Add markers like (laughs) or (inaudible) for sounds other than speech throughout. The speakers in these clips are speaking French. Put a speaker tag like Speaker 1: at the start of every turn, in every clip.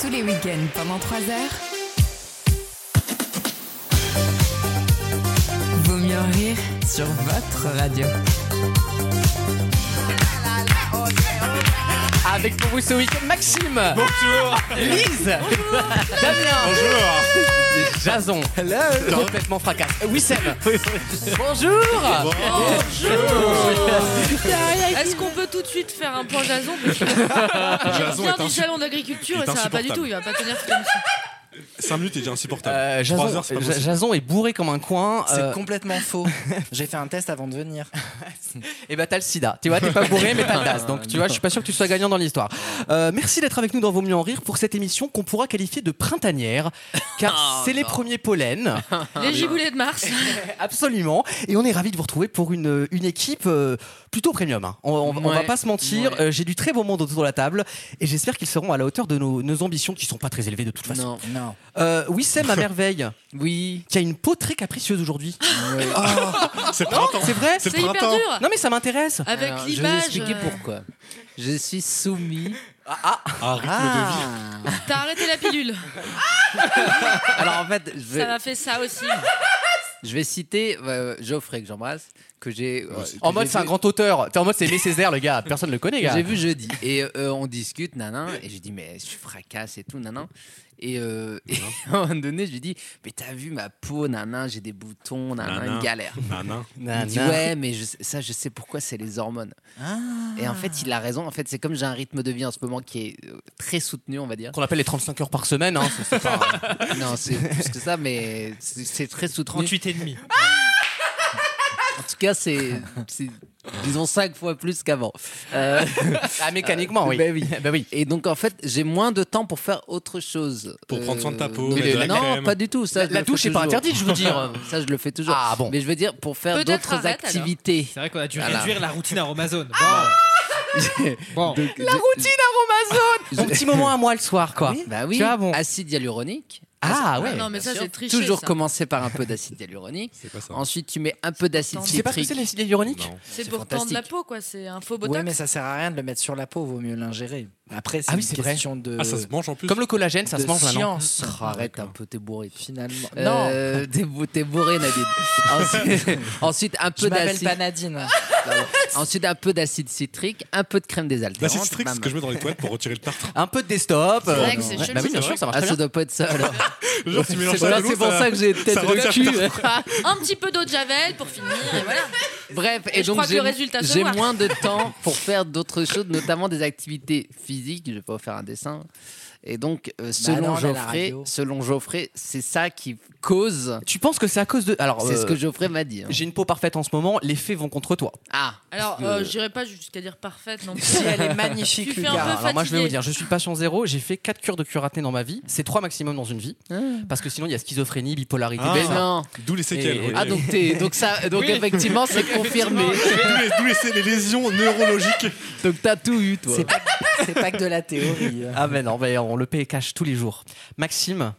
Speaker 1: tous les week-ends pendant 3 heures. Vaut mieux en rire sur votre radio.
Speaker 2: Avec pour vous ce week-end, Maxime,
Speaker 3: Bonjour
Speaker 2: Lise, Damien,
Speaker 3: Bonjour
Speaker 2: Jason, complètement fracasse. Euh, Wissem, bonjour
Speaker 4: Est-ce qu'on peut tout de suite faire un point Jason Parce qu'il
Speaker 3: Jason
Speaker 4: vient
Speaker 3: est
Speaker 4: du
Speaker 3: insu-
Speaker 4: salon d'agriculture
Speaker 3: est
Speaker 4: et ça va pas du
Speaker 3: insupportable.
Speaker 4: tout, il va pas tenir toute l'émission.
Speaker 3: 5 minutes et déjà insupportable.
Speaker 2: Euh,
Speaker 3: Trois
Speaker 2: Jason,
Speaker 3: heures, c'est pas
Speaker 2: Ja-
Speaker 3: possible.
Speaker 2: Jason est bourré comme un coin.
Speaker 5: C'est
Speaker 2: euh, (laughs)
Speaker 5: complètement faux. J'ai fait un test avant de venir.
Speaker 2: Et bah t'as le sida, tu vois, t'es pas bourré mais t'as le DAS. Donc tu vois, je suis pas sûr que tu sois gagnant dans l'histoire. Euh, merci d'être avec nous dans Vaut mieux en rire pour cette émission qu'on pourra qualifier de printanière, car
Speaker 3: Ah,
Speaker 4: Oh,
Speaker 2: c'est les
Speaker 4: non.
Speaker 2: premiers pollens,
Speaker 4: Les giboulets de Mars,
Speaker 2: (laughs) absolument. Et on est ravis de vous retrouver pour une, une équipe euh, plutôt premium. hein. On, on- on va
Speaker 4: Ouais.
Speaker 2: pas se mentir,
Speaker 4: Ouais.
Speaker 2: euh, j'ai du très beau monde autour de la table et j'espère qu'ils seront à la hauteur de nos, nos ambitions qui sont pas très élevées de toute façon.
Speaker 5: Non. Non.
Speaker 2: Euh, Wissem
Speaker 5: (laughs)
Speaker 2: à merveille,
Speaker 5: Oui.
Speaker 2: qui a une peau très capricieuse aujourd'hui. (laughs) Oh.
Speaker 3: C'est printemps
Speaker 2: C'est vrai
Speaker 3: C'est
Speaker 4: c'est
Speaker 3: le
Speaker 4: hyper
Speaker 3: printemps
Speaker 4: dur
Speaker 2: Non mais ça m'intéresse.
Speaker 4: Avec
Speaker 5: Alors, Je vais
Speaker 4: l'image,
Speaker 5: expliquer
Speaker 4: euh,
Speaker 5: pourquoi. Je suis
Speaker 2: (laughs)
Speaker 5: soumis. Ah
Speaker 2: Ah,
Speaker 3: Un rythme de vie.
Speaker 4: t'as arrêté la pilule,
Speaker 5: Alors en fait, je
Speaker 4: ça
Speaker 5: vais,
Speaker 4: m'a fait ça aussi.
Speaker 5: je vais citer euh, Geoffrey que j'embrasse, que j'ai. euh, que
Speaker 2: En mode
Speaker 5: j'ai
Speaker 2: c'est un
Speaker 5: vu-
Speaker 2: grand auteur. T'es en mode c'est Aimé Césaire le gars. Personne le connaît
Speaker 5: que
Speaker 2: gars.
Speaker 5: J'ai vu jeudi et euh, on discute, nanan, et je dis mais je suis fracasse et tout, nanan. Et, euh, et (laughs) à un moment donné, je lui dis mais t'as vu ma peau, nanan, j'ai des boutons, nanan,
Speaker 3: Nanan.
Speaker 5: une galère.
Speaker 3: Nanan.
Speaker 2: Nan,
Speaker 5: Il dit
Speaker 2: nan.
Speaker 5: ouais mais je- ça je sais pourquoi c'est les hormones.
Speaker 2: Ah.
Speaker 5: Et en fait il a raison. En fait c'est comme j'ai un rythme de vie en ce moment qui est euh, très soutenu on va dire.
Speaker 2: Qu'on appelle les 35 heures par semaine. Hein, c'est- c'est (laughs) pas-
Speaker 5: (laughs) non c'est plus que ça mais c'est c'est très soutenu.
Speaker 2: 38 et demi.
Speaker 5: En tout cas c'est c'est, disons cinq fois plus qu'avant. Euh,
Speaker 2: Ah, mécaniquement, oui.
Speaker 5: bah oui.
Speaker 2: Bah oui.
Speaker 5: et donc en fait j'ai moins de temps pour faire autre chose.
Speaker 3: Pour prendre soin de ta peau,
Speaker 5: donc,
Speaker 3: mettre de la
Speaker 5: non
Speaker 3: crème.
Speaker 5: pas du tout ça.
Speaker 2: La-
Speaker 5: je
Speaker 2: la
Speaker 5: le
Speaker 2: douche
Speaker 5: fais
Speaker 2: est pas
Speaker 5: toujours.
Speaker 2: interdite, je veux dire.
Speaker 5: ça je le fais toujours.
Speaker 2: Ah, bon.
Speaker 5: Mais je veux dire pour faire
Speaker 4: Peut-être
Speaker 5: d'autres
Speaker 4: arrête, alors.
Speaker 5: activités.
Speaker 6: C'est vrai qu'on a dû
Speaker 5: Voilà.
Speaker 6: réduire la routine à Romazone.
Speaker 2: Ah bah.
Speaker 6: Bon.
Speaker 5: Donc,
Speaker 2: La
Speaker 5: je-
Speaker 2: routine
Speaker 3: (laughs)
Speaker 2: aromazone. Mon petit moment à moi le soir, quoi.
Speaker 5: Bah oui,
Speaker 2: Tu vois, bon.
Speaker 5: acide hyaluronique.
Speaker 2: Ah ouais.
Speaker 4: non mais
Speaker 5: Bien
Speaker 4: ça
Speaker 5: sûr.
Speaker 4: c'est triché
Speaker 5: Toujours
Speaker 4: ça.
Speaker 5: commencer par un peu d'acide hyaluronique.
Speaker 3: (laughs) C'est pas ça.
Speaker 5: Ensuite, tu mets un peu d'acide
Speaker 2: Tu sais pas ce que
Speaker 5: citrique.
Speaker 2: c'est l'acide hyaluronique
Speaker 3: Non.
Speaker 4: C'est
Speaker 5: C'est
Speaker 4: pour tendre la
Speaker 5: fantastique.
Speaker 4: peau quoi, c'est un faux botox.
Speaker 7: Oui, mais ça sert à rien de le mettre sur la peau, vaut mieux l'ingérer. Après, c'est
Speaker 2: Ah oui, c'est
Speaker 7: une
Speaker 2: vrai.
Speaker 7: question de,
Speaker 3: Ah, ça se mange en plus
Speaker 2: Comme le collagène, ça
Speaker 7: de
Speaker 2: se mange Ah, maintenant.
Speaker 7: science. Ah,
Speaker 5: Oh, Arrête un peu, t'es bourré.
Speaker 7: Finalement. non,
Speaker 5: Euh, (laughs) t'es bou- t'es bourré, Nadine. ensuite, (laughs) ensuite, un
Speaker 7: je
Speaker 5: peu
Speaker 7: m'appelle
Speaker 5: d'acide.
Speaker 7: pas Nadine.
Speaker 5: pardon. (laughs) Ensuite, un peu d'acide citrique, un peu de crème désaltérante.
Speaker 3: L'acide strict, c'est ce
Speaker 5: Bam.
Speaker 3: que je mets dans les toilettes pour retirer le tartre.
Speaker 2: (laughs) Un peu de desktop.
Speaker 4: C'est vrai
Speaker 2: euh,
Speaker 4: que c'est
Speaker 2: bah-
Speaker 4: chelou,
Speaker 2: Bah oui,
Speaker 4: c'est
Speaker 2: bien
Speaker 4: vrai.
Speaker 2: sûr, ça marche
Speaker 5: Ah,
Speaker 2: très
Speaker 5: ça
Speaker 2: bien.
Speaker 5: dois pas être ça alors.
Speaker 3: Genre, tu mélanges
Speaker 5: C'est
Speaker 3: ça à
Speaker 5: voilà,
Speaker 3: de l'eau,
Speaker 5: c'est pour ça que j'ai une tête
Speaker 3: ça
Speaker 5: de
Speaker 3: retire
Speaker 5: cul.
Speaker 4: Un petit peu d'eau de javel pour finir et voilà.
Speaker 5: Bref, et,
Speaker 4: Et je
Speaker 5: donc
Speaker 4: crois que
Speaker 5: j'ai-
Speaker 4: le résultat se
Speaker 5: j'ai
Speaker 4: voit.
Speaker 5: moins de temps pour faire d'autres choses, notamment des activités physiques. Je vais pas vous faire un dessin. Et donc,
Speaker 2: Bah
Speaker 5: euh, selon,
Speaker 7: non, on a la
Speaker 5: Geoffrey,
Speaker 7: radio.
Speaker 5: selon Geoffrey, c'est ça qui cause.
Speaker 2: Tu penses que c'est à cause de. Alors,
Speaker 5: C'est ce
Speaker 2: euh,
Speaker 5: que Geoffrey m'a dit. hein.
Speaker 2: j'ai une peau parfaite en ce moment, les faits vont contre toi.
Speaker 5: Ah,
Speaker 4: Alors
Speaker 5: parce
Speaker 4: euh,
Speaker 5: que-
Speaker 4: j'irai pas jusqu'à dire parfaite non plus.
Speaker 7: Si, elle est
Speaker 4: Tu
Speaker 7: magnifique,
Speaker 4: fais
Speaker 7: le
Speaker 4: un peu
Speaker 7: gars.
Speaker 2: Alors, moi, je vais
Speaker 4: fatigué.
Speaker 2: vous dire, je suis patient zéro, j'ai fait 4 cures de curatée dans ma vie, c'est 3 maximum dans une vie,
Speaker 5: Ah.
Speaker 2: parce que sinon il y a schizophrénie, bipolarité,
Speaker 3: Ah.
Speaker 2: tout
Speaker 5: Mais
Speaker 2: ça.
Speaker 5: non.
Speaker 3: D'où les séquelles.
Speaker 2: Et-
Speaker 3: ok.
Speaker 5: Ah donc t'es- donc ça donc effectivement
Speaker 2: (laughs)
Speaker 5: c'est confirmé.
Speaker 3: D'où les- D'où les, sé- les lésions neurologiques.
Speaker 5: Donc t'as tout eu toi.
Speaker 7: C'est pas, (laughs) c'est pas que de la théorie.
Speaker 2: Ah ben non, ben on le paye cash tous les jours. Maxime,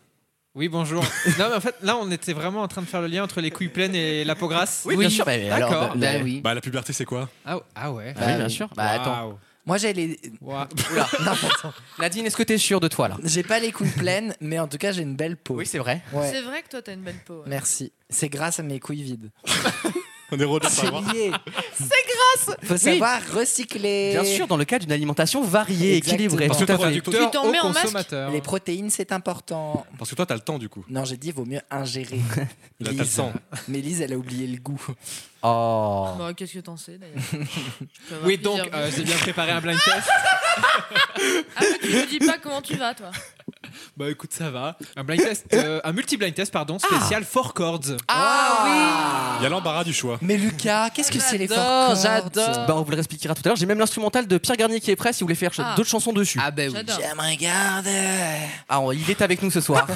Speaker 6: Oui, bonjour. non, mais en fait, là, on était vraiment en train de faire le lien entre les couilles pleines et la peau grasse.
Speaker 2: Oui, bien sûr, mais
Speaker 6: D'accord.
Speaker 2: alors, bah,
Speaker 5: Bah oui.
Speaker 3: Bah, la puberté, c'est quoi
Speaker 6: Ah, ah ouais.
Speaker 2: Ah oui, bien
Speaker 7: oui.
Speaker 2: sûr. Bah attends.
Speaker 6: Waouh.
Speaker 7: Moi, j'ai les,
Speaker 6: Waouh.
Speaker 2: Oula. Nadine, est-ce que t'es sûre de toi là
Speaker 7: j'ai pas les couilles pleines, mais en tout cas, j'ai une belle peau.
Speaker 2: c'est vrai.
Speaker 7: Ouais.
Speaker 4: C'est vrai que toi t'as une belle peau. ouais.
Speaker 7: Merci. C'est grâce à mes couilles vides.
Speaker 3: On est rodé
Speaker 7: C'est
Speaker 3: savoir.
Speaker 7: lié. C'est grâce. Faut savoir recycler.
Speaker 2: Bien sûr, dans le cadre d'une alimentation variée,
Speaker 7: Exactement.
Speaker 2: équilibrée.
Speaker 3: Parce
Speaker 2: Tout
Speaker 3: que
Speaker 2: à
Speaker 3: toi,
Speaker 2: fait.
Speaker 3: tu-
Speaker 4: Tu t'en
Speaker 6: au
Speaker 4: mets en masque
Speaker 6: consommateur.
Speaker 7: Les protéines, c'est important.
Speaker 3: Parce que toi, t'as le temps du coup.
Speaker 7: Non, j'ai dit, vaut mieux
Speaker 2: (laughs)
Speaker 7: ingérer.
Speaker 3: Là, t'as le
Speaker 7: Lise.
Speaker 3: temps.
Speaker 7: Mais Lise, elle a oublié le goût.
Speaker 2: Oh.
Speaker 4: Bah, Qu'est-ce que t'en sais
Speaker 7: (laughs)
Speaker 4: d'ailleurs Tu peux avoir
Speaker 6: Oui, donc,
Speaker 4: plusieurs-
Speaker 6: euh, j'ai bien
Speaker 4: (laughs)
Speaker 6: préparé un blind test.
Speaker 4: Ah, mais tu me dis pas comment tu vas toi.
Speaker 6: Bah écoute, ça va. Un blind test, euh, un multi-blind test,
Speaker 2: Ah.
Speaker 6: pardon, spécial four chords.
Speaker 4: Ah
Speaker 7: Ah,
Speaker 3: Il y a l'embarras du choix.
Speaker 7: Mais Lucas, qu'est-ce que c'est les
Speaker 5: J'adore,
Speaker 7: forcordes
Speaker 5: j'adore.
Speaker 2: Bah, on vous le réexpliquera tout à l'heure. J'ai même l'instrumental de Pierre Garnier qui est prêt si vous voulez faire ch-
Speaker 4: Ah.
Speaker 2: d'autres chansons dessus.
Speaker 5: Ah
Speaker 7: Eh
Speaker 5: ben oui.
Speaker 4: J'adore.
Speaker 7: J'aime regarder.
Speaker 2: Ah, on- il est avec nous ce
Speaker 3: (laughs)
Speaker 2: soir.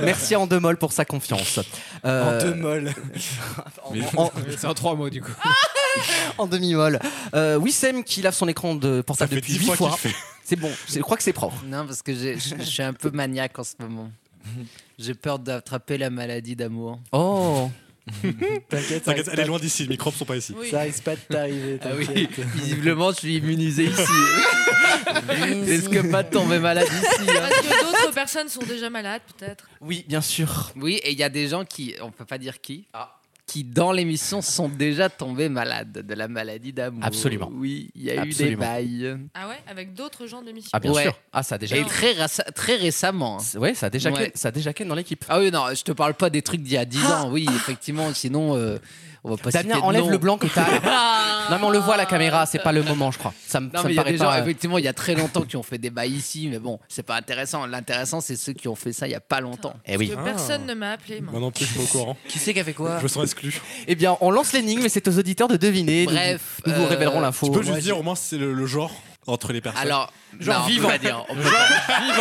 Speaker 2: Merci à Andemol pour sa confiance.
Speaker 7: En
Speaker 2: Euh,
Speaker 7: deux molles.
Speaker 3: Mais-
Speaker 2: en-
Speaker 6: C'est en trois mots du coup.
Speaker 2: (laughs) en demi-molle. Euh, Wissem qui lave son écran de
Speaker 3: Ça
Speaker 2: portable
Speaker 3: fait
Speaker 2: depuis
Speaker 3: 10
Speaker 2: huit
Speaker 3: fois
Speaker 2: fois.
Speaker 3: qu'il fait.
Speaker 2: C'est bon, c'est- je crois que c'est propre.
Speaker 5: (laughs) Non parce que j'ai- je je suis
Speaker 2: (laughs)
Speaker 5: un peu maniaque en ce moment. J'ai peur d'attraper la maladie d'amour.
Speaker 2: Oh.
Speaker 7: T'inquiète, ça
Speaker 3: T'inquiète,
Speaker 7: risque
Speaker 3: elle est
Speaker 7: pas-
Speaker 3: loin d'ici, les microbes sont pas ici.
Speaker 4: Oui.
Speaker 7: ça risque pas de t'arriver.
Speaker 5: Ah oui,
Speaker 7: t'inquiète.
Speaker 5: visiblement, je suis immunisé
Speaker 2: (laughs)
Speaker 5: ici. Est-ce que pas de tomber malade ici hein
Speaker 4: Parce que d'autres personnes sont déjà malades, peut-être.
Speaker 2: Oui, bien sûr.
Speaker 5: Oui, et il y a des gens qui, on peut pas dire qui, qui dans l'émission sont déjà tombés malades de la maladie d'amour.
Speaker 2: Absolument.
Speaker 5: Oui, il y a eu des
Speaker 2: Absolument.
Speaker 5: bails.
Speaker 4: Ah ouais Avec d'autres gens de l'émission.
Speaker 2: Ah bien
Speaker 5: Ouais.
Speaker 2: sûr. Ah ça a déjà.
Speaker 5: Et très, raça- très récemment. hein.
Speaker 2: C'est- Ouais, ça a déjà
Speaker 5: Ouais.
Speaker 2: ken- ça a déjà ken dans l'équipe. Ah.
Speaker 5: Ah oui, non, je te parle pas des trucs d'il y a 10 ans. Oui, effectivement, sinon, euh, on va pas citer
Speaker 2: Damien,
Speaker 5: de
Speaker 2: enlève
Speaker 5: nom.
Speaker 2: le blanc que t'as.
Speaker 5: (laughs)
Speaker 2: non mais on le voit à la caméra, c'est pas le moment, je crois. Ça, me-
Speaker 5: Non,
Speaker 2: ça
Speaker 5: mais
Speaker 2: me
Speaker 5: il y a
Speaker 2: paraît
Speaker 5: des
Speaker 2: pas. euh,
Speaker 5: gens, effectivement, il y a très longtemps qui ont fait des bails ici, mais bon, c'est pas intéressant. L'intéressant, c'est ceux qui ont fait ça il y a pas longtemps.
Speaker 2: Eh oui.
Speaker 4: Parce que personne ne m'a appelé. moi.
Speaker 3: Moi non plus, je suis pas au courant.
Speaker 7: Qui c'est qui a fait quoi
Speaker 3: Je me sens exclu.
Speaker 2: Eh bien, on lance l'énigme et c'est aux auditeurs de deviner. Nous-
Speaker 5: Bref,
Speaker 2: nous, vous
Speaker 5: euh,
Speaker 2: révélerons l'info.
Speaker 3: Tu peux juste
Speaker 7: moi,
Speaker 3: dire au moins c'est le, le genre entre les personnes.
Speaker 5: Alors,
Speaker 2: Genre
Speaker 5: non, on peut
Speaker 2: vivant.
Speaker 5: pas dire, on peut
Speaker 3: (laughs)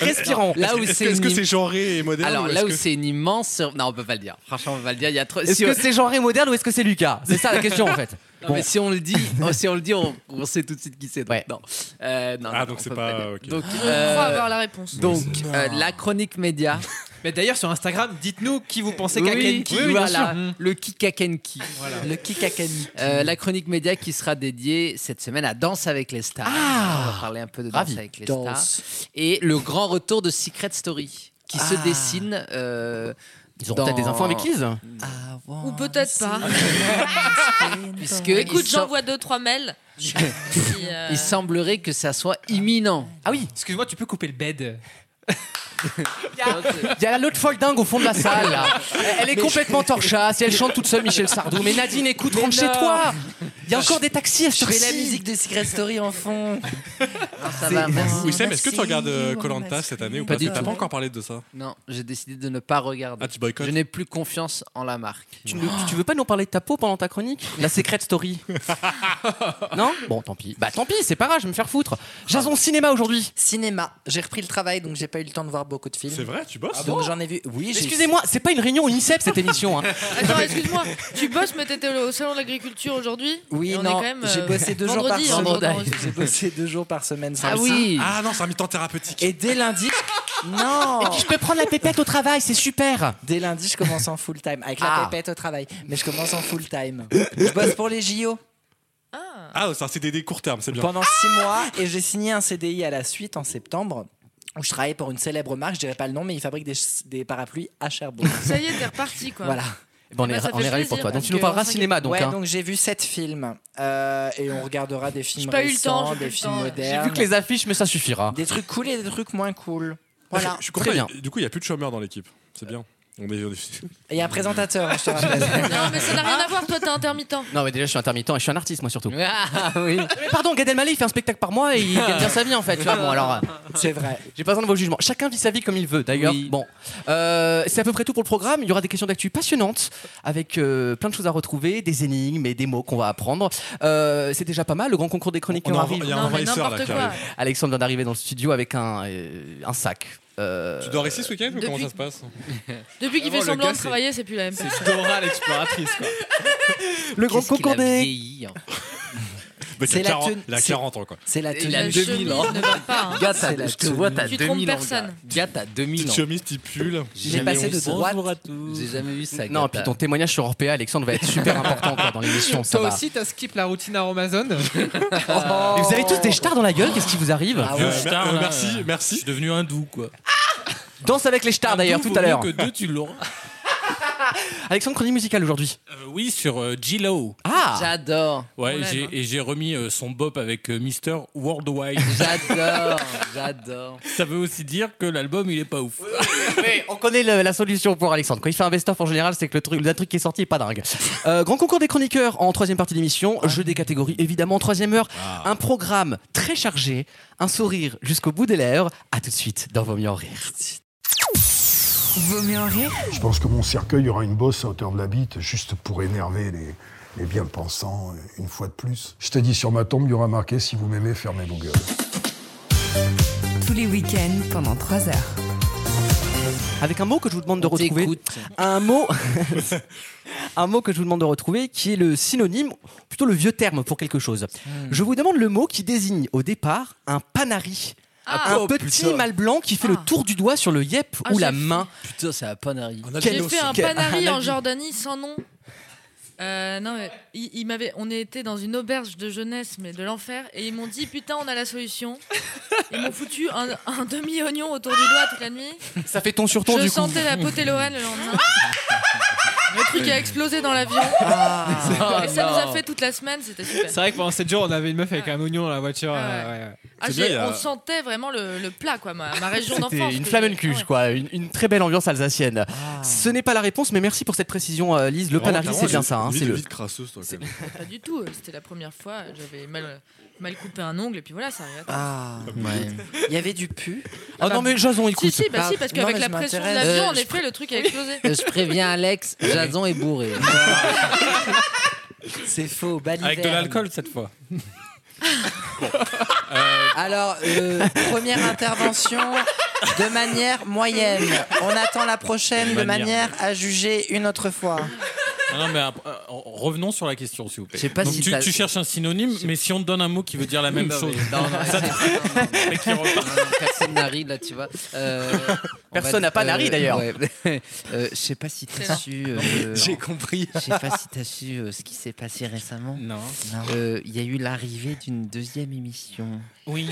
Speaker 2: respirons.
Speaker 5: Là où
Speaker 3: Est-ce
Speaker 5: c'est
Speaker 3: que- est-ce que
Speaker 5: une-
Speaker 3: c'est genré et moderne
Speaker 5: Alors
Speaker 3: ou
Speaker 5: là
Speaker 3: est-ce
Speaker 5: où
Speaker 3: que-
Speaker 5: c'est une immense sur- non on peut pas le dire franchement on peut pas le dire il y a trop
Speaker 2: Est-ce
Speaker 5: si,
Speaker 2: que
Speaker 5: on...
Speaker 2: c'est genré moderne ou est-ce que c'est Lucas C'est ça la question en fait.
Speaker 5: non, mais si on
Speaker 2: (laughs)
Speaker 5: le dit oh, si on le dit on, on sait tout de suite qui c'est donc
Speaker 2: Ouais.
Speaker 5: non. Euh, non,
Speaker 3: Ah,
Speaker 5: non,
Speaker 3: donc
Speaker 5: on
Speaker 3: c'est
Speaker 5: peut
Speaker 3: pas-
Speaker 5: dire.
Speaker 3: ok.
Speaker 5: donc,
Speaker 4: Je
Speaker 5: euh,
Speaker 4: crois avoir la réponse.
Speaker 5: donc, euh, la chronique média
Speaker 6: Mais d'ailleurs, sur Instagram, dites-nous qui vous pensez
Speaker 5: Oui,
Speaker 6: qu'à Kenki.
Speaker 5: oui, voilà le kikakenki
Speaker 6: Voilà.
Speaker 5: le kikakenki Euh, la chronique média qui sera dédiée cette semaine à Danse avec les stars on va parler un peu de Danse
Speaker 2: ravi.
Speaker 5: avec les stars
Speaker 7: Danse.
Speaker 5: et le grand retour de Secret Story qui se
Speaker 2: Ah.
Speaker 5: dessine euh,
Speaker 2: Ils auront peut-être
Speaker 5: dans-
Speaker 2: des infos avec
Speaker 5: (laughs)
Speaker 2: Liz.
Speaker 4: Ou
Speaker 7: Oh,
Speaker 4: peut-être pas. (laughs)
Speaker 5: puisque
Speaker 4: Écoute,
Speaker 5: il sort-
Speaker 4: j'envoie deux, trois
Speaker 7: (laughs)
Speaker 4: mails. Puis, euh,
Speaker 5: il semblerait que ça soit imminent
Speaker 2: Ah oui,
Speaker 6: Excuse-moi, tu peux couper
Speaker 4: (laughs)
Speaker 6: le bed
Speaker 2: il y a l'autre folle dingue au fond de la salle. là. Elle est complètement torchasse et elle chante toute seule Michel Sardou. Mais Nadine, écoute, rentre chez toi. Il y a encore des taxis à
Speaker 7: Bah, Je fais la
Speaker 2: Surcy.
Speaker 7: musique de Secret Story en
Speaker 2: (laughs)
Speaker 7: fond.
Speaker 5: Ah, ça va merci
Speaker 3: Oui, Sam, est-ce que tu regardes euh, Colanta
Speaker 1: Merci.
Speaker 3: cette année ou
Speaker 5: Pas
Speaker 3: pas
Speaker 5: du
Speaker 3: T'as
Speaker 5: tout.
Speaker 3: pas encore parlé de ça
Speaker 5: Non, j'ai décidé de ne pas regarder.
Speaker 3: Ah, tu boycottes
Speaker 5: je n'ai plus confiance en la marque.
Speaker 2: Tu, ne- tu veux pas nous parler de ta peau pendant ta chronique La secret
Speaker 5: (laughs)
Speaker 2: story Non Bon, tant pis. Bah tant pis, c'est pas grave, je vais me faire foutre. Jason cinéma aujourd'hui.
Speaker 7: Cinéma. J'ai repris le travail, donc j'ai pas eu le temps de voir beaucoup de
Speaker 3: C'est
Speaker 7: films.
Speaker 3: vrai, tu bosses
Speaker 7: Donc j'en ai vu. Oui, j'ai-
Speaker 2: Excusez-moi, c'est pas une réunion UNICEF
Speaker 7: (laughs)
Speaker 2: cette émission. hein.
Speaker 4: Attends, excuse-moi, tu bosses, mais t'étais au salon de l'agriculture aujourd'hui
Speaker 7: Oui,
Speaker 4: Et on est
Speaker 7: non,
Speaker 4: quand même,
Speaker 7: j'ai
Speaker 4: euh,
Speaker 7: bossé deux jours par
Speaker 4: vendredi, hein,
Speaker 7: semaine.
Speaker 4: vendredi.
Speaker 7: J'ai bossé deux jours par semaine. sans
Speaker 5: Ah
Speaker 7: le
Speaker 5: oui
Speaker 3: Ah non, c'est un mi-temps thérapeutique.
Speaker 7: Et dès lundi, non.
Speaker 2: Je peux prendre la pépette au travail, c'est super.
Speaker 7: Dès lundi, je commence en full time avec
Speaker 5: Ah.
Speaker 7: la pépette au travail, mais je commence en full
Speaker 2: (laughs)
Speaker 7: time. Je bosse pour les JO
Speaker 4: Ah.
Speaker 3: Ah, c'est un CDD court terme, c'est bien.
Speaker 7: pendant six mois et j'ai signé un CDI à la suite en septembre où je travaillais pour une célèbre marque, je dirais pas le nom, mais ils fabriquent des, ch- des parapluis à Cherbourg.
Speaker 4: Ça y est, t'es reparti quoi.
Speaker 7: voilà.
Speaker 2: Bon, Eh ben, on est,
Speaker 4: Bah, ça fait
Speaker 2: on est ravis
Speaker 4: plaisir,
Speaker 2: pour toi. Donc
Speaker 4: parce
Speaker 2: tu nous
Speaker 4: que
Speaker 2: parleras
Speaker 4: enfin,
Speaker 2: cinéma donc.
Speaker 7: ouais,
Speaker 2: hein.
Speaker 7: donc j'ai vu sept films euh, et on regardera des films
Speaker 4: J'ai pas eu le
Speaker 7: récents,
Speaker 4: temps, j'ai pas eu
Speaker 7: des
Speaker 4: le
Speaker 7: films
Speaker 4: temps.
Speaker 2: J'ai
Speaker 7: modernes,
Speaker 2: vu que les affiches, mais ça suffira.
Speaker 7: des trucs cool et des trucs moins cool.
Speaker 3: Ah, je-
Speaker 7: Voilà.
Speaker 3: Je suis
Speaker 2: Très
Speaker 3: content. Du coup, il n'y a plus de chômeurs dans l'équipe. C'est bien. On est, on est-
Speaker 7: Et un présentateur, hein, je te
Speaker 2: (laughs)
Speaker 7: rappelle.
Speaker 4: Non, mais ça n'a
Speaker 7: Ah.
Speaker 4: rien à voir, toi t'es intermittent.
Speaker 2: Non, mais déjà, je suis intermittent et je suis un artiste, moi surtout.
Speaker 5: Ah oui
Speaker 2: Mais pardon, Gad Elmaleh, il fait un spectacle par mois et il gagne bien sa vie en fait. Tu vois, bon, alors, euh,
Speaker 7: C'est vrai.
Speaker 2: j'ai pas besoin de vos jugements. Chacun vit sa vie comme il veut d'ailleurs.
Speaker 5: Oui.
Speaker 2: Bon, Euh, c'est à peu près tout pour le programme. Il y aura des questions d'actu passionnantes avec euh, plein de choses à retrouver, des énigmes et des mots qu'on va apprendre. Euh, c'est déjà pas mal. Le grand concours des
Speaker 3: on
Speaker 2: chroniqueurs
Speaker 3: en-
Speaker 2: arrive.
Speaker 3: Il y a un
Speaker 4: Non, mais
Speaker 3: envahisseur là
Speaker 4: n'importe
Speaker 3: qui
Speaker 4: quoi.
Speaker 3: arrive.
Speaker 2: Alexandre vient d'arriver dans le studio avec un, euh, un sac. Euh,
Speaker 3: Tu dors ici ce week-end ou
Speaker 4: Depuis-
Speaker 3: comment ça se passe
Speaker 4: Depuis qu'il
Speaker 6: Vraiment,
Speaker 4: fait
Speaker 6: le
Speaker 4: semblant
Speaker 6: gars,
Speaker 4: de
Speaker 6: c'est-
Speaker 4: travailler, c'est plus la même personne.
Speaker 6: C'est Dora l'exploratrice,
Speaker 4: (laughs)
Speaker 6: quoi.
Speaker 2: le grand
Speaker 5: Qu'est-ce qu'il
Speaker 2: concours
Speaker 5: a
Speaker 2: des
Speaker 5: vieilli, en
Speaker 4: hein.
Speaker 5: fait.
Speaker 3: (laughs) Mais
Speaker 7: C'est
Speaker 3: il a
Speaker 7: la
Speaker 3: 40
Speaker 7: tenue-
Speaker 3: Il a
Speaker 7: c'est-
Speaker 3: 40 ans quoi.
Speaker 7: C'est la
Speaker 5: Il
Speaker 7: tenue.
Speaker 5: a
Speaker 4: La
Speaker 5: 2000
Speaker 4: chemise
Speaker 5: ans.
Speaker 4: ne va pas. hein.
Speaker 5: Gars,
Speaker 7: C'est la
Speaker 5: t'as- je te vois, t'as
Speaker 4: Tu trompes
Speaker 5: 2000 ans.
Speaker 4: personne.
Speaker 5: gars. Gars, t'as 2000
Speaker 3: Petite
Speaker 5: ans.
Speaker 3: chemise, petit pull.
Speaker 5: J'ai
Speaker 7: J'ai
Speaker 5: jamais
Speaker 7: passé
Speaker 5: vu
Speaker 7: de
Speaker 5: ça.
Speaker 7: droite.
Speaker 5: J'ai jamais vu ça.
Speaker 2: Non,
Speaker 5: gars,
Speaker 2: et puis
Speaker 5: t'as-
Speaker 2: ton témoignage sur Orpea, Alexandre, va être super important quoi, dans l'émission. Ça
Speaker 6: Toi
Speaker 2: va.
Speaker 6: aussi, Oh. t'as skip la routine Amazon.
Speaker 2: Et vous avez tous des stars dans la gueule, qu'est-ce qui vous arrive
Speaker 7: Ah
Speaker 3: Euh,
Speaker 7: ouais,
Speaker 3: mer-
Speaker 7: putain,
Speaker 3: euh,
Speaker 7: là.
Speaker 3: Merci, merci.
Speaker 8: devenu un doux quoi.
Speaker 2: Danse avec les stars d'ailleurs tout à l'heure.
Speaker 8: Que deux tu l'auras.
Speaker 2: Alexandre, chronique musicale aujourd'hui.
Speaker 8: Euh, oui sur euh, G-Lo.
Speaker 2: Ah
Speaker 5: J'adore,
Speaker 8: Ouais,
Speaker 4: On l'aime,
Speaker 8: j'ai-
Speaker 4: hein.
Speaker 8: et j'ai remis euh, son bop avec euh, Mister Worldwide.
Speaker 2: (laughs)
Speaker 5: j'adore, j'adore.
Speaker 8: Ça veut aussi dire que l'album il est pas ouf.
Speaker 2: Oui, Eh, On connaît le- la solution pour Alexandre. Quand il fait un best-of en général, c'est que le truc, le truc qui est sorti est pas dingue. Euh, grand concours des chroniqueurs en troisième partie d'émission. Jeu des catégories, évidemment, en troisième heure. Un programme très chargé, un sourire jusqu'au bout des lèvres. À tout de suite dans Vos mieux en rire.
Speaker 1: Vaut mieux en rire
Speaker 9: Je pense que mon cercueil aura une bosse à hauteur de la bite, juste pour énerver les, les bien-pensants, euh, une fois de plus. Je t'ai dit, sur ma tombe, il y aura marqué « Si vous m'aimez, fermez vos gueules ».
Speaker 1: tous les week-ends pendant 3 heures.
Speaker 2: Avec un mot que je vous demande de
Speaker 5: On
Speaker 2: retrouver.
Speaker 5: t'écoute.
Speaker 2: un mot (laughs) un mot que je vous demande de retrouver qui est le synonyme
Speaker 4: Hmm.
Speaker 2: plutôt le vieux terme pour quelque chose je vous demande le mot qui désigne au départ un panari
Speaker 4: Ah,
Speaker 2: un petit mâle blanc qui fait le
Speaker 4: Ah.
Speaker 2: tour du doigt sur le yep
Speaker 4: Ah,
Speaker 2: ou la
Speaker 4: j'ai-
Speaker 2: main.
Speaker 5: Putain, c'est à Panari.
Speaker 4: j'ai fait un
Speaker 2: quel-
Speaker 4: panari en Jordanie sans nom. Euh, non, mais il, il m'avait, on était dans une auberge de jeunesse, mais de l'enfer, et ils m'ont dit Putain, on a la solution. Ils m'ont foutu un, un demi-oignon autour du doigt toute la nuit.
Speaker 2: Ça fait ton sur ton
Speaker 4: Je
Speaker 2: du coup.
Speaker 4: sentais la
Speaker 2: (laughs)
Speaker 4: potée Lorraine le
Speaker 6: (laughs)
Speaker 4: lendemain. Le truc a explosé dans l'avion. et ça nous a fait toute la semaine, c'était super.
Speaker 6: Ah. C'est vrai que pendant 7 jours, on avait une meuf avec un oignon dans la voiture.
Speaker 4: Ah ouais.
Speaker 6: euh, ouais, ouais.
Speaker 4: Ah,
Speaker 3: C'est
Speaker 4: j'ai-
Speaker 3: bien, il y a-
Speaker 4: On sentait vraiment le, le plat, quoi, ma, ma région d'enfance.
Speaker 2: C'était une
Speaker 4: que
Speaker 2: flamme
Speaker 4: j'ai-
Speaker 2: en cuge,
Speaker 4: Ah ouais. Ah.
Speaker 2: quoi. Une, une très belle ambiance alsacienne. Ce n'est pas la réponse, mais merci pour cette précision, euh, Lise. Le panari, c'est bien ça. hein, c'est le...
Speaker 3: vite crasseuse, toi. quand même.
Speaker 4: Pas du tout. euh, C'était la première fois. J'avais mal, mal coupé un ongle et puis voilà, ça arrive.
Speaker 7: Ah,
Speaker 5: Ouais.
Speaker 7: il y avait du pu.
Speaker 2: Ah non, mais Jason,
Speaker 4: Si,
Speaker 2: écoute.
Speaker 4: si, bah si, parce
Speaker 7: Non,
Speaker 4: qu'avec
Speaker 7: mais
Speaker 4: la
Speaker 7: je
Speaker 4: pression de
Speaker 7: m'intéresse.
Speaker 4: l'avion,
Speaker 5: Euh,
Speaker 4: en
Speaker 5: je Euh,
Speaker 4: effet, le truc a explosé.
Speaker 5: Je
Speaker 4: (laughs)
Speaker 5: préviens Alex, Jason est bourré.
Speaker 7: C'est faux, baliverne.
Speaker 8: Avec de l'alcool cette
Speaker 5: (laughs)
Speaker 8: fois.
Speaker 7: Alors, euh, première intervention de manière moyenne. On attend la prochaine de
Speaker 8: Manière.
Speaker 7: manière à juger une autre fois.
Speaker 8: Ah non, mais après, euh, revenons sur la question, s'il vous plaît.
Speaker 5: Je sais pas
Speaker 8: Donc,
Speaker 5: si
Speaker 8: tu,
Speaker 5: t'as-
Speaker 8: tu cherches un synonyme, mais si on te donne un mot qui veut dire la même
Speaker 5: Non,
Speaker 8: chose.
Speaker 5: mais- Non, non,
Speaker 8: (laughs) Ça-
Speaker 5: non, non, non, non.
Speaker 8: Et qui repart.
Speaker 5: Non, non, Personne n'arrive là, tu vois. Euh, on
Speaker 2: Personne
Speaker 5: va-
Speaker 2: n'a pas Nari, d'ailleurs.
Speaker 5: ouais. (laughs) Euh, Je sais pas si t'as su. euh,
Speaker 7: compris.
Speaker 5: Je sais pas si t'as su euh, ce qui s'est passé récemment.
Speaker 8: Non.
Speaker 5: Euh, Il y a eu l'arrivée d'une deuxième émission.
Speaker 6: Oui.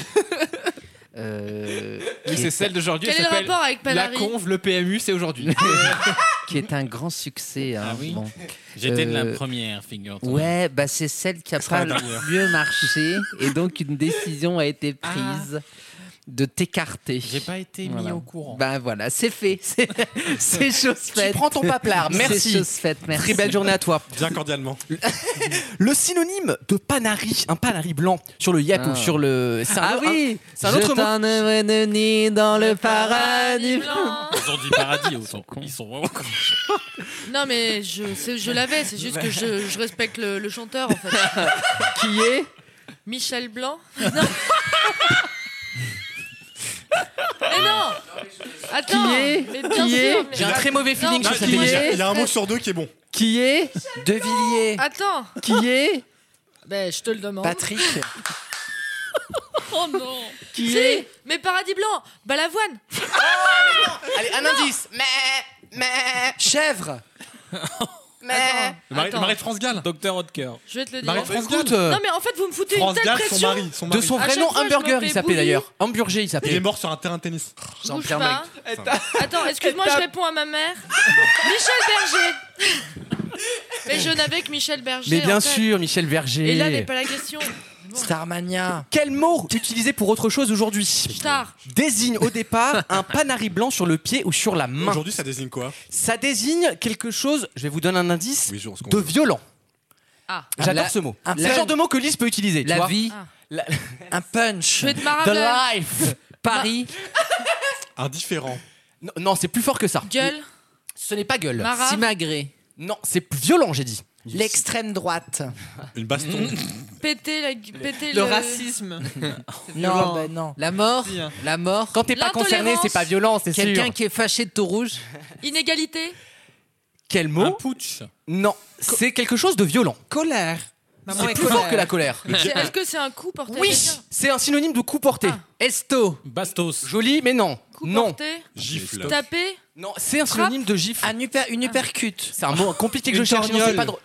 Speaker 5: euh,
Speaker 6: Oui,
Speaker 5: qui
Speaker 6: c'est
Speaker 5: est-
Speaker 6: celle d'aujourd'hui.
Speaker 4: Quel
Speaker 6: elle
Speaker 4: est le
Speaker 6: s'appelle
Speaker 4: rapport avec
Speaker 6: La
Speaker 4: Palari
Speaker 6: conve, le PMU, c'est aujourd'hui.
Speaker 5: (laughs) qui est un grand succès. hein,
Speaker 8: Ah oui.
Speaker 5: bon.
Speaker 8: J'étais de la
Speaker 5: Euh,
Speaker 8: première, figure-toi.
Speaker 5: Ouais, bah c'est celle qui a pas le mieux marché et donc une décision a été prise de t'écarter.
Speaker 8: J'ai pas été mis
Speaker 5: Voilà.
Speaker 8: au courant.
Speaker 5: Bah voilà, c'est fait, (laughs) c'est c'est chose
Speaker 2: Tu
Speaker 5: faite.
Speaker 2: prends ton paplard.
Speaker 5: C'est
Speaker 2: Merci.
Speaker 5: chose faite, merci.
Speaker 2: Très belle journée à toi.
Speaker 3: Bien cordialement.
Speaker 2: (laughs) Le synonyme de panari, un panari blanc sur le yep
Speaker 5: Ah.
Speaker 2: ou sur le. c'est un
Speaker 5: Ah
Speaker 2: autre-
Speaker 5: oui,
Speaker 2: c'est un
Speaker 5: je
Speaker 2: autre mot.
Speaker 5: t'emmènerai de nid dans le paradis.
Speaker 4: blanc.
Speaker 8: Ils ont dit paradis, autant.
Speaker 5: cons.
Speaker 8: Ils sont vraiment cons.
Speaker 4: Non, mais je, c'est- je l'avais, c'est juste que je, je respecte le, le chanteur en fait.
Speaker 5: (laughs) Qui est
Speaker 4: Michel Blanc (laughs) Non Mais non Attends
Speaker 5: Qui est
Speaker 4: mais bien
Speaker 5: Qui
Speaker 4: sûr,
Speaker 5: est
Speaker 4: mais-
Speaker 2: J'ai un très mauvais feeling
Speaker 4: Non,
Speaker 2: sur
Speaker 4: qui
Speaker 2: cette
Speaker 3: il, y
Speaker 2: émission.
Speaker 3: a, il y a un mot sur deux qui est bon.
Speaker 5: Qui est
Speaker 7: De Villiers,
Speaker 4: Attends
Speaker 5: Qui est
Speaker 4: Ben, je te le demande.
Speaker 7: Patrick.
Speaker 4: (laughs) Oh non
Speaker 5: Qui
Speaker 4: Si,
Speaker 5: est
Speaker 4: Mais Paradis Blanc
Speaker 2: (laughs)
Speaker 4: Balavoine
Speaker 2: Oh, Allez, un indice. Mais, mais,
Speaker 7: Chèvre.
Speaker 2: mais.
Speaker 4: Attends, attends,
Speaker 8: France Gall Docteur Hodker.
Speaker 4: je vais te le dire.
Speaker 2: France
Speaker 4: Non mais en fait vous me foutez
Speaker 3: France
Speaker 4: une telle
Speaker 3: Gall, son
Speaker 4: pression.
Speaker 3: mari. Son
Speaker 2: De
Speaker 3: mari.
Speaker 2: son
Speaker 4: À
Speaker 2: vrai
Speaker 4: chaque
Speaker 2: nom,
Speaker 4: fois, je
Speaker 2: Hamburger,
Speaker 4: me
Speaker 2: il
Speaker 4: fais
Speaker 2: s'appelait
Speaker 4: bouillir.
Speaker 2: d'ailleurs. Hamburger, il
Speaker 3: Il est
Speaker 2: s'appelait.
Speaker 3: mort sur un terrain de tennis.
Speaker 4: Bouge
Speaker 7: Jean-Pierre
Speaker 4: pas. Attends, excuse-moi, je réponds à ma
Speaker 2: (laughs)
Speaker 4: mère. Michel Berger. Mais je n'avais que Michel Berger.
Speaker 2: Mais bien
Speaker 4: en fait.
Speaker 2: sûr, Michel
Speaker 4: Et là n'est
Speaker 2: Verger.
Speaker 4: pas la question.
Speaker 7: Starmania.
Speaker 2: Quel mot utilisé pour autre chose aujourd'hui
Speaker 4: Star.
Speaker 2: désigne au départ un panari blanc sur le pied ou sur la main.
Speaker 3: Aujourd'hui, ça désigne quoi
Speaker 2: Ça désigne quelque chose, je vais vous donner un indice,
Speaker 3: je
Speaker 2: de violent.
Speaker 4: Ah.
Speaker 2: J'adore
Speaker 5: La-
Speaker 2: ce mot.
Speaker 7: un
Speaker 2: C'est le
Speaker 7: pun.
Speaker 2: genre de mot que Lise peut utiliser. tu
Speaker 5: La
Speaker 2: vois.
Speaker 5: vie,
Speaker 7: Un punch.
Speaker 4: Je vais te
Speaker 2: The
Speaker 4: marabler.
Speaker 2: life.
Speaker 5: Paris,
Speaker 3: (laughs) Indifférent.
Speaker 2: Non, non, c'est plus fort que ça.
Speaker 4: Gueule.
Speaker 2: Ce n'est pas gueule.
Speaker 4: Mara.
Speaker 5: Simagré.
Speaker 2: Non, c'est plus violent, j'ai dit.
Speaker 7: L'extrême droite.
Speaker 2: (laughs)
Speaker 3: Une baston.
Speaker 4: Péter la. Péter
Speaker 6: Le racisme.
Speaker 7: Non, ben non.
Speaker 5: La mort,
Speaker 6: Si, hein.
Speaker 5: la mort.
Speaker 2: Quand t'es pas concerné,
Speaker 4: L'intolérance.
Speaker 2: c'est pas violent, c'est sûr.
Speaker 5: Quelqu'un qui est fâché de tout rouge.
Speaker 4: Inégalité.
Speaker 2: Quel
Speaker 8: Un
Speaker 2: mot
Speaker 8: putsch.
Speaker 2: Non, c'est quelque chose de violent.
Speaker 6: Colère.
Speaker 2: C'est plus fort que la colère.
Speaker 4: C'est- Est-ce que c'est un coup porté à
Speaker 2: Oui,
Speaker 4: quelqu'un
Speaker 2: c'est un synonyme de coup porté.
Speaker 4: Ah.
Speaker 2: Esto.
Speaker 8: Bastos.
Speaker 2: Joli, mais non.
Speaker 4: Coup
Speaker 2: Non.
Speaker 4: porté.
Speaker 3: Gifle.
Speaker 4: Taper.
Speaker 2: Non, c'est un synonyme de gifle. Ah.
Speaker 7: Un upper- une uppercut.
Speaker 2: C'est un mot compliqué que je
Speaker 6: Une
Speaker 2: cherche. non, c'est
Speaker 6: torgnole.
Speaker 2: pas drôle.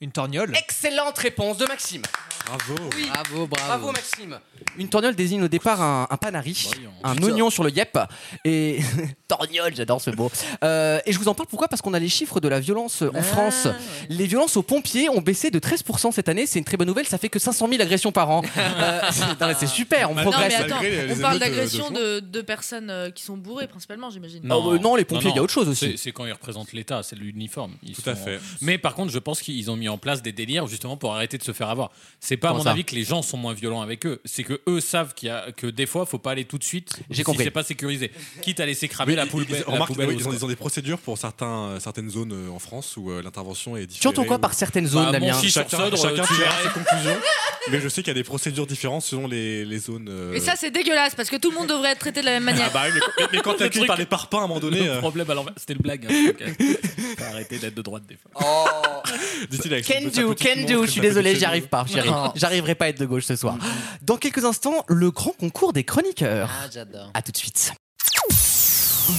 Speaker 6: Une torgnole.
Speaker 2: Excellente réponse de Maxime.
Speaker 3: Bravo.
Speaker 5: Bravo, bravo.
Speaker 2: Bravo (laughs) Maxime. Une torgnole désigne au départ un, un panari,
Speaker 8: Voyons.
Speaker 2: un oignon sur le yep et (laughs) torgnole, j'adore ce mot. Euh, et je vous en parle pourquoi Parce qu'on a les chiffres de la violence en France. Les violences aux pompiers ont baissé de 13% cette année. C'est une très bonne nouvelle. Ça fait que 500 000 agressions par an.
Speaker 5: (laughs)
Speaker 2: Euh, c'est- non, mais c'est super, on
Speaker 3: Non,
Speaker 4: Non mais
Speaker 2: progresse.
Speaker 4: attends,
Speaker 3: Malgré les- les
Speaker 4: on parle
Speaker 8: euh,
Speaker 3: émeutes de- de
Speaker 4: d'agression
Speaker 3: fond.
Speaker 4: de, de personnes euh, qui sont bourrées principalement, j'imagine.
Speaker 2: Oh, euh, non, les pompiers, il y a autre chose aussi.
Speaker 8: C'est- C'est quand ils représentent l'État, c'est l'uniforme. Ils
Speaker 3: Tout à fait.
Speaker 8: Mais par contre, je pense qu'ils ont mis en place des délires justement pour arrêter de se faire avoir. C'est pas à
Speaker 2: Comment
Speaker 8: mon
Speaker 2: ça
Speaker 8: avis que les gens sont moins violents avec eux. C'est que eux savent qu'il y a que des fois, faut pas aller tout de suite.
Speaker 2: J'ai
Speaker 8: si
Speaker 2: compris.
Speaker 8: c'est pas sécurisé. Quitte à laisser cramer Ah, la poubelle.
Speaker 3: Ils,
Speaker 8: la
Speaker 3: remarque,
Speaker 8: poubelle
Speaker 3: oui,
Speaker 8: au
Speaker 3: ils ont,
Speaker 8: sol.
Speaker 3: ils ont
Speaker 8: (laughs)
Speaker 3: des procédures pour certains, euh, certaines zones euh, en France où euh, l'intervention est différente.
Speaker 2: Tu entends quoi par certaines zones,
Speaker 8: Bah, mon
Speaker 2: Damien
Speaker 8: fils-
Speaker 3: Chacun,
Speaker 8: Sur Sodre,
Speaker 3: chacun
Speaker 8: tu
Speaker 3: tirera
Speaker 8: verrais.
Speaker 3: ses conclusions. (laughs) Mais je sais qu'il y a des procédures différentes selon les, les zones. euh,
Speaker 4: Et ça c'est dégueulasse parce que tout le monde devrait être traité de la même
Speaker 3: Ah
Speaker 4: manière.
Speaker 3: bah oui, mais, mais- mais
Speaker 8: (laughs)
Speaker 3: quand t'es accueilli
Speaker 8: truc-
Speaker 3: par les parpaings à un moment donné.
Speaker 8: Le
Speaker 2: (laughs)
Speaker 3: euh,
Speaker 8: problème à l'envers. C'était le blague. Hein, donc, euh, faut arrêter d'être de droite des fois.
Speaker 3: Dit-il avec son
Speaker 2: Can
Speaker 3: petit
Speaker 2: do,
Speaker 3: petit
Speaker 2: can
Speaker 3: monde
Speaker 2: do,
Speaker 3: très
Speaker 2: je suis désolé,
Speaker 3: sympathique.
Speaker 2: j'y arrive pas, chérie.
Speaker 7: Non.
Speaker 2: J'arriverai pas à être de gauche ce soir. Dans quelques instants, le grand concours des chroniqueurs.
Speaker 5: Ah, j'adore.
Speaker 2: À tout de suite.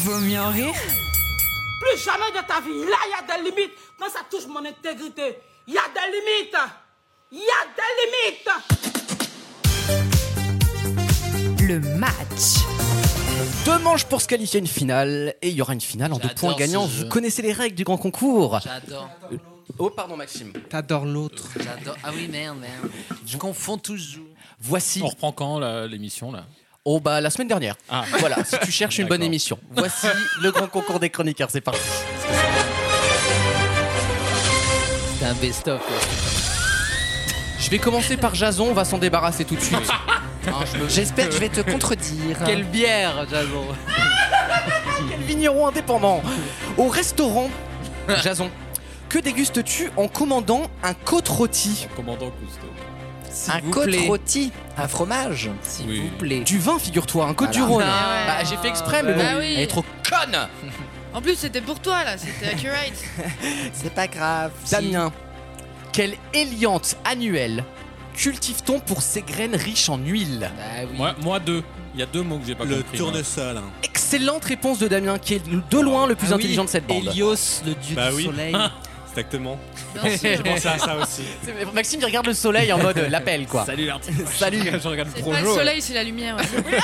Speaker 1: Vaut mieux en rire
Speaker 10: Plus jamais de ta vie. Là, il y a des limites. Quand ça touche mon intégrité, il y a des limites. Il y a des limites.
Speaker 1: Le match.
Speaker 2: Deux manches pour se qualifier à une finale, et il y aura une finale en deux
Speaker 5: J'adore
Speaker 2: points
Speaker 5: ce
Speaker 2: gagnants.
Speaker 5: jeu.
Speaker 2: Vous connaissez les règles du grand concours.
Speaker 5: J'adore.
Speaker 2: Oh, pardon, Maxime.
Speaker 6: T'adores l'autre.
Speaker 5: J'adore. Ah oui, merde,
Speaker 2: (laughs)
Speaker 5: merde. Je confonds toujours.
Speaker 2: Voici.
Speaker 8: On reprend quand là, l'émission là
Speaker 2: Oh, bah, la semaine dernière.
Speaker 8: Ah.
Speaker 2: Voilà, si tu cherches une bonne
Speaker 8: D'accord.
Speaker 2: émission. Voici le grand concours des chroniqueurs, c'est parti.
Speaker 5: C'est un best-of. quoi.
Speaker 2: Je vais commencer par Jason, on va s'en débarrasser tout
Speaker 8: (laughs)
Speaker 2: de suite. Hein, je me-
Speaker 7: J'espère que je vais te contredire.
Speaker 5: Quelle bière, Jason.
Speaker 2: vigneron indépendant. Au restaurant, Jason, que dégustes-tu en commandant un côte rôti
Speaker 8: Commandant Cousteau.
Speaker 7: Un
Speaker 5: vous
Speaker 7: côte
Speaker 5: plaît.
Speaker 7: rôti, un fromage.
Speaker 5: S'il
Speaker 8: Oui.
Speaker 5: vous plaît.
Speaker 2: Du vin, figure-toi, un côte du Rhône.
Speaker 4: Ah ouais.
Speaker 2: Bah, j'ai fait exprès, mais bon,
Speaker 4: Bah oui.
Speaker 2: elle est trop conne.
Speaker 4: En plus, c'était pour toi là, c'était accurate.
Speaker 7: C'est pas grave.
Speaker 2: Damien, quelle éliante annuelle cultive-t-on pour ses graines riches en huile
Speaker 5: Ah oui.
Speaker 8: Moi, moi deux. Il y a deux mots que j'ai pas
Speaker 3: Le
Speaker 8: compris. moi.
Speaker 3: tournesol. hein.
Speaker 2: Excellente réponse de Damien, qui est de loin le plus
Speaker 6: Ah oui,
Speaker 2: intelligent de cette bande.
Speaker 6: Helios, le dieu
Speaker 3: Bah
Speaker 6: du
Speaker 8: (laughs)
Speaker 3: oui.
Speaker 6: soleil.
Speaker 3: (laughs) Exactement.
Speaker 4: Bien sûr.
Speaker 3: Je pensais à ça aussi.
Speaker 2: (laughs) C'est- Maxime, il regarde le soleil en
Speaker 3: (laughs)
Speaker 2: mode euh, l'appel, quoi.
Speaker 8: Salut l'artiste.
Speaker 2: (laughs) Salut.
Speaker 8: Je regarde le
Speaker 4: C'est pas le
Speaker 8: projo.
Speaker 4: soleil, c'est la lumière. ouais.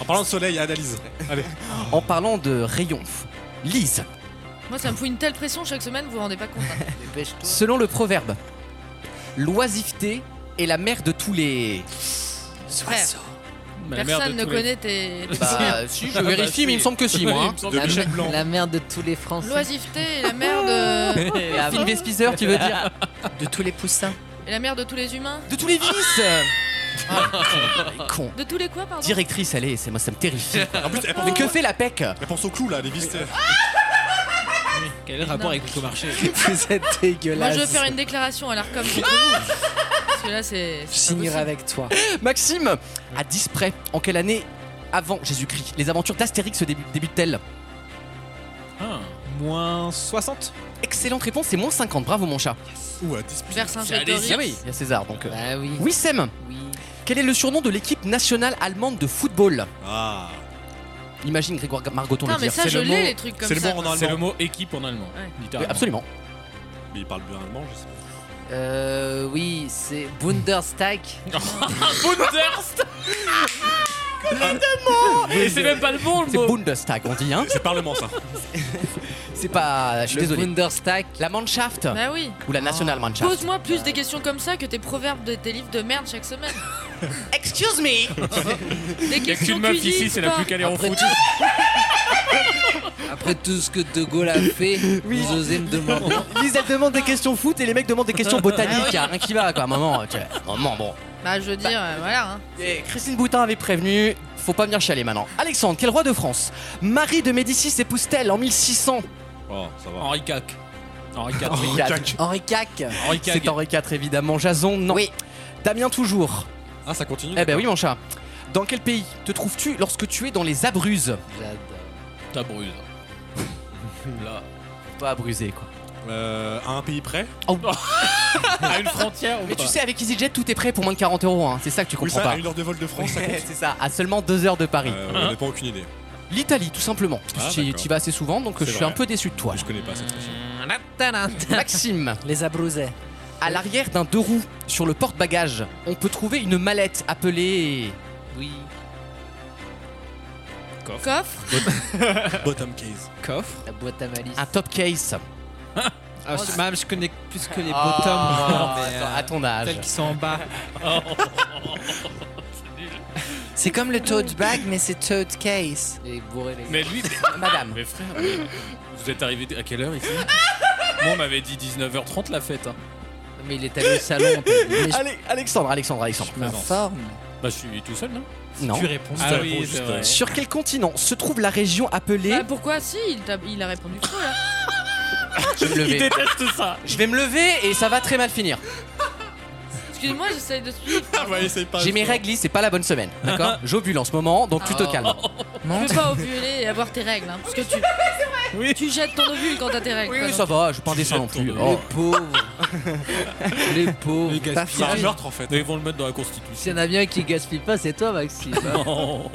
Speaker 3: En parlant de
Speaker 2: (laughs)
Speaker 3: soleil, analyse. Allez.
Speaker 2: En parlant de rayons, Lise,
Speaker 4: Moi, ça me fout une telle pression chaque semaine, vous vous rendez pas compte. hein.
Speaker 5: Dépêche-toi.
Speaker 2: Selon le proverbe, l'oisiveté est la mère de tous les.
Speaker 4: Frère,
Speaker 2: (laughs)
Speaker 8: Ma mère de
Speaker 4: personne ne
Speaker 8: tous les-
Speaker 4: connaît tes.
Speaker 5: (laughs)
Speaker 2: Bah, si,
Speaker 5: ah,
Speaker 2: je vérifie,
Speaker 8: si.
Speaker 2: mais il me semble que si, moi. hein.
Speaker 8: Il me semble
Speaker 5: La,
Speaker 8: que Michel
Speaker 5: mer-
Speaker 8: Blanc.
Speaker 5: la mère de tous les Français.
Speaker 4: L'oisiveté et la mère
Speaker 2: (laughs)
Speaker 4: de.
Speaker 5: La-
Speaker 2: Phil Vespizer, tu veux dire
Speaker 7: De tous les poussins.
Speaker 4: et la mère de tous les humains.
Speaker 2: De tous les vices Ah, Euh, Con.
Speaker 4: De tous les quoi, pardon
Speaker 2: Directrice, allez, c'est moi, ça me terrifie. quoi.
Speaker 3: En plus, elle pense,
Speaker 2: Mais que fait la PEC Ah
Speaker 3: elle pense au clou là, les vis.
Speaker 6: Quel est le rapport avec le
Speaker 2: (laughs)
Speaker 6: marché
Speaker 7: Vous êtes
Speaker 4: Moi,
Speaker 7: dégueulasse.
Speaker 4: je veux faire une déclaration à l'ARCOM contre vous. Parce que là, c'est.
Speaker 7: Je
Speaker 4: c'est pas
Speaker 7: signerai
Speaker 4: possible.
Speaker 7: avec toi.
Speaker 2: (laughs) Maxime À 10 près, en quelle année avant Jésus-Christ Les aventures d'Astérix se débu- débutent-elles
Speaker 8: Ah,
Speaker 6: Moins 60
Speaker 2: Excellente réponse, c'est moins 50, bravo mon chat.
Speaker 3: Ou à 10
Speaker 4: Vers saint Ah
Speaker 2: Ah oui, il y a César donc. euh.
Speaker 5: Bah oui.
Speaker 2: Oui, Sam,
Speaker 5: Oui.
Speaker 2: quel est le surnom de l'équipe nationale allemande de football
Speaker 3: Ah.
Speaker 2: Imagine Grégoire Margoton
Speaker 4: Putain,
Speaker 2: le
Speaker 4: mais
Speaker 2: dire.
Speaker 4: ça,
Speaker 8: C'est
Speaker 4: je
Speaker 8: le
Speaker 4: l'ai,
Speaker 8: mot-
Speaker 4: les trucs comme
Speaker 3: c'est le
Speaker 4: ça.
Speaker 3: mot en allemand.
Speaker 8: c'est le mot équipe en allemand.
Speaker 4: Ouais.
Speaker 2: Oui,
Speaker 8: Littéralement.
Speaker 2: absolument.
Speaker 3: Mais il parle bien allemand, je sais pas.
Speaker 5: Euh, oui, c'est Bundestag.
Speaker 2: (laughs)
Speaker 8: Bunderst Et c'est même pas le bon le
Speaker 2: C'est
Speaker 8: mot
Speaker 2: Bundestag, on dit, hein
Speaker 3: C'est parlement ça.
Speaker 2: (laughs) C'est pas. Je suis
Speaker 5: le
Speaker 2: désolé.
Speaker 5: Bundestag.
Speaker 2: La Mannschaft
Speaker 4: Bah oui.
Speaker 2: ou la National Mannschaft
Speaker 4: Pose-moi plus des questions comme ça que tes proverbes de tes livres de merde chaque semaine.
Speaker 2: (laughs) Excuse me
Speaker 4: Des
Speaker 8: Y'a
Speaker 4: questions
Speaker 8: qu'une meuf
Speaker 4: cuisine,
Speaker 8: ici, c'est la
Speaker 4: sport.
Speaker 8: plus calée en
Speaker 5: Après
Speaker 8: foot.
Speaker 5: tout,
Speaker 8: (laughs)
Speaker 5: après tout ce que De Gaulle a fait, vous osez me demander.
Speaker 2: Lise, elle demande des questions foot et les mecs demandent des
Speaker 4: Ah
Speaker 2: questions botaniques. Y'a rien qui va, quoi. Maman, tu vois. Maman, bon.
Speaker 4: Bah, je veux dire, euh, voilà. hein.
Speaker 2: Et Christine Boutin avait prévenu, faut pas venir chialer maintenant. Alexandre, quel roi de France Marie de Médicis épouse-t-elle en 1600
Speaker 3: Oh, ça va.
Speaker 8: Henri Cac. Henri Cac.
Speaker 2: Henri
Speaker 8: oui.
Speaker 2: IV.
Speaker 7: Henri Cac.
Speaker 8: Henri Cac.
Speaker 2: C'est Henri IV, évidemment. Jason, non.
Speaker 7: Oui.
Speaker 2: Damien, toujours.
Speaker 3: Ah, ça continue
Speaker 2: Eh ben oui, mon chat. Dans quel pays te trouves-tu lorsque tu es dans les Abruzes
Speaker 5: J'adore.
Speaker 8: Ta
Speaker 2: (laughs)
Speaker 8: bruse. Là.
Speaker 2: Pas abrusé, quoi.
Speaker 3: Euh, à un pays près
Speaker 8: À une frontière ou
Speaker 2: Mais
Speaker 8: pas
Speaker 2: tu sais, avec EasyJet, tout est prêt pour moins de 40 euros. hein. C'est ça que tu
Speaker 3: Oui,
Speaker 2: comprends
Speaker 3: ça,
Speaker 2: pas.
Speaker 3: à une heure de vol de France, (laughs) ça compte
Speaker 2: C'est ça, à seulement 2 heures de Paris.
Speaker 3: Euh, On n'a pas aucune idée.
Speaker 2: (laughs) L'Italie, tout simplement.
Speaker 3: Ah,
Speaker 2: tu
Speaker 3: d'accord.
Speaker 2: y vas assez souvent, donc je
Speaker 3: C'est
Speaker 2: suis
Speaker 3: vrai.
Speaker 2: un peu déçu de toi.
Speaker 3: Je connais pas cette région.
Speaker 2: (laughs) Maxime,
Speaker 7: Les abrousais.
Speaker 2: à l'arrière d'un deux roues, sur le porte-bagages, on peut trouver une mallette appelée.
Speaker 5: Oui.
Speaker 4: Coffre.
Speaker 2: (laughs)
Speaker 3: Bottom case.
Speaker 6: Coffre.
Speaker 5: La boîte à malice. Oh,
Speaker 2: un top case.
Speaker 6: Ah, je- Madame, je connais plus que les
Speaker 2: Ah,
Speaker 6: bottoms. mais,
Speaker 2: attends,
Speaker 6: euh,
Speaker 2: à ton âge.
Speaker 6: Celles qui sont en bas.
Speaker 7: C'est comme le tote bag, mais c'est tote case.
Speaker 5: Les bourrés, les
Speaker 8: Mais
Speaker 2: (laughs)
Speaker 8: lui,
Speaker 2: Madame.
Speaker 8: mais frère, mais vous êtes arrivé à quelle heure ici Moi, on m'avait dit 19h30 la fête. hein.
Speaker 5: Mais il est allé au salon. on peut
Speaker 2: (laughs)
Speaker 8: (laughs)
Speaker 5: dire.
Speaker 2: Allez, Alexandre, Alexandre, Alexandre.
Speaker 7: Ma forme.
Speaker 8: Bah, je suis tout seul, non
Speaker 2: Non.
Speaker 6: Tu réponds.
Speaker 8: Ah
Speaker 3: Ça
Speaker 8: oui,
Speaker 3: répond
Speaker 8: c'est
Speaker 3: juste,
Speaker 8: vrai.
Speaker 3: euh,
Speaker 2: Sur quel continent se trouve la région appelée.
Speaker 4: Bah, pourquoi si il, t'a- il a répondu faux là
Speaker 2: Je vais me
Speaker 8: Il
Speaker 2: lever.
Speaker 8: déteste ça
Speaker 2: Je vais me lever et ça va très mal finir.
Speaker 4: Excusez-moi, j'essaye de
Speaker 2: (laughs)
Speaker 4: suivre.
Speaker 3: Ah, bah, essaye pas.
Speaker 2: J'ai mes règles, c'est pas la bonne semaine.
Speaker 4: Oh.
Speaker 2: D'accord J'ovule en ce moment, donc tu te
Speaker 5: Ah.
Speaker 2: calmes. (laughs)
Speaker 4: Je veux pas ovuler et avoir tes règles, hein, parce que tu. Tu jettes ton ovule quand t'as tes règles.
Speaker 2: Oui,
Speaker 4: quoi,
Speaker 2: oui, ça
Speaker 4: donc.
Speaker 2: va, je parle des seins non plus.
Speaker 8: Les
Speaker 2: Oh.
Speaker 5: pauvres.
Speaker 8: (laughs)
Speaker 5: Les pauvres.
Speaker 8: Les
Speaker 5: Pas
Speaker 8: gaspillent.
Speaker 5: fiers.
Speaker 8: C'est un meurtre en fait. Ils vont le mettre dans la
Speaker 5: S'il y
Speaker 8: constitution.
Speaker 5: en a bien qui gaspille pas, c'est toi, Maxime.
Speaker 8: Non.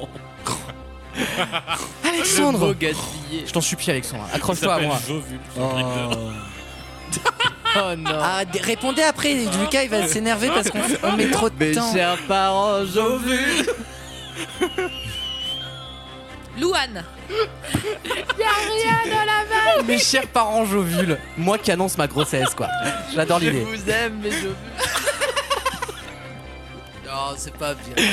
Speaker 5: Le
Speaker 2: Alexandre
Speaker 5: mot gaspillé.
Speaker 2: Je t'en supplie, Alexandre,
Speaker 8: Il
Speaker 2: accroche-toi à
Speaker 8: s'appelle
Speaker 2: moi.
Speaker 8: Jovul.
Speaker 2: (laughs)
Speaker 5: Oh non.
Speaker 7: Ah, d- répondez après, Lucas il va s'énerver parce qu'on on met trop de
Speaker 5: Mes
Speaker 7: temps.
Speaker 5: chers parents, j'en veux.
Speaker 2: (laughs)
Speaker 4: Louane.
Speaker 2: Mes chers parents jovules, moi qui annonce ma grossesse, quoi. J'adore
Speaker 5: Je
Speaker 2: l'idée.
Speaker 5: vous aime, mais je veux. Non, c'est pas bien.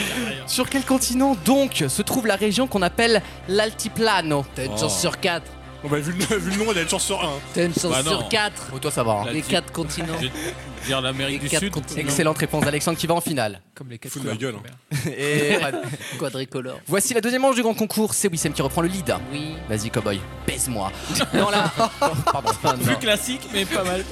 Speaker 2: Sur quel continent donc se trouve la région qu'on appelle l'Altiplano
Speaker 5: T'as une
Speaker 8: Oh.
Speaker 5: chance sur 4.
Speaker 3: Bon, bah, vu, le, (laughs) vu le nom, il a une chance sur un.
Speaker 5: T'as une chance
Speaker 8: Bah non.
Speaker 5: sur 4.
Speaker 2: Oh, toi, ça va. hein.
Speaker 8: La
Speaker 5: Les
Speaker 8: petite-
Speaker 5: 4 continents.
Speaker 8: Je vais dire l'Amérique
Speaker 5: Les
Speaker 8: du
Speaker 5: quatre
Speaker 8: Sud.
Speaker 5: continents.
Speaker 2: Excellente réponse d'Alexandre qui va en finale.
Speaker 5: Comme les 4
Speaker 3: Fous de ma gueule. hein.
Speaker 2: (laughs) Et
Speaker 5: Quadricolore.
Speaker 2: voici la deuxième manche du grand concours. C'est Wissem qui reprend le lead.
Speaker 5: Oui.
Speaker 2: Vas-y, cowboy,
Speaker 5: (laughs)
Speaker 2: baise-moi. Non, là. (laughs) Pardon.
Speaker 8: Plus classique, mais pas
Speaker 2: (laughs)
Speaker 8: mal.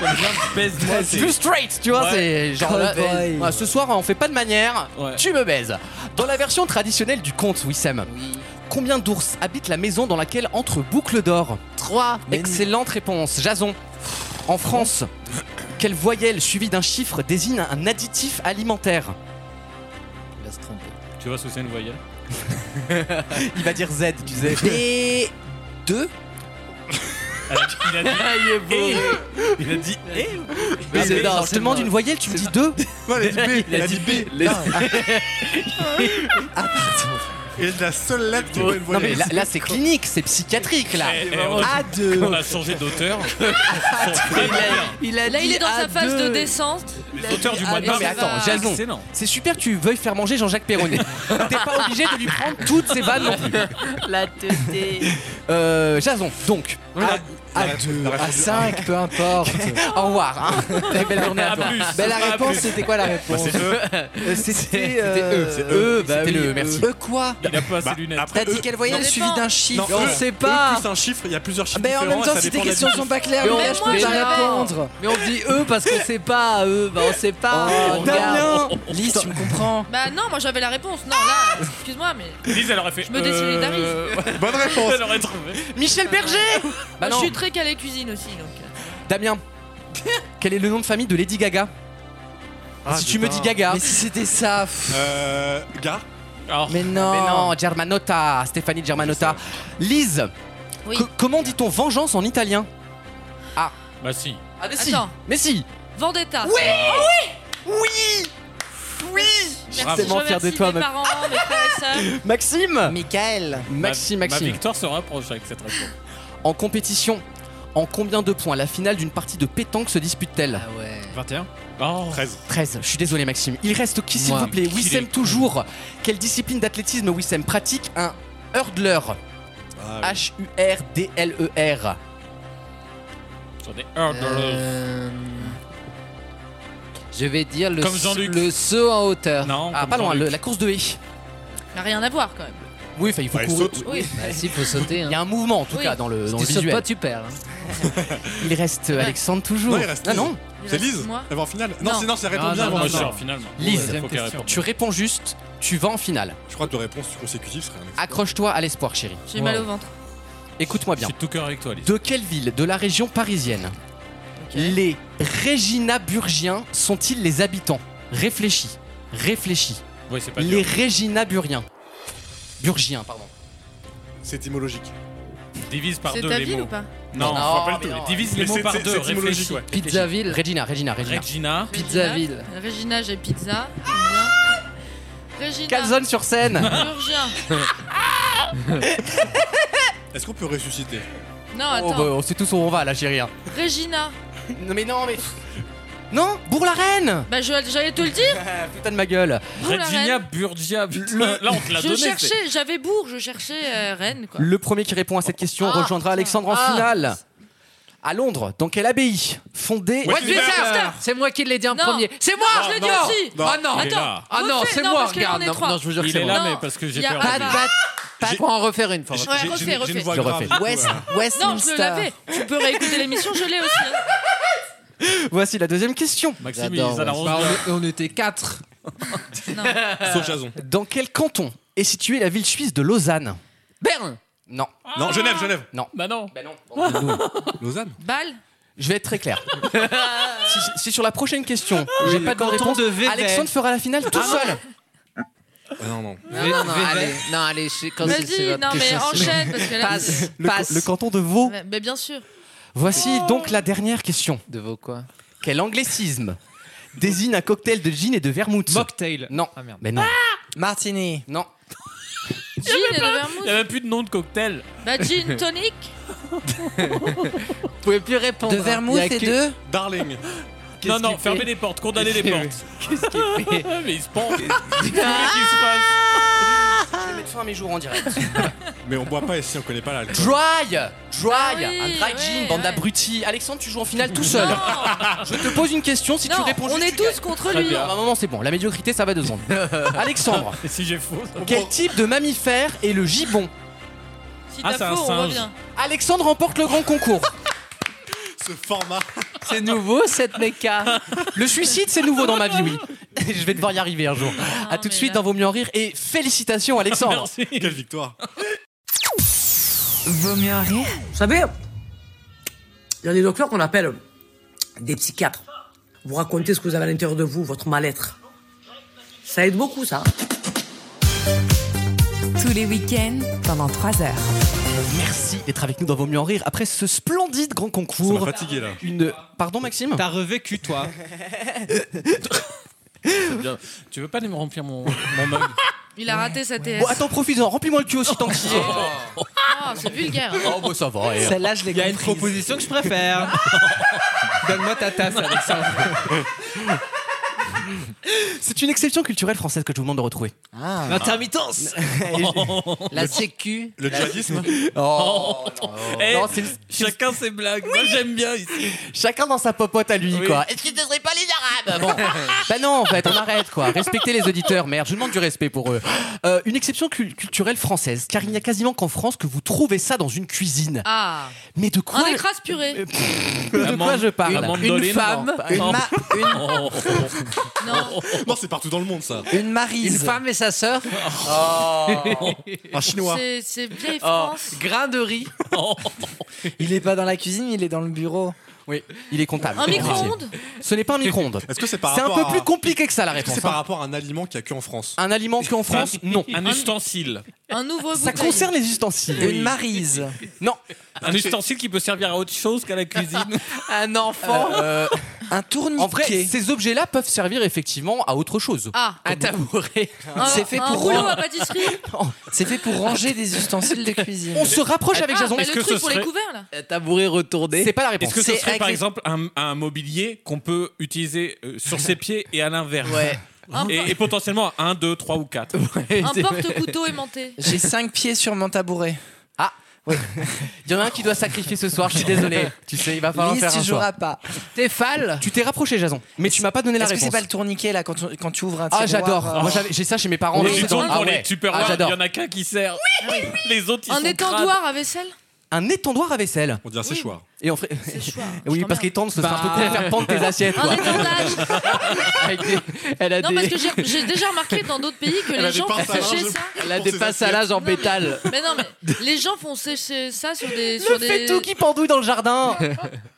Speaker 8: Comme bien baise-moi. c'est-
Speaker 2: Plus straight, tu vois,
Speaker 8: Ouais.
Speaker 2: c'est genre là, euh,
Speaker 7: Cowboy.
Speaker 2: ouais, ce soir on fait pas de manière,
Speaker 8: Ouais.
Speaker 2: tu me baises. Dans la version traditionnelle du conte Wissem,
Speaker 5: Oui.
Speaker 2: combien d'ours habitent la maison dans laquelle entre Boucle d'Or
Speaker 5: 3.
Speaker 2: Excellente réponse, Jason. En France, quelle voyelle suivie d'un chiffre désigne un additif
Speaker 8: (laughs)
Speaker 2: alimentaire
Speaker 5: Il va se tromper.
Speaker 8: Tu vois ce que c'est une voyelle
Speaker 4: (laughs)
Speaker 2: Il va dire Z, tu sais.
Speaker 7: Et deux
Speaker 8: Elle a- Il a dit. eh,
Speaker 5: Ah, il est beau.
Speaker 8: Il a dit. eh
Speaker 5: Mais
Speaker 2: je
Speaker 5: c'est non,
Speaker 2: te
Speaker 5: c'est
Speaker 2: demande
Speaker 5: non.
Speaker 2: une voyelle, tu me dis deux
Speaker 3: Non, elle a dit B. Ah.
Speaker 5: Il a dit B. Les-
Speaker 3: Et la seule lettre qui est pas une
Speaker 2: Non mais
Speaker 3: voyelle. Ah,
Speaker 2: là, là, c'est clinique, c'est psychiatrique là.
Speaker 8: Eh, eh, on-
Speaker 7: A2
Speaker 8: On a changé d'auteur. Ils sont très bien.
Speaker 5: Il a
Speaker 4: Là, il
Speaker 5: dit
Speaker 4: est dans sa phase de
Speaker 5: A2.
Speaker 4: descente.
Speaker 8: Les auteurs du mois de
Speaker 4: Ah,
Speaker 8: mars.
Speaker 2: mais attends, Jason.
Speaker 8: Excellent.
Speaker 2: C'est super que tu veuilles faire manger Jean-Jacques
Speaker 8: (laughs)
Speaker 2: Perronnet. T'es pas obligé de lui prendre toutes ses vannes non plus.
Speaker 5: La teuté.
Speaker 2: Euh, Jason, donc,
Speaker 7: A2 A5, peu importe.
Speaker 2: au revoir. hein.
Speaker 5: (laughs)
Speaker 7: Très belle journée
Speaker 2: (laughs)
Speaker 7: à
Speaker 8: À
Speaker 7: toi.
Speaker 8: plus.
Speaker 7: Ben, la
Speaker 2: Ah,
Speaker 8: À
Speaker 7: réponse,
Speaker 8: plus.
Speaker 7: c'était quoi la réponse
Speaker 3: C'est eux.
Speaker 7: Euh, C'était euh,
Speaker 2: Bah, E. C'était eux, bah
Speaker 7: c'était
Speaker 2: oui,
Speaker 7: le
Speaker 2: eux.
Speaker 7: merci.
Speaker 3: euh,
Speaker 7: Eux quoi
Speaker 8: Il a pas assez
Speaker 3: Bah,
Speaker 8: de lunettes.
Speaker 3: après,
Speaker 7: T'as dit
Speaker 3: eux-
Speaker 7: qu'elle voyait
Speaker 4: non,
Speaker 7: le
Speaker 4: mais
Speaker 7: suivi
Speaker 4: non.
Speaker 7: d'un chiffre.
Speaker 3: Non,
Speaker 5: On
Speaker 3: eux.
Speaker 5: sait pas.
Speaker 3: Plus un chiffre, il y a plusieurs chiffres.
Speaker 7: Ben en même
Speaker 3: différents,
Speaker 7: temps,
Speaker 3: ça
Speaker 7: si tes
Speaker 3: dépend de la
Speaker 7: questions
Speaker 3: vie.
Speaker 7: sont pas claires,
Speaker 5: Mais
Speaker 7: les
Speaker 5: on-
Speaker 7: gars, je
Speaker 4: moi,
Speaker 7: peux pas
Speaker 4: j'ai la
Speaker 7: répondre. Oh,
Speaker 5: Mais on dit
Speaker 2: E
Speaker 5: eux parce qu'on sait pas. Eux, bah on sait pas. regarde.
Speaker 2: Oh.
Speaker 7: Damien Lise, tu me comprends
Speaker 4: Bah non, moi j'avais la réponse. Non, là, excuse-moi, mais
Speaker 8: Lise, elle aurait fait.
Speaker 4: Je me
Speaker 8: (laughs)
Speaker 4: désolidarise.
Speaker 8: euh,
Speaker 3: Bonne réponse.
Speaker 8: Elle aurait trouvé.
Speaker 2: Michel Berger Bah
Speaker 4: je
Speaker 2: non,
Speaker 4: suis très calé cuisine aussi. Donc.
Speaker 7: (laughs)
Speaker 2: Damien. Quel est le nom de famille de Lady Gaga
Speaker 8: Ah,
Speaker 2: Si tu me dis Gaga. Oh.
Speaker 7: Mais si c'était ça. pff,
Speaker 3: Euh. Gars
Speaker 8: Alors,
Speaker 7: Mais non.
Speaker 2: Mais non, Germanotta, Stéphanie Germanotta. Lise,
Speaker 4: Oui.
Speaker 2: que- comment dit-on vengeance en italien
Speaker 8: bah si.
Speaker 2: Ah mais
Speaker 4: si. Attends.
Speaker 2: Mais si
Speaker 4: Vendetta. Ah Oui, oui, oui, oui.
Speaker 8: Bravo.
Speaker 2: Tellement fier de toi,
Speaker 4: mes
Speaker 2: meuf.
Speaker 4: parents, mes frères et
Speaker 2: (laughs)
Speaker 4: sœurs.
Speaker 2: Maxime
Speaker 7: Michael
Speaker 8: Ma-
Speaker 2: Maxime,
Speaker 8: Ma
Speaker 2: Maxime.
Speaker 8: victoire se rapproche avec cette réponse.
Speaker 2: En compétition, en combien de points la finale d'une partie de pétanque se dispute-t-elle
Speaker 5: Ah ouais.
Speaker 6: 21.
Speaker 8: Oh,
Speaker 3: 13.
Speaker 2: 13. Je suis désolé, Maxime. Il reste qui, s'il
Speaker 5: Moi,
Speaker 2: vous plaît
Speaker 8: qu'il
Speaker 2: Wissem
Speaker 8: est
Speaker 2: toujours. Quelle discipline d'athlétisme Wissem pratique Un hurdler.
Speaker 3: Ah,
Speaker 2: H-U-R-D-L-E-R.
Speaker 8: j'en ai un de l'autre.
Speaker 5: Euh, Je vais dire le,
Speaker 8: Comme
Speaker 5: s-
Speaker 8: Jean-Luc.
Speaker 5: le saut en hauteur. hein,
Speaker 8: Non,
Speaker 2: Ah,
Speaker 8: comme
Speaker 2: pas loin,
Speaker 8: Jean-Luc.
Speaker 2: le- la course de haie.
Speaker 4: Mais rien à voir quand même.
Speaker 2: Oui, enfin, il faut
Speaker 3: Ouais, il
Speaker 2: courir.
Speaker 3: saute.
Speaker 4: Oui.
Speaker 5: Bah, si, faut sauter.
Speaker 2: Il y
Speaker 5: Hein.
Speaker 2: a un mouvement, en tout
Speaker 4: Oui.
Speaker 2: cas, dans le,
Speaker 5: Si
Speaker 2: dans
Speaker 5: tu
Speaker 2: le
Speaker 5: sautes
Speaker 2: visuel.
Speaker 5: pas, tu perds. hein.
Speaker 2: (laughs) Il reste euh, Alexandre toujours.
Speaker 3: Non, il reste
Speaker 2: ah
Speaker 3: Lise.
Speaker 2: non
Speaker 3: C'est Lise
Speaker 4: Moi.
Speaker 3: Elle va en finale Non,
Speaker 4: Non.
Speaker 3: c'est non, c'est répond
Speaker 5: Ah,
Speaker 3: bien
Speaker 5: non,
Speaker 3: avant
Speaker 8: Moi,
Speaker 3: la
Speaker 8: je suis
Speaker 3: finale.
Speaker 8: en finale. moi.
Speaker 2: Lise.
Speaker 8: faut qu'elle réponde.
Speaker 2: Tu réponds juste, tu vas en finale.
Speaker 3: Je crois que deux réponses consécutives serait un exploit.
Speaker 2: Accroche-toi à l'espoir, chérie.
Speaker 4: J'ai mal au ventre.
Speaker 2: Écoute-moi
Speaker 8: Je
Speaker 2: bien.
Speaker 8: suis de tout cœur avec toi, Lise.
Speaker 2: De quelle ville de la région parisienne les Réginaburgiens sont-ils les habitants Réfléchis, réfléchis.
Speaker 8: Ouais, c'est pas
Speaker 2: Les
Speaker 8: dur.
Speaker 2: Réginaburgiens. Burgiens, pardon.
Speaker 3: C'est étymologique.
Speaker 8: Divise par
Speaker 4: C'est
Speaker 8: deux
Speaker 4: ta
Speaker 8: les
Speaker 4: ville
Speaker 8: mots.
Speaker 4: ou pas
Speaker 8: Non, faut
Speaker 2: Non,
Speaker 8: pas
Speaker 2: mais
Speaker 8: le
Speaker 2: non.
Speaker 8: tout. Divise les
Speaker 3: Mais
Speaker 8: mots
Speaker 3: c'est-
Speaker 8: par
Speaker 3: c'est-
Speaker 8: deux.
Speaker 3: c'est
Speaker 8: Réfléchis.
Speaker 3: étymologique, ouais.
Speaker 5: Pizzaville.
Speaker 2: Regina, Regina, Regina.
Speaker 8: Regina.
Speaker 5: Pizzaville.
Speaker 4: Régina, j'ai pizza. Bien. Régina.
Speaker 2: Ah. Calzone sur scène
Speaker 4: Urgien.
Speaker 3: (laughs) Est-ce qu'on peut ressusciter
Speaker 4: Non,
Speaker 2: Oh,
Speaker 4: attends.
Speaker 2: bah, On sait tous où on va là, chérie. hein.
Speaker 4: Régina.
Speaker 2: Non, mais non, mais. Non Bourg-la-Reine
Speaker 4: Bah, je- j'allais te le
Speaker 2: (laughs)
Speaker 4: dire.
Speaker 8: Ah,
Speaker 2: Putain de ma gueule
Speaker 4: Vous, la
Speaker 8: Regina
Speaker 4: reine.
Speaker 8: Burgia. (laughs) putain. Là, on te l'a
Speaker 4: Je
Speaker 8: donné. c'est-
Speaker 4: cherchais, j'avais bourg, je cherchais euh, Rennes quoi.
Speaker 2: Le premier qui répond à cette question
Speaker 4: Ah,
Speaker 2: rejoindra Alexandre en
Speaker 5: ah.
Speaker 2: finale. À Londres, dans quelle abbaye Fondée.
Speaker 4: Westminster.
Speaker 5: C'est moi qui l'ai dit en
Speaker 4: Non.
Speaker 5: premier. C'est moi,
Speaker 4: Non,
Speaker 5: je l'ai
Speaker 4: non,
Speaker 5: dit. en-
Speaker 4: si.
Speaker 5: Ah non.
Speaker 8: Il est là.
Speaker 5: Ah non,
Speaker 4: Refais-
Speaker 5: c'est
Speaker 4: non,
Speaker 5: moi,
Speaker 4: parce que là,
Speaker 5: regarde.
Speaker 4: on est
Speaker 5: Non,
Speaker 4: trois.
Speaker 5: non, je vous jure que
Speaker 8: Il
Speaker 5: c'est
Speaker 8: est
Speaker 5: moi.
Speaker 8: là,
Speaker 4: Non.
Speaker 8: mais parce que j'ai
Speaker 4: Il y a
Speaker 8: peur.
Speaker 5: Pas de
Speaker 4: Ah.
Speaker 5: batte. Pas
Speaker 3: J'ai-
Speaker 5: pour en refaire une fois.
Speaker 3: J'ai-
Speaker 4: Ouais,
Speaker 3: j'ai-
Speaker 4: refais,
Speaker 3: j'ai- j'ai une
Speaker 4: refais.
Speaker 3: voix
Speaker 2: Je le
Speaker 3: grave,
Speaker 2: refais.
Speaker 3: du coup,
Speaker 7: West,
Speaker 3: euh,
Speaker 4: Non, je
Speaker 7: Westminster.
Speaker 4: l'avais. Tu peux réécouter l'émission, je l'ai aussi. hein.
Speaker 2: Voici la deuxième question.
Speaker 8: Maxime, il
Speaker 5: J'adore,
Speaker 8: les a
Speaker 5: ouais.
Speaker 8: la rose.
Speaker 6: Bah, on, on était 4.
Speaker 4: Non.
Speaker 2: (laughs)
Speaker 3: (laughs) Sauf Jason.
Speaker 2: Dans quel canton est située la ville suisse de Lausanne
Speaker 5: Berne.
Speaker 2: Non.
Speaker 3: Non, Genève, Genève.
Speaker 2: Non.
Speaker 8: Bah non.
Speaker 2: Bah non.
Speaker 3: Lausanne
Speaker 4: Bâle
Speaker 2: Je vais être très clair. si, si sur la prochaine question, j'ai pas de bonne
Speaker 6: canton
Speaker 2: réponse, Ah
Speaker 6: de Vevey. Ah,
Speaker 2: Alexandre fera la finale tout seul.
Speaker 3: Ah, Non, non.
Speaker 5: Non, non, non, allez, non, allez, je- quand c'est- c'est
Speaker 4: Vas-y,
Speaker 5: votre
Speaker 4: Bah, non mais
Speaker 5: question.
Speaker 4: enchaîne parce que là.
Speaker 5: Passe,
Speaker 2: Le,
Speaker 5: passe.
Speaker 2: le canton de Vaud.
Speaker 4: Ouais, Mais bah, bien sûr.
Speaker 2: Voici donc la dernière question.
Speaker 5: De vos quoi
Speaker 2: Quel anglicisme désigne un cocktail de gin et de vermouth
Speaker 6: Mocktail.
Speaker 2: Non.
Speaker 6: Ah merde.
Speaker 2: Mais non.
Speaker 7: Martini.
Speaker 2: Non.
Speaker 4: Gin et le vermouth.
Speaker 8: Il y avait plus de nom de cocktail.
Speaker 4: Bah
Speaker 8: (laughs)
Speaker 4: gin
Speaker 2: (laughs)
Speaker 4: tonic.
Speaker 2: Vous pouvez plus répondre.
Speaker 7: De vermouth et de.
Speaker 3: Darling.
Speaker 8: Non, non, fermez les portes, condamnez les portes.
Speaker 5: Qu'est-ce qu'il fait
Speaker 8: (laughs) Mais il se pend. Qu'est-ce (laughs) qu'il se passe
Speaker 2: Je vais mettre fin à mes jours en direct.
Speaker 3: Mais on boit pas ici, on connaît pas
Speaker 2: (laughs)
Speaker 3: l'alcool.
Speaker 2: Dry Dry
Speaker 4: Ah oui,
Speaker 2: Un dry
Speaker 4: ouais,
Speaker 2: gin, bande
Speaker 4: ouais.
Speaker 2: d'abrutis. Alexandre, tu joues en finale tout seul.
Speaker 4: Non,
Speaker 2: Je te pose une question, si tu
Speaker 4: non,
Speaker 2: réponds
Speaker 4: on
Speaker 2: juste,
Speaker 4: est
Speaker 2: tu
Speaker 4: tous
Speaker 2: gagnes.
Speaker 4: contre
Speaker 8: Très
Speaker 4: lui.
Speaker 8: bien.
Speaker 2: À un moment, c'est bon. La médiocrité, ça va
Speaker 5: (laughs)
Speaker 2: deux secondes. Alexandre,
Speaker 8: Et (laughs) si j'ai faux
Speaker 2: (laughs) quel type de mammifère est le gibon
Speaker 4: Si
Speaker 8: Ah,
Speaker 4: t'as
Speaker 8: c'est un
Speaker 4: faux, on voit
Speaker 8: singe.
Speaker 4: bien.
Speaker 2: Alexandre remporte le grand concours.
Speaker 3: Ce format.
Speaker 5: C'est nouveau cette méca.
Speaker 2: Le suicide, c'est nouveau dans ma vie, oui. Je vais devoir y arriver un jour. à tout
Speaker 4: Ah,
Speaker 2: de
Speaker 4: mais
Speaker 2: suite
Speaker 4: là-
Speaker 2: dans Vaut mieux en rire et félicitations, Alexandre.
Speaker 8: Merci.
Speaker 3: Quelle victoire.
Speaker 1: Vaut mieux en rire
Speaker 10: Vous savez, il y a des docteurs qu'on appelle des psychiatres. Vous racontez ce que vous avez à l'intérieur de vous, votre mal-être. Ça aide beaucoup, ça.
Speaker 1: tous les week-ends pendant 3 heures.
Speaker 2: Merci d'être avec nous dans Vaut mieux en rire après ce splendide grand
Speaker 3: Ça m'a
Speaker 2: concours.
Speaker 3: fatigué là.
Speaker 2: Une. Pardon, Maxime
Speaker 6: T'as revécu, toi.
Speaker 8: Bien. Tu veux pas aller me remplir mon, mon mug
Speaker 4: Il a raté sa TS.
Speaker 2: Bon, attends, profite-en. Remplis-moi le cul aussi
Speaker 8: (laughs)
Speaker 2: tant que tu y es.
Speaker 8: Oh.
Speaker 4: Ah, c'est vulgaire.
Speaker 2: Oh, bah ça va. eh.
Speaker 7: Celle-là, je l'ai
Speaker 6: Il y a une
Speaker 7: comprise.
Speaker 6: proposition que je préfère. (laughs) Donne-moi ta tasse, Alexandre.
Speaker 2: C'est une exception culturelle française que je vous demande de retrouver.
Speaker 7: Ah.
Speaker 11: (laughs)
Speaker 6: L'intermittence.
Speaker 5: La sécu.
Speaker 3: Le djihadisme
Speaker 2: Oh.
Speaker 11: Oh,
Speaker 8: Eh,
Speaker 2: Non, c'est le-
Speaker 8: Chacun ses blagues. Moi j'aime bien ici.
Speaker 2: Chacun dans sa popote à lui,
Speaker 8: Oui.
Speaker 2: quoi. Est-ce que ce serait pas les Arabes Bon, (laughs) bah non, en fait, on arrête, quoi. Respectez les auditeurs, merde. Je demande du respect pour eux. Euh, une exception cul- culturelle française, car il n'y a quasiment qu'en France que vous trouvez ça dans une cuisine.
Speaker 4: Ah,
Speaker 2: Mais de quoi
Speaker 4: un écrase purée.
Speaker 2: (laughs) De quoi je parle
Speaker 8: Une- une Mandoline, femme,
Speaker 7: Une,
Speaker 8: Non.
Speaker 7: ma- une-
Speaker 8: Oh.
Speaker 4: Non,
Speaker 3: Non, c'est partout dans le monde ça.
Speaker 7: une marise.
Speaker 5: Une femme et sa sœur.
Speaker 3: Oh.
Speaker 5: (laughs)
Speaker 3: Un chinois.
Speaker 4: c'est- c'est vieille
Speaker 5: Oh,
Speaker 4: France.
Speaker 5: grain de riz.
Speaker 7: Il est pas dans la cuisine, il est dans le bureau.
Speaker 2: Oui, il est comptable.
Speaker 4: Un
Speaker 2: C'est compliqué.
Speaker 4: micro-ondes
Speaker 2: Ce n'est pas un micro-ondes.
Speaker 3: Est-ce que c'est par
Speaker 2: C'est un
Speaker 3: rapport
Speaker 2: peu
Speaker 3: à-
Speaker 2: plus compliqué que ça, la
Speaker 3: Est-ce que
Speaker 2: réponse. hein.
Speaker 3: c'est par rapport à un aliment qu'il y a que en France
Speaker 2: Un aliment qu'en France, non.
Speaker 8: Un ustensile.
Speaker 4: Un nouveau
Speaker 2: Ça
Speaker 4: bouteille.
Speaker 2: concerne les ustensiles.
Speaker 7: Une marise.
Speaker 4: (laughs)
Speaker 2: Non.
Speaker 8: Un ustensile qui peut servir à autre chose qu'à la cuisine.
Speaker 5: Un enfant.
Speaker 2: Euh,
Speaker 7: Un tourniquet.
Speaker 2: en vrai, ces objets-là peuvent servir effectivement à autre chose.
Speaker 4: Ah,
Speaker 5: un tabouret.
Speaker 4: un,
Speaker 7: (laughs) c'est fait
Speaker 4: un
Speaker 7: pour
Speaker 4: rouleau
Speaker 7: rendre-
Speaker 4: à pâtisserie.
Speaker 7: C'est fait pour ranger des ustensiles de cuisine.
Speaker 2: On se rapproche avec
Speaker 4: ah,
Speaker 2: Jason.
Speaker 4: bah,
Speaker 8: est-ce
Speaker 4: le
Speaker 8: que
Speaker 4: truc
Speaker 8: ce
Speaker 4: pour les
Speaker 8: serait-
Speaker 4: couverts là.
Speaker 5: Un
Speaker 2: (laughs)
Speaker 5: tabouret retourné.
Speaker 2: C'est pas la réponse.
Speaker 8: Est-ce que ce
Speaker 7: C'est
Speaker 8: serait par
Speaker 7: avec-
Speaker 8: exemple un, un mobilier qu'on peut utiliser euh, sur ses pieds et à l'inverse
Speaker 5: Ouais.
Speaker 4: Un,
Speaker 8: (laughs) et, et potentiellement 1, 2, 3 ou 4. (laughs)
Speaker 4: un porte-couteau aimanté.
Speaker 7: (laughs) J'ai cinq pieds sur mon tabouret.
Speaker 2: (laughs) Il y en a un qui doit sacrifier ce soir, je suis (laughs) désolé. tu sais, il va falloir
Speaker 7: Lise,
Speaker 2: faire
Speaker 7: tu
Speaker 2: un choix.
Speaker 7: joueras pas.
Speaker 5: Stéphane.
Speaker 2: Tu t'es rapproché, Jason, mais tu m'as pas donné la
Speaker 7: Est-ce que c'est
Speaker 2: réponse.
Speaker 7: pas le tourniquet là quand, on- quand tu ouvres un tiroir
Speaker 2: Ah, j'adore.
Speaker 7: euh,
Speaker 2: Moi, j'avais- j'ai ça chez mes parents.
Speaker 8: Et
Speaker 2: donc
Speaker 8: disons
Speaker 2: c'est dans-
Speaker 8: pour
Speaker 2: Ah ouais.
Speaker 8: les Tupperware,
Speaker 2: Ah,
Speaker 8: il
Speaker 2: j'adore.
Speaker 8: y en a qu'un qui sert. Les autres, ils
Speaker 4: Un
Speaker 8: sont crades.
Speaker 4: étendoir à vaisselle.
Speaker 2: Un étendoir à vaisselle.
Speaker 3: On dirait
Speaker 4: Oui.
Speaker 3: séchoir.
Speaker 2: Et on ferait-
Speaker 4: C'est
Speaker 2: (laughs)
Speaker 4: chouard. Je
Speaker 2: Oui, parce
Speaker 4: t'emmerde.
Speaker 2: qu'étendre, ce sera un peu
Speaker 5: Bah.
Speaker 2: cool de faire pendre tes assiettes.
Speaker 4: Un
Speaker 2: quoi.
Speaker 4: étendage.
Speaker 5: Avec des- Elle a
Speaker 4: Non,
Speaker 5: des.
Speaker 4: parce que j'ai- j'ai déjà remarqué dans d'autres pays que les
Speaker 3: a des
Speaker 4: gens
Speaker 3: pinces
Speaker 4: font
Speaker 3: à linge.
Speaker 4: sécher ça.
Speaker 5: Elle a
Speaker 3: pour
Speaker 5: des
Speaker 3: ses
Speaker 5: passes à l'âge en pétale.
Speaker 4: Mais non, mais les gens font sécher ça sur des sur
Speaker 2: Le faitout
Speaker 4: des
Speaker 2: qui pendouille dans le jardin.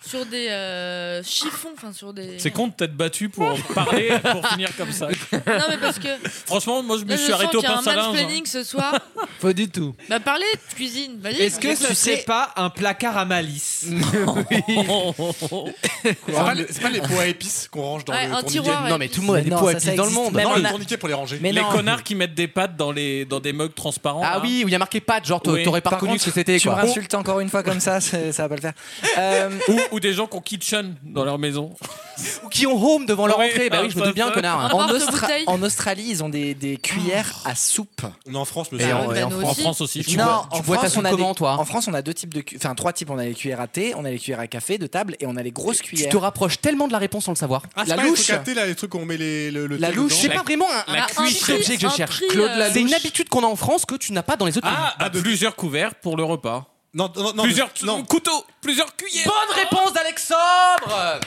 Speaker 4: sur des euh, chiffons, enfin sur des.
Speaker 8: C'est con de t'être battu pour parler pour finir comme ça.
Speaker 4: Non, mais parce que
Speaker 8: Franchement, moi je me
Speaker 4: là,
Speaker 8: suis
Speaker 4: je sens
Speaker 8: arrêté
Speaker 4: qu'il
Speaker 8: au
Speaker 4: y a un
Speaker 8: pince à linge.
Speaker 4: mansplaining ce soir.
Speaker 5: Pas du tout.
Speaker 4: Bah parlez de cuisine. Vas-y.
Speaker 6: Est-ce que ce serait pas un placard à malice
Speaker 3: C'est pas, les- c'est pas les pots à épices qu'on range dans
Speaker 4: Ouais,
Speaker 3: le
Speaker 4: un
Speaker 3: tourniquet.
Speaker 4: tiroir.
Speaker 2: Non, mais tout le monde a
Speaker 7: Mais
Speaker 2: des
Speaker 7: non,
Speaker 2: poids
Speaker 7: ça, ça
Speaker 2: dans le
Speaker 7: existe
Speaker 2: monde.
Speaker 7: même
Speaker 3: Non,
Speaker 7: en
Speaker 3: le
Speaker 7: a-
Speaker 3: tourniquet pour les ranger.
Speaker 7: Mais
Speaker 8: Les
Speaker 7: non.
Speaker 8: connards qui mettent des pâtes dans, les, dans des mugs transparents.
Speaker 2: Ah
Speaker 8: là.
Speaker 2: oui,
Speaker 8: (laughs)
Speaker 2: où il y a marqué pâte, genre t'a-
Speaker 8: Oui.
Speaker 2: t'aurais pas
Speaker 7: Par
Speaker 2: reconnu
Speaker 7: contre,
Speaker 2: ce que c'était.
Speaker 7: Tu me
Speaker 2: quoi.
Speaker 7: insultes encore une fois comme ça, c'est- ça va pas le faire. Euh,
Speaker 8: Ou, ou des gens qui ont kitchen dans leur maison.
Speaker 2: (laughs) Ou qui ont home devant leur
Speaker 8: Ouais,
Speaker 2: entrée. Bah oui, je me
Speaker 8: ça, (laughs)
Speaker 7: (laughs)
Speaker 2: doute bien,
Speaker 8: ça.
Speaker 2: connard. hein.
Speaker 4: Un
Speaker 7: en,
Speaker 4: porte
Speaker 7: Austra-
Speaker 4: bouteille.
Speaker 7: en Australie, ils ont des, des cuillères à soupe.
Speaker 3: On est en France,
Speaker 2: Et
Speaker 3: monsieur.
Speaker 2: on-
Speaker 4: bah, nous
Speaker 8: En
Speaker 4: aussi.
Speaker 8: France aussi. je
Speaker 7: non,
Speaker 8: vois.
Speaker 7: en
Speaker 2: bois ta
Speaker 7: France,
Speaker 2: soupe
Speaker 7: on a
Speaker 2: comment,
Speaker 7: des-
Speaker 2: toi
Speaker 7: En France, on a deux types de, cu- enfin trois types. On a les cuillères à thé, on a les cuillères à café de table et on a les grosses
Speaker 2: Tu
Speaker 7: cuillères.
Speaker 2: te rapproches tellement de la réponse sans le savoir.
Speaker 3: Ah, c'est
Speaker 7: la
Speaker 3: pas les
Speaker 7: louche.
Speaker 3: trucs à thé, là, les trucs où on met les, le, le
Speaker 7: La
Speaker 3: thé
Speaker 7: louche.
Speaker 3: dedans.
Speaker 2: C'est pas vraiment un,
Speaker 8: la
Speaker 2: un
Speaker 8: cuisse.
Speaker 2: titre objet que je
Speaker 4: Un
Speaker 2: cherche.
Speaker 4: prix,
Speaker 2: Claude
Speaker 4: euh,
Speaker 2: Lalouche. C'est une
Speaker 4: Lalouche.
Speaker 2: habitude qu'on a en France que tu n'as pas dans les autres
Speaker 8: Ah,
Speaker 2: pays.
Speaker 8: à plusieurs couverts pour le repas.
Speaker 3: Non, non, non,
Speaker 8: plusieurs
Speaker 3: mais- non.
Speaker 8: couteaux, plusieurs cuillères.
Speaker 2: Bonne réponse d'Alexandre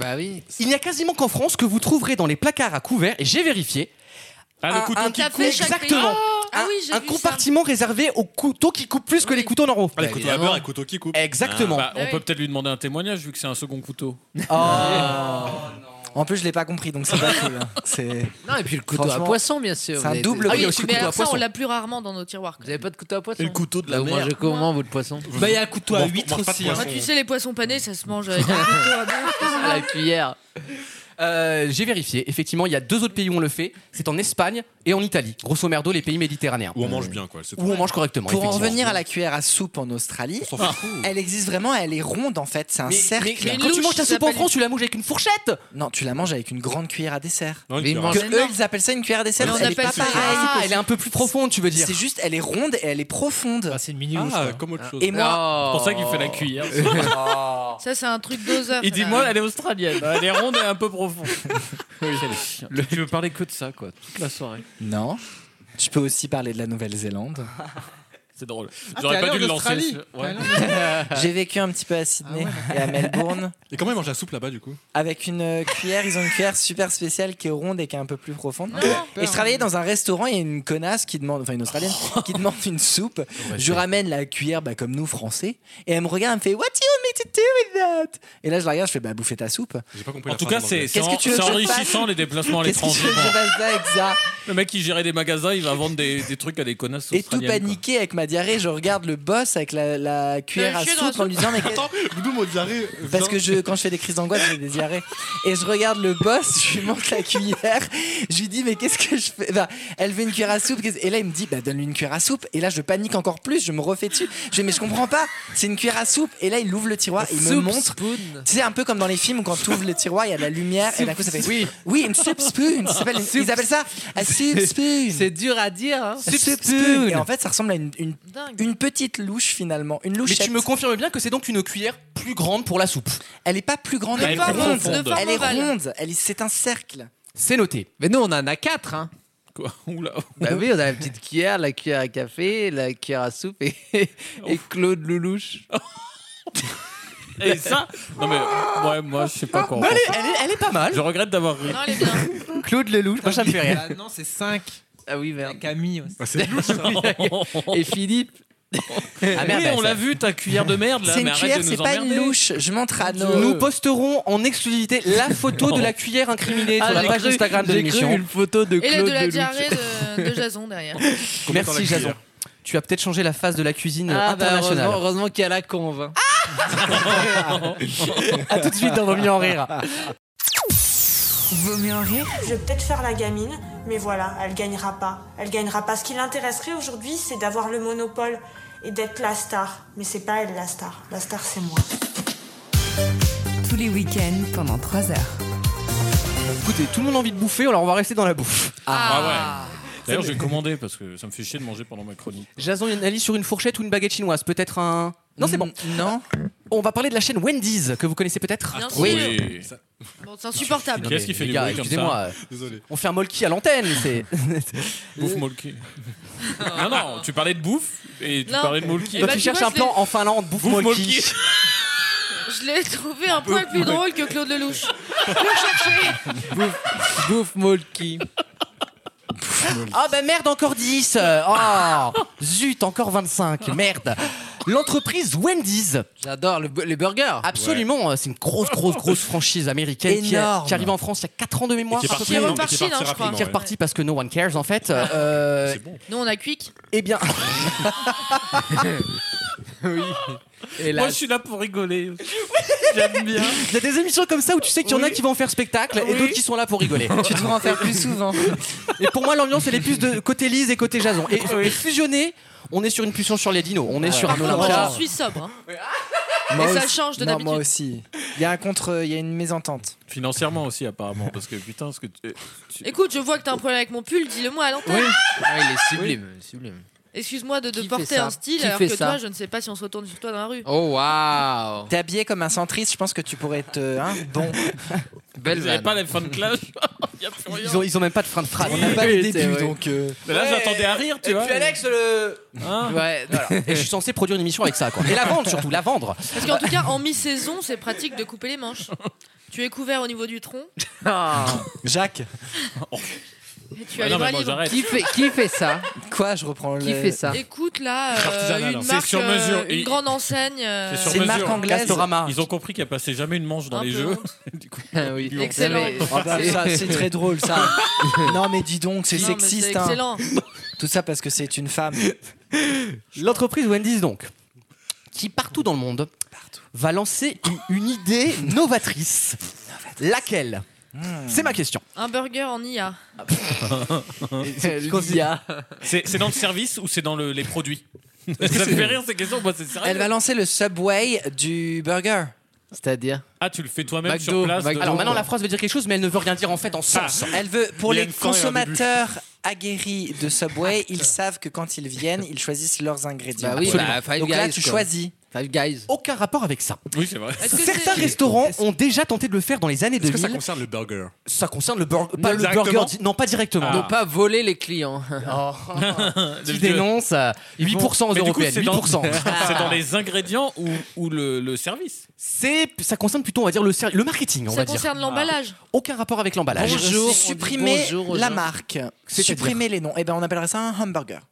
Speaker 5: Bah oui.
Speaker 2: Il n'y a quasiment qu'en France que vous trouverez dans les placards à couverts, et j'ai vérifié,
Speaker 8: Ah,
Speaker 2: un,
Speaker 8: le couteau
Speaker 2: un
Speaker 4: qui
Speaker 2: café
Speaker 4: coupe.
Speaker 2: exactement, un, un compartiment réservé aux couteaux qui coupent plus que les couteaux normaux.
Speaker 8: Ah, les couteaux à beurre et couteaux qui coupent.
Speaker 2: Exactement.
Speaker 8: Ah, bah, on peut peut-être lui demander un témoignage vu que c'est un second couteau.
Speaker 2: Ah, (laughs)
Speaker 7: Ah.
Speaker 2: Oh.
Speaker 7: En plus, je l'ai pas compris, donc c'est pas cool. C'est-
Speaker 5: Non, et puis le couteau à
Speaker 7: Franchement,
Speaker 5: poisson, bien sûr.
Speaker 7: C'est un
Speaker 5: Vous avez-
Speaker 7: double
Speaker 4: Ah oui,
Speaker 7: couteau.
Speaker 4: mais alors ça, on l'a plus rarement dans nos tiroirs.
Speaker 5: Vous avez pas de couteau à poisson
Speaker 4: Et le
Speaker 5: couteau
Speaker 4: de la
Speaker 5: Vous
Speaker 4: mer.
Speaker 5: mangez comment, vous, le poisson
Speaker 6: Bah, il y a un couteau à huître aussi.
Speaker 8: hein.
Speaker 4: Moi, Ah, tu sais, les poissons panés, ça se mange euh, avec un couteau à beurre.
Speaker 2: Ah.
Speaker 5: la cuillère.
Speaker 2: (laughs) Euh, J'ai vérifié. Effectivement, il y a deux autres pays où on le fait. C'est en Espagne et en Italie. Grosso merdo, les pays méditerranéens.
Speaker 3: Où on mange bien, quoi. c'est
Speaker 2: Où on mange correctement.
Speaker 7: Pour en
Speaker 2: effectivement.
Speaker 7: revenir à la cuillère à soupe en Australie,
Speaker 3: On s'en fout.
Speaker 7: elle existe vraiment, elle est ronde en fait, c'est un
Speaker 2: Mais-
Speaker 7: cercle.
Speaker 2: mais- mais quand tu manges ta soupe en France, tu la manges avec une fourchette.
Speaker 7: Non, tu la manges avec une grande cuillère à dessert.
Speaker 3: Non, une
Speaker 5: Mais il
Speaker 3: cuillère.
Speaker 5: mange-
Speaker 7: Que
Speaker 4: Mais non.
Speaker 7: eux, ils appellent ça une cuillère à dessert,
Speaker 4: Mais on
Speaker 7: elle est
Speaker 4: appelle
Speaker 7: pas
Speaker 4: ça-
Speaker 7: pareille.
Speaker 2: Ah, elle est un peu plus profonde, tu veux dire.
Speaker 7: C'est juste, elle est ronde et elle est profonde.
Speaker 12: Bah, c'est une mini
Speaker 3: Ah, comme autre chose.
Speaker 7: et moi,
Speaker 8: C'est pour ça qu'il fait la cuillère.
Speaker 4: Ça, c'est un truc doseur.
Speaker 8: Il
Speaker 4: ça,
Speaker 8: dit
Speaker 4: là.
Speaker 8: moi elle est australienne, elle est ronde et un peu (laughs) profonde. Tu veux parler que de ça quoi, toute la soirée.
Speaker 7: non. Je peux aussi parler de la Nouvelle-Zélande.
Speaker 8: C'est drôle.
Speaker 6: Ah,
Speaker 8: J'aurais
Speaker 6: t'es
Speaker 8: pas
Speaker 6: allé
Speaker 8: dû le
Speaker 6: en
Speaker 8: lancer.
Speaker 6: Australie.
Speaker 8: ce- ouais. (laughs)
Speaker 7: (laughs)
Speaker 8: Ah,
Speaker 7: J'ai vécu un petit peu à Sydney et à Melbourne.
Speaker 3: (laughs) Et comment ils mangent la soupe là-bas, du coup
Speaker 7: Avec une euh, cuillère, ils ont une cuillère super spéciale qui est ronde et qui est un peu plus profonde.
Speaker 4: Non.
Speaker 7: Et je travaillais dans un restaurant, il y a une connasse qui demande, enfin une australienne, qui demande une soupe. Je ramène la cuillère, bah, comme nous français, et elle me regarde, elle me fait What you want me to do with that? Et là, je la regarde, je fais Bah, bouffer ta soupe.
Speaker 3: J'ai pas compris.
Speaker 8: En
Speaker 3: la
Speaker 8: tout
Speaker 3: phrase
Speaker 8: cas,
Speaker 3: en
Speaker 8: c'est
Speaker 3: anglais.
Speaker 8: c'est
Speaker 7: Qu'est-ce
Speaker 8: en-
Speaker 7: que tu veux
Speaker 8: c'est
Speaker 7: que je
Speaker 8: enrichissant les déplacements à
Speaker 7: Qu'est-ce que tu
Speaker 8: l'étranger.
Speaker 7: veux que je fasse là avec ça?
Speaker 8: (laughs) Le mec qui gérait des magasins, il va vendre des, des trucs à des connasses
Speaker 7: Et tout
Speaker 8: australiennes. quoi.
Speaker 7: paniqué avec ma diarrhée, je regarde le boss avec la, la cuillère
Speaker 4: Le
Speaker 7: à
Speaker 4: chier dans la
Speaker 7: soupe en lui disant Mais qu'est-
Speaker 3: Attends,
Speaker 7: (laughs)
Speaker 3: Boudou m'a diarrhée.
Speaker 7: Parce que je, quand je fais des crises d'angoisse, j'ai des diarrhées. Et je regarde le boss, je lui montre la cuillère, je lui dis, mais qu'est-ce que je fais Bah, Elle veut une cuillère à soupe. qu'est-ce- Et là, il me dit, bah, donne-lui une cuillère à soupe. Et là, je panique encore plus, je me refais dessus. Je dis, mais je comprends pas, c'est une cuillère à soupe. Et là, il ouvre le tiroir, il me montre. Tu sais, un peu comme dans les films où quand tu ouvres le tiroir, il y a de la lumière, et d'un coup, ça fait. Oui, une soup spoon. Ça s'appelle une- Ils appellent ça a soup spoon.
Speaker 5: C'est dur à dire. Hein.
Speaker 7: Soup spoon. Et en fait, ça ressemble à une, une,
Speaker 4: Dingue.
Speaker 7: une petite louche finalement. Une
Speaker 2: Mais
Speaker 7: louche.
Speaker 2: tu me confirmes bien que c'est donc une cuillère plus grande pour la soupe.
Speaker 7: Elle est pas plus grande,
Speaker 8: Elle
Speaker 7: elle est
Speaker 8: est plus
Speaker 7: ronde.
Speaker 8: profonde.
Speaker 7: Elle est
Speaker 4: De forme ovale.
Speaker 7: ronde. Elle est- C'est un cercle.
Speaker 2: C'est noté.
Speaker 5: Mais nous, on en a quatre. Hein.
Speaker 8: Quoi (laughs) Oula.
Speaker 5: Bah oui, on a la petite cuillère, la cuillère à café, la cuillère à
Speaker 8: (laughs)
Speaker 5: soupe et, et Claude Lelouch. Ah,
Speaker 8: Et ça Non mais ouais, moi je sais pas
Speaker 7: Bah,
Speaker 8: quoi. en penser.
Speaker 2: elle, est, pas mal.
Speaker 8: Je regrette d'avoir ri.
Speaker 4: Non, elle est bien.
Speaker 2: Claude Lelouch, moi ça me fait rire.
Speaker 6: Ah non, c'est 5.
Speaker 5: Ah oui, merde.
Speaker 6: Camille aussi.
Speaker 3: Ah, c'est
Speaker 6: (laughs)
Speaker 3: louche, ça.
Speaker 5: Et Philippe.
Speaker 8: (laughs)
Speaker 2: Ah merde,
Speaker 8: oui, on
Speaker 2: ça-
Speaker 8: l'a vu ta cuillère de merde là,
Speaker 7: C'est une
Speaker 8: mais arrête
Speaker 7: cuillère,
Speaker 8: de nous
Speaker 7: c'est pas une
Speaker 8: emmerder.
Speaker 7: louche. Je montre à nos.
Speaker 2: Nous posterons en exclusivité la photo de la cuillère incriminée sur la
Speaker 5: j'ai
Speaker 2: page
Speaker 5: cru-
Speaker 2: Instagram de
Speaker 5: j'ai cru
Speaker 2: l'émission.
Speaker 5: une photo de
Speaker 4: Et
Speaker 5: Claude
Speaker 4: la- de la
Speaker 5: Lelouch.
Speaker 4: diarrhée de, de Jason
Speaker 11: (laughs)
Speaker 4: derrière.
Speaker 3: dans la
Speaker 2: Merci Jason.
Speaker 3: cuillère.
Speaker 2: Tu as peut-être changé la phase de la cuisine euh,
Speaker 5: Ah, bah,
Speaker 2: internationale.
Speaker 5: heureusement, heureusement qu'il y a la conve. hein.
Speaker 2: Ah!
Speaker 5: (laughs)
Speaker 2: à tout de suite dans Vaut mieux en rire.
Speaker 1: Vaut mieux en rire
Speaker 13: Je vais peut-être faire la gamine, mais voilà, elle gagnera pas. Elle gagnera pas. Ce qui l'intéresserait aujourd'hui, c'est d'avoir le monopole et d'être la star. Mais c'est pas elle la star. La star, c'est moi.
Speaker 1: tous les week-ends pendant 3 heures.
Speaker 2: Écoutez, tout le monde a envie de bouffer, alors on va rester dans la bouffe.
Speaker 8: Ah ouais. D'ailleurs, je vais commander parce que ça me fait chier de manger pendant ma chronique.
Speaker 2: Jason, il y a une analyse sur une fourchette ou une baguette chinoise, peut-être un. Non, c'est bon.
Speaker 7: Non.
Speaker 2: On va parler de la chaîne Wendy's que vous connaissez peut-être.
Speaker 4: Bien sûr.
Speaker 8: Oui.
Speaker 4: Bon, c'est insupportable.
Speaker 8: Qu'est-ce qui fait
Speaker 2: Les
Speaker 8: du
Speaker 2: gars,
Speaker 8: bruit comme ça
Speaker 2: excusez-moi,
Speaker 3: Désolé.
Speaker 2: on fait un molki à l'antenne. C'est
Speaker 8: Bouffe molki. Non non, tu parlais de bouffe et tu
Speaker 4: Non.
Speaker 8: parlais de molki.
Speaker 4: Eh
Speaker 2: Toi,
Speaker 4: bah,
Speaker 2: tu
Speaker 4: tu
Speaker 2: cherches
Speaker 4: vois,
Speaker 2: un
Speaker 4: je
Speaker 2: plan en Finlande, bouffe,
Speaker 8: Bouffe
Speaker 2: molki.
Speaker 8: molki.
Speaker 4: Je l'ai trouvé un poil plus drôle que Claude Lelouch.
Speaker 5: Bouffe Molki.
Speaker 2: (laughs) Ah bah merde, encore 10 Oh Zut, encore 25, merde L'entreprise Wendy's,
Speaker 5: J'adore le bu- les burgers.
Speaker 2: absolument, euh, c'est une grosse, grosse, grosse franchise américaine qui, a-
Speaker 7: Énorme.
Speaker 2: qui est arrivée en France il y a 4 ans de mémoire.
Speaker 3: Qui est
Speaker 4: qui
Speaker 3: parti
Speaker 4: est
Speaker 3: non, mais
Speaker 4: reparti,
Speaker 3: qui est
Speaker 4: non, je
Speaker 3: parti
Speaker 4: crois.
Speaker 3: rapidement,
Speaker 2: Qui est
Speaker 3: ouais.
Speaker 2: reparti parce que no one cares en fait. Euh,
Speaker 3: C'est bon.
Speaker 4: Nous, on a Quick.
Speaker 2: eh bien, ah
Speaker 5: Et la
Speaker 8: Moi, je suis là
Speaker 4: (laughs)
Speaker 8: pour rigoler. J'aime bien.
Speaker 2: il y a des émissions comme ça où tu sais qu'il y en a qui vont en faire spectacle et
Speaker 8: Oui.
Speaker 2: d'autres qui sont là pour rigoler.
Speaker 7: (laughs) Tu devrais en faire plus souvent.
Speaker 2: Et pour moi, l'ambiance, elle est plus de côté Lise et côté Jason. Et, et fusionner, on est sur une puissance sur les dinos, on est sur un
Speaker 4: Moi,
Speaker 2: Olympia.
Speaker 4: j'en suis sobre. hein.
Speaker 7: Moi
Speaker 4: ça
Speaker 7: aussi-
Speaker 4: change de
Speaker 7: non, Moi
Speaker 4: d'habitude.
Speaker 7: aussi. Il y a un contre, il y a une mésentente.
Speaker 8: Financièrement aussi, apparemment, parce que putain, ce que tu. tu-
Speaker 4: Écoute, je vois que t'as un problème avec mon pull, dis-le-moi à l'antenne.
Speaker 5: Oui. Ah, il est sublime, il est sublime.
Speaker 4: Excuse-moi de, de
Speaker 5: Qui fait
Speaker 4: porter
Speaker 5: ça
Speaker 4: un style
Speaker 5: Qui
Speaker 4: alors
Speaker 5: fait
Speaker 4: que
Speaker 5: ça
Speaker 4: toi, je ne sais pas si on se retourne sur toi dans la rue.
Speaker 5: Oh waouh.
Speaker 7: T'es habillé comme un centriste, je pense que tu pourrais être euh, hein, bon.
Speaker 5: Belle
Speaker 8: Vous avez
Speaker 5: vanne.
Speaker 8: pas les fans de clash Y a plus rien.
Speaker 2: Ils ont, ils ont même pas de frein de phrase.
Speaker 7: On n'a pas
Speaker 5: oui,
Speaker 7: le
Speaker 5: c'est
Speaker 7: début
Speaker 5: vrai.
Speaker 7: donc. euh,
Speaker 8: Mais Là, j'attendais à rire, tu vois.
Speaker 2: le.
Speaker 8: Hein
Speaker 5: Ouais.
Speaker 2: Et je suis censé produire une émission avec ça, quoi. Et la vendre surtout, la vendre.
Speaker 4: Parce qu'en tout cas, en mi-saison, c'est pratique de couper
Speaker 8: Ah.
Speaker 4: les manches. Tu es couvert au niveau du tronc.
Speaker 5: Ah.
Speaker 7: Jacques.
Speaker 4: tu as les bras libres.
Speaker 5: Qui fait, qui fait ça
Speaker 7: Quoi Je reprends
Speaker 5: Qui fait ça
Speaker 4: Écoute là, euh,
Speaker 8: Artisanal,
Speaker 4: une
Speaker 8: alors.
Speaker 4: marque,
Speaker 8: C'est sur
Speaker 4: euh,
Speaker 8: mesure.
Speaker 4: une
Speaker 8: Et-
Speaker 4: grande enseigne. euh, (laughs)
Speaker 8: C'est sur mesure. Ils ont compris qu'elle passait jamais une manche dans
Speaker 4: Un
Speaker 8: les
Speaker 4: peu
Speaker 8: jeux. (laughs)
Speaker 4: honte.
Speaker 8: Du coup,
Speaker 5: Ah oui.
Speaker 8: du coup, on-
Speaker 4: Excellent.
Speaker 8: Non, mais-
Speaker 7: Ah bah, ça,
Speaker 8: (laughs)
Speaker 7: c'est très drôle ça. Non mais dis donc, c'est
Speaker 4: Non, mais c'est
Speaker 7: sexiste. hein.
Speaker 4: excellent.
Speaker 7: (laughs) Tout ça parce que c'est une femme.
Speaker 2: L'entreprise Wendy's donc, qui partout dans le monde va lancer une, une idée novatrice. Laquelle C'est ma question.
Speaker 4: Un burger en IA.
Speaker 8: C'est c'est dans le service ou c'est dans le- les produits Parce que Ça me fait rire ces questions, moi (laughs) c'est sérieux.
Speaker 7: Elle va lancer le Subway du burger.
Speaker 5: C'est-à-dire
Speaker 8: Ah, tu le fais toi-même
Speaker 7: McDo,
Speaker 8: sur place.
Speaker 7: McDo.
Speaker 2: Alors
Speaker 7: quoi.
Speaker 2: maintenant,
Speaker 7: Ah.
Speaker 2: la phrase veut dire quelque chose, mais elle ne veut rien dire en fait en
Speaker 8: Ah.
Speaker 2: sens.
Speaker 7: Elle veut pour
Speaker 2: Il y a
Speaker 7: les
Speaker 2: une fin et un
Speaker 7: consommateurs aguerris
Speaker 8: (laughs)
Speaker 7: de Subway, ils savent que quand ils viennent, ils choisissent leurs ingrédients.
Speaker 2: Bah oui, bah,
Speaker 7: Absolument.
Speaker 2: Five
Speaker 7: donc là,
Speaker 2: Guys,
Speaker 7: tu
Speaker 2: quoi.
Speaker 7: choisis.
Speaker 5: Five Guys.
Speaker 2: Aucun rapport avec ça.
Speaker 8: Oui, c'est vrai.
Speaker 2: Certains restaurants ont déjà tenté de le faire dans les années
Speaker 3: Est-ce
Speaker 2: 2000.
Speaker 3: que ça concerne le burger
Speaker 2: Ça concerne le burger, pas
Speaker 3: Non,
Speaker 2: le
Speaker 3: directement.
Speaker 2: burger, di- non pas directement. Oh.
Speaker 3: Ah.
Speaker 5: Ne pas voler les clients. (laughs)
Speaker 8: (laughs)
Speaker 2: Qui dénonce euh, 8% aux
Speaker 8: Mais du coup,
Speaker 2: européennes.
Speaker 8: c'est dans- (laughs)
Speaker 2: 8%.
Speaker 8: C'est dans les ingrédients ou, ou le, le service
Speaker 2: C'est, ça concerne plutôt, on va dire, le, ser- le marketing, on
Speaker 4: Ça
Speaker 2: va dire. Ah.
Speaker 4: concerne l'emballage.
Speaker 2: Aucun rapport avec l'emballage.
Speaker 7: supprimer la marque, (laughs)
Speaker 2: C'est-à-dire
Speaker 7: supprimer les noms. Eh ben, on appellerait ça un hamburger.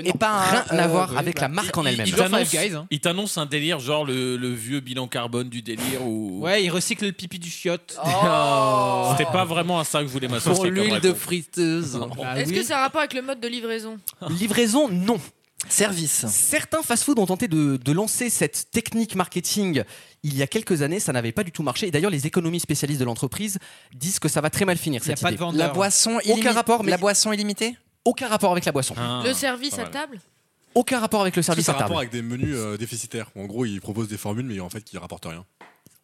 Speaker 7: Et pas un,
Speaker 2: rien à
Speaker 7: euh,
Speaker 2: voir
Speaker 7: oui,
Speaker 2: avec
Speaker 7: bah,
Speaker 2: la marque en elle-même.
Speaker 8: Il t'annonce il t'annonce un délire, genre le, le vieux bilan carbone du délire ou. Oh.
Speaker 6: Ouais, il recycle le pipi du chiotte.
Speaker 2: Oh.
Speaker 8: C'était pas vraiment à ça que je voulais m'associer.
Speaker 5: Pour
Speaker 8: comme
Speaker 5: l'huile de
Speaker 8: réponse. Bah
Speaker 5: friteuse.
Speaker 4: Bah
Speaker 8: Ah
Speaker 4: Est-ce que ça a rapport avec le mode de livraison
Speaker 2: Livraison, non.
Speaker 7: Service.
Speaker 2: Certains fast-food ont tenté de, de lancer cette technique marketing il y a quelques années, ça n'avait pas du tout marché. Et d'ailleurs, les économies spécialistes de l'entreprise disent que ça va très mal finir
Speaker 7: Il y a
Speaker 2: cette
Speaker 7: pas de
Speaker 2: idée.
Speaker 7: vendeur. La boisson
Speaker 2: aucun
Speaker 7: illimi-
Speaker 2: rapport, mais
Speaker 7: la boisson illimitée,
Speaker 2: aucun rapport avec la boisson,
Speaker 8: Ah,
Speaker 4: Le service à table
Speaker 2: aucun rapport avec le
Speaker 3: Est-ce que
Speaker 2: service
Speaker 3: ça
Speaker 2: à
Speaker 3: a rapport
Speaker 2: table.
Speaker 3: avec des menus euh, déficitaires En gros, ils proposent des formules, mais en fait, qui rapportent rien.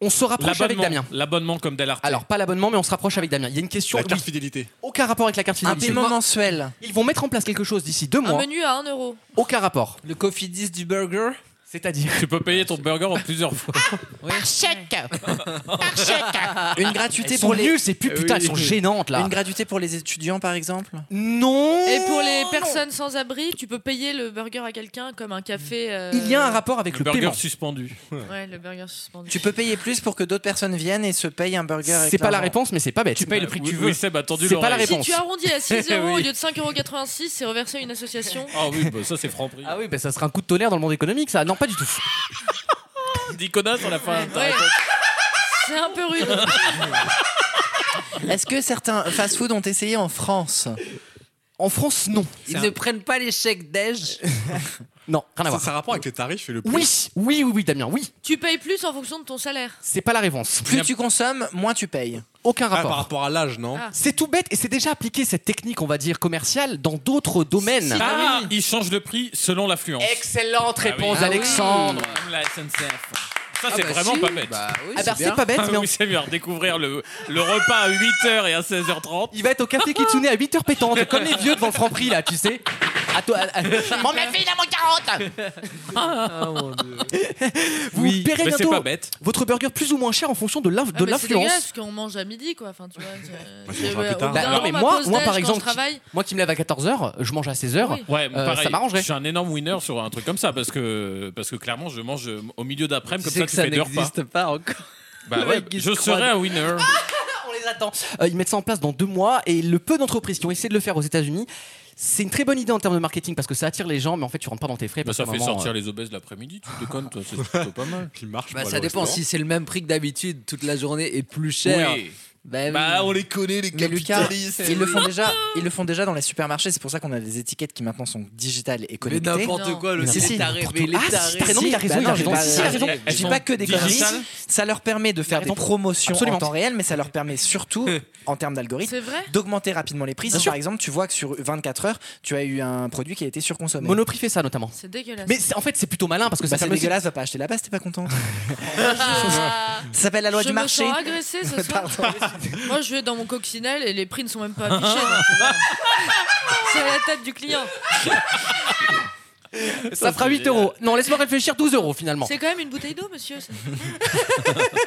Speaker 2: On se rapproche avec
Speaker 8: L'abonnement-
Speaker 2: Damien.
Speaker 8: L'abonnement comme Delarte.
Speaker 2: Alors pas l'abonnement, mais on se rapproche avec Damien. Il y a une question.
Speaker 8: La carte
Speaker 2: oui.
Speaker 3: fidélité.
Speaker 2: Aucun rapport avec la carte
Speaker 7: un
Speaker 2: fidélité.
Speaker 7: paiement mensuel.
Speaker 2: Ils vont mettre en place quelque chose d'ici deux
Speaker 4: Un
Speaker 2: mois.
Speaker 4: menu à 1 euro.
Speaker 2: Aucun rapport.
Speaker 7: Le coffee 10 du burger.
Speaker 2: C'est-à-dire
Speaker 8: Tu peux payer ton burger en plusieurs fois.
Speaker 2: Par chèque
Speaker 8: (laughs)
Speaker 2: Par
Speaker 7: chèque (laughs) Une gratuité
Speaker 2: Elles sont
Speaker 7: pour les.
Speaker 2: nulles, ces pubs, putain, elles sont gênantes, là.
Speaker 7: Une gratuité pour les étudiants, par exemple.
Speaker 2: Non
Speaker 4: Et pour
Speaker 5: Oh,
Speaker 4: les personnes sans abri, tu peux payer le burger à quelqu'un comme un café. euh,
Speaker 2: Il y a un rapport avec
Speaker 8: Le
Speaker 2: le,
Speaker 8: burger
Speaker 2: paiement.
Speaker 8: suspendu.
Speaker 4: Ouais, le burger suspendu.
Speaker 7: Tu peux payer plus pour que d'autres personnes viennent et se payent un burger.
Speaker 2: C'est pas la réponse, mais c'est pas bête. Tu payes le prix
Speaker 8: que tu veux. Oui, Seb a tendu
Speaker 2: C'est pas la
Speaker 8: l'oreille.
Speaker 2: réponse.
Speaker 4: Si tu arrondis à 6 euros au
Speaker 2: Oui.
Speaker 4: lieu de 5,86 euros, c'est reversé à une association.
Speaker 8: Ah oui, bah, ça c'est franc prix.
Speaker 2: Ah oui, bah, ça sera un coup de tonnerre dans le monde économique, ça. Non, pas du tout.
Speaker 8: (laughs) 10 connasses, on a fait un
Speaker 4: Ouais. C'est un peu rude.
Speaker 7: Est-ce que certains fast-food ont essayé en France
Speaker 2: En France, non.
Speaker 5: Ils ne prennent pas les chèques déj.
Speaker 2: Non, rien à
Speaker 3: Ça,
Speaker 2: voir.
Speaker 3: ça a rapport avec les tarifs et le prix.
Speaker 2: Oui, oui, oui, oui, Damien, oui.
Speaker 4: Tu payes plus en fonction de ton salaire. Ah,
Speaker 2: C'est pas la réponse.
Speaker 7: Plus tu consommes, moins tu payes.
Speaker 2: Aucun
Speaker 3: Ah, par
Speaker 2: rapport.
Speaker 3: rapport à l'âge, non
Speaker 4: Ah.
Speaker 2: C'est tout bête et c'est déjà appliqué cette technique, on va dire, commerciale dans d'autres domaines.
Speaker 4: Si,
Speaker 8: Ah, ils changent le prix selon l'affluence.
Speaker 2: Excellente réponse,
Speaker 8: Ah oui.
Speaker 2: Alexandre.
Speaker 8: Comme la SNCF. Ça,
Speaker 5: Ah
Speaker 8: c'est
Speaker 5: bah
Speaker 8: vraiment
Speaker 5: si.
Speaker 8: pas bête.
Speaker 5: Bah oui,
Speaker 2: Ah,
Speaker 5: c'est
Speaker 2: bah, c'est
Speaker 5: bien.
Speaker 2: pas bête,
Speaker 8: Ah
Speaker 2: mais en-
Speaker 8: oui, c'est bien. Découvrir le, le repas à 8h et à 16h30.
Speaker 2: Il va être au café Kitsune à 8h pétante, comme les vieux devant le Franprix là, tu sais. À
Speaker 4: (laughs)
Speaker 2: toi, à- à- Mon ma fille, il a mon 40
Speaker 4: Ah.
Speaker 2: Vous
Speaker 6: Oui.
Speaker 2: paierez
Speaker 8: Mais c'est
Speaker 2: bientôt
Speaker 8: pas bête.
Speaker 2: votre burger plus ou moins cher en fonction de l'inf-
Speaker 4: Ah, mais
Speaker 2: de
Speaker 4: c'est
Speaker 2: l'influence.
Speaker 4: dégueulasse, parce qu'on mange à midi, quoi. Enfin, tu vois. c'est- euh,
Speaker 3: je
Speaker 4: c'est-
Speaker 3: mangerai plus
Speaker 4: au
Speaker 3: tard.
Speaker 4: bout d'un
Speaker 2: Bah,
Speaker 4: moment,
Speaker 2: non, mais
Speaker 4: ma
Speaker 2: moi,
Speaker 4: pause
Speaker 2: moi
Speaker 4: déj,
Speaker 2: par
Speaker 4: quand
Speaker 2: exemple,
Speaker 4: je travaille,
Speaker 2: moi qui me lève à 14h, je mange à 16h.
Speaker 4: Oui.
Speaker 8: Ouais,
Speaker 2: Euh,
Speaker 8: pareil,
Speaker 2: ça m'arrangerait.
Speaker 8: Je suis un énorme winner sur un truc comme ça parce que, parce que clairement, je mange euh, au milieu d'après-midi,
Speaker 5: Tu
Speaker 8: comme
Speaker 5: sais
Speaker 8: ça,
Speaker 5: que
Speaker 8: tu
Speaker 5: ça
Speaker 8: fais deux repas.
Speaker 5: n'existe pas encore.
Speaker 8: Bah
Speaker 5: Le
Speaker 8: ouais,
Speaker 5: mec qui
Speaker 8: je
Speaker 5: se
Speaker 8: serai
Speaker 5: croit-
Speaker 8: un winner.
Speaker 2: On les attend. Euh, ils mettent ça en place dans deux mois et le peu d'entreprises qui ont essayé de le faire aux États-Unis, c'est une très bonne idée en termes de marketing parce que ça attire les gens, mais en fait tu rentres pas dans tes frais.
Speaker 8: Bah,
Speaker 2: parce
Speaker 8: ça
Speaker 2: qu'à un
Speaker 8: fait
Speaker 2: moment,
Speaker 8: sortir
Speaker 2: euh,
Speaker 8: les obèses l'après-midi, tu déconnes, toi, c'est plutôt pas mal.
Speaker 3: Qui marche
Speaker 5: Bah,
Speaker 3: pour
Speaker 5: ça
Speaker 3: aller au
Speaker 5: dépend.
Speaker 3: restaurant.
Speaker 5: Si c'est le même prix que d'habitude, toute la journée est plus cher.
Speaker 8: Oui.
Speaker 5: Bah, oui.
Speaker 8: Bah, on les connaît, les
Speaker 7: Mais Lucas,
Speaker 8: capitalistes.
Speaker 7: ils le font déjà. Ils le font déjà dans les supermarchés. C'est pour ça qu'on a des étiquettes qui maintenant sont digitales et
Speaker 5: Mais
Speaker 7: connectées.
Speaker 5: n'importe quoi, le
Speaker 7: Mais
Speaker 5: mec
Speaker 7: si,
Speaker 5: est
Speaker 7: n'importe
Speaker 5: arrivé, il
Speaker 2: Ah,
Speaker 5: est
Speaker 2: si,
Speaker 5: taré.
Speaker 2: t'as raison, il a raison,
Speaker 7: bah
Speaker 2: il
Speaker 7: non,
Speaker 2: a
Speaker 7: j'ai
Speaker 2: raison.
Speaker 7: pas-
Speaker 2: Si, si, il a raison.
Speaker 7: Je dis
Speaker 8: Elles
Speaker 7: pas
Speaker 8: sont
Speaker 7: que des conneries.
Speaker 8: digitales.
Speaker 7: Ça leur permet de faire des
Speaker 2: Elles sont-
Speaker 7: promotions
Speaker 2: Absolument.
Speaker 7: en temps réel, mais ça leur permet
Speaker 2: (laughs)
Speaker 7: surtout, en termes d'algorithme,
Speaker 4: c'est vrai.
Speaker 7: d'augmenter rapidement les prix. Si par exemple, tu vois que sur 24 heures, tu as eu un produit qui a été surconsommé.
Speaker 2: Monoprix fait ça notamment.
Speaker 4: C'est dégueulasse.
Speaker 2: Mais c'est- en fait c'est plutôt malin parce que
Speaker 7: Bah,
Speaker 2: ça
Speaker 7: c'est
Speaker 2: permet aussi-
Speaker 7: dégueulasse, va pas acheter là-bas si t'es pas
Speaker 2: (laughs)
Speaker 7: content.
Speaker 4: Ah,
Speaker 7: (laughs) Ça s'appelle la loi
Speaker 4: je
Speaker 7: du
Speaker 4: me
Speaker 7: marché.
Speaker 4: sens agressée ce
Speaker 7: (laughs)
Speaker 4: soir. Moi, je vais dans mon coccinelle et les prix ne sont même pas affichés. donc, euh, C'est à la tête du client.
Speaker 2: Ça fera 8 euros. Non, laisse-moi réfléchir 12 euros Oh, finalement.
Speaker 4: C'est quand même une bouteille d'eau, monsieur. ça.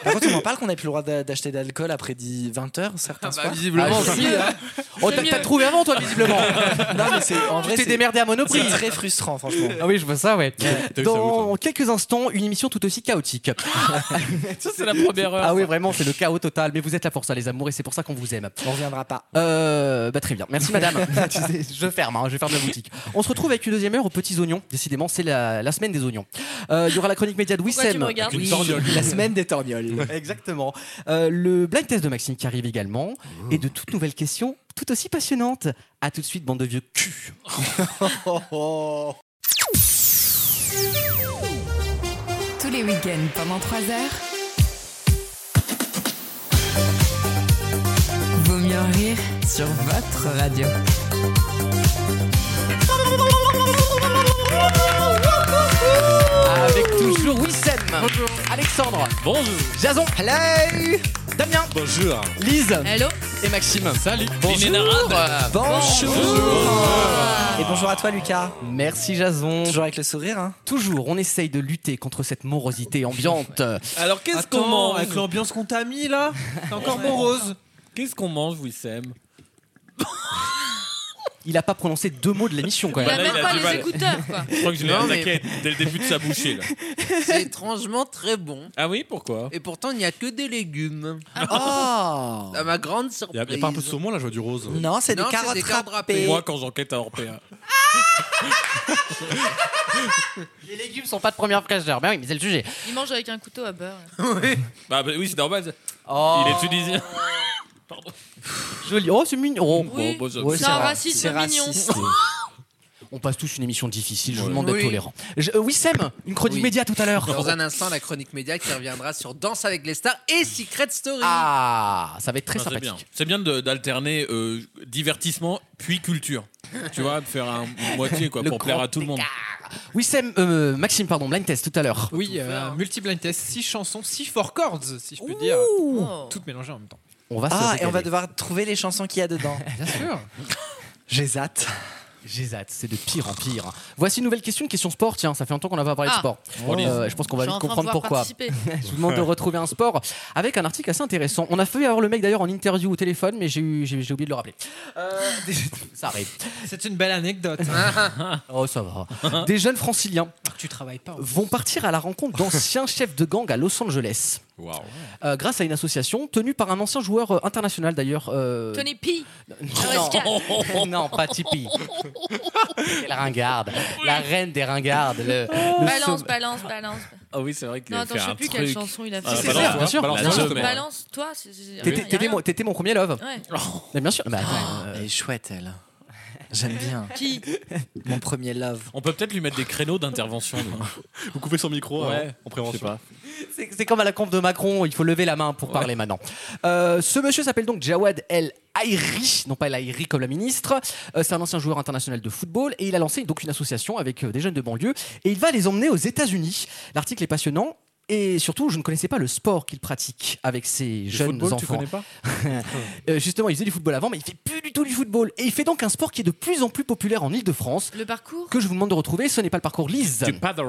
Speaker 7: Par contre, on m'en parle qu'on n'a plus le droit d'a- d'acheter d'alcool après 10, 20 heures, certains soirs.
Speaker 2: visiblement,
Speaker 7: c'est
Speaker 2: si,
Speaker 7: mieux,
Speaker 2: hein.
Speaker 7: hein.
Speaker 2: Oh, t'as- t'as trouvé avant, toi, visiblement.
Speaker 7: non, mais c'est en
Speaker 2: Tu
Speaker 7: vrai.
Speaker 2: t'es
Speaker 7: c'est-
Speaker 2: démerdé à Monoprix.
Speaker 7: C'est très frustrant, hein,
Speaker 2: (laughs)
Speaker 7: franchement.
Speaker 2: Ah oui, je vois ça, ouais.
Speaker 7: T'as eu ça hein. où,
Speaker 2: Dans quelques instants, une émission tout aussi chaotique.
Speaker 8: (laughs) Ça, c'est la première heure.
Speaker 2: Ah oui, vraiment, c'est le chaos total. Mais vous êtes là pour ça, les amours, et c'est pour ça qu'on vous aime.
Speaker 7: On reviendra pas.
Speaker 2: Euh, bah, très bien.
Speaker 8: (laughs)
Speaker 2: Merci, madame. Tu sais, je ferme, hein, je ferme la boutique. On se retrouve avec une deuxième heure aux petits oignons. Décidément, c'est la, la semaine des oignons. Euh, Il y aura la chronique média de
Speaker 7: Pourquoi tu
Speaker 2: Wissem.
Speaker 7: me regardes Avec une torgnole. La semaine
Speaker 2: des torgnoles.
Speaker 7: (laughs)
Speaker 2: Exactement. Euh, le blind test de Maxime qui arrive également.
Speaker 7: Mmh.
Speaker 2: Et de toutes nouvelles questions tout aussi passionnantes. À tout de suite, bande de vieux
Speaker 7: (laughs)
Speaker 2: culs.
Speaker 1: Tous les week-ends pendant 3 heures. Vaut mieux en rire sur votre radio.
Speaker 2: Avec toujours Wissem. Bonjour. Alexandre.
Speaker 8: Bonjour.
Speaker 2: Jason. Hello. Damien.
Speaker 3: Bonjour.
Speaker 2: Lise.
Speaker 4: Hello.
Speaker 2: Et Maxime.
Speaker 8: Salut.
Speaker 2: Bonjour.
Speaker 7: Bonjour.
Speaker 2: Et bonjour à toi, Lucas. Merci, Jason. Toujours avec le sourire, hein Toujours. On essaye de lutter contre cette morosité ambiante.
Speaker 8: Alors, qu'est-ce
Speaker 6: Attends,
Speaker 8: qu'on mange
Speaker 6: Avec l'ambiance qu'on t'a mis là, t'es encore
Speaker 8: Ouais.
Speaker 6: morose.
Speaker 8: Qu'est-ce qu'on mange, Wissem
Speaker 2: Il a pas prononcé deux mots de l'émission, quand même.
Speaker 8: Bah là, il a du mal. (laughs) Je crois que je l'ai
Speaker 5: Non,
Speaker 8: attaqué
Speaker 5: mais-
Speaker 8: dès le début de sa bouchée. Là.
Speaker 5: C'est étrangement très bon.
Speaker 8: Ah oui, pourquoi
Speaker 5: Et pourtant, il n'y a que des légumes.
Speaker 7: Ah
Speaker 5: À ma grande surprise.
Speaker 8: Il n'y a, pas un peu de saumon là, je vois du rose.
Speaker 7: Non, c'est des carottes râpées.
Speaker 8: Moi, quand j'enquête à
Speaker 3: hein.
Speaker 8: Orpea.
Speaker 2: Les légumes sont pas de première fraîcheur. Ben oui, mais c'est le sujet.
Speaker 4: Il mange avec un couteau à beurre.
Speaker 8: oui. (laughs) Bah, bah oui, c'est normal.
Speaker 2: Oh.
Speaker 8: Il est
Speaker 2: (laughs)
Speaker 8: tunisien.
Speaker 2: Joli. Oh, c'est mignon. Oh.
Speaker 8: Oui. Bon, bah, ça-
Speaker 4: C'est un racisme mignon.
Speaker 5: (laughs)
Speaker 2: On passe tous une émission difficile. Je vous demande
Speaker 5: Oui.
Speaker 2: d'être tolérant. Je- euh, Wissem, une chronique
Speaker 5: Oui.
Speaker 2: média tout à l'heure.
Speaker 5: Dans un instant, la chronique média qui reviendra sur Danse avec les stars et Secret Story.
Speaker 2: Ah, ça va être très
Speaker 8: Non, c'est bien.
Speaker 2: sympathique.
Speaker 8: C'est bien de- d'alterner euh, divertissement puis culture. Tu vois, de faire un moitié quoi,
Speaker 2: Le
Speaker 8: pour plaire
Speaker 2: grand
Speaker 8: à tout le monde.
Speaker 2: Wissem, euh, Maxime, pardon, blind test tout à l'heure.
Speaker 6: Oui, euh, multi-blind test, 6 chansons, 6 four chords, si je peux dire.
Speaker 2: Oh.
Speaker 6: Toutes mélangées en même temps.
Speaker 2: On va se
Speaker 7: ah, et on
Speaker 2: régaler.
Speaker 7: va devoir trouver les chansons qu'il y a dedans.
Speaker 6: Bien sûr.
Speaker 7: J'ai hâte.
Speaker 2: J'ai hâte, c'est de pire en pire. Voici une nouvelle question, une question sport. Tiens, ça fait longtemps qu'on n'a pas parlé
Speaker 4: Ah.
Speaker 2: de sport.
Speaker 4: Oh.
Speaker 2: Euh, je pense qu'on va
Speaker 4: Je suis
Speaker 2: vite
Speaker 4: en train de
Speaker 2: comprendre
Speaker 4: devoir
Speaker 2: pourquoi.
Speaker 4: participer.
Speaker 2: (laughs) je vous demande de retrouver un sport avec un article assez intéressant. On a failli avoir le mec d'ailleurs en interview au téléphone, mais j'ai eu- j'ai j'ai oublié de le rappeler. Euh, des- ça arrive.
Speaker 6: C'est une belle anecdote.
Speaker 2: (laughs) Oh, ça
Speaker 4: Uh-huh.
Speaker 2: va. (laughs) Des jeunes franciliens
Speaker 6: tu travailles pas.
Speaker 2: vont partir à la rencontre
Speaker 4: (laughs)
Speaker 2: d'anciens chefs de gang à Los Angeles.
Speaker 8: Waouh.
Speaker 2: Euh, grâce à une association tenue par un ancien joueur euh, international d'ailleurs. euh,
Speaker 4: Tony P.
Speaker 6: (laughs)
Speaker 2: non, (laughs) non,
Speaker 4: (laughs)
Speaker 2: pas (laughs) Tipeee. Quelle ringarde. La reine des ringardes. Le, le
Speaker 4: Balance,
Speaker 2: somm-
Speaker 4: balance, balance.
Speaker 8: Ah oui, c'est vrai qu'il
Speaker 4: Non,
Speaker 8: a
Speaker 4: attends,
Speaker 8: fait
Speaker 4: je sais
Speaker 8: un
Speaker 4: plus
Speaker 8: truc.
Speaker 4: quelle chanson il a fait.
Speaker 8: Ah,
Speaker 2: Si,
Speaker 8: balance,
Speaker 2: c'est ça, bien sûr.
Speaker 8: balance,
Speaker 2: Non,
Speaker 8: balance,
Speaker 2: je
Speaker 8: balance.
Speaker 4: Balance, toi. c'est- c'est- y a
Speaker 2: T'étais
Speaker 4: rien.
Speaker 2: t'étais mon, t'étais mon premier love.
Speaker 4: Ouais. Ah.
Speaker 2: Mais bien sûr. Bah, euh, Mais attends,
Speaker 7: Elle est chouette, elle. J'aime bien.
Speaker 2: (laughs)
Speaker 4: Qui
Speaker 7: Mon premier love.
Speaker 8: On peut peut-être lui mettre des créneaux d'intervention. nous.
Speaker 2: (laughs)
Speaker 3: Vous coupez son micro
Speaker 8: Ouais.
Speaker 3: avant, en prévention.
Speaker 8: Je sais pas.
Speaker 2: c'est c'est comme à la conf de Macron, il faut lever la main pour parler maintenant. Euh, ce monsieur s'appelle donc Jawad El Airi, non pas El Airi comme la ministre. Euh, c'est un ancien joueur international de football et il a lancé donc une association avec euh, des jeunes de banlieue et il va les emmener aux États-Unis. L'article est passionnant. Et surtout, je ne connaissais pas le sport qu'il pratique avec ces
Speaker 8: Du
Speaker 2: jeunes
Speaker 8: football,
Speaker 2: enfants.
Speaker 8: tu connais pas
Speaker 2: (laughs) Euh, justement, il faisait du football avant, mais il fait plus du tout du football. Et il fait donc un sport qui est de plus en plus populaire en Ile-de-France,
Speaker 4: Le parcours
Speaker 2: que je vous demande de retrouver. Ce n'est pas le parcours Lise.
Speaker 8: Du paddle.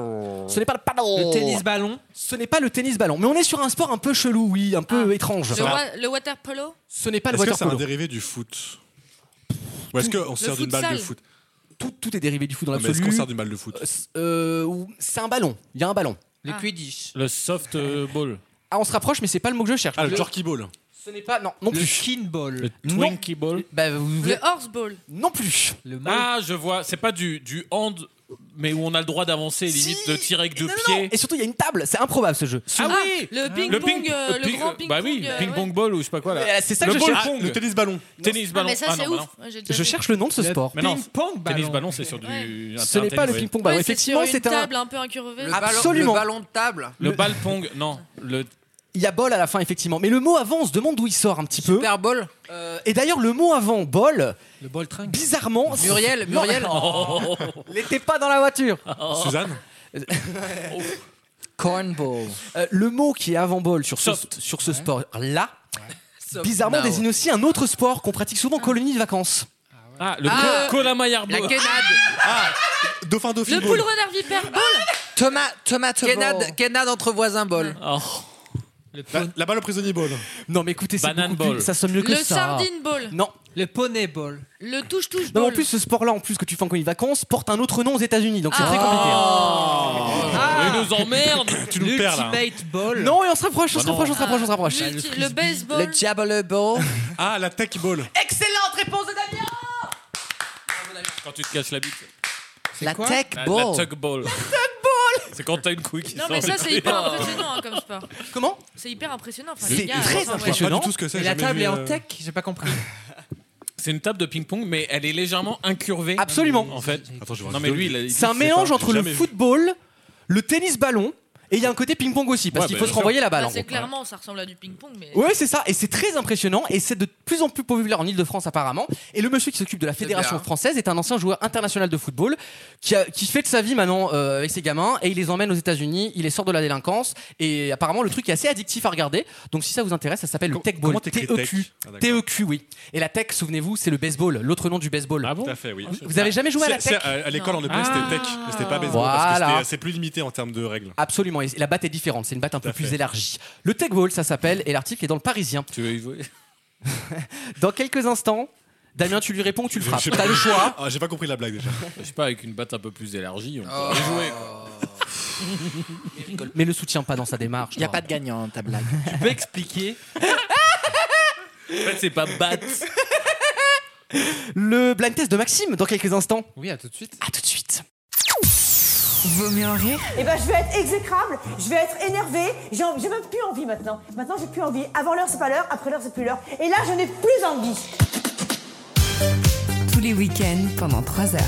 Speaker 2: Ce n'est pas le paddle.
Speaker 6: Le tennis ballon.
Speaker 2: Ce n'est pas le tennis ballon, mais on est sur un sport un peu chelou, oui, un peu étrange.
Speaker 4: Ah. le, wa- le water polo
Speaker 2: Ce n'est pas le
Speaker 3: Est-ce que
Speaker 2: water
Speaker 3: c'est un
Speaker 2: polo.
Speaker 3: dérivé du foot Ou est-ce qu'on se sert d'une balle de
Speaker 4: futsal.
Speaker 3: foot
Speaker 2: Tout, tout est dérivé du foot dans
Speaker 3: Non, mais Est-ce qu'on
Speaker 2: l'absolu.
Speaker 3: se sert d'une balle de foot
Speaker 2: Euh, c'est- euh, ou- c'est un ballon. Il y a un ballon.
Speaker 6: Le
Speaker 4: Ah.
Speaker 6: quidditch.
Speaker 8: Le soft
Speaker 2: (laughs)
Speaker 8: euh, ball.
Speaker 2: Ah, on se rapproche, mais c'est pas le mot que je cherche.
Speaker 3: Ah, le
Speaker 2: Je-
Speaker 3: jerky ball.
Speaker 2: Ce n'est pas non, non
Speaker 6: Le
Speaker 2: plus.
Speaker 6: skin ball.
Speaker 8: Le
Speaker 2: Non.
Speaker 8: twinkie ball.
Speaker 2: Bah, vous-
Speaker 4: Le horseball
Speaker 2: non plus.
Speaker 6: Le mal.
Speaker 8: Ah, je vois. C'est pas du, du hand, mais où on a le droit d'avancer, limite
Speaker 2: Si.
Speaker 8: de tirer avec deux
Speaker 2: Non, non, non.
Speaker 8: pieds.
Speaker 2: Et surtout, il y a une table. C'est improbable ce jeu.
Speaker 8: Ah,
Speaker 4: Ah,
Speaker 8: oui
Speaker 4: le ping-pong, euh, le grand ping-pong,
Speaker 8: Bah oui,
Speaker 4: euh,
Speaker 8: ping-pong ball ou je sais pas quoi là.
Speaker 2: Euh, C'est ça que
Speaker 8: Le
Speaker 2: je
Speaker 8: ball
Speaker 2: cherche.
Speaker 8: pong.
Speaker 3: Le tennis ballon.
Speaker 8: Tennis
Speaker 4: Ah,
Speaker 8: ballon.
Speaker 4: mais ça,
Speaker 8: Ah, non,
Speaker 4: c'est
Speaker 8: bah non.
Speaker 4: ouf. Ouais, j'ai déjà
Speaker 2: Je
Speaker 4: vu.
Speaker 2: cherche le nom de ce
Speaker 6: Le
Speaker 2: sport.
Speaker 8: Mais non,
Speaker 6: Ping-pong ballon.
Speaker 8: Tennis
Speaker 5: bah.
Speaker 8: ballon, c'est sur du.
Speaker 4: Ouais.
Speaker 8: un-
Speaker 2: Ce
Speaker 8: un
Speaker 2: n'est pas le
Speaker 8: tennis, oui.
Speaker 2: ping-pong ballon.
Speaker 4: Ouais, c'est
Speaker 2: Effectivement,
Speaker 4: sur une
Speaker 2: c'est un.
Speaker 4: table un peu incurvée.
Speaker 5: Le ballon-
Speaker 2: absolument.
Speaker 5: le ballon de table.
Speaker 8: Le ball pong, non. Le
Speaker 2: Il y a bol à la fin, effectivement. Mais le mot avant, on se demande d'où il sort un petit peu.
Speaker 5: Super Bowl.
Speaker 2: Euh, et d'ailleurs, le mot avant bol,
Speaker 6: Le ball tringue.
Speaker 2: bizarrement. c'est-
Speaker 5: Muriel,
Speaker 2: Non, (laughs)
Speaker 5: Muriel. Oh.
Speaker 2: N'était pas dans la voiture.
Speaker 6: (laughs)
Speaker 3: Suzanne
Speaker 7: Cornball.
Speaker 2: Euh, le mot qui est avant bol sur ce,
Speaker 8: Soft.
Speaker 2: sur ce sport là, bizarrement désigne aussi un
Speaker 4: Ah.
Speaker 2: autre sport qu'on pratique souvent en colonie de vacances.
Speaker 8: Ah, le
Speaker 5: Ah,
Speaker 8: Cola Maillard
Speaker 5: La
Speaker 8: Ball.
Speaker 5: quenade.
Speaker 3: Dauphin Dauphin
Speaker 4: Le
Speaker 3: Ball.
Speaker 4: poule renard vipère ball
Speaker 8: Ah,
Speaker 7: Thomas, Thomas,
Speaker 5: Kenad, Kenad entre voisins bol.
Speaker 3: La, la balle au prisonnier ball.
Speaker 2: Non, mais écoutez, c'est beaucoup plus- ça sonne mieux que
Speaker 4: Le
Speaker 2: ça.
Speaker 4: sardine ball
Speaker 2: Non.
Speaker 6: Le poney ball.
Speaker 4: (laughs) Le touche-touche
Speaker 2: Non, mais
Speaker 4: ball
Speaker 2: en plus, ce sport-là, en plus que tu fais en colonie de vacances, porte un autre nom aux États-Unis, donc c'est
Speaker 4: Ah.
Speaker 2: très compliqué. hein.
Speaker 8: Ah, Il nous emmerde
Speaker 2: Tu nous perds, là.
Speaker 6: Ultimate
Speaker 8: Oh
Speaker 6: ball.
Speaker 2: Non, et on se rapproche, on
Speaker 6: Bah
Speaker 2: se rapproche,
Speaker 6: non.
Speaker 2: on se rapproche, on se rapproche.
Speaker 4: L'ulti- le baseball.
Speaker 7: Le diable ball.
Speaker 3: Ah, la tech ball.
Speaker 4: Excellente réponse de Damien
Speaker 8: Quand tu te caches la bite.
Speaker 7: La
Speaker 8: Quoi
Speaker 7: tech
Speaker 8: La-
Speaker 7: ball.
Speaker 8: La tug ball.
Speaker 1: (laughs)
Speaker 8: C'est quand t'as une couille qui
Speaker 4: Non,
Speaker 8: sort
Speaker 4: mais ça,
Speaker 8: du
Speaker 4: c'est
Speaker 8: truc.
Speaker 4: hyper impressionnant hein, comme sport.
Speaker 2: Comment
Speaker 4: C'est hyper impressionnant. Enfin,
Speaker 8: C'est
Speaker 4: les gars, euh,
Speaker 8: très
Speaker 4: enfin, ouais.
Speaker 8: impressionnant. Je sais pas du tout ce que c'est,
Speaker 6: Et la
Speaker 8: jamais
Speaker 6: table
Speaker 8: vu,
Speaker 6: est en
Speaker 8: euh,
Speaker 6: tech, j'ai pas compris.
Speaker 8: C'est une table de ping-pong, mais elle est légèrement incurvée.
Speaker 2: Absolument.
Speaker 8: En fait.
Speaker 3: voir
Speaker 8: non,
Speaker 3: une
Speaker 8: mais
Speaker 3: vidéo.
Speaker 8: lui, il a- il
Speaker 2: C'est un
Speaker 8: sait
Speaker 2: mélange
Speaker 8: pas,
Speaker 2: entre
Speaker 8: j'ai
Speaker 2: le
Speaker 8: jamais vu.
Speaker 2: football, le tennis-ballon, et il y a un côté ping-pong aussi, parce
Speaker 8: Ouais,
Speaker 2: qu'il
Speaker 8: bah,
Speaker 2: faut
Speaker 8: bien
Speaker 2: se
Speaker 8: sûr.
Speaker 2: renvoyer la balle.
Speaker 4: Bah,
Speaker 2: en
Speaker 4: c'est
Speaker 2: gros.
Speaker 4: clairement, ça ressemble à du ping-pong, mais.
Speaker 2: Ouais, c'est ça, et c'est très impressionnant, et c'est de plus en plus populaire en Ile-de-France apparemment. Et le monsieur qui s'occupe de la Fédération
Speaker 5: bien.
Speaker 2: française est un ancien joueur international de football qui, a- qui fait de sa vie maintenant euh, avec ses gamins, et il les emmène aux États-Unis, il les sort de la délinquance, et apparemment le truc est assez addictif à regarder. Donc si ça vous intéresse, ça s'appelle le Tech Ball. E
Speaker 3: comment t'écris
Speaker 2: TEQ.
Speaker 3: tech Ah, d'accord.
Speaker 2: TEQ, oui. Et la Tech, souvenez-vous, c'est le baseball, l'autre nom du baseball.
Speaker 8: Ah bon
Speaker 3: Tout à fait, oui.
Speaker 2: Vous avez jamais joué à la
Speaker 3: C'est-
Speaker 2: Tech
Speaker 3: c'est, euh, À l'école, on appelait
Speaker 2: Ah.
Speaker 3: c'était tech, mais c'était pas baseball parce que
Speaker 2: Voilà.
Speaker 3: c'était- c'est plus limité en termes de règles.
Speaker 2: Absolument, et la batte est différente, c'est une batte un peu
Speaker 3: à
Speaker 2: plus
Speaker 3: fait.
Speaker 2: élargie. Le Tech Ball, ça s'appelle, et l'article est dans le Parisien.
Speaker 8: Tu veux y jouer
Speaker 2: (laughs) Dans quelques instants, Damien, tu lui réponds ou tu le frappes
Speaker 3: J'ai-
Speaker 2: T'as le choix.
Speaker 3: Ah, j'ai pas compris la blague déjà.
Speaker 8: Je sais pas, avec une batte un peu plus élargie, on peut y jouer. quoi.
Speaker 2: Mais le soutient pas dans sa démarche.
Speaker 7: Il n'y a pas de gagnant, hein, ta
Speaker 2: (laughs)
Speaker 7: blague.
Speaker 6: Tu peux expliquer
Speaker 8: En fait, c'est pas batte.
Speaker 2: Le blind test de Maxime dans quelques instants.
Speaker 6: (laughs) Oui, à tout de suite.
Speaker 2: À tout de suite.
Speaker 1: Vaut mieux en rire
Speaker 13: Eh ben, je vais être exécrable, je vais être énervée, j'ai envie- j'ai même plus envie maintenant. Maintenant, j'ai plus envie. Avant l'heure, c'est pas l'heure, après l'heure, c'est plus l'heure. Et là, je n'ai plus envie.
Speaker 1: tous les week-ends pendant 3 heures.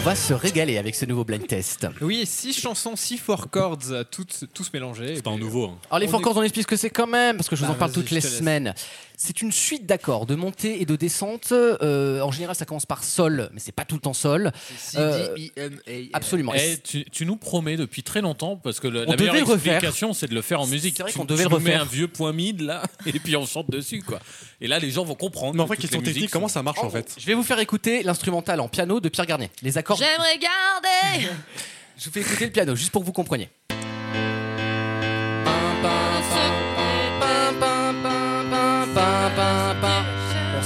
Speaker 2: On va se régaler avec ce nouveau blind test.
Speaker 6: Oui, 6 chansons, 6 four chords, toutes, tous mélangés. euh,
Speaker 3: C'est pas un nouveau. hein.
Speaker 2: Alors les
Speaker 6: On
Speaker 2: four
Speaker 6: est-
Speaker 2: chords, on explique ce que c'est quand même, parce que je vous
Speaker 6: Bah,
Speaker 2: en parle
Speaker 6: vas-y,
Speaker 2: toutes
Speaker 6: je
Speaker 2: les
Speaker 6: te laisse.
Speaker 2: semaines. C'est une suite d'accords, de montée et de descente. Euh, en général, ça commence par sol, mais c'est pas tout le temps sol. Euh,
Speaker 5: C-D-I-M-A.
Speaker 2: Absolument.
Speaker 8: Eh, tu, tu nous promets depuis très longtemps, parce que le-
Speaker 2: On
Speaker 8: la meilleure
Speaker 2: devait le refaire.
Speaker 8: explication, c'est de le faire en musique.
Speaker 2: C'est vrai
Speaker 8: Tu-
Speaker 2: qu'on devait
Speaker 8: tu
Speaker 2: le
Speaker 8: nous mets
Speaker 2: refaire.
Speaker 8: un vieux point mid, là, (laughs) et puis on chante dessus, quoi. Et là, les gens vont comprendre.
Speaker 3: Mais en
Speaker 8: que
Speaker 3: fait,
Speaker 8: toutes
Speaker 3: question
Speaker 8: les musiques
Speaker 3: technique,
Speaker 8: sont-
Speaker 3: comment ça marche en fait
Speaker 2: Je vais vous faire écouter l'instrumental en piano de Pierre Garnier. Les accords.
Speaker 4: J'aimerais garder
Speaker 2: Je vous fais écouter le piano, juste pour que vous compreniez. Bon,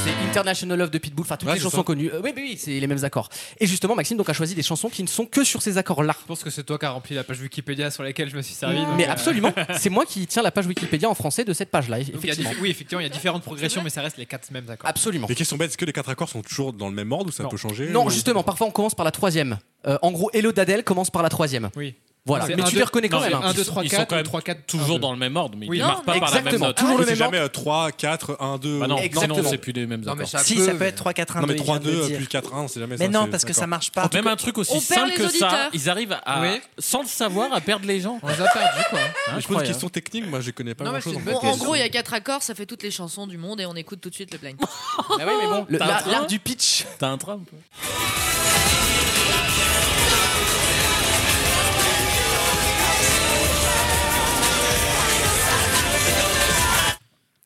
Speaker 2: c'est International Love de Pitbull, enfin toutes
Speaker 6: Ouais,
Speaker 2: les
Speaker 6: c'est
Speaker 2: chansons
Speaker 6: ça.
Speaker 2: connues. Euh, oui, oui, oui, c'est les mêmes accords. Et justement, Maxime donc a choisi des chansons qui ne sont que sur ces accords-là.
Speaker 6: Je pense que c'est toi qui as rempli la page Wikipédia sur laquelle je me suis servi. donc,
Speaker 2: Mais
Speaker 6: euh, (laughs)
Speaker 2: absolument, c'est moi qui tiens la page Wikipédia en français de cette page-là,
Speaker 6: donc il y a
Speaker 2: effectivement.
Speaker 6: diffé- oui, effectivement, il y a différentes progressions, mais ça reste les 4 mêmes accords.
Speaker 2: Absolument.
Speaker 3: Les questions bêtes, est-ce que les quatre accords sont toujours dans le même ordre ou ça
Speaker 6: Non.
Speaker 3: peut changer
Speaker 2: Non,
Speaker 3: ou-
Speaker 2: justement, parfois on commence par la troisième. Euh, en gros, Hello Dadel commence par la troisième.
Speaker 6: Oui.
Speaker 2: Voilà.
Speaker 6: C'est
Speaker 2: Mais
Speaker 6: un,
Speaker 2: tu
Speaker 6: deux-
Speaker 2: les reconnais quand
Speaker 8: non,
Speaker 2: même.
Speaker 8: c'est
Speaker 2: hein.
Speaker 6: 1,
Speaker 8: Ils
Speaker 6: 2,
Speaker 8: sont-
Speaker 6: 3,
Speaker 8: ils sont
Speaker 6: 4,
Speaker 8: quand même
Speaker 6: 3, 4,
Speaker 8: Toujours dans le même ordre, mais
Speaker 6: Oui.
Speaker 8: ils
Speaker 4: Non,
Speaker 8: marquent pas
Speaker 4: mais
Speaker 8: par la même
Speaker 2: exactement,
Speaker 8: note.
Speaker 2: toujours le
Speaker 3: Ah, C'est
Speaker 2: même
Speaker 3: jamais euh, 3, 4, 1, 2.
Speaker 8: Bah non, non, non,
Speaker 2: Exactement.
Speaker 8: c'est plus les mêmes
Speaker 5: Non, mais
Speaker 8: accords.
Speaker 5: ça
Speaker 7: Si,
Speaker 5: peut-
Speaker 7: ça peut être 3-4-1-2.
Speaker 3: Non, mais
Speaker 7: il
Speaker 3: 3,
Speaker 7: vient de le
Speaker 3: 2,
Speaker 7: dire.
Speaker 3: plus 4, 1, c'est jamais ça.
Speaker 7: Mais non,
Speaker 3: c'est-
Speaker 7: parce que ça
Speaker 3: d'accord.
Speaker 7: marche pas.
Speaker 8: Même un truc aussi
Speaker 4: On perd
Speaker 8: simple
Speaker 4: les
Speaker 8: que ça,
Speaker 4: auditeurs.
Speaker 8: ils arrivent à,
Speaker 6: Oui.
Speaker 8: sans le savoir, à perdre les gens.
Speaker 6: On les a perdus, quoi.
Speaker 8: Hein,
Speaker 3: Mais Je pose des questions techniques, moi je connais pas
Speaker 5: Non, mais
Speaker 3: grand chose.
Speaker 5: c'est une
Speaker 4: Bon, en gros, il y a quatre accords, ça fait toutes les chansons du monde et on écoute tout de suite le blind.
Speaker 2: Ah oui, mais bon, le-
Speaker 8: T'as un
Speaker 2: la-
Speaker 8: train
Speaker 2: l'art du pitch.
Speaker 8: T'as un Trump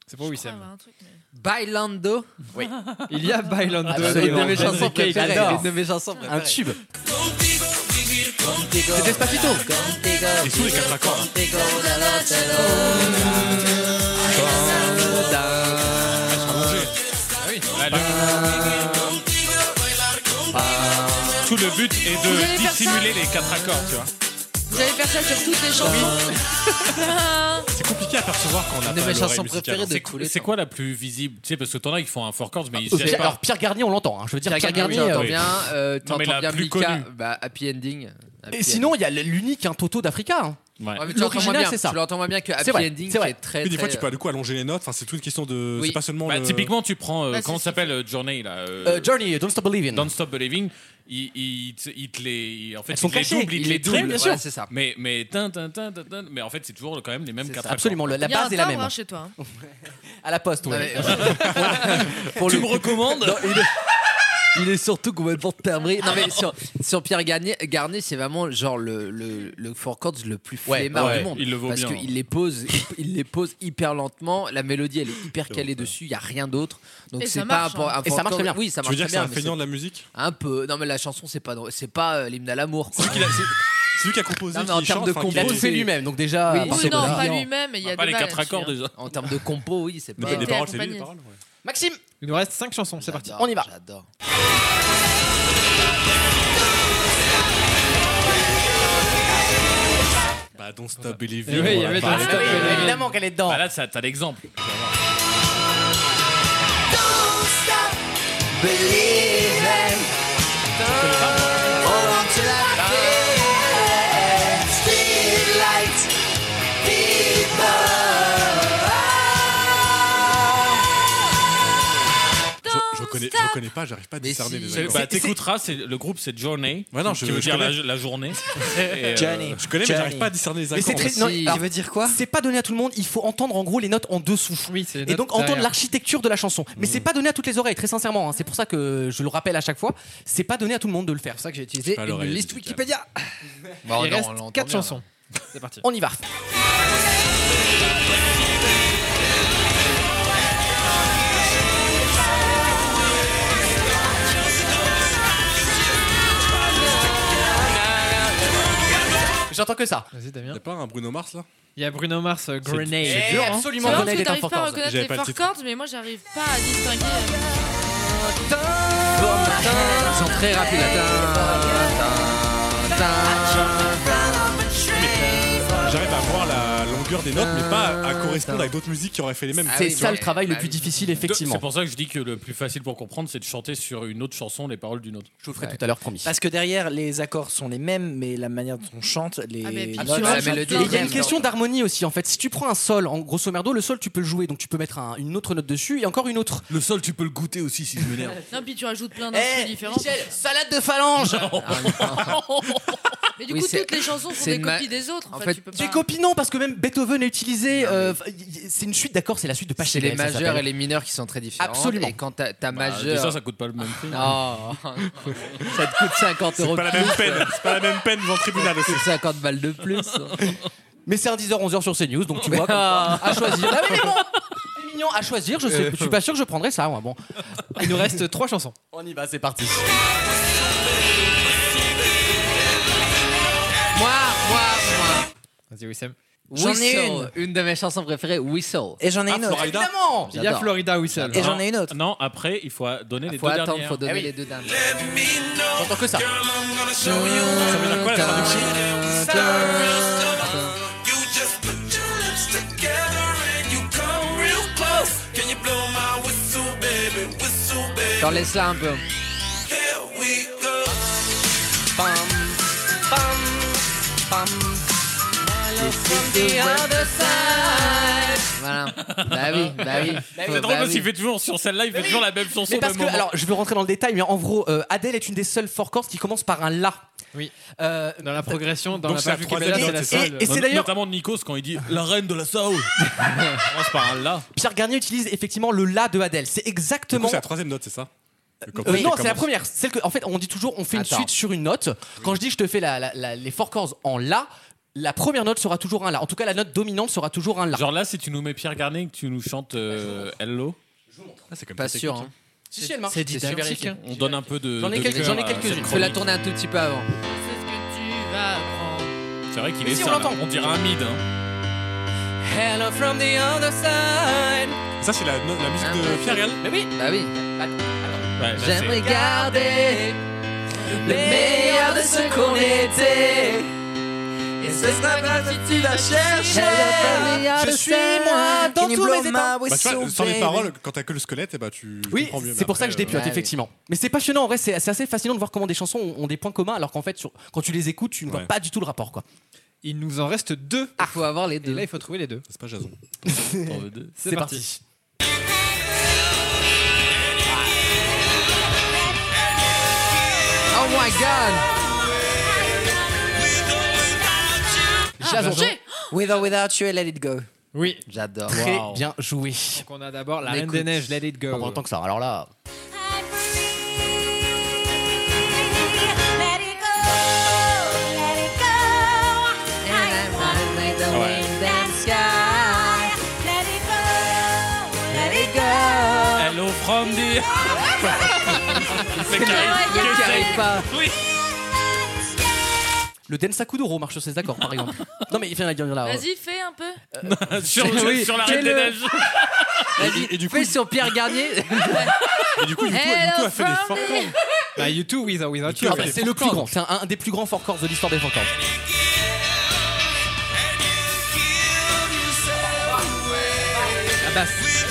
Speaker 6: C'est pour Wissem.
Speaker 5: Bailando. (laughs) Ah, bah,
Speaker 6: Il y a Bailando.
Speaker 2: Absolument.
Speaker 6: Une de mes chansons
Speaker 2: J'adore.
Speaker 6: préférées. Une de mes chansons
Speaker 2: Un
Speaker 6: préférées.
Speaker 2: tube. C'est Despacito.
Speaker 3: Ils sont les quatre accords. hein.
Speaker 8: Ah, le- Tout le but est
Speaker 4: Vous allez
Speaker 8: de
Speaker 4: faire
Speaker 8: dissimuler les quatre accords, tu vois.
Speaker 4: Vous allez faire ça sur toutes les (laughs) chansons
Speaker 3: C'est compliqué à percevoir quand on a
Speaker 5: Une de
Speaker 3: pas
Speaker 5: mes
Speaker 3: l'oreille
Speaker 5: chansons
Speaker 3: musicale.
Speaker 5: préférées de
Speaker 8: C'est
Speaker 5: tous les
Speaker 8: c'est
Speaker 5: temps.
Speaker 8: quoi la plus visible Tu sais, parce que t'en as qui font un four chords, mais ils
Speaker 2: Euh,
Speaker 8: savent
Speaker 2: Alors
Speaker 8: pas.
Speaker 2: Pierre Garnier, on l'entend. hein. Je veux dire Pierre Garnier.
Speaker 5: t'entends
Speaker 2: euh,
Speaker 8: oui.
Speaker 5: bien, euh,
Speaker 8: Non, mais
Speaker 5: t'entends
Speaker 8: la
Speaker 5: bien
Speaker 8: plus
Speaker 5: Mika,
Speaker 8: connue. Euh,
Speaker 5: bah, Happy Ending. Happy
Speaker 2: Et sinon, il y a l'unique hein, Toto d'Africa. hein.
Speaker 8: Ouais.
Speaker 5: Ouais, mais tu l'entends moins
Speaker 2: l'original,
Speaker 5: bien,
Speaker 2: c'est ça.
Speaker 5: Tu l'entends moins bien que Happy
Speaker 2: C'est vrai,
Speaker 5: Ending, qui
Speaker 2: c'est vrai.
Speaker 5: est très.
Speaker 3: Mais des fois,
Speaker 5: très,
Speaker 3: tu peux du coup allonger les notes. Enfin, c'est toute une question de.
Speaker 5: Oui.
Speaker 3: C'est pas seulement.
Speaker 8: Bah,
Speaker 3: le-
Speaker 8: Typiquement, tu prends. euh,
Speaker 4: Bah,
Speaker 8: comment
Speaker 4: c'est-
Speaker 8: ça s'appelle euh, Journey là euh,
Speaker 2: Euh, Journey, Don't Stop Believing.
Speaker 8: Don't Stop Believing. Ils ils te ils te les. En fait,
Speaker 2: Elles
Speaker 8: ils
Speaker 2: sont
Speaker 8: te les
Speaker 2: cachées,
Speaker 8: doublent, ils
Speaker 5: il
Speaker 8: te les
Speaker 5: est double,
Speaker 8: doublent.
Speaker 5: voilà, c'est ça.
Speaker 8: Mais, mais, tin, tin, tin, tin, tin, mais en fait, c'est toujours quand même les mêmes
Speaker 5: C'est
Speaker 8: quatre
Speaker 5: ça.
Speaker 8: accords.
Speaker 2: Absolument, la, la
Speaker 4: Il y a un
Speaker 2: base est la
Speaker 4: timbre
Speaker 2: même.
Speaker 4: hein, chez toi. hein.
Speaker 2: À la poste, ouais.
Speaker 5: Non, mais- euh,
Speaker 2: Pour
Speaker 8: Tu
Speaker 5: (laughs)
Speaker 2: le-
Speaker 8: me recommandes
Speaker 2: Non, il, est,
Speaker 5: Il est surtout complètement timbré. Non, mais sur, sur Pierre Garnier, Garnier c'est vraiment genre le, le, le Four Chords le plus
Speaker 8: Ouais,
Speaker 5: flemmard
Speaker 8: ouais,
Speaker 5: du monde.
Speaker 8: il le vaut
Speaker 5: parce
Speaker 8: bien. hein.
Speaker 5: qu'il les pose, il, il les pose hyper lentement. La mélodie, elle est hyper calée dessus. Il y a rien d'autre. Donc
Speaker 8: Et
Speaker 5: c'est
Speaker 8: ça
Speaker 5: pas
Speaker 8: marche,
Speaker 5: un por-
Speaker 8: hein.
Speaker 5: un
Speaker 8: Et ça
Speaker 5: Four
Speaker 8: marche
Speaker 5: Chords-
Speaker 8: bien.
Speaker 5: Oui, ça
Speaker 8: Tu
Speaker 5: marche
Speaker 8: veux dire que
Speaker 5: très
Speaker 8: c'est
Speaker 5: bien,
Speaker 8: un
Speaker 5: mais
Speaker 8: feignant de la musique
Speaker 5: Un peu. Non, mais la chanson, c'est pas drôle. c'est pas euh, l'hymne à l'amour. C'est
Speaker 3: lui qui a composé.
Speaker 5: Non, mais en
Speaker 2: qui
Speaker 5: termes
Speaker 2: chante,
Speaker 5: de
Speaker 2: enfin,
Speaker 5: compo,
Speaker 2: qui l'a tout fait
Speaker 5: c'est-
Speaker 2: lui-même, donc déjà, à
Speaker 5: Oui,
Speaker 2: partir
Speaker 5: c'est
Speaker 2: de là-
Speaker 5: pas
Speaker 2: Pas
Speaker 5: brillant.
Speaker 4: lui-même, il y a
Speaker 5: pas
Speaker 4: des
Speaker 5: les
Speaker 4: balles
Speaker 5: quatre accords
Speaker 4: là-dessus,
Speaker 5: déjà. En termes de compo, oui, c'est
Speaker 4: Mais
Speaker 5: pas.
Speaker 4: les paroles, c'est lui, les paroles,
Speaker 2: Maxime
Speaker 6: Il nous reste 5 chansons, c'est parti.
Speaker 5: On y va. J'adore.
Speaker 8: Bah, Don't Stop Believe
Speaker 6: Eh oui, il y avait
Speaker 2: Ah
Speaker 6: Don't Stop Believing. Évidemment
Speaker 2: qu'elle est dedans.
Speaker 8: Bah là, ça- t'as l'exemple. Tu vas voir.
Speaker 3: Je connais, je connais pas, j'arrive pas à discerner les
Speaker 8: C'est-
Speaker 3: accords.
Speaker 8: Bah, t'écouteras, c'est- le groupe c'est Journey.
Speaker 3: Ouais, non, je-
Speaker 8: qui veut
Speaker 3: je
Speaker 8: dire la,
Speaker 3: connais.
Speaker 8: la
Speaker 3: (laughs)
Speaker 8: journée. euh,
Speaker 3: Journey. Je connais, mais j'arrive Journey. pas à discerner les
Speaker 2: Mais c'est
Speaker 3: accords.
Speaker 2: très.
Speaker 3: Si.
Speaker 2: Non,
Speaker 3: Tu
Speaker 2: alors,
Speaker 3: veux
Speaker 2: dire quoi C'est pas donné à tout le monde. Il faut entendre en gros les notes en dessous.
Speaker 6: les
Speaker 2: Et
Speaker 6: notes
Speaker 2: donc entendre
Speaker 6: derrière.
Speaker 2: l'architecture de la chanson. Mais c'est pas donné à toutes les oreilles, très sincèrement. hein. C'est pour ça que je le rappelle à chaque fois. C'est pas donné à tout le monde de le faire. C'est pour ça que j'ai utilisé
Speaker 6: pas l'oreille
Speaker 2: Wikipédia.
Speaker 6: Bah, Il non, reste on l'entend quatre
Speaker 2: hein.
Speaker 6: bien, là. chansons. (laughs) C'est parti.
Speaker 2: On y va. J'entends que ça.
Speaker 6: Vas-y, Damien.
Speaker 3: Y'a pas un Bruno Mars là
Speaker 6: Il y a Bruno Mars, euh, Grenade.
Speaker 3: c'est dur, hein. Absolument,
Speaker 4: C'est marrant parce
Speaker 3: Grenade
Speaker 4: que
Speaker 3: est un
Speaker 4: t'arrives
Speaker 3: fort
Speaker 4: pas à
Speaker 3: corps.
Speaker 4: reconnaître
Speaker 3: J'avais
Speaker 4: les
Speaker 3: pas le
Speaker 4: forts
Speaker 3: titre.
Speaker 4: cordes, mais moi j'arrive pas à distinguer. euh,
Speaker 5: Ils sont très rapides.
Speaker 3: J'arrive à voir la longueur des notes, mais pas à correspondre avec d'autres musiques qui auraient fait les mêmes.
Speaker 2: C'est ça le travail le plus difficile, effectivement.
Speaker 8: C'est pour ça que je dis que le plus facile pour comprendre, c'est de chanter sur une autre chanson les paroles d'une autre.
Speaker 2: Je vous le ferai tout à l'heure, promis.
Speaker 7: Parce que derrière, les accords sont les mêmes, mais la manière dont on chante, les.
Speaker 2: Ah, mais
Speaker 7: notes-
Speaker 2: absolument. Et il y a une question d'harmonie aussi en fait. Si tu prends un sol, en grosso merdo, le sol tu peux le jouer, donc tu peux mettre un- une autre note dessus et encore une autre.
Speaker 8: Le sol tu peux le goûter aussi si je m'énerve.
Speaker 4: Non, puis tu rajoutes plein d'instruments différents.
Speaker 2: Eh, salade (laughs) de phalange
Speaker 4: (laughs)
Speaker 2: (laughs)
Speaker 4: Mais du
Speaker 2: Oui,
Speaker 4: coup,
Speaker 2: c'est-
Speaker 4: toutes les chansons sont
Speaker 2: c'est
Speaker 4: des
Speaker 2: une ma-
Speaker 4: copies des autres. En, fait, tu peux pas.
Speaker 2: Des copies non, parce que même Beethoven a utilisé. euh, y- y- c'est une suite d'accord, c'est la suite de
Speaker 5: C'est
Speaker 2: Pachelbel.
Speaker 5: les
Speaker 2: ça
Speaker 5: majeurs
Speaker 2: s'appelle.
Speaker 5: et les mineurs qui sont très différents.
Speaker 2: Absolument.
Speaker 5: Et quand t'as ta
Speaker 2: Bah,
Speaker 5: majeure.
Speaker 2: déjà, ça
Speaker 8: coûte pas le même prix. hein.
Speaker 5: (laughs) Non. ça te coûte 50
Speaker 2: C'est
Speaker 5: euros.
Speaker 2: pas la
Speaker 5: de
Speaker 2: même
Speaker 5: plus.
Speaker 2: peine.
Speaker 3: C'est pas la même peine devant le tribunal
Speaker 5: Ça coûte 50 balles de plus.
Speaker 2: (laughs) Mais c'est un 10h-11h sur CNews, donc tu vois. comme
Speaker 5: Ah.
Speaker 2: quoi, à choisir. Ah oui, mais bon, c'est mignon, à choisir. Je, sais, je suis pas sûr que je prendrais ça. moi, bon.
Speaker 6: Il nous reste 3 chansons.
Speaker 2: On y va, c'est parti.
Speaker 5: Moi, moi, moi.
Speaker 6: Vas-y, Wissem.
Speaker 5: J'en ai une. Une de mes chansons préférées, Whistle.
Speaker 7: Et j'en ai
Speaker 5: Ah,
Speaker 7: une autre.
Speaker 5: Florida.
Speaker 7: Évidemment.
Speaker 6: Il y a
Speaker 5: J'adore.
Speaker 6: Florida Whistle.
Speaker 5: Et j'en ai
Speaker 7: une autre.
Speaker 8: Non, après, il faut donner les
Speaker 5: Faut
Speaker 8: deux
Speaker 5: attendre,
Speaker 8: dernières.
Speaker 5: faut donner
Speaker 8: Ah oui.
Speaker 5: les deux dernières.
Speaker 2: J'entends que ça.
Speaker 8: Ça veut dire quoi la traduction
Speaker 5: J'en laisse là un peu. Pam, pam, pam. Voilà. Bah oui, bah oui.
Speaker 8: C'est drôle parce qu'il fait toujours sur celle-là, il fait toujours la même chanson.
Speaker 2: Mais parce
Speaker 8: au
Speaker 2: que,
Speaker 8: même moment.
Speaker 2: alors, je veux rentrer dans le détail, mais en gros, euh, Adèle est une des seules four chords qui commence par un La.
Speaker 6: Oui.
Speaker 2: dans
Speaker 6: la progression, dans
Speaker 2: Euh, Donc
Speaker 6: la
Speaker 2: c'est la
Speaker 6: page Wikipédia,
Speaker 2: troisième
Speaker 6: c'est la
Speaker 2: note, c'est
Speaker 6: seule.
Speaker 2: ça Et c'est d'ailleurs-
Speaker 8: notamment de Nikos quand il dit la reine de la Sao.
Speaker 5: (laughs)
Speaker 8: commence par un là.
Speaker 2: Pierre Garnier utilise effectivement le La de Adèle. C'est
Speaker 3: Du coup,
Speaker 2: exactement.
Speaker 3: c'est la troisième note, c'est ça Quand
Speaker 2: Euh,
Speaker 3: elle
Speaker 2: non,
Speaker 3: commence.
Speaker 2: c'est la première. Celle que, en fait, on dit toujours, on fait
Speaker 3: Attends.
Speaker 2: une suite sur une note. Quand je dis, je te fais la- la- la- les four chords en la, la première note sera toujours un la. En tout cas, la note dominante sera toujours un la.
Speaker 8: Genre là, si tu nous mets Pierre Garnier et que tu nous chantes
Speaker 2: Bah,
Speaker 8: euh, Hello. Ah, c'est comme
Speaker 5: Pas sûr, hein.
Speaker 2: Si, si, elle marche.
Speaker 5: C'est
Speaker 2: T'es
Speaker 5: didactique,
Speaker 2: vérifié.
Speaker 5: hein.
Speaker 8: On donne un peu de.
Speaker 5: J'en ai
Speaker 8: de
Speaker 5: quelques-
Speaker 8: cœur
Speaker 5: j'en ai
Speaker 8: à cette
Speaker 5: quelques-unes.
Speaker 8: chronique.
Speaker 5: Fais la tourner un tout petit peu avant.
Speaker 4: Tu vas prendre.
Speaker 8: C'est vrai qu'il
Speaker 2: Mais
Speaker 8: est
Speaker 2: si,
Speaker 8: ça.
Speaker 2: on
Speaker 8: là.
Speaker 2: l'entend.
Speaker 8: On dirait un mid. hein.
Speaker 2: Hello from the other side.
Speaker 3: Ça, c'est la, la musique de Pierre Gall
Speaker 2: Ah, Mais oui
Speaker 5: Bah oui.
Speaker 8: Ouais, là, c'est-
Speaker 5: J'aimerais garder le meilleur de ce qu'on était. Et c'est ça que tu vas chercher.
Speaker 2: Je suis moi dans tous mes états.
Speaker 3: Bah, tu vois, sans les paroles, quand t'as que le squelette, et bah tu. tu
Speaker 2: Oui,
Speaker 3: comprends mieux, mais
Speaker 2: c'est pour ça
Speaker 3: après,
Speaker 2: que je dépiote,
Speaker 3: euh,
Speaker 2: effectivement. Mais c'est passionnant, en vrai, c'est c'est assez fascinant de voir comment des chansons ont- ont des points communs, alors qu'en fait, sur- quand tu les écoutes, tu ne vois
Speaker 6: Ouais.
Speaker 2: pas du tout le rapport, quoi.
Speaker 6: Il nous en reste deux.
Speaker 5: Il Ah, faut avoir les deux.
Speaker 6: Et là, il faut trouver les deux.
Speaker 3: C'est
Speaker 6: (laughs)
Speaker 3: pas Jason.
Speaker 2: C'est parti.
Speaker 5: Oh my god!
Speaker 7: Jason. With or without you, let it go.
Speaker 6: Oui.
Speaker 5: J'adore.
Speaker 2: Très bien joué.
Speaker 6: Donc Oh. on a d'abord la
Speaker 2: On
Speaker 6: Reine
Speaker 2: écoute.
Speaker 6: des Neiges, Let It Go.
Speaker 2: On entend que ça. Alors là,
Speaker 5: Ah.
Speaker 8: Sandy
Speaker 2: C'est
Speaker 8: qui
Speaker 2: arrive pas.
Speaker 8: Oui.
Speaker 2: Le Densakudoro marche sur ses accords, par exemple. (laughs) Non, mais il fait un là.
Speaker 4: Vas-y, fais un peu.
Speaker 8: (laughs) Sur-
Speaker 2: Oui,
Speaker 8: sur l'arrêt
Speaker 2: fais-le.
Speaker 8: des
Speaker 2: (laughs)
Speaker 8: nages.
Speaker 2: Vas-y, fais sur Pierre Garnier. (laughs)
Speaker 3: Et du coup,
Speaker 4: YouTube- Hello, YouTube a fait des Sandy. forcons.
Speaker 2: Bah, YouTube with or without
Speaker 6: you a fait
Speaker 2: bah, C'est
Speaker 6: des
Speaker 2: le plus grand. C'est un, un des plus grands four chords de l'histoire des four chords.
Speaker 6: La basse.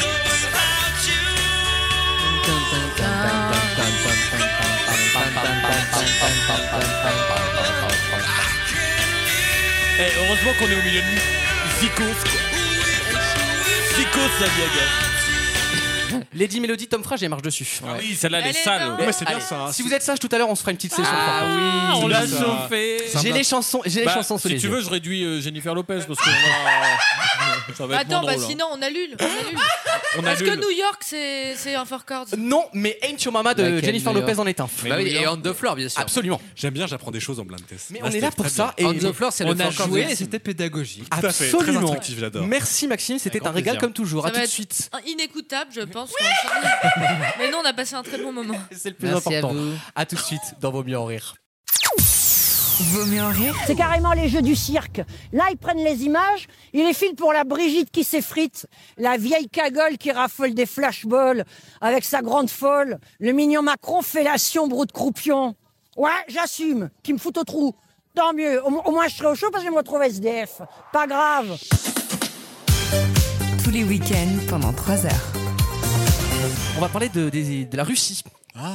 Speaker 8: Eh, heureusement qu'on est au milieu de nous. Zikos. Zikos, la
Speaker 2: Lady Melody, Tom Frage, elle marche dessus. Ah
Speaker 8: oui, celle-là, elle est Elle est sale. dingue. Ouais, c'est bien
Speaker 2: Allez,
Speaker 8: ça, hein.
Speaker 2: Si vous êtes sage tout à l'heure, on se fera une petite session.
Speaker 8: Ah
Speaker 2: four chords.
Speaker 8: oui, on l'a
Speaker 2: Ça-
Speaker 8: chauffé.
Speaker 2: J'ai les chansons, j'ai les
Speaker 8: Bah,
Speaker 2: chansons sous
Speaker 8: Si
Speaker 2: les
Speaker 8: tu
Speaker 2: yeux.
Speaker 8: veux, je réduis euh, Jennifer Lopez parce (laughs) que euh, ça va être
Speaker 4: Attends,
Speaker 8: moins
Speaker 4: bah
Speaker 8: drôle, hein.
Speaker 4: sinon on annule. on annule.
Speaker 8: (laughs) On
Speaker 4: Est-ce
Speaker 8: annule.
Speaker 4: que New York c'est c'est un four chords
Speaker 2: Euh, Non, mais Ain't Your Mama de
Speaker 8: Bah,
Speaker 4: Laquelle,
Speaker 2: Jennifer
Speaker 4: d'ailleurs
Speaker 2: Lopez en est un.
Speaker 5: Bah oui, et On the Floor, bien sûr.
Speaker 2: Absolument.
Speaker 3: J'aime bien, j'apprends des choses en blind test.
Speaker 2: Mais on est là pour ça. et-
Speaker 5: On the Floor, c'est le
Speaker 2: On a
Speaker 5: four chords
Speaker 2: joué
Speaker 5: de
Speaker 2: et
Speaker 5: Maxime.
Speaker 2: c'était
Speaker 6: pédagogique.
Speaker 3: Tout à fait, très
Speaker 2: Absolument.
Speaker 3: instructif, j'adore.
Speaker 2: Merci Maxime, c'était
Speaker 3: Avec
Speaker 2: un
Speaker 3: grand
Speaker 2: régal
Speaker 3: plaisir.
Speaker 2: comme toujours.
Speaker 4: Ça
Speaker 2: à
Speaker 4: va
Speaker 2: tout de
Speaker 4: être
Speaker 2: suite.
Speaker 4: un- Inécoutable, je pense. quand on sort.
Speaker 2: (laughs)
Speaker 4: Mais non, on a passé un très bon moment.
Speaker 2: C'est le plus important. À tout de suite dans Vaut mieux en rire.
Speaker 12: C'est carrément les jeux du cirque. Là, ils prennent les images, ils les filent pour la Brigitte qui s'effrite, la vieille cagole qui raffole des flashballs avec sa grande folle, le mignon Macron fellation brou de croupion. Ouais, j'assume, qui me fout au trou. Tant mieux, au, mo- au moins je serai au chaud parce que je me retrouve SDF. Pas grave.
Speaker 1: Tous les week-ends pendant 3 heures.
Speaker 2: On va parler de, des- de la Russie.
Speaker 8: Ah ouais.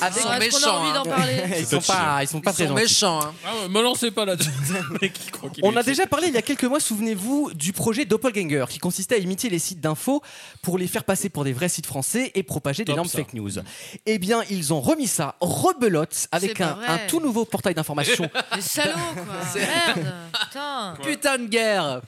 Speaker 2: Avec- Ah, est-ce qu'on a envie d'en parler
Speaker 8: Eh,
Speaker 2: Ils sont pas- ils sont pas très gentils.
Speaker 8: Ah ouais, me lancez pas (laughs) là-dessus. Le mec, il croit qu'il
Speaker 2: On
Speaker 8: est-
Speaker 2: a déjà parlé il y a quelques mois, souvenez-vous, du projet Doppelganger, qui consistait à imiter les sites d'infos pour les faire passer pour des vrais sites français et propager d'énormes
Speaker 8: ça.
Speaker 2: fake news. Eh bien, ils ont remis ça, rebelote, avec
Speaker 4: pas
Speaker 2: un,
Speaker 4: vrai.
Speaker 2: un tout nouveau portail d'information.
Speaker 4: (laughs) Les salauds,
Speaker 2: (laughs)
Speaker 4: quoi. Merde. Putain.
Speaker 5: Putain de guerre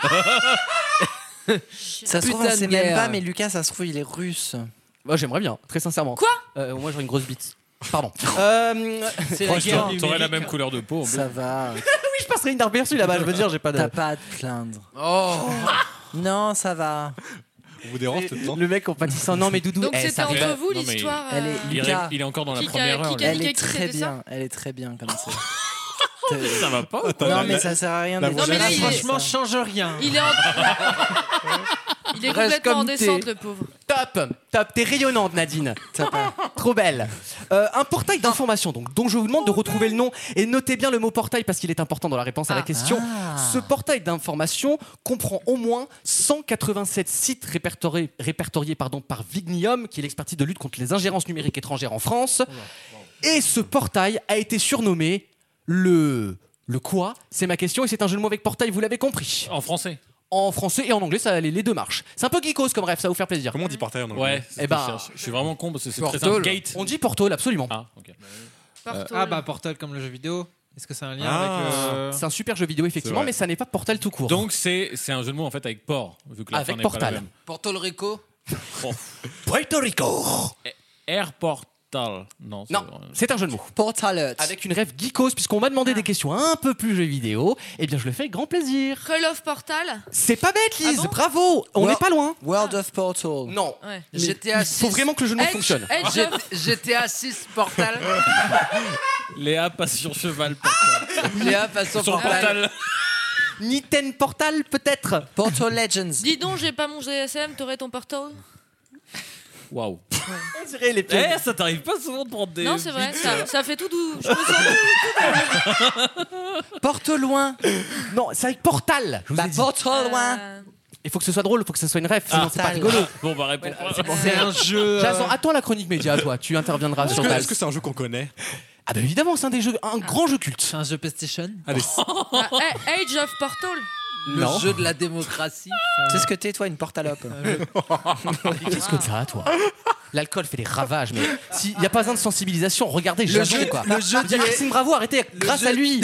Speaker 7: Ça se trouve, on
Speaker 2: Putain
Speaker 7: sait
Speaker 2: de
Speaker 7: même
Speaker 2: guerre.
Speaker 7: pas, mais Lucas, ça se trouve, il est russe.
Speaker 2: Moi, j'aimerais bien, très sincèrement.
Speaker 4: Quoi
Speaker 2: Moi, j'aurais une grosse bite.
Speaker 7: (laughs)
Speaker 2: Pardon. Euh,
Speaker 8: C'est la guerre Franchement, t'aurais la même couleur de peau. en
Speaker 7: Ça
Speaker 8: plus.
Speaker 7: va.
Speaker 2: (laughs) Oui, je passerai une aperçue là-bas, je veux dire, j'ai pas de.
Speaker 7: T'as pas à te plaindre.
Speaker 5: Oh
Speaker 7: Non, ça va.
Speaker 3: On vous dérange tout le temps.
Speaker 2: Le mec en pâtissant, non mais Doudou,
Speaker 4: Donc
Speaker 2: eh,
Speaker 4: c'était
Speaker 2: ça arrive.
Speaker 4: entre Bah, vous
Speaker 2: Non, mais-
Speaker 4: l'histoire.
Speaker 7: Elle est-
Speaker 4: euh,
Speaker 8: Il,
Speaker 7: Lucas.
Speaker 8: rêve- il est encore dans la
Speaker 4: Qui- qui-
Speaker 8: première heure.
Speaker 4: qui-
Speaker 8: là.
Speaker 7: Elle
Speaker 4: qui
Speaker 7: est
Speaker 4: écrivait
Speaker 7: très
Speaker 4: ça
Speaker 7: bien. Elle est très bien
Speaker 8: (laughs)
Speaker 7: comme ça.
Speaker 8: Ça va pas ou quoi
Speaker 7: Non, mais ça sert à rien.
Speaker 8: La
Speaker 7: de-
Speaker 8: voix Non, mais là, il est-
Speaker 6: Franchement, change rien.
Speaker 4: Il est, en- Il est
Speaker 2: Reste
Speaker 4: complètement en
Speaker 2: comme t'es.
Speaker 4: descente, le pauvre.
Speaker 2: Top, top, t'es rayonnante Nadine. Trop belle. Euh, un portail d'information donc dont je vous demande de retrouver le nom et notez bien le mot portail parce qu'il est important dans la réponse à la question. Ce portail d'information comprend au moins 187 sites répertoriés, répertoriés pardon, par Vignium, qui est l'expertise de lutte contre les ingérences numériques étrangères en France. Et ce portail a été surnommé le le quoi C'est ma question et c'est un jeu de mots avec portail, vous l'avez compris.
Speaker 8: En français.
Speaker 2: En français et en anglais, ça les, les deux marchent. C'est un peu geekos comme rêve, ça va vous faire plaisir.
Speaker 3: Comment on dit portail en anglais
Speaker 8: Ouais. c'est
Speaker 2: Eh
Speaker 8: ce
Speaker 2: ben,
Speaker 8: que je cherche. je suis vraiment con parce que c'est très simple.
Speaker 2: Portal.
Speaker 8: Gate.
Speaker 2: On dit Portal, absolument.
Speaker 8: Ah, ok.
Speaker 4: Portal.
Speaker 6: Ah bah, Portal comme le jeu vidéo. Est-ce que c'est un lien
Speaker 8: Ah.
Speaker 6: avec. euh,
Speaker 2: C'est un super jeu vidéo,
Speaker 8: C'est
Speaker 2: effectivement,
Speaker 8: vrai.
Speaker 2: mais ça n'est pas Portal tout court.
Speaker 8: Donc c'est c'est un jeu de mots en fait avec port. Vu que la
Speaker 2: Avec
Speaker 8: fin n'est pas
Speaker 2: Portal.
Speaker 8: la même.
Speaker 5: Portal Rico
Speaker 8: Oh.
Speaker 2: Puerto Rico
Speaker 8: Eh, Air Portal. Non. c'est-
Speaker 2: Non, c'est un jeu de mots.
Speaker 7: Portal.
Speaker 2: Avec une rêve geekos, puisqu'on m'a demandé des questions un peu plus jeux vidéo, eh bien je le fais avec grand plaisir.
Speaker 4: Call of Portal
Speaker 2: C'est pas bête, Lise, bravo On
Speaker 7: Ouais.
Speaker 2: n'est pas loin
Speaker 7: Ah World of Portal.
Speaker 2: Non.
Speaker 4: Ouais.
Speaker 2: Mais
Speaker 5: GTA
Speaker 2: il faut
Speaker 5: 6.
Speaker 2: vraiment que le jeu de mots fonctionne.
Speaker 4: Edge
Speaker 5: G-
Speaker 4: of-
Speaker 5: GTA 6 (laughs) Portal.
Speaker 8: Léa passe sur cheval. Portal.
Speaker 5: Léa passe son
Speaker 8: sur
Speaker 5: Portal.
Speaker 8: Portal.
Speaker 2: Niten Portal, peut-être
Speaker 7: Portal Legends.
Speaker 4: Dis donc, j'ai pas mon GSM, t'aurais ton portal
Speaker 8: Waouh.
Speaker 2: On dirait les pieds.
Speaker 8: Eh, ça t'arrive pas souvent de prendre des.
Speaker 4: Non, c'est vrai,
Speaker 8: bites,
Speaker 4: ça, ça fait tout doux. Je me sens doux.
Speaker 7: Porte loin.
Speaker 2: Non, c'est avec Portal je vous
Speaker 7: Bah,
Speaker 2: ai dit.
Speaker 7: Portal loin.
Speaker 4: Euh,
Speaker 2: Il faut que ce soit drôle, il faut que ce soit une rêve, sinon Ah, c'est pas
Speaker 7: Portal.
Speaker 2: rigolo.
Speaker 8: Bon, bah réponds.
Speaker 6: (laughs) C'est un jeu. euh,
Speaker 2: Jason, attends la chronique média, toi, tu interviendras
Speaker 3: Est-ce
Speaker 2: sur
Speaker 3: que
Speaker 2: ta.
Speaker 3: est-ce que c'est un jeu qu'on connaît
Speaker 2: Ah bah évidemment, c'est un des jeux, un grand jeu culte.
Speaker 6: Ah. C'est un jeu PlayStation.
Speaker 3: Allez,
Speaker 2: (laughs)
Speaker 4: ah, eh, Age of Portal
Speaker 5: Le
Speaker 2: Non.
Speaker 5: jeu de
Speaker 7: (laughs)
Speaker 5: la démocratie. Ah,
Speaker 7: Tu sais ce que t'es, toi, une portalope
Speaker 2: Qu'est-ce que t'as, toi L'alcool fait des ravages, mais s'il n'y a pas un de sensibilisation, regardez Jason, quoi.
Speaker 7: le jeu
Speaker 2: Je veux dire,
Speaker 7: du-
Speaker 2: Christine Bravo, arrêtez, grâce
Speaker 7: jeu-
Speaker 2: à lui.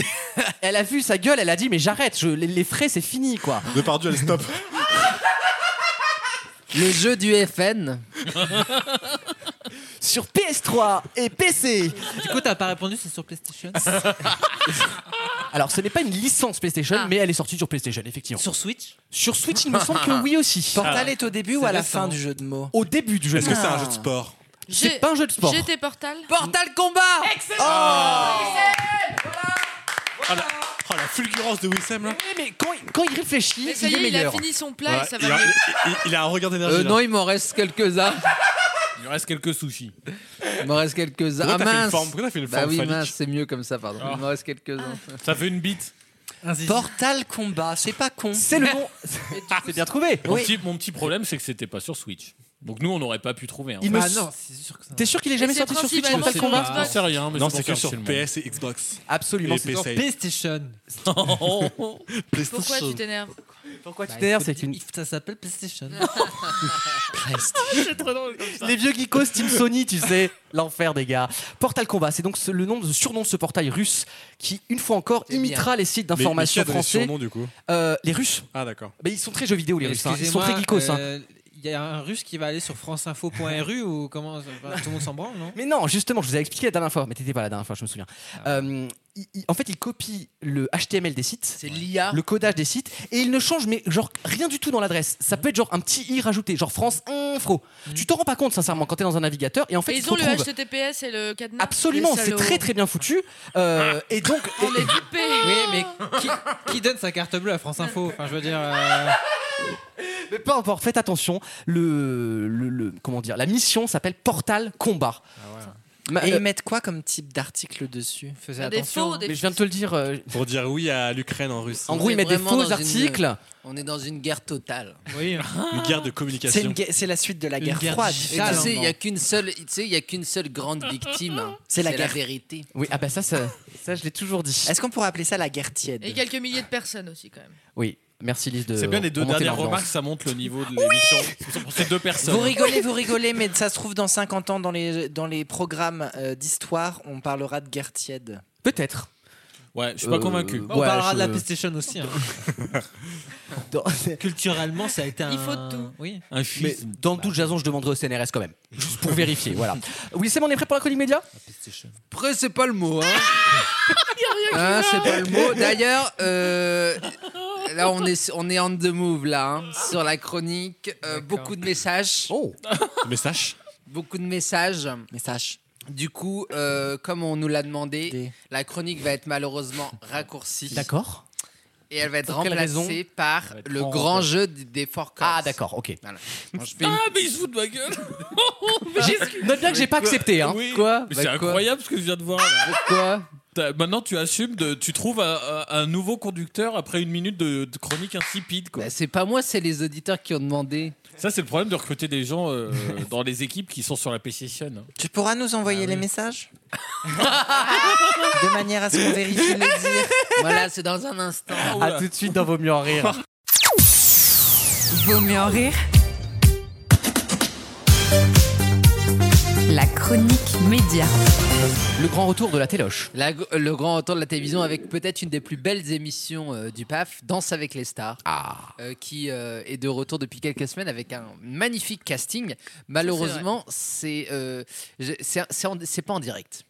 Speaker 2: Elle a vu sa gueule, elle a dit, mais j'arrête, je, les, les frais, c'est fini, quoi.
Speaker 3: de par elle stop.
Speaker 5: Le jeu du FN.
Speaker 2: Sur PS3 et PC.
Speaker 6: Du coup, t'as pas répondu, c'est sur PlayStation.
Speaker 2: Alors, ce n'est pas une licence PlayStation,
Speaker 4: Ah.
Speaker 2: mais elle est sortie sur PlayStation, effectivement. Sur
Speaker 5: Switch
Speaker 2: Sur Switch, il me semble que oui aussi.
Speaker 7: (laughs) Portal est au début ou à la fin du jeu de mots
Speaker 2: Au début du jeu
Speaker 7: Est-ce que c'est un jeu de
Speaker 2: sport
Speaker 4: J'ai-
Speaker 2: C'est pas un jeu de sport.
Speaker 4: J'ai tes portals.
Speaker 5: Portal combat
Speaker 4: Excellent
Speaker 3: Oh, la fulgurance de Wissem là.
Speaker 2: Mais quand il, quand il réfléchit,
Speaker 4: Mais ça
Speaker 2: il
Speaker 4: y
Speaker 2: est
Speaker 4: est, il a
Speaker 2: meilleur.
Speaker 4: fini son plat et ça va
Speaker 3: il, a,
Speaker 4: mieux.
Speaker 3: il- il a un regard d'énergie.
Speaker 5: Euh,
Speaker 3: là.
Speaker 5: non, il m'en reste quelques-uns.
Speaker 8: Il reste quelques sushis.
Speaker 5: Il m'en reste quelques-uns.
Speaker 8: Pourquoi
Speaker 5: Ah
Speaker 8: t'as fait une
Speaker 5: mince
Speaker 8: forme Pourquoi t'as fait une
Speaker 5: Bah
Speaker 8: forme
Speaker 5: oui,
Speaker 8: phallique
Speaker 5: mince, c'est mieux comme ça, pardon. Il m'en reste quelques-uns.
Speaker 8: Ça fait une bite.
Speaker 7: Portal combat, c'est pas con. (laughs)
Speaker 2: C'est
Speaker 8: le
Speaker 2: nom.
Speaker 5: Ah,
Speaker 2: C'est bien trouvé.
Speaker 8: Mon, petit, mon petit problème, c'est que c'était pas sur Switch. Donc nous, on n'aurait pas pu trouver. Hein.
Speaker 2: Il me
Speaker 5: Ah,
Speaker 2: s- T'es sûr qu'il est jamais sorti sur Switch
Speaker 8: Je
Speaker 2: Mortal
Speaker 8: sais
Speaker 2: Kombat
Speaker 8: pas, j'en sais rien, mais
Speaker 3: Non,
Speaker 8: je
Speaker 3: c'est que
Speaker 8: pense
Speaker 3: sur
Speaker 8: absolument.
Speaker 3: PS et Xbox.
Speaker 2: Absolument,
Speaker 3: Et
Speaker 2: c'est sur
Speaker 3: PC.
Speaker 6: PlayStation.
Speaker 8: (laughs)
Speaker 4: Pourquoi tu t'énerves
Speaker 2: Pourquoi
Speaker 6: Bah,
Speaker 2: tu t'énerves
Speaker 6: écoute,
Speaker 2: C'est une.
Speaker 6: Ça
Speaker 4: (laughs)
Speaker 6: s'appelle PlayStation.
Speaker 2: (laughs) Ah,
Speaker 4: C'est trop drôle comme ça.
Speaker 2: Les vieux geekos Team Sony, tu sais, l'enfer des gars. Portal Combat, c'est donc ce- le nom, le surnom de ce portail russe qui, une fois encore, imitera les sites
Speaker 3: Mais- mais qui
Speaker 2: d'information
Speaker 3: a donné ce
Speaker 2: français.
Speaker 3: surnom, du coup
Speaker 2: Euh, les Russes.
Speaker 3: Ah d'accord.
Speaker 2: Mais ils sont très jeux vidéo les Russes. hein. Ils sont
Speaker 6: Excusez-moi,
Speaker 2: très geekos. hein.
Speaker 6: euh, Il y a un russe qui va aller sur franceinfo.ru ou comment enfin, Tout le monde s'en branle, non
Speaker 2: Mais non, justement, je vous avais expliqué la dernière fois, mais t'étais pas la dernière fois, je me souviens. Euh, il- il- en fait, il copie le HTML des sites,
Speaker 5: l'IA.
Speaker 2: le codage des sites, et il ne change mais genre rien du tout dans l'adresse. Ça peut être genre un petit i rajouté, genre France Infro. Tu t'en rends pas compte sincèrement quand t'es dans un navigateur, et en fait
Speaker 4: Et
Speaker 2: il se
Speaker 4: ils ont le
Speaker 2: retrouve-
Speaker 4: HTTPS et le cadenas.
Speaker 2: Absolument,
Speaker 4: Les
Speaker 2: c'est
Speaker 4: salauds.
Speaker 2: très très bien foutu. Euh, et donc,
Speaker 4: On est dupés.
Speaker 6: Oui, mais qui, qui donne sa carte bleue à France Info Enfin, je veux dire. euh,
Speaker 2: mais peu importe, faites attention. Le, le- le- comment dire, la mission s'appelle Portal Combat. Ma-
Speaker 7: Et
Speaker 2: euh,
Speaker 7: ils mettent quoi comme type d'article dessus
Speaker 8: Ah,
Speaker 2: Faisais attention, hein. mais je viens de te le dire. euh,
Speaker 3: Pour dire oui à l'Ukraine en russe.
Speaker 2: En gros, ils
Speaker 5: est
Speaker 2: mettent des
Speaker 5: vraiment
Speaker 2: faux
Speaker 5: dans une-
Speaker 2: articles.
Speaker 5: On est dans une guerre totale.
Speaker 6: Oui.
Speaker 3: Une guerre de communication.
Speaker 7: C'est une guerre- c'est la suite de la
Speaker 5: Une
Speaker 7: guerre,
Speaker 5: guerre
Speaker 7: froide.
Speaker 5: Et tu sais, il n'y a qu'une seule, tu sais, il y a qu'une seule grande victime. hein.
Speaker 7: C'est la guerre.
Speaker 5: vérité.
Speaker 2: Oui, ah bah ça, (laughs) ça, ça, je l'ai toujours dit.
Speaker 7: Est-ce qu'on pourrait appeler ça la guerre
Speaker 4: Et
Speaker 7: tiède
Speaker 4: quelques milliers de personnes aussi, quand même.
Speaker 2: Oui, merci Lise de.
Speaker 8: C'est bien les deux
Speaker 2: remonter
Speaker 8: dernières
Speaker 2: l'ambiance.
Speaker 8: remarques, ça montre le niveau de l'émission. C'est pour ces deux personnes. (laughs)
Speaker 7: Vous rigolez, vous rigolez, mais ça se trouve dans 50 ans, dans les, dans les programmes euh, d'histoire, on parlera de guerre tiède.
Speaker 2: Peut-être.
Speaker 8: Ouais, je suis pas
Speaker 2: Euh,
Speaker 8: convaincu.
Speaker 6: On
Speaker 2: Ouais,
Speaker 6: parlera
Speaker 2: je-
Speaker 6: de la PlayStation aussi. hein.
Speaker 2: (laughs) Dans- (laughs)
Speaker 6: Culturellement, ça a été un.
Speaker 4: Il faut de tout.
Speaker 6: Oui.
Speaker 8: Un
Speaker 2: Mais
Speaker 8: schisme.
Speaker 2: dans le doute, Jason, je demanderai au CNRS quand même. Juste
Speaker 8: (laughs)
Speaker 2: pour vérifier, voilà. Wissem, on est prêt pour la chronique média
Speaker 8: Ah,
Speaker 5: Après, c'est pas le mot. Hein. Hein, c'est pas le mot. D'ailleurs, euh, là, on est, on est on the move, là, hein, sur la chronique. Euh, beaucoup de messages.
Speaker 2: Oh
Speaker 3: Mais sache.
Speaker 5: Beaucoup de messages.
Speaker 7: Message.
Speaker 5: Du coup, euh, comme on nous l'a demandé, la chronique va être malheureusement raccourcie.
Speaker 2: D'accord.
Speaker 5: Et elle va être
Speaker 2: Pour quelle raison
Speaker 5: remplacée par
Speaker 2: être
Speaker 5: le
Speaker 2: en-
Speaker 5: grand jeu des des Four Corps.
Speaker 2: Ah, d'accord, ok. (laughs)
Speaker 5: Voilà. Bon, je fais une-
Speaker 8: Ah, mais ils se foutent de ma gueule
Speaker 2: Note bien que (laughs) j'ai pas accepté, hein.
Speaker 8: Oui.
Speaker 5: Quoi
Speaker 8: Mais
Speaker 5: Bah,
Speaker 8: c'est
Speaker 5: quoi
Speaker 8: incroyable ce que je viens de voir. là.
Speaker 5: Quoi
Speaker 8: T'as- Maintenant, tu assumes, de, tu trouves un, un- un nouveau conducteur après une minute de, de chronique insipide. Quoi.
Speaker 5: Bah, C'est pas moi, c'est les auditeurs qui ont demandé.
Speaker 8: Ça, c'est le problème de recruter des gens euh, dans les équipes qui sont sur la PlayStation. hein.
Speaker 7: Tu pourras nous envoyer les messages
Speaker 8: (laughs)
Speaker 7: De (laughs) manière à ce qu'on vérifie les dires.
Speaker 5: Voilà, c'est dans un instant.
Speaker 2: (laughs)
Speaker 8: Ah,
Speaker 2: À tout de suite dans Vaut mieux en rire.
Speaker 1: Vaut mieux en rire. La chronique média.
Speaker 2: Le grand retour de la téloche.
Speaker 5: La- euh, le grand retour de la télévision avec peut-être une des plus belles émissions euh, du PAF, Danse avec les stars,
Speaker 8: Ah.
Speaker 5: euh, qui euh, est de retour depuis quelques semaines avec un magnifique casting. Malheureusement, c'est euh, je- c'est c'est en- c'est pas en direct.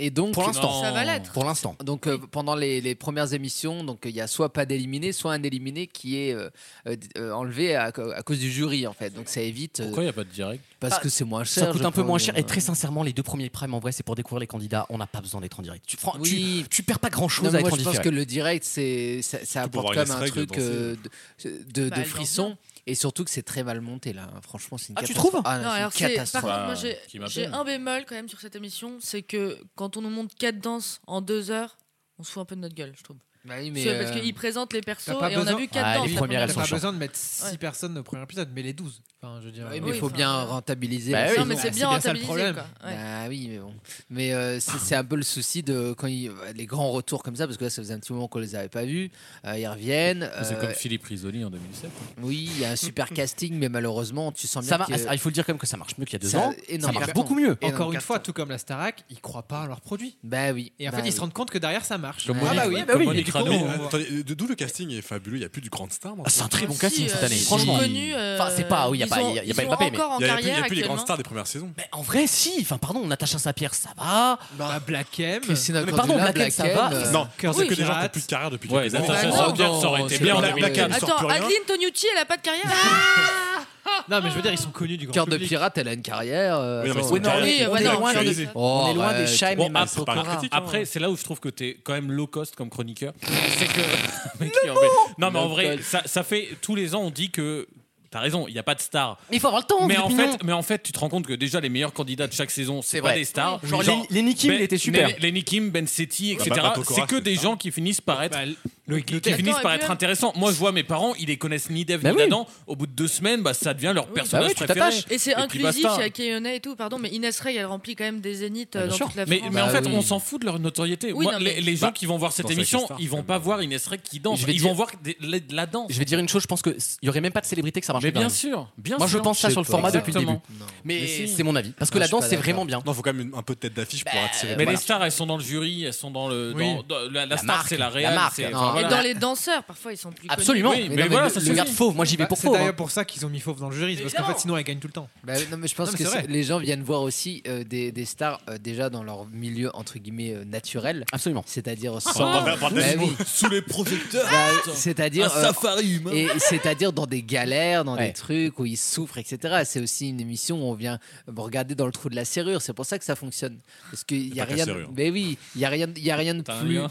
Speaker 5: Et donc,
Speaker 2: Pour l'instant.
Speaker 4: Ça va l'être.
Speaker 2: Pour l'instant.
Speaker 5: donc euh, pendant les, les premières émissions, donc il y a soit pas d'éliminé, soit un éliminé qui est euh, euh, d- euh, enlevé à, à cause du jury en fait. Donc ça évite euh,
Speaker 8: Pourquoi il n'y a pas de direct
Speaker 5: parce
Speaker 2: Ah,
Speaker 5: que c'est moins cher.
Speaker 2: Ça coûte
Speaker 5: je
Speaker 2: un peu
Speaker 5: pense.
Speaker 2: moins cher et très sincèrement, les deux premiers primes en vrai, c'est pour découvrir les candidats. On n'a pas besoin d'être en direct. Tu, fran- tu-
Speaker 5: Oui.
Speaker 2: tu, perds pas grand
Speaker 5: Non,
Speaker 2: chose
Speaker 5: mais
Speaker 2: à
Speaker 5: moi,
Speaker 2: être en
Speaker 5: je pense
Speaker 2: différé.
Speaker 5: que le direct, c'est ça, ça
Speaker 3: Surtout pour
Speaker 5: apporte
Speaker 3: avoir
Speaker 5: comme
Speaker 3: les
Speaker 5: un
Speaker 3: règles,
Speaker 5: truc
Speaker 3: danser.
Speaker 5: euh, de, de,
Speaker 4: Bah,
Speaker 5: de
Speaker 4: elle danse
Speaker 5: frisson. Et surtout que c'est très mal monté là. hein. Franchement, c'est une
Speaker 2: Ah, tu
Speaker 5: catastrophe.
Speaker 2: trouves
Speaker 5: Ah,
Speaker 4: Non, alors
Speaker 5: c'est une
Speaker 4: c'est. Par
Speaker 5: catastrophe.
Speaker 4: contre, moi
Speaker 8: Bah,
Speaker 4: j'ai-
Speaker 8: qui m'appelle.
Speaker 4: j'ai un bémol quand même sur cette émission, c'est que quand on nous montre quatre danses en deux heures, on se fout un peu de notre gueule, je trouve.
Speaker 5: Bah oui, mais,
Speaker 4: Parce que- parce
Speaker 5: euh,
Speaker 4: qu'ils présentent les persos
Speaker 6: t'as pas
Speaker 4: et on a
Speaker 6: besoin-
Speaker 4: vu quatre
Speaker 2: Ah,
Speaker 4: danses.
Speaker 2: les
Speaker 4: la
Speaker 2: premières,
Speaker 6: T'as
Speaker 2: elles sont
Speaker 6: pas
Speaker 4: fois.
Speaker 2: chiantes.
Speaker 6: besoin de mettre 6
Speaker 4: Ouais.
Speaker 6: personnes au premier épisode, mais les 12. Enfin, je veux dire.
Speaker 5: bah oui,
Speaker 6: euh,
Speaker 5: mais il
Speaker 4: Oui,
Speaker 5: faut
Speaker 4: enfin,
Speaker 5: bien
Speaker 4: ouais.
Speaker 5: rentabiliser.
Speaker 2: Bah
Speaker 5: la
Speaker 2: oui,
Speaker 5: chose.
Speaker 4: Non, mais
Speaker 6: Ouais,
Speaker 4: c'est
Speaker 6: c'est
Speaker 4: bien
Speaker 6: bien ça, le
Speaker 4: rentabilisé.
Speaker 6: problème.
Speaker 4: quoi. Ouais.
Speaker 5: Bah oui, mais bon. Mais euh, c'est c'est un peu le souci de quand ils, les grands retours comme ça, parce que là, ça faisait un petit moment qu'on les avait pas vus. Euh, ils reviennent.
Speaker 8: C'est
Speaker 5: euh,
Speaker 8: comme Philippe Risoli en 2007.
Speaker 5: Oui, il y a
Speaker 4: (laughs)
Speaker 5: un super casting, mais malheureusement, tu sens bien
Speaker 2: Ça va,
Speaker 5: que-
Speaker 2: ah, il faut le dire quand même que ça marche mieux qu'il y a deux
Speaker 5: Ça-
Speaker 2: ans. Ça
Speaker 5: énorme
Speaker 2: marche
Speaker 5: carton.
Speaker 2: beaucoup mieux.
Speaker 5: Et
Speaker 6: Encore
Speaker 5: dans
Speaker 6: une
Speaker 5: le
Speaker 6: fois,
Speaker 5: carton.
Speaker 6: tout comme la Starac, ils croient pas à leurs produits.
Speaker 5: Bah oui.
Speaker 6: Et en
Speaker 5: bah
Speaker 6: fait, ils
Speaker 5: oui.
Speaker 6: se rendent compte que derrière, ça marche.
Speaker 8: Comme
Speaker 5: Ah, bah
Speaker 8: Monique-
Speaker 5: oui,
Speaker 8: comme
Speaker 2: oui,
Speaker 8: Monique
Speaker 3: du coup, mais, attendez, de- D'où le casting est fabuleux, il n'y a plus du grand star. maintenant.
Speaker 2: C'est un très bon Si, casting cette euh, année, ils sont franchement. connus, euh, Enfin, c'est pas- oui, il y a ils pas- ont- il y a- il y a ils pas sont Mbappé, mais- encore en
Speaker 3: Il y a plus- Il n'y a
Speaker 2: carrière
Speaker 3: plus les grandes
Speaker 2: actuellement.
Speaker 3: stars des premières saisons.
Speaker 2: Mais en vrai, si. Enfin, pardon, Natacha Saint-Pierre, ça va.
Speaker 6: Bah, Black M.
Speaker 2: Christina Mais pardon, Cordula, Black M, ça Black va. M, euh,
Speaker 3: Non,
Speaker 2: Cœur
Speaker 3: c'est
Speaker 2: de
Speaker 3: que des gens qui
Speaker 2: pirate.
Speaker 3: ont plus de carrière depuis
Speaker 8: Ouais,
Speaker 3: quelques
Speaker 8: Natacha
Speaker 3: années.
Speaker 8: Saint-Pierre, ça aurait été bien en
Speaker 6: Ah,
Speaker 3: Black-
Speaker 8: 2004.
Speaker 5: Euh,
Speaker 3: Black-
Speaker 8: sort
Speaker 4: Attends,
Speaker 8: plus rien.
Speaker 4: Adeline Tonucci, elle a pas de carrière hein
Speaker 6: Non, mais je veux dire, ils sont connus du grand
Speaker 5: Cœur de
Speaker 6: public.
Speaker 5: pirate, elle a une carrière. euh,
Speaker 6: Oui, non, mais
Speaker 5: attends.
Speaker 6: c'est une carrière Oui, qui est
Speaker 5: on est
Speaker 6: bah non,
Speaker 5: loin
Speaker 6: actualisée.
Speaker 5: des-
Speaker 6: On est loin
Speaker 7: Oh,
Speaker 6: des
Speaker 5: arrête.
Speaker 6: Scheim et
Speaker 8: Bon,
Speaker 6: Massot
Speaker 8: après,
Speaker 6: Cora.
Speaker 8: Après, c'est là où je trouve que t'es quand même low cost comme
Speaker 6: (laughs)
Speaker 8: chroniqueur. C'est (laughs) que. Mais qui, en fait- non, mais en vrai, ça, ça fait. Tous les ans, on dit que. T'as raison, il n'y a pas de star.
Speaker 2: Mais il faut avoir le temps,
Speaker 8: Mais
Speaker 2: Philippe
Speaker 8: en,
Speaker 2: Mignon.
Speaker 8: fait, mais en fait, tu te rends compte que déjà, les meilleurs candidats de chaque saison, c'est
Speaker 2: C'est
Speaker 8: pas
Speaker 2: vrai.
Speaker 8: des stars.
Speaker 2: Genre, Lenny Kim, il était super.
Speaker 8: Lenny Kim, Ben Setti, etc.
Speaker 2: bah, Pato Cora,
Speaker 8: c'est que des gens qui finissent par être. qui
Speaker 2: Leterrier.
Speaker 8: finissent
Speaker 2: Attends,
Speaker 8: par
Speaker 2: et puis
Speaker 8: être
Speaker 2: même-
Speaker 8: intéressants. Moi, je vois mes parents, ils les connaissent ni Dave
Speaker 2: Bah
Speaker 8: ni
Speaker 2: oui.
Speaker 8: d'Adam. Au bout de deux semaines, bah, ça devient leur personnage
Speaker 2: oui, tu
Speaker 8: préféré.
Speaker 2: t'attaches.
Speaker 4: Et c'est
Speaker 8: puis
Speaker 4: inclusif,
Speaker 8: basta.
Speaker 4: il y a Kayona et tout, pardon, mais Inès Rey, elle remplit quand même des zéniths euh, dans toute la
Speaker 8: Ah, Mais,
Speaker 4: France.
Speaker 8: mais en fait, on s'en fout de leur notoriété.
Speaker 4: Oui,
Speaker 8: Moi,
Speaker 4: non,
Speaker 8: les,
Speaker 4: mais-
Speaker 8: les gens
Speaker 4: Bah,
Speaker 8: qui vont voir cette
Speaker 2: dans Sex
Speaker 8: émission,
Speaker 2: Star,
Speaker 8: ils vont pas voir Inès Rey qui danse.
Speaker 2: Je
Speaker 8: Ils
Speaker 2: vais
Speaker 8: vont
Speaker 2: dire-
Speaker 8: voir des- la- de la danse.
Speaker 2: Je vais dire une chose, je pense qu'il n'y aurait même pas de célébrité que ça marcherait
Speaker 8: Mais bien
Speaker 2: dingue.
Speaker 8: sûr, bien
Speaker 2: Moi, je
Speaker 8: sûr.
Speaker 2: pense ça
Speaker 8: Je
Speaker 2: sur le
Speaker 8: sais
Speaker 2: format
Speaker 8: pas.
Speaker 2: depuis le début.
Speaker 8: Exactement. Non.
Speaker 2: Mais,
Speaker 8: Mais si.
Speaker 2: c'est mon avis. Parce
Speaker 3: Ah,
Speaker 2: que
Speaker 8: Moi,
Speaker 2: la
Speaker 8: je suis
Speaker 2: danse,
Speaker 8: pas
Speaker 2: c'est
Speaker 8: d'accord.
Speaker 2: vraiment bien. Bah,
Speaker 3: Non, faut quand même un peu de tête d'affiche pour attirer.
Speaker 8: Ben, Mais les stars, elles sont dans le jury, elles sont dans le.
Speaker 2: Oui.
Speaker 8: dans- dans- la, la
Speaker 2: La
Speaker 8: star,
Speaker 2: marque,
Speaker 8: c'est la
Speaker 2: la
Speaker 8: réelle.
Speaker 2: marque.
Speaker 8: c'est-
Speaker 6: Ah.
Speaker 2: Non,
Speaker 8: enfin, voilà.
Speaker 4: Et dans les danseurs, parfois, ils sont plus connus.
Speaker 2: Absolument.
Speaker 8: Oui,
Speaker 2: mais
Speaker 8: mais
Speaker 2: non,
Speaker 8: voilà,
Speaker 2: le-
Speaker 8: ça
Speaker 2: le
Speaker 8: suffit.
Speaker 2: garde fauve, moi, j'y vais
Speaker 6: Bah,
Speaker 2: pour
Speaker 6: C'est
Speaker 2: fauve,
Speaker 6: d'ailleurs
Speaker 2: hein.
Speaker 6: pour ça qu'ils ont mis Fauve dans le jury, c'est parce qu'en
Speaker 5: Évidemment.
Speaker 6: fait sinon elle gagne tout le temps.
Speaker 5: Bah, non, mais je pense
Speaker 6: Non, mais
Speaker 5: que
Speaker 6: c'est
Speaker 5: c'est-
Speaker 6: vrai.
Speaker 5: les gens viennent voir aussi euh, des, des stars euh, déjà dans leur milieu entre guillemets euh, naturel.
Speaker 2: Absolument.
Speaker 5: C'est-à-dire
Speaker 2: Ah,
Speaker 5: sans.
Speaker 2: on va faire des
Speaker 5: Bah (laughs)
Speaker 2: animaux
Speaker 5: oui.
Speaker 8: Sous les projecteurs.
Speaker 5: Bah, c'est-à-dire
Speaker 8: Un safari humain.
Speaker 5: et c'est-à-dire dans des galères, dans
Speaker 2: Ouais.
Speaker 5: des trucs où ils souffrent, etc. C'est aussi une émission où on vient regarder dans le trou de la serrure. C'est pour ça que ça fonctionne, parce qu'il y a
Speaker 2: pas que la
Speaker 5: rien.
Speaker 2: serrure.
Speaker 5: Mais oui, il y a rien, il y a rien de
Speaker 2: T'as un
Speaker 5: plus.
Speaker 2: lien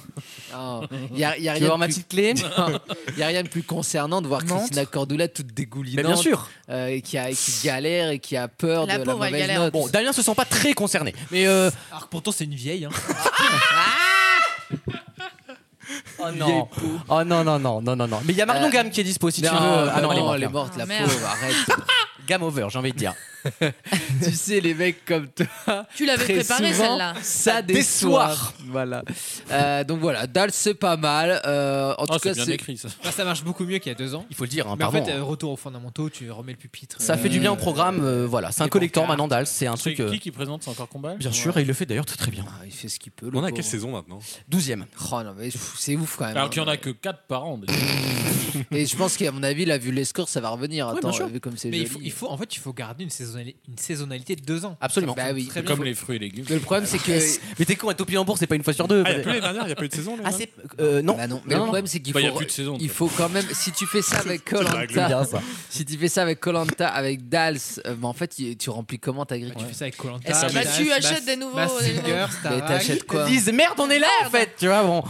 Speaker 5: Oh, Il y a, il y a
Speaker 2: Tu veux
Speaker 5: rien de
Speaker 2: voir ma
Speaker 5: plus-
Speaker 2: petite clé
Speaker 5: Non, Il y a rien de plus concernant de voir Christina Cordula toute dégoulinante,
Speaker 2: Mais bien sûr.
Speaker 5: euh, et qui, a, qui galère et qui a peur
Speaker 2: La
Speaker 5: de la
Speaker 2: pauvre, elle
Speaker 5: mauvaise
Speaker 2: galère.
Speaker 5: note.
Speaker 2: Bon, Damien se sent pas très concerné, mais
Speaker 6: Alors que pourtant c'est une vieille. Hein.
Speaker 2: Oh non. Oh non, non, non, non, non, non. Mais il y a Marion
Speaker 5: Euh,
Speaker 2: Gamme qui est dispo si tu veux.
Speaker 5: non,
Speaker 2: Ah
Speaker 5: non,
Speaker 2: non,
Speaker 5: elle
Speaker 2: elle
Speaker 5: est
Speaker 2: est morte.
Speaker 5: morte, la Ah,
Speaker 2: là.
Speaker 5: merde. pauvre, arrête.
Speaker 2: Game over, j'ai envie de dire.
Speaker 5: tu sais, les mecs comme toi.
Speaker 4: Tu l'avais
Speaker 5: très
Speaker 4: préparé,
Speaker 5: souvent,
Speaker 4: celle-là.
Speaker 5: Ça déçoit. Voilà. Euh, donc voilà, Dalle, c'est pas mal. Euh,
Speaker 6: Oh,
Speaker 5: en tout
Speaker 6: (laughs)
Speaker 5: cas,
Speaker 6: Là, Bah, ça marche beaucoup mieux qu'il y a deux ans.
Speaker 2: Il faut le dire, hein,
Speaker 6: Mais en
Speaker 2: pardon,
Speaker 6: fait,
Speaker 2: hein.
Speaker 6: euh, retour aux fondamentaux, tu remets le pupitre.
Speaker 2: Ça fait du bien au programme, euh, voilà. C'est un collector maintenant, Dals. C'est un
Speaker 8: C'est
Speaker 2: truc. euh,
Speaker 8: qui qui présente C'est encore combat
Speaker 2: Bien sûr, et il le fait d'ailleurs très très bien.
Speaker 5: Ah, il fait ce qu'il peut.
Speaker 2: le On est à pauvre. quelle
Speaker 3: saison maintenant
Speaker 2: 12ème.
Speaker 5: Oh non, mais pff, c'est ouf quand même.
Speaker 8: Alors
Speaker 5: hein.
Speaker 8: qu'il y en a que 4 par an. déjà.
Speaker 5: Et je pense qu'à mon avis, là, vu les scores, ça va revenir.
Speaker 6: Ouais,
Speaker 5: Attends,
Speaker 6: bien sûr.
Speaker 2: euh,
Speaker 5: vu comme c'est
Speaker 6: Mais il
Speaker 5: joli.
Speaker 6: faut, il faut- en fait, il faut garder une saisonnalité, une saisonnalité de deux ans.
Speaker 2: Absolument. Bah
Speaker 6: Ça fonctionne très bien.
Speaker 8: fruits et légumes.
Speaker 5: Le problème, c'est que.
Speaker 2: Ah, Mais t'es con, être au pied en bourse, c'est pas une fois sur deux.
Speaker 5: Ah, y a plus les
Speaker 3: dernières, y a pas eu de saison, les
Speaker 2: Ah, c'est. euh, non.
Speaker 5: Bah non, mais le problème c'est qu'il faut,
Speaker 2: Bah, y a plus de saison, en
Speaker 5: il
Speaker 2: fait.
Speaker 5: faut quand même si tu fais ça avec
Speaker 2: C'est la règle bien,
Speaker 5: Colanta,
Speaker 2: ça.
Speaker 5: si tu fais ça avec Colanta, avec Dals, euh, bah, en fait tu, tu remplis comment ta grille Tu fais
Speaker 6: ça avec Colanta,
Speaker 4: Est-ce que tu achètes des nouveaux- des nouveaux-
Speaker 5: Mais t'achètes quoi
Speaker 2: Lise, merde, on est là en fait, tu vois. Bon.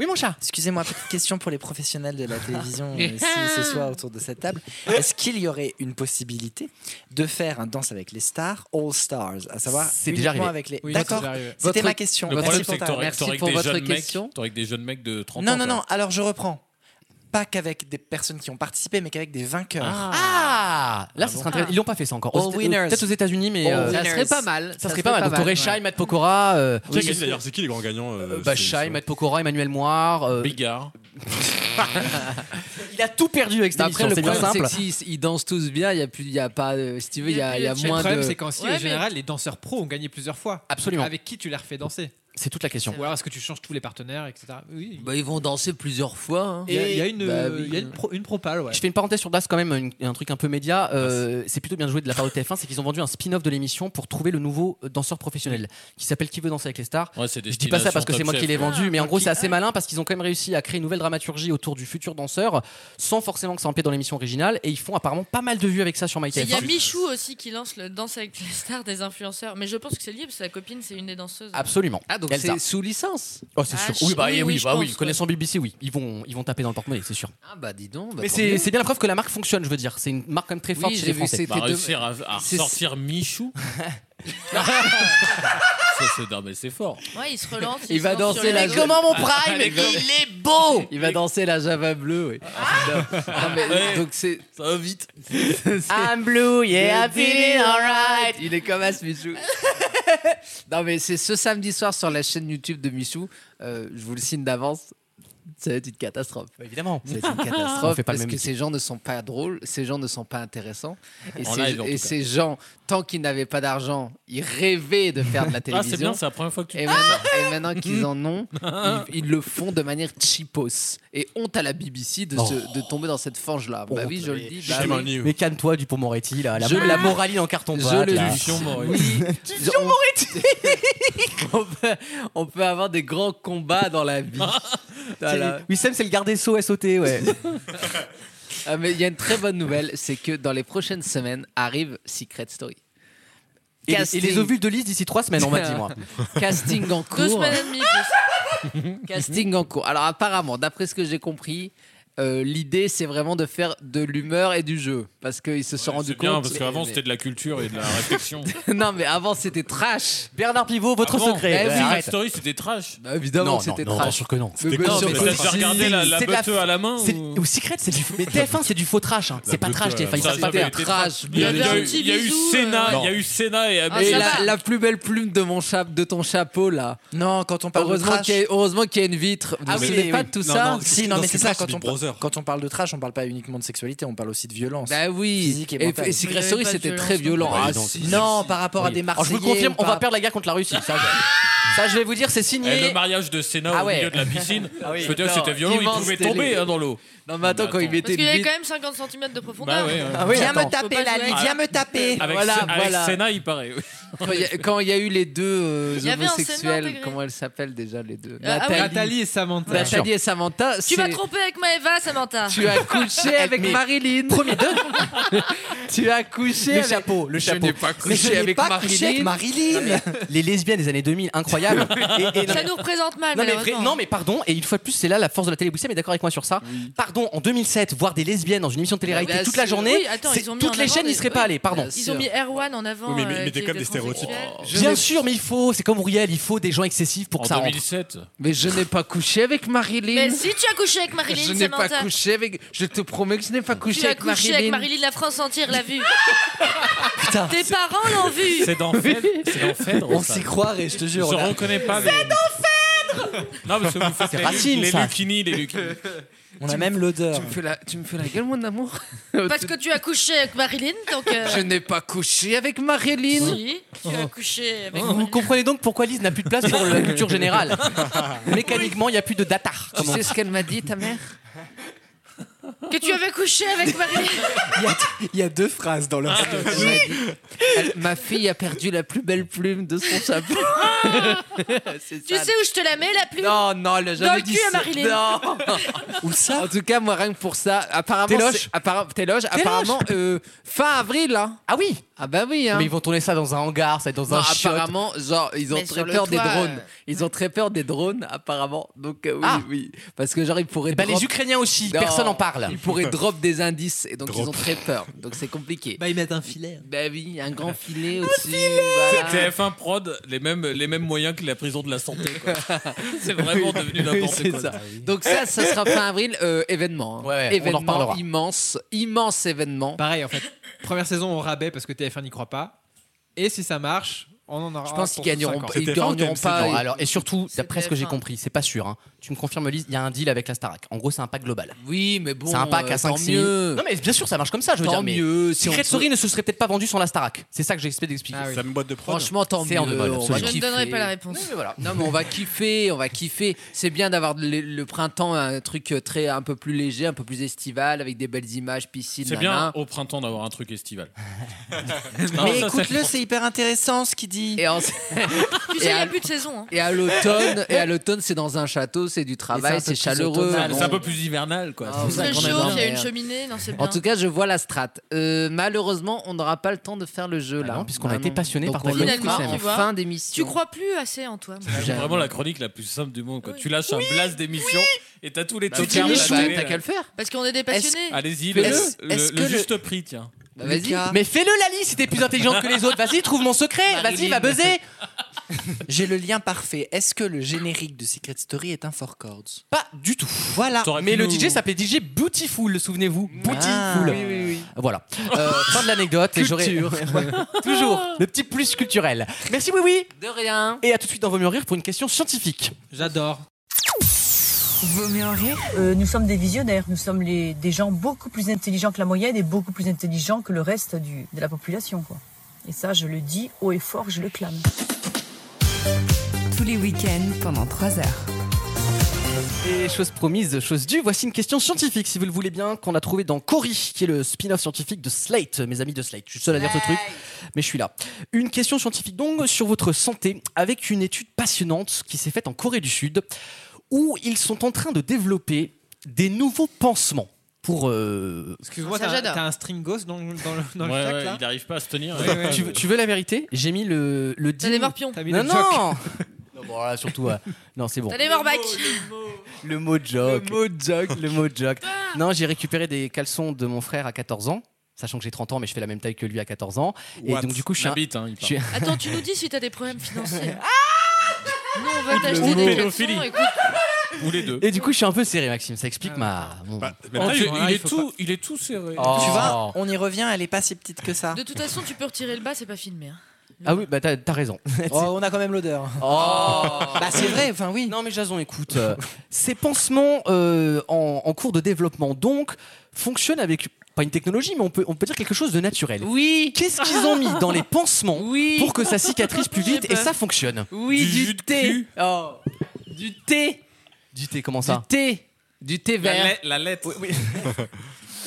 Speaker 2: Oui, mon chat.
Speaker 7: Excusez-moi, petite question pour les professionnels de la
Speaker 2: (laughs)
Speaker 7: télévision euh, ici ce soir autour de cette table. Est-ce qu'il y aurait une possibilité de faire un danse avec les stars, all stars, à savoir
Speaker 2: C'est déjà
Speaker 7: uniquement
Speaker 2: arrivé.
Speaker 7: avec les.
Speaker 2: Oui,
Speaker 7: D'accord.
Speaker 2: c'est déjà arrivé.
Speaker 7: C'était
Speaker 2: Votre-
Speaker 7: ma question.
Speaker 8: Le
Speaker 7: Merci
Speaker 8: problème,
Speaker 7: pour
Speaker 8: c'est que
Speaker 7: ta-
Speaker 8: t'aurais
Speaker 7: Merci
Speaker 8: t'aurais
Speaker 7: pour
Speaker 8: que des
Speaker 7: votre
Speaker 8: jeunes mecs.
Speaker 7: question.
Speaker 8: T'aurais que des jeunes mecs de 30 ans.
Speaker 7: Non, non,
Speaker 8: quoi.
Speaker 7: non. Alors je reprends. Pas qu'avec des personnes qui ont participé, mais qu'avec des vainqueurs.
Speaker 2: Ah, là, ça serait intéressant. Ils l'ont pas fait ça encore. Aux-
Speaker 7: All winners.
Speaker 2: Peut-être aux États-Unis, mais
Speaker 7: All
Speaker 2: euh,
Speaker 7: winners.
Speaker 5: Oh, Ça serait pas mal.
Speaker 2: Ça, serait pas mal. Donc, t'aurais Shai, Matt Pokora. euh,
Speaker 3: Qui a gagné, d'ailleurs C'est qui les grands gagnants euh,
Speaker 2: Bah,
Speaker 3: c'est-
Speaker 2: Shai, Matt Pokora, Emmanuel Moir. euh,
Speaker 8: Bigard.
Speaker 2: (laughs)
Speaker 6: (laughs)
Speaker 2: Il a tout perdu avec cette
Speaker 5: Après,
Speaker 2: émission,
Speaker 5: le
Speaker 2: c'est bien
Speaker 5: problème, c'est
Speaker 2: simple.
Speaker 5: que s'ils ils dansent tous bien, il y a plus, il y a pas, euh, si tu veux, il y a, il y a
Speaker 6: Le
Speaker 5: moins
Speaker 6: problème,
Speaker 5: de.
Speaker 6: c'est qu'en
Speaker 5: Ouais,
Speaker 6: en
Speaker 5: mais-
Speaker 6: général, les danseurs pros ont gagné plusieurs fois.
Speaker 2: Absolument.
Speaker 6: Avec qui tu les refais danser
Speaker 2: C'est toute la question.
Speaker 6: Ou alors est-ce que tu changes tous les partenaires, etc. Oui.
Speaker 5: Bah, ils vont danser plusieurs fois. hein.
Speaker 6: Il y a, il y a une,
Speaker 5: Bah
Speaker 2: euh,
Speaker 6: il y a une, pro- une propale, ouais.
Speaker 2: Je fais une parenthèse sur Das quand même, une- un truc un peu média. euh, c'est plutôt bien joué de la part de TF1, c'est qu'ils ont vendu un spin-off de l'émission pour trouver le nouveau euh, danseur professionnel qui s'appelle Qui veut danser avec les stars.
Speaker 8: Ouais, c'est
Speaker 2: Je dis pas ça parce que c'est moi qui l'ai
Speaker 5: Ah,
Speaker 2: vendu, mais en gros c'est assez
Speaker 8: mal.
Speaker 2: malin parce qu'ils ont quand même réussi à créer une nouvelle dramaturgie autour du futur danseur sans forcément que ça empiète dans l'émission originale et ils font apparemment pas mal de vues avec ça sur
Speaker 4: Et
Speaker 2: MyTF1.
Speaker 4: Il y a Michou aussi qui lance le danse avec les stars des influenceurs. Mais je pense que c'est lié parce que sa copine, c'est une des danseuses.
Speaker 2: Absolument.
Speaker 5: Ah, donc
Speaker 2: Elsa.
Speaker 5: c'est sous licence.
Speaker 2: Oh c'est
Speaker 4: Ah,
Speaker 2: sûr.
Speaker 4: je-
Speaker 2: Oui bah
Speaker 4: oui,
Speaker 2: oui,
Speaker 4: oui,
Speaker 2: oui,
Speaker 4: je
Speaker 2: bah, oui.
Speaker 4: pense, ouais.
Speaker 2: connaissant BBC oui, ils vont ils vont taper dans le porte-monnaie, c'est sûr.
Speaker 5: Ah bah dis donc. bah,
Speaker 2: Mais
Speaker 5: tant
Speaker 2: c'est
Speaker 5: mieux.
Speaker 2: c'est bien la preuve que la marque fonctionne, je veux dire, c'est une marque quand même très
Speaker 5: Oui,
Speaker 2: forte
Speaker 5: j'ai
Speaker 2: chez les
Speaker 5: vu,
Speaker 2: Français.
Speaker 5: c'était
Speaker 8: Bah, réussir à, à
Speaker 2: C'est-
Speaker 8: ressortir Michou. ça, c'est non, mais c'est fort.
Speaker 4: Ouais, il se relance.
Speaker 5: Il va
Speaker 4: se lance sur
Speaker 5: danser
Speaker 4: les
Speaker 5: la.
Speaker 4: réseaux.
Speaker 5: Comment mon
Speaker 8: Ah,
Speaker 5: prime
Speaker 8: les gars.
Speaker 5: Il est beau. Il va danser la Java bleue. oui. Non, mais,
Speaker 8: Ah. Ouais.
Speaker 5: Donc c'est.
Speaker 8: Ça va
Speaker 5: (laughs)
Speaker 8: vite. Ah,
Speaker 5: I'm blue, Oh yeah, I'm feeling alright. Il est comme As (laughs) Michou. non mais c'est ce samedi soir sur la chaîne YouTube de Michou. Euh, je vous le signe d'avance. Ça va être une catastrophe.
Speaker 2: Évidemment.
Speaker 5: C'est une (laughs)
Speaker 2: On
Speaker 5: catastrophe
Speaker 2: fait pas
Speaker 5: parce
Speaker 2: le même
Speaker 5: que
Speaker 2: métier.
Speaker 5: ces gens ne sont pas drôles, ces gens ne sont pas intéressants. Et,
Speaker 8: En
Speaker 5: ces,
Speaker 8: live, en
Speaker 5: et
Speaker 8: tout
Speaker 5: ces gens, tant qu'ils n'avaient pas d'argent, ils rêvaient de faire de
Speaker 8: (laughs)
Speaker 5: la
Speaker 8: Ah, c'est
Speaker 5: télévision.
Speaker 8: bien, c'est la première fois que tu-
Speaker 5: Et maintenant, et maintenant qu'ils en ont, ils, ils le font de manière cheapos. Et honte à la BBC de, se- de tomber dans cette fange-là. Bah oui, je le dis. bah oui.
Speaker 2: Mais calme-toi, Dupont-Moretti, là. Ah, La,
Speaker 5: Je-
Speaker 2: la moraline en carton
Speaker 5: Je
Speaker 2: pâte.
Speaker 5: le
Speaker 2: là.
Speaker 5: dis.
Speaker 2: (laughs)
Speaker 5: Oui. On- (laughs) on, peut, on peut avoir des grands combats dans la vie. Dans la-
Speaker 2: Wissem, (laughs) c'est le garde des Sceaux SOT, ouais.
Speaker 5: Ah, mais il y a une très bonne nouvelle, c'est que dans les prochaines semaines arrive Secret Story.
Speaker 2: Et, et les ovules de Lys d'ici trois semaines, on m'a dit, moi.
Speaker 5: (laughs) Casting en cours.
Speaker 4: Deux semaines et demie
Speaker 2: Ah,
Speaker 4: plus.
Speaker 5: Casting en cours. Alors apparemment, d'après ce que j'ai compris, euh, l'idée c'est vraiment de faire de l'humeur et du jeu, parce qu'ils se sont rendus
Speaker 8: C'est bien,
Speaker 5: compte.
Speaker 8: parce qu'avant, c'était de la culture et de la réflexion.
Speaker 5: (laughs) non mais avant c'était trash. Ah Eh
Speaker 2: Bernard Pivot, votre
Speaker 8: Avant,
Speaker 5: secret.
Speaker 8: Secret
Speaker 5: Ouais, arrête.
Speaker 8: Story, c'était trash.
Speaker 5: Bah, évidemment que c'était trash.
Speaker 8: C'était
Speaker 5: Mais
Speaker 8: quoi
Speaker 5: bien
Speaker 8: mais
Speaker 5: sûr que
Speaker 8: t'as
Speaker 5: si.
Speaker 8: regardé la, la
Speaker 5: C'est de la-
Speaker 8: beuteuse à la main
Speaker 2: C'est-
Speaker 8: ou...
Speaker 2: Ou Secret, c'est du. Mais TF1, c'est du faux trash. hein. C'est pas trash, TF1. Ils savent pas faire.
Speaker 8: Il y a, il y a eu- il y a eu Sénat,
Speaker 5: Non.
Speaker 8: il y a eu Sénat et
Speaker 5: Et
Speaker 8: Abdel.
Speaker 5: la, la plus belle plume de mon chape, de ton chapeau là.
Speaker 7: Non, quand on
Speaker 8: parle de
Speaker 5: heureusement
Speaker 7: trash.
Speaker 5: qu'il y a, heureusement qu'il y a une vitre. Vous
Speaker 7: Ah, mais
Speaker 5: savez pas de tout ça.
Speaker 7: si, non, mais c'est ça. Quand on, parle, quand on parle de trash, on parle pas uniquement de sexualité, on parle aussi de violence.
Speaker 5: Bah oui.
Speaker 7: Physique et,
Speaker 5: Et-
Speaker 7: mentale.
Speaker 5: et Secret Mais il y avait Story, pas de c'était violence très non plus. violent.
Speaker 8: Bah,
Speaker 7: Ah,
Speaker 5: Ah, si, si,
Speaker 7: non,
Speaker 5: si.
Speaker 7: par rapport à
Speaker 5: Oui.
Speaker 7: des
Speaker 5: Alors,
Speaker 7: Marseillais.
Speaker 2: Je vous confirme, on va
Speaker 7: par-
Speaker 2: perdre la guerre contre la Russie. Ça, je, ça, je vais vous dire, c'est signé.
Speaker 8: Et Eh, le mariage de Sénat
Speaker 2: Ah
Speaker 8: au
Speaker 2: ouais.
Speaker 8: milieu de la piscine,
Speaker 2: Ah oui.
Speaker 8: je peux dire que
Speaker 2: Attends,
Speaker 8: c'était violent, il
Speaker 2: immense
Speaker 8: pouvait
Speaker 2: télé.
Speaker 8: tomber hein, dans l'eau.
Speaker 5: Non mais attends, quand il
Speaker 4: Parce qu'il y avait quand même 50 cm de profondeur.
Speaker 8: Bah ouais, ouais.
Speaker 5: Viens me
Speaker 4: taper, Lali,
Speaker 5: viens me taper.
Speaker 8: Avec,
Speaker 5: Voilà,
Speaker 8: Sé- avec
Speaker 5: voilà.
Speaker 8: Sénat, il paraît. oui.
Speaker 5: Quand il y a- Quand il y a eu les deux euh,
Speaker 4: Il y avait un Sénat
Speaker 5: homosexuels,
Speaker 4: intégré.
Speaker 5: comment elles s'appellent déjà les deux
Speaker 4: ah oui.
Speaker 6: Nathalie et Samantha. Bien
Speaker 5: Nathalie
Speaker 6: sûr.
Speaker 5: et Samantha.
Speaker 4: Tu m'as
Speaker 5: Ah, c'est-
Speaker 4: trompé avec Maëva, Samantha.
Speaker 5: Tu as couché avec
Speaker 4: Mais-
Speaker 5: Marilyn. Premier deux. tu as couché
Speaker 2: Le
Speaker 5: avec-
Speaker 2: chapeau, le
Speaker 5: Je
Speaker 2: chapeau.
Speaker 5: n'ai pas couché avec Marilyn.
Speaker 2: Non, mais (laughs) Les lesbiennes des années 2000, incroyable. Et- et- non,
Speaker 4: Ça
Speaker 2: mais-
Speaker 4: nous représente mal,
Speaker 2: non mais, vrai-
Speaker 4: malheureusement.
Speaker 2: non, mais pardon, et une fois de plus, c'est là la force de la télé. Wissem est d'accord avec moi sur ça. Pardon, en 2007, voir des lesbiennes dans une émission de télé-réalité
Speaker 4: Bah,
Speaker 2: toute la
Speaker 4: c'est-
Speaker 2: journée,
Speaker 4: oui, attends,
Speaker 2: c'est-
Speaker 4: ils ont mis
Speaker 2: toutes
Speaker 4: en
Speaker 2: les
Speaker 4: avant
Speaker 2: chaînes n'y
Speaker 4: des-
Speaker 2: seraient pas
Speaker 4: oui.
Speaker 2: allées, pardon.
Speaker 4: Ils ont mis Erwan en avant.
Speaker 2: Oui, mais-
Speaker 4: euh,
Speaker 2: mais
Speaker 4: qui
Speaker 2: t'es comme
Speaker 4: était
Speaker 2: des stéréotypes.
Speaker 4: transsexuel.
Speaker 2: Bien sûr, mais il faut, c'est comme Riel, il faut des gens excessifs pour que ça
Speaker 8: en
Speaker 2: rentre.
Speaker 8: 2007.
Speaker 5: Mais je n'ai pas couché avec Marilyn.
Speaker 4: Mais si tu as couché avec Marilyn,
Speaker 5: je n'ai pas
Speaker 4: Samantha.
Speaker 5: couché avec. Je te promets que je n'ai pas couché
Speaker 4: Tu as
Speaker 5: avec
Speaker 4: couché avec
Speaker 5: Marilyn.
Speaker 4: Marilyn, la France entière l'a vu.
Speaker 5: (laughs) Putain.
Speaker 4: Tes parents l'ont vu.
Speaker 8: C'est dans Phèdre. C'est dans Phèdre.
Speaker 5: On
Speaker 8: ça.
Speaker 5: s'y croirait, je te jure,
Speaker 8: Je
Speaker 5: on a-
Speaker 8: reconnais pas. les- Non, parce que vous faites
Speaker 5: C'est
Speaker 8: les,
Speaker 5: Racine,
Speaker 8: les
Speaker 5: ça.
Speaker 8: Lucchini, les Lucchini.
Speaker 7: On a même l'odeur.
Speaker 5: Tu me fais la, tu me fais la gueule, mon amour.
Speaker 4: Parce que tu as couché avec Marilyn, donc. euh,
Speaker 5: Je n'ai pas couché avec Marilyn.
Speaker 4: si, tu as couché
Speaker 5: Oh.
Speaker 4: avec.
Speaker 2: Vous comprenez donc pourquoi Lise n'a plus de place pour la culture (laughs) générale. Mécaniquement, il n'y a plus de datar.
Speaker 5: Tu sais ce qu'elle m'a dit, ta mère
Speaker 4: Que tu avais couché avec Marilyn.
Speaker 5: (laughs)
Speaker 7: Il y a- Il y, a deux phrases dans leur
Speaker 4: Ah, bah
Speaker 5: Elle m'a dit, elle- Ma fille a perdu la plus belle plume de son chapeau. (laughs) C'est
Speaker 4: Ah. Tu
Speaker 5: ça.
Speaker 4: sais où je te la mets, la plume
Speaker 5: Non, non, elle a jamais
Speaker 4: Dans le
Speaker 5: dit
Speaker 4: cul à
Speaker 5: ça.
Speaker 4: Marilyn.
Speaker 5: Non. Où ça En tout cas, moi, rien que pour ça, apparemment.
Speaker 2: Tes loges
Speaker 5: c'est- appara- tes loges, apparemment, euh, fin avril, hein.
Speaker 2: Ah oui
Speaker 5: Ah bah oui, hein.
Speaker 2: Mais ils vont tourner ça dans un hangar, ça va être dans
Speaker 5: Non,
Speaker 2: un shot.
Speaker 5: apparemment, genre, ils ont
Speaker 2: Mais
Speaker 5: très
Speaker 2: sur le
Speaker 5: peur des
Speaker 2: toit,
Speaker 5: drones.
Speaker 2: euh.
Speaker 5: Ils ont très peur des drones, apparemment. Donc, euh, oui, oui. Parce que, genre, ils pourraient.
Speaker 2: bah, Ah. les Ukrainiens aussi, personne en parle.
Speaker 8: (laughs)
Speaker 5: Ils pourraient drop des indices, et donc,
Speaker 2: Drop.
Speaker 5: ils ont très peur. Donc, c'est compliqué.
Speaker 6: Bah, ils mettent un filet.
Speaker 5: Bah oui, un grand filet aussi.
Speaker 8: C'est TF1 Prod, les mêmes, les mêmes moyens que la prison de la santé. quoi. C'est
Speaker 5: (laughs)
Speaker 8: vraiment devenu n'importe quoi.
Speaker 5: Ah
Speaker 8: Ah
Speaker 5: Donc ça, ça sera fin avril, euh, événement. hein.
Speaker 8: ouais, on en
Speaker 5: événement
Speaker 8: reparlera.
Speaker 5: immense, immense événement.
Speaker 6: Pareil, en fait. Première saison au rabais parce que TF1 n'y croit pas. Et si ça marche, on en aura.
Speaker 5: Je pense qu'ils
Speaker 6: pour
Speaker 5: gagneront
Speaker 6: 50.
Speaker 5: pas- ils C'était gagneront TMC, pas.
Speaker 2: Non,
Speaker 5: et-
Speaker 2: alors, et surtout, d'après ce que j'ai
Speaker 5: TF1.
Speaker 2: compris, c'est pas sûr. hein. Tu me confirmes, Lise, il y a un deal avec la Starac. En gros, c'est un pack global.
Speaker 5: Oui, mais bon,
Speaker 2: c'est un pack
Speaker 5: euh,
Speaker 2: à 5
Speaker 5: tant
Speaker 2: 6
Speaker 5: mieux.
Speaker 2: Non, mais bien sûr, ça marche comme ça, je veux
Speaker 5: Tant
Speaker 2: dire. mais
Speaker 5: mieux, si
Speaker 2: Secret
Speaker 5: on peut-
Speaker 2: Story ne se serait peut-être pas vendu sans la Starac. C'est ça que j'essaie d'expliquer.
Speaker 5: Ah oui.
Speaker 2: C'est une boîte de prod.
Speaker 5: Franchement, tant mieux.
Speaker 2: C'est en deux
Speaker 5: on
Speaker 2: balles,
Speaker 5: va
Speaker 2: absolument.
Speaker 4: Je ne
Speaker 5: kiffer.
Speaker 4: donnerai pas la réponse.
Speaker 5: Non mais on va kiffer, on va kiffer. C'est bien d'avoir le, le printemps un truc euh, très un peu plus léger, un peu plus estival avec des belles images, piscine,
Speaker 8: C'est bien
Speaker 5: nanan.
Speaker 8: au printemps d'avoir un truc estival.
Speaker 7: Mais écoute-le, c'est hyper intéressant ce qu'il dit. (laughs)
Speaker 5: Et en-
Speaker 4: Tu sais,
Speaker 5: Et
Speaker 4: il n'y
Speaker 5: à-
Speaker 4: a plus de saison. hein.
Speaker 5: Et à l'automne, et à l'automne, c'est dans un château, c'est du
Speaker 8: Mais
Speaker 5: travail,
Speaker 8: c'est un
Speaker 5: Ah bah, c'est
Speaker 8: peu plus
Speaker 5: chaleureux. hein.
Speaker 8: automnal, c'est un peu plus hivernal quoi.
Speaker 5: Ah,
Speaker 8: C'est ça
Speaker 4: Très
Speaker 8: qu'on
Speaker 4: chaud,
Speaker 8: aime bien.
Speaker 4: il y a une cheminée. Non, c'est bien.
Speaker 5: En tout cas, je vois la strat. Euh, malheureusement, on n'aura pas le temps de faire le jeu là.
Speaker 2: Bah non, puisqu'on a été passionné
Speaker 5: Donc
Speaker 2: par
Speaker 5: on
Speaker 2: ta
Speaker 5: le
Speaker 2: chronique,
Speaker 5: fera
Speaker 2: Wissem.
Speaker 5: en
Speaker 4: Tu vois.
Speaker 5: fin d'émission.
Speaker 4: Tu crois plus assez en toi. moi.
Speaker 8: C'est vraiment la chronique la plus simple du monde. Quoi. Tu lâches un blast d'émission et t'as tous les
Speaker 5: Tu
Speaker 8: tocards de la
Speaker 5: niches tout,
Speaker 8: télé,
Speaker 5: t'as
Speaker 8: là.
Speaker 5: qu'à le faire.
Speaker 4: Parce qu'on est des passionnés.
Speaker 8: Allez-y, le,
Speaker 5: Fais-le.
Speaker 8: le-
Speaker 5: Est-ce
Speaker 8: le
Speaker 5: que le-
Speaker 8: juste prix, tiens.
Speaker 5: Bah, vas-y.
Speaker 2: Mais fais-le, Lali, si t'es plus intelligente que les autres. Vas-y, trouve mon secret. Vas-y, va buzzer.
Speaker 7: J'ai le lien parfait. Est-ce que le générique de Secret Story est un four chords
Speaker 2: Pas du tout.
Speaker 7: Voilà.
Speaker 8: T'aurais
Speaker 2: Mais
Speaker 8: pu
Speaker 2: le
Speaker 8: nous-
Speaker 2: DJ s'appelait DJ Beautiful, souvenez-vous. Beautiful.
Speaker 7: oui, oui, oui.
Speaker 2: Voilà. Euh, fin de l'anecdote. et j'aurai- (laughs) Toujours le petit plus culturel. Merci, oui, oui.
Speaker 5: Ah. De rien.
Speaker 2: Et à tout de suite dans Vos Mieux Rires pour une question scientifique.
Speaker 6: J'adore.
Speaker 14: Vaut mieux en rire Euh, Nous sommes des visionnaires, nous sommes les, des gens beaucoup plus intelligents que la moyenne et beaucoup plus intelligents que le reste du, de la population. Quoi. Et ça, je le dis haut et fort, je le clame.
Speaker 1: Tous les week-ends pendant 3 heures.
Speaker 2: Et chose promise, chose due, voici une question scientifique, si vous le voulez bien, qu'on a trouvé dans Cory, qui est le spin-off scientifique de Slate, mes amis de Slate. Je suis seul à dire ce truc, mais je suis là. Une question scientifique donc sur votre santé, avec une étude passionnante qui s'est faite en Corée du Sud, où ils sont en train de développer des nouveaux pansements pour... euh,
Speaker 6: Excuse-moi,
Speaker 2: Ça,
Speaker 4: Ah,
Speaker 6: t'as un-
Speaker 2: j'adore.
Speaker 6: t'as un stringos dans, le- dans le, dans le
Speaker 8: Ouais,
Speaker 6: sac
Speaker 8: ouais,
Speaker 6: là
Speaker 8: il n'arrive pas à se tenir.
Speaker 2: Ouais, tu, veux- tu veux la vérité J'ai mis le, le
Speaker 4: T'as des morpions. T'as mis
Speaker 2: non,
Speaker 4: le
Speaker 2: non
Speaker 4: joke.
Speaker 2: Non, bon, là, surtout, euh, non, c'est bon.
Speaker 4: T'as les morbacs
Speaker 2: Le mot joke. Le mot joke. Le mot joke. Non, j'ai récupéré des caleçons de mon frère à 14 ans. Sachant que j'ai 30 ans, mais je fais la même taille que lui à 14 ans.
Speaker 8: What
Speaker 2: Et donc, du coup, je suis
Speaker 8: La
Speaker 2: un.
Speaker 8: bite, hein, il
Speaker 2: je suis-
Speaker 4: Attends, tu nous dis si t'as des problèmes
Speaker 2: (laughs)
Speaker 4: financiers. Nous, on va
Speaker 2: Le
Speaker 4: t'acheter
Speaker 2: mot.
Speaker 4: des caleçons, écoute.
Speaker 8: Ou les deux. Bah,
Speaker 2: Et du coup, je suis un peu serré, Maxime. Ça explique ma. mon-
Speaker 8: mais là, il- il
Speaker 7: Ah,
Speaker 8: est tout- il est tout serré.
Speaker 2: Oh.
Speaker 7: Tu vois, on y revient, elle est pas si petite que ça.
Speaker 4: De toute façon, tu peux retirer le bas, c'est pas filmé. hein.
Speaker 2: Ah oui, bah t'as t'as raison.
Speaker 7: Oh, on a quand même l'odeur. Oh.
Speaker 2: bah c'est vrai, enfin oui. Non mais Jason, écoute, euh, (laughs) ces pansements euh, en, en cours de développement donc fonctionnent avec pas une technologie, mais on peut, on peut dire quelque chose de naturel. Oui. Qu'est-ce qu'ils ont mis dans les pansements pour que ça cicatrise
Speaker 5: (laughs)
Speaker 2: plus vite et ça fonctionne
Speaker 5: Oui, du, thé. Oh, du thé.
Speaker 2: Du thé, comment ça
Speaker 5: Thé. Du thé
Speaker 2: La
Speaker 5: vert.
Speaker 2: lait-
Speaker 8: lettre.
Speaker 2: Oui,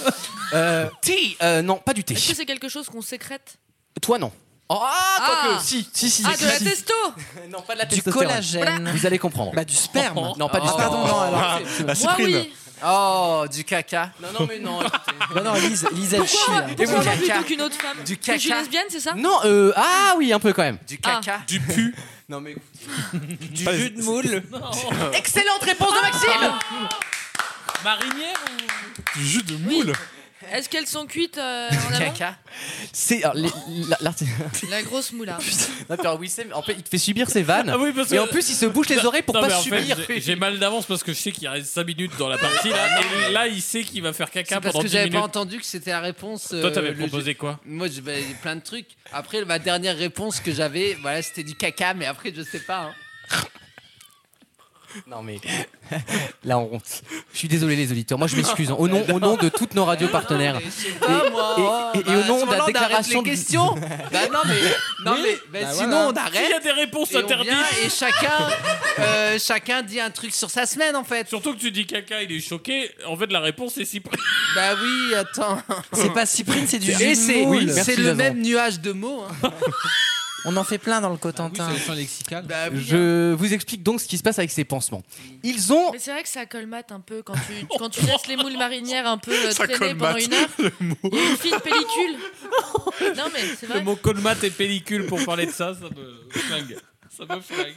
Speaker 2: (laughs) Euh, thé, euh, non, pas du thé.
Speaker 4: Est-ce que c'est quelque chose qu'on sécrète
Speaker 2: Toi non. Oh,
Speaker 4: Ah.
Speaker 2: quoique, si, si, si.
Speaker 4: Ah,
Speaker 2: si,
Speaker 4: de la
Speaker 2: si.
Speaker 4: testo
Speaker 2: (laughs) Non, pas de la
Speaker 7: Du
Speaker 2: testostérone.
Speaker 7: collagène.
Speaker 2: Vous allez comprendre. Bah
Speaker 7: du sperme.
Speaker 2: Non, pas du
Speaker 7: Oh.
Speaker 2: sperme.
Speaker 7: Pardon, non, alors. Ah, la cyprine. Moi, oui.
Speaker 5: Oh, du caca. Non,
Speaker 2: non, mais non.
Speaker 7: Non, non, Lise, Lise, elle
Speaker 4: Pourquoi,
Speaker 7: chie.
Speaker 4: pourquoi
Speaker 7: là.
Speaker 4: avoir plutôt qu'une autre femme
Speaker 5: Du
Speaker 4: Je suis
Speaker 5: caca.
Speaker 4: lesbienne, c'est ça Ah.
Speaker 2: Non, euh, ah oui, un peu quand même.
Speaker 5: Du
Speaker 4: caca.
Speaker 5: Du
Speaker 2: (laughs)
Speaker 5: pu. non, mais
Speaker 2: Du
Speaker 5: jus de moule.
Speaker 2: Excellente réponse
Speaker 4: Ah.
Speaker 2: de Maxime
Speaker 8: Marinière
Speaker 3: Du jus de moule.
Speaker 4: Est-ce qu'elles sont cuites euh, en amont
Speaker 2: C'est. alors, les- la- (laughs) l'article-
Speaker 4: La grosse moula.
Speaker 2: Non, puis alors, Wissem, en fait, il te fait subir ses vannes.
Speaker 8: Ah oui, parce que-
Speaker 2: Et en plus, il se bouche les oreilles pour
Speaker 8: Non, mais
Speaker 2: pas
Speaker 8: en fait,
Speaker 2: subir.
Speaker 8: j'ai- J'ai mal d'avance parce que je sais qu'il reste 5 minutes dans la partie là. Et là, il sait qu'il va faire
Speaker 5: C'est
Speaker 8: caca
Speaker 5: parce
Speaker 8: pendant
Speaker 5: que
Speaker 8: 10
Speaker 5: j'avais
Speaker 8: minutes.
Speaker 5: pas entendu que c'était la réponse.
Speaker 8: Toi, t'avais
Speaker 5: le-
Speaker 8: proposé quoi
Speaker 5: Moi, j'ai bah, plein de trucs. Après, ma dernière réponse que j'avais, voilà, c'était du caca, mais après, je sais pas. hein.
Speaker 2: Non, mais. (laughs) Là, on honte. Je suis désolé, les auditeurs. Moi, je m'excuse. hein, Au, nom, au nom de toutes nos radios partenaires.
Speaker 5: Ah, moi,
Speaker 2: et- et- et au
Speaker 5: bah,
Speaker 2: nom
Speaker 5: sur Hollande,
Speaker 2: de la
Speaker 5: arrête
Speaker 2: déclaration de-
Speaker 5: Les
Speaker 2: (laughs)
Speaker 5: questions Bah non, mais, non,
Speaker 2: Oui.
Speaker 5: mais bah,
Speaker 2: Bah,
Speaker 5: sinon,
Speaker 2: voilà.
Speaker 5: on arrête.
Speaker 2: Il y a des réponses
Speaker 5: et on
Speaker 2: interdites.
Speaker 5: vient Et chacun,
Speaker 2: (laughs)
Speaker 5: euh, chacun dit un truc sur sa semaine, en fait.
Speaker 8: Surtout que tu dis caca, il est choqué. En fait, la réponse est si.
Speaker 5: Bah oui, attends.
Speaker 7: C'est pas Cyprine, c'est du
Speaker 5: Et
Speaker 7: jus de
Speaker 5: c'est-
Speaker 7: moule.
Speaker 5: oui, c'est le même nuage de mots. hein.
Speaker 7: On en fait plein dans le Cotentin.
Speaker 5: Ah
Speaker 2: Je Bah hein. vous explique donc ce qui se passe avec ces pansements. Ils ont.
Speaker 4: Mais c'est vrai que ça colmate un peu quand tu, quand tu laisses les moules marinières un peu euh,
Speaker 2: Ça
Speaker 4: traîner pendant
Speaker 2: colmate.
Speaker 4: une heure.
Speaker 2: (laughs)
Speaker 4: Il y a une fine pellicule. Non, mais c'est
Speaker 8: Le
Speaker 4: vrai.
Speaker 8: mot colmate et pellicule pour parler de ça, ça me flingue. Ça me flingue.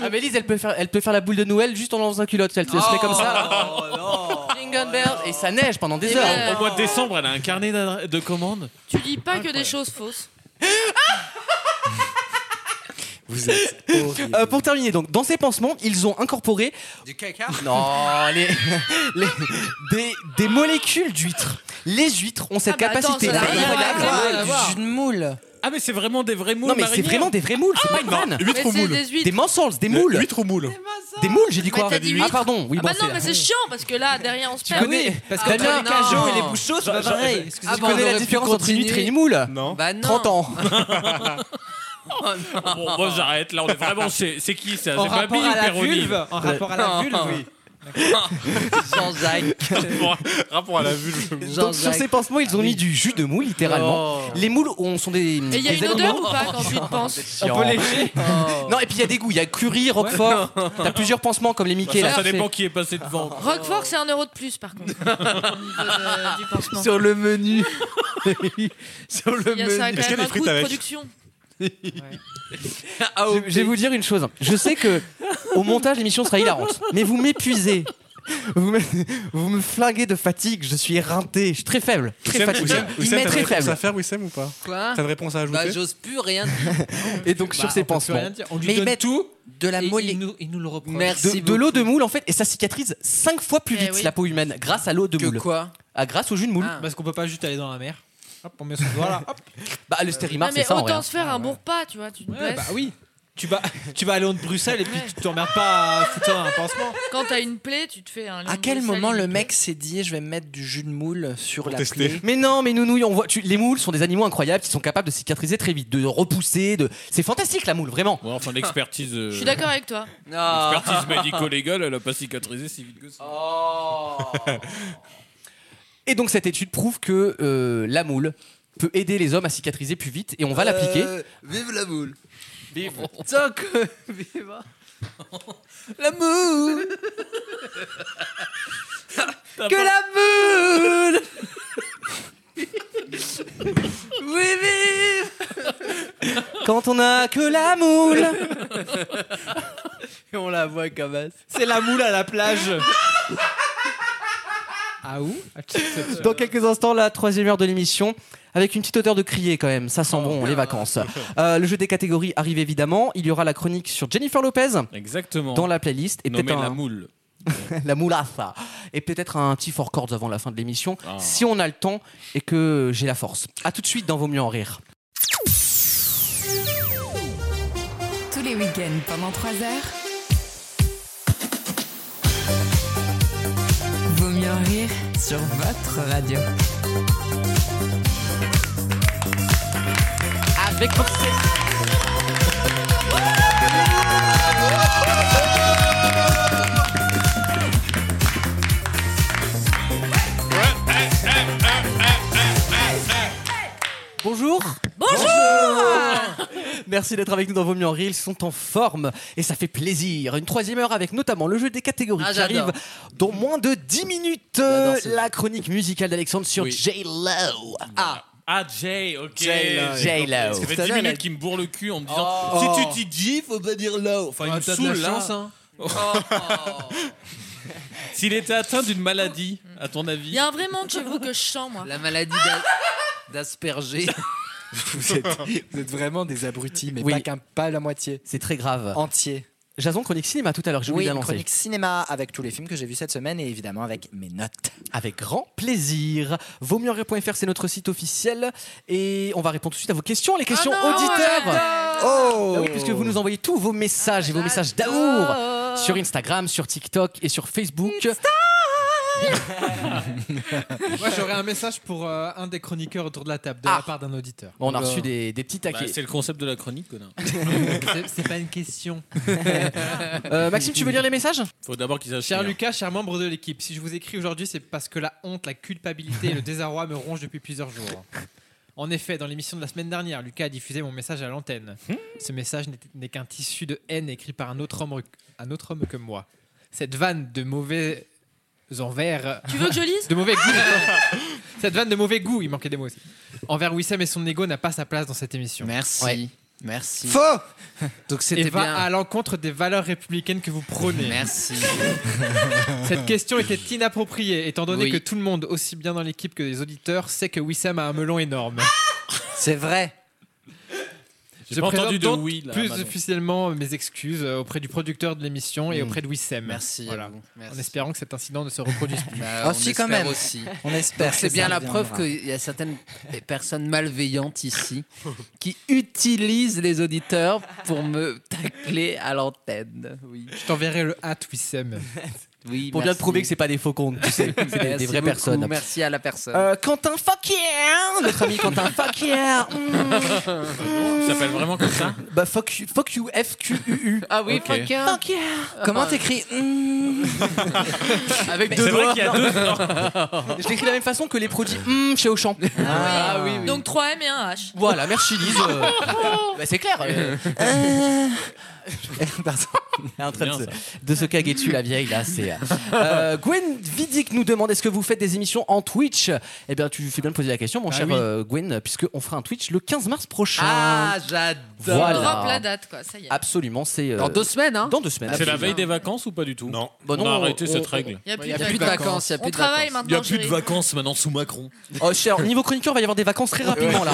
Speaker 5: Ah.
Speaker 2: Amélie, Ah, elle peut faire, elle peut faire la boule de Noël juste en enlevant sa culotte. Elle se fait comme ça. là.
Speaker 8: Oh,
Speaker 2: Jingle bell. Et ça neige pendant des
Speaker 8: Et
Speaker 2: heures.
Speaker 8: ben, Au mois de décembre, elle a un carnet d'adre- de commandes.
Speaker 4: Tu dis pas que des choses fausses.
Speaker 2: Vous êtes Euh, pour terminer, donc, dans ces pansements, ils ont incorporé.
Speaker 5: (laughs) Du caca
Speaker 2: Non, les, (laughs) les- des, des molécules d'huîtres. Les huîtres ont cette
Speaker 5: Ah bah attends,
Speaker 2: capacité. Ah,
Speaker 5: ça n'a rien à voir, rien à voir.
Speaker 2: de moule.
Speaker 8: Ah, mais c'est vraiment des vrais moules.
Speaker 2: Non, mais c'est
Speaker 8: marinières.
Speaker 2: vraiment des vrais moules, c'est pas une
Speaker 8: non,
Speaker 2: vanne.
Speaker 8: huîtres Mais aux c'est moules. des huîtres.
Speaker 2: Des mensonges, des moules.
Speaker 8: Huîtres
Speaker 2: aux moules. Des moules, j'ai dit quoi
Speaker 4: Mais t'as dit huîtres.
Speaker 2: Ah, pardon, oui,
Speaker 4: ah bah
Speaker 2: bon,
Speaker 4: non,
Speaker 2: c'est-
Speaker 4: mais c'est Ah chiant parce que là, derrière, on se perd.
Speaker 2: connais- parce que
Speaker 4: Damien
Speaker 2: Damien Cajot et les Bouchots,
Speaker 4: Bah,
Speaker 2: c'est pas pareil. Excusez-moi.
Speaker 4: ah
Speaker 2: Tu connais la différence entre une huître et une moule
Speaker 8: Non.
Speaker 5: Bah non.
Speaker 2: 30 ans.
Speaker 4: (laughs)
Speaker 8: Bon, bon, j'arrête. Là, on est vraiment. chez- C'est qui ça
Speaker 6: En
Speaker 8: C'est
Speaker 6: rapport
Speaker 8: Babi
Speaker 6: à
Speaker 8: ou
Speaker 6: la
Speaker 8: Péroni
Speaker 6: vulve En rapport à la vulve, oui.
Speaker 5: Jean-Jacques.
Speaker 8: Rapport- rapport à la vulve.
Speaker 2: Donc sur ces pansements, ils ont mis du jus de moule, littéralement.
Speaker 8: Oh.
Speaker 2: Les moules ont, sont des.
Speaker 4: Et il y a
Speaker 2: des
Speaker 4: une odeur
Speaker 2: éléments-
Speaker 4: ou pas quand tu y penses
Speaker 2: Chiant.
Speaker 5: Oh.
Speaker 2: Non, et puis il y a des goûts. Il y a curry, roquefort. T'as plusieurs pansements comme les Mickey
Speaker 8: ça,
Speaker 2: là.
Speaker 8: ça
Speaker 2: c'est-
Speaker 8: dépend qui est passé devant.
Speaker 4: Roquefort, c'est un euro de plus par
Speaker 2: (laughs)
Speaker 4: contre. Au niveau de- du pansement.
Speaker 5: Sur le menu. Sur le
Speaker 4: Il y a ça quand même un coût de (laughs) production.
Speaker 2: Je, je vais vous dire une chose. Je sais que au montage, l'émission sera hilarante. Mais vous m'épuisez. Vous me, vous me flinguez de fatigue. Je suis éreinté. Je suis très faible. Très
Speaker 3: Wissem,
Speaker 2: fatigué.
Speaker 3: Wissem,
Speaker 2: Il
Speaker 3: Wissem,
Speaker 2: m'est
Speaker 3: t'as
Speaker 2: très
Speaker 3: une réponse
Speaker 2: faible.
Speaker 3: à faire, Wissem, ou pas
Speaker 5: Quoi
Speaker 3: T'as une réponse à ajouter
Speaker 5: Bah, j'ose plus rien dire.
Speaker 2: Et donc sur
Speaker 5: Bah,
Speaker 2: ces
Speaker 5: on peut plus
Speaker 2: pansements.
Speaker 5: rien dire. On lui
Speaker 2: Mais ils
Speaker 5: donne
Speaker 2: mettent
Speaker 5: tout,
Speaker 2: de la molle.
Speaker 6: Il nous, il nous le reproche.
Speaker 2: de, de l'eau de moule en fait et ça cicatrise 5 fois
Speaker 6: Eh
Speaker 2: plus vite la peau humaine grâce à l'eau de moule.
Speaker 5: quoi
Speaker 2: ah, Grâce au jus de moule.
Speaker 6: Parce qu'on peut pas juste aller dans la mer.
Speaker 8: (laughs)
Speaker 6: Hop, on met son doigt là. Hop.
Speaker 2: Bah le stérimar
Speaker 4: Non,
Speaker 2: c'est Ah,
Speaker 4: mais
Speaker 2: ça en
Speaker 4: autant
Speaker 2: vrai.
Speaker 4: se faire un bon repas, tu vois, tu te blesses.
Speaker 6: bah oui. tu vas, tu vas à Londres-Bruxelles et puis tu t'emmerdes pas à foutre un pansement.
Speaker 4: Quand t'as une plaie, tu te fais un.
Speaker 7: À quel moment le mec s'est dit je vais mettre du jus de moule sur la plaie
Speaker 2: Mais non, mais nounouille, on voit, tu- les moules sont des animaux incroyables qui sont capables de cicatriser très vite, de repousser, de. C'est fantastique la moule, vraiment.
Speaker 8: enfin, l'expertise. euh,
Speaker 4: Je suis d'accord avec toi. Ah.
Speaker 8: L'expertise médico-légale, elle a pas cicatrisé si vite que ça.
Speaker 2: (laughs) Et donc cette étude prouve que euh, la moule peut aider les hommes à cicatriser plus vite et on va l'appliquer.
Speaker 6: Euh,
Speaker 5: Euh,
Speaker 15: Vive la boule.
Speaker 2: Vive.
Speaker 15: Tant
Speaker 5: (laughs)
Speaker 15: que. Vive.
Speaker 7: La
Speaker 5: (laughs)
Speaker 2: (laughs)
Speaker 7: moule
Speaker 15: T'as
Speaker 7: Que
Speaker 15: pas-
Speaker 7: la moule
Speaker 15: Oui, vive
Speaker 2: Quand on a que la moule.
Speaker 7: (laughs)
Speaker 5: Et on la voit comme même.
Speaker 6: C'est la moule à la plage. Ah où
Speaker 2: Dans quelques instants, la troisième heure de l'émission, avec une petite odeur de crier quand même, ça sent bon, les vacances. Euh, le jeu des catégories arrive évidemment, il y aura la chronique sur Jennifer Lopez
Speaker 8: Exactement.
Speaker 2: dans la playlist. Et
Speaker 8: Nommée
Speaker 2: peut-être un...
Speaker 8: la moule.
Speaker 2: (laughs) la moulassa. Et peut-être un petit four chords avant la fin de l'émission,
Speaker 8: Ah.
Speaker 2: si on a le temps et que j'ai la force. A tout de suite dans Vaut mieux en rire.
Speaker 1: Tous les week-ends pendant 3 heures. Vaut mieux en rire sur votre radio.
Speaker 2: Avec Bonjour
Speaker 4: Bonjour
Speaker 2: Merci d'être avec nous dans Vos mieux en rire, ils sont en forme et ça fait plaisir. Une troisième heure avec notamment le jeu des catégories
Speaker 5: Ah,
Speaker 2: qui
Speaker 5: j'adore.
Speaker 2: arrive dans moins de 10 minutes.
Speaker 5: J'adore ce
Speaker 2: la chronique musicale d'Alexandre sur J-Lo. Ah,
Speaker 8: Ah, Jay, ok.
Speaker 2: J-Lo. J-Lo.
Speaker 8: Parce que Ça fait
Speaker 2: Tout à
Speaker 8: 10
Speaker 2: l'heure, elle a
Speaker 8: minutes
Speaker 2: dit-
Speaker 8: qu'il me bourre le cul en me disant
Speaker 2: Oh.
Speaker 8: Si tu dis J, faut pas dire low. Enfin, il me
Speaker 6: t'as de
Speaker 8: saoule
Speaker 6: la
Speaker 8: là.
Speaker 6: chance, hein.
Speaker 8: Oh. (laughs) S'il était atteint d'une maladie, à ton avis
Speaker 4: Il y a un vrai manque chez vous que je sens, moi.
Speaker 5: La maladie
Speaker 8: (laughs)
Speaker 5: d'asperger.
Speaker 7: vous, êtes, vous êtes vraiment des abrutis, mais
Speaker 2: Oui.
Speaker 7: pas, qu'un- pas la moitié.
Speaker 2: C'est très grave.
Speaker 7: Entier.
Speaker 2: Jason, chronique cinéma tout à l'heure, j'ai
Speaker 7: oui,
Speaker 2: oublié
Speaker 7: une
Speaker 2: d'annoncer.
Speaker 7: chronique cinéma avec tous les films que j'ai vus cette semaine et évidemment avec mes notes.
Speaker 2: Avec grand plaisir. Vaut mieux en rire.fr, c'est notre site officiel. Et on va répondre tout de suite à vos questions, les questions
Speaker 7: non,
Speaker 2: auditeurs.
Speaker 7: Oh
Speaker 2: Bah oui, puisque vous nous envoyez tous vos messages et vos messages d'amour sur Instagram, sur TikTok et sur Facebook. (laughs)
Speaker 6: (laughs) Moi, j'aurais un message pour euh, un des chroniqueurs autour de la table, de la part d'un auditeur.
Speaker 2: Bon, Ah. on a reçu des, des petits
Speaker 8: Bah,
Speaker 2: taquets.
Speaker 8: C'est le concept de la chronique, (laughs) connard.
Speaker 6: (laughs) C'est- C'est pas une question.
Speaker 2: (laughs) Euh, Maxime, tu veux lire les messages
Speaker 8: Faut d'abord qu'ils sachent.
Speaker 6: Cher
Speaker 8: lire.
Speaker 6: Lucas, cher membre de l'équipe, si je vous écris aujourd'hui, c'est parce que la honte, la culpabilité et le désarroi me rongent depuis plusieurs jours. En effet, dans l'émission de la semaine dernière, Lucas a diffusé mon message à l'antenne. Ce message n'était- n'est qu'un tissu de haine écrit par un autre homme, un autre homme que moi. Cette vanne de mauvais envers.
Speaker 4: Tu veux que je lise
Speaker 6: De mauvais goût. Cette vanne de mauvais goût, il manquait des mots aussi. Envers Wissam et son ego n'a pas sa place dans cette émission.
Speaker 5: Merci.
Speaker 6: Ouais.
Speaker 5: Merci.
Speaker 6: Faux
Speaker 5: Donc
Speaker 6: Et
Speaker 5: c'était
Speaker 6: va
Speaker 5: bien.
Speaker 6: à l'encontre des valeurs républicaines que vous prônez.
Speaker 5: Merci.
Speaker 6: Cette question était inappropriée, étant donné
Speaker 5: Oui.
Speaker 6: que tout le monde, aussi bien dans l'équipe que les auditeurs, sait que Wissam a un melon énorme.
Speaker 7: C'est vrai.
Speaker 8: J'ai pas entendu de
Speaker 6: donc
Speaker 8: oui, là,
Speaker 6: plus
Speaker 8: Manon.
Speaker 6: officiellement mes excuses euh, auprès du producteur de l'émission et
Speaker 5: Mm.
Speaker 6: auprès de Wissem.
Speaker 5: Merci à
Speaker 6: Voilà.
Speaker 5: vous. Merci.
Speaker 6: En espérant que cet incident ne se reproduise plus.
Speaker 5: (laughs)
Speaker 2: Ah,
Speaker 5: Bah, on
Speaker 6: (laughs)
Speaker 5: espère Aussi. Donc, C'est bien la preuve qu'il y a certaines personnes malveillantes ici qui utilisent les auditeurs pour me tacler à l'antenne. Oui.
Speaker 6: Je t'enverrai le hâte Wissem.
Speaker 5: (laughs) Oui,
Speaker 2: Pour bien te
Speaker 5: merci.
Speaker 2: prouver que c'est pas des faux comptes, tu sais, c'est des, des
Speaker 5: (laughs) Merci
Speaker 2: vraies
Speaker 5: beaucoup,
Speaker 2: personnes.
Speaker 5: Merci à la personne.
Speaker 2: Euh, Quentin hein. Fuck yeah Notre ami Quentin Mm. Fuck yeah
Speaker 8: Ça s'appelle vraiment comme ça
Speaker 2: (laughs) Bah fuck you, fuck you, F-Q-U-U.
Speaker 5: Ah oui,
Speaker 8: Ok. (laughs) euh, fuck
Speaker 5: yeah.
Speaker 2: Fuck yeah.
Speaker 11: Euh,
Speaker 5: Comment t'écris
Speaker 11: Mm,
Speaker 5: Avec
Speaker 2: deux
Speaker 8: doigts.
Speaker 2: doigts. (laughs) Je l'écris de la même façon que les produits hmm, chez Auchan. Ah oui,
Speaker 4: Donc 3M et 1 H.
Speaker 2: Voilà, merci Lise. Euh, (laughs) bah, c'est clair. euh. (laughs) Pardon. Elle est en train de, se- de se caguer dessus, la vieille, là. C'est. Euh, Gwen Vidic nous demande est-ce que vous faites des émissions en Twitch Eh bien, tu fais bien de poser la question, mon
Speaker 5: Ah
Speaker 2: cher
Speaker 5: oui.
Speaker 2: euh, Gwen, puisqu'on fera un Twitch le 15 mars prochain.
Speaker 5: Ah, j'adore. Ah,
Speaker 2: Voilà.
Speaker 4: Drop la date, quoi, ça y est.
Speaker 2: Absolument, c'est. euh,
Speaker 5: Dans deux semaines, hein
Speaker 2: Dans deux semaines.
Speaker 8: C'est la veille
Speaker 2: absolument.
Speaker 8: des vacances ou pas du tout Non.
Speaker 2: Bah non,
Speaker 8: on a arrêté
Speaker 2: on-
Speaker 8: cette
Speaker 2: on-
Speaker 8: règle.
Speaker 4: Il y a
Speaker 5: plus y a de plus de vacances. vacances, il y a
Speaker 4: On plus de travaille vacances.
Speaker 8: Il y a
Speaker 4: maintenant,
Speaker 8: plus de
Speaker 4: chérie.
Speaker 8: vacances maintenant sous Macron.
Speaker 2: Oh, cher, niveau chroniqueur, il va y avoir des vacances très rapidement, là.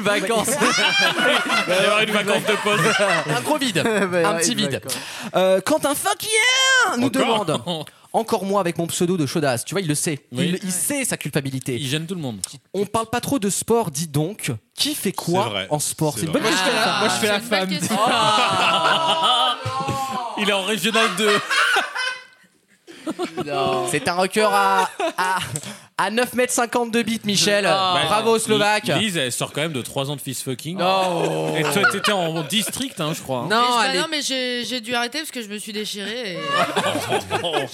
Speaker 8: (laughs)
Speaker 2: vacance.
Speaker 8: Il va y avoir une vacance de pause.
Speaker 2: (laughs) un gros vide.
Speaker 8: (laughs) Ouais,
Speaker 2: un
Speaker 8: ouais,
Speaker 2: petit
Speaker 8: une
Speaker 2: vide.
Speaker 8: vacance.
Speaker 2: Euh, Quentin Fuck yeah nous
Speaker 8: Encore (laughs)
Speaker 2: demande Encore moi avec mon pseudo de chaudasse. Tu vois, il le sait.
Speaker 8: Oui.
Speaker 2: Il, il sait sa culpabilité. Il
Speaker 8: gêne tout le monde.
Speaker 2: On parle pas trop de sport, dis donc. Qui fait
Speaker 8: C'est vrai.
Speaker 2: quoi en sport C'est une bonne
Speaker 8: vrai.
Speaker 2: question.
Speaker 8: Ah,
Speaker 6: moi, je fais la
Speaker 8: c'est une
Speaker 6: femme.
Speaker 8: bonne
Speaker 2: (laughs)
Speaker 8: question.
Speaker 2: Oh,
Speaker 8: Ah, Il est en régional 2.
Speaker 2: C'est un record à, à, à 9m50 de bite, Michel.
Speaker 8: Ah, Ouais.
Speaker 2: Bravo, Slovaque.
Speaker 8: Li- Lise, elle sort quand même de 3 ans de fist fucking.
Speaker 2: Oh.
Speaker 8: Et toi, t'étais en district, hein, je crois.
Speaker 4: mais je- bah non, mais j'ai j'ai dû arrêter parce que je me suis
Speaker 2: (laughs)
Speaker 4: déchirée. et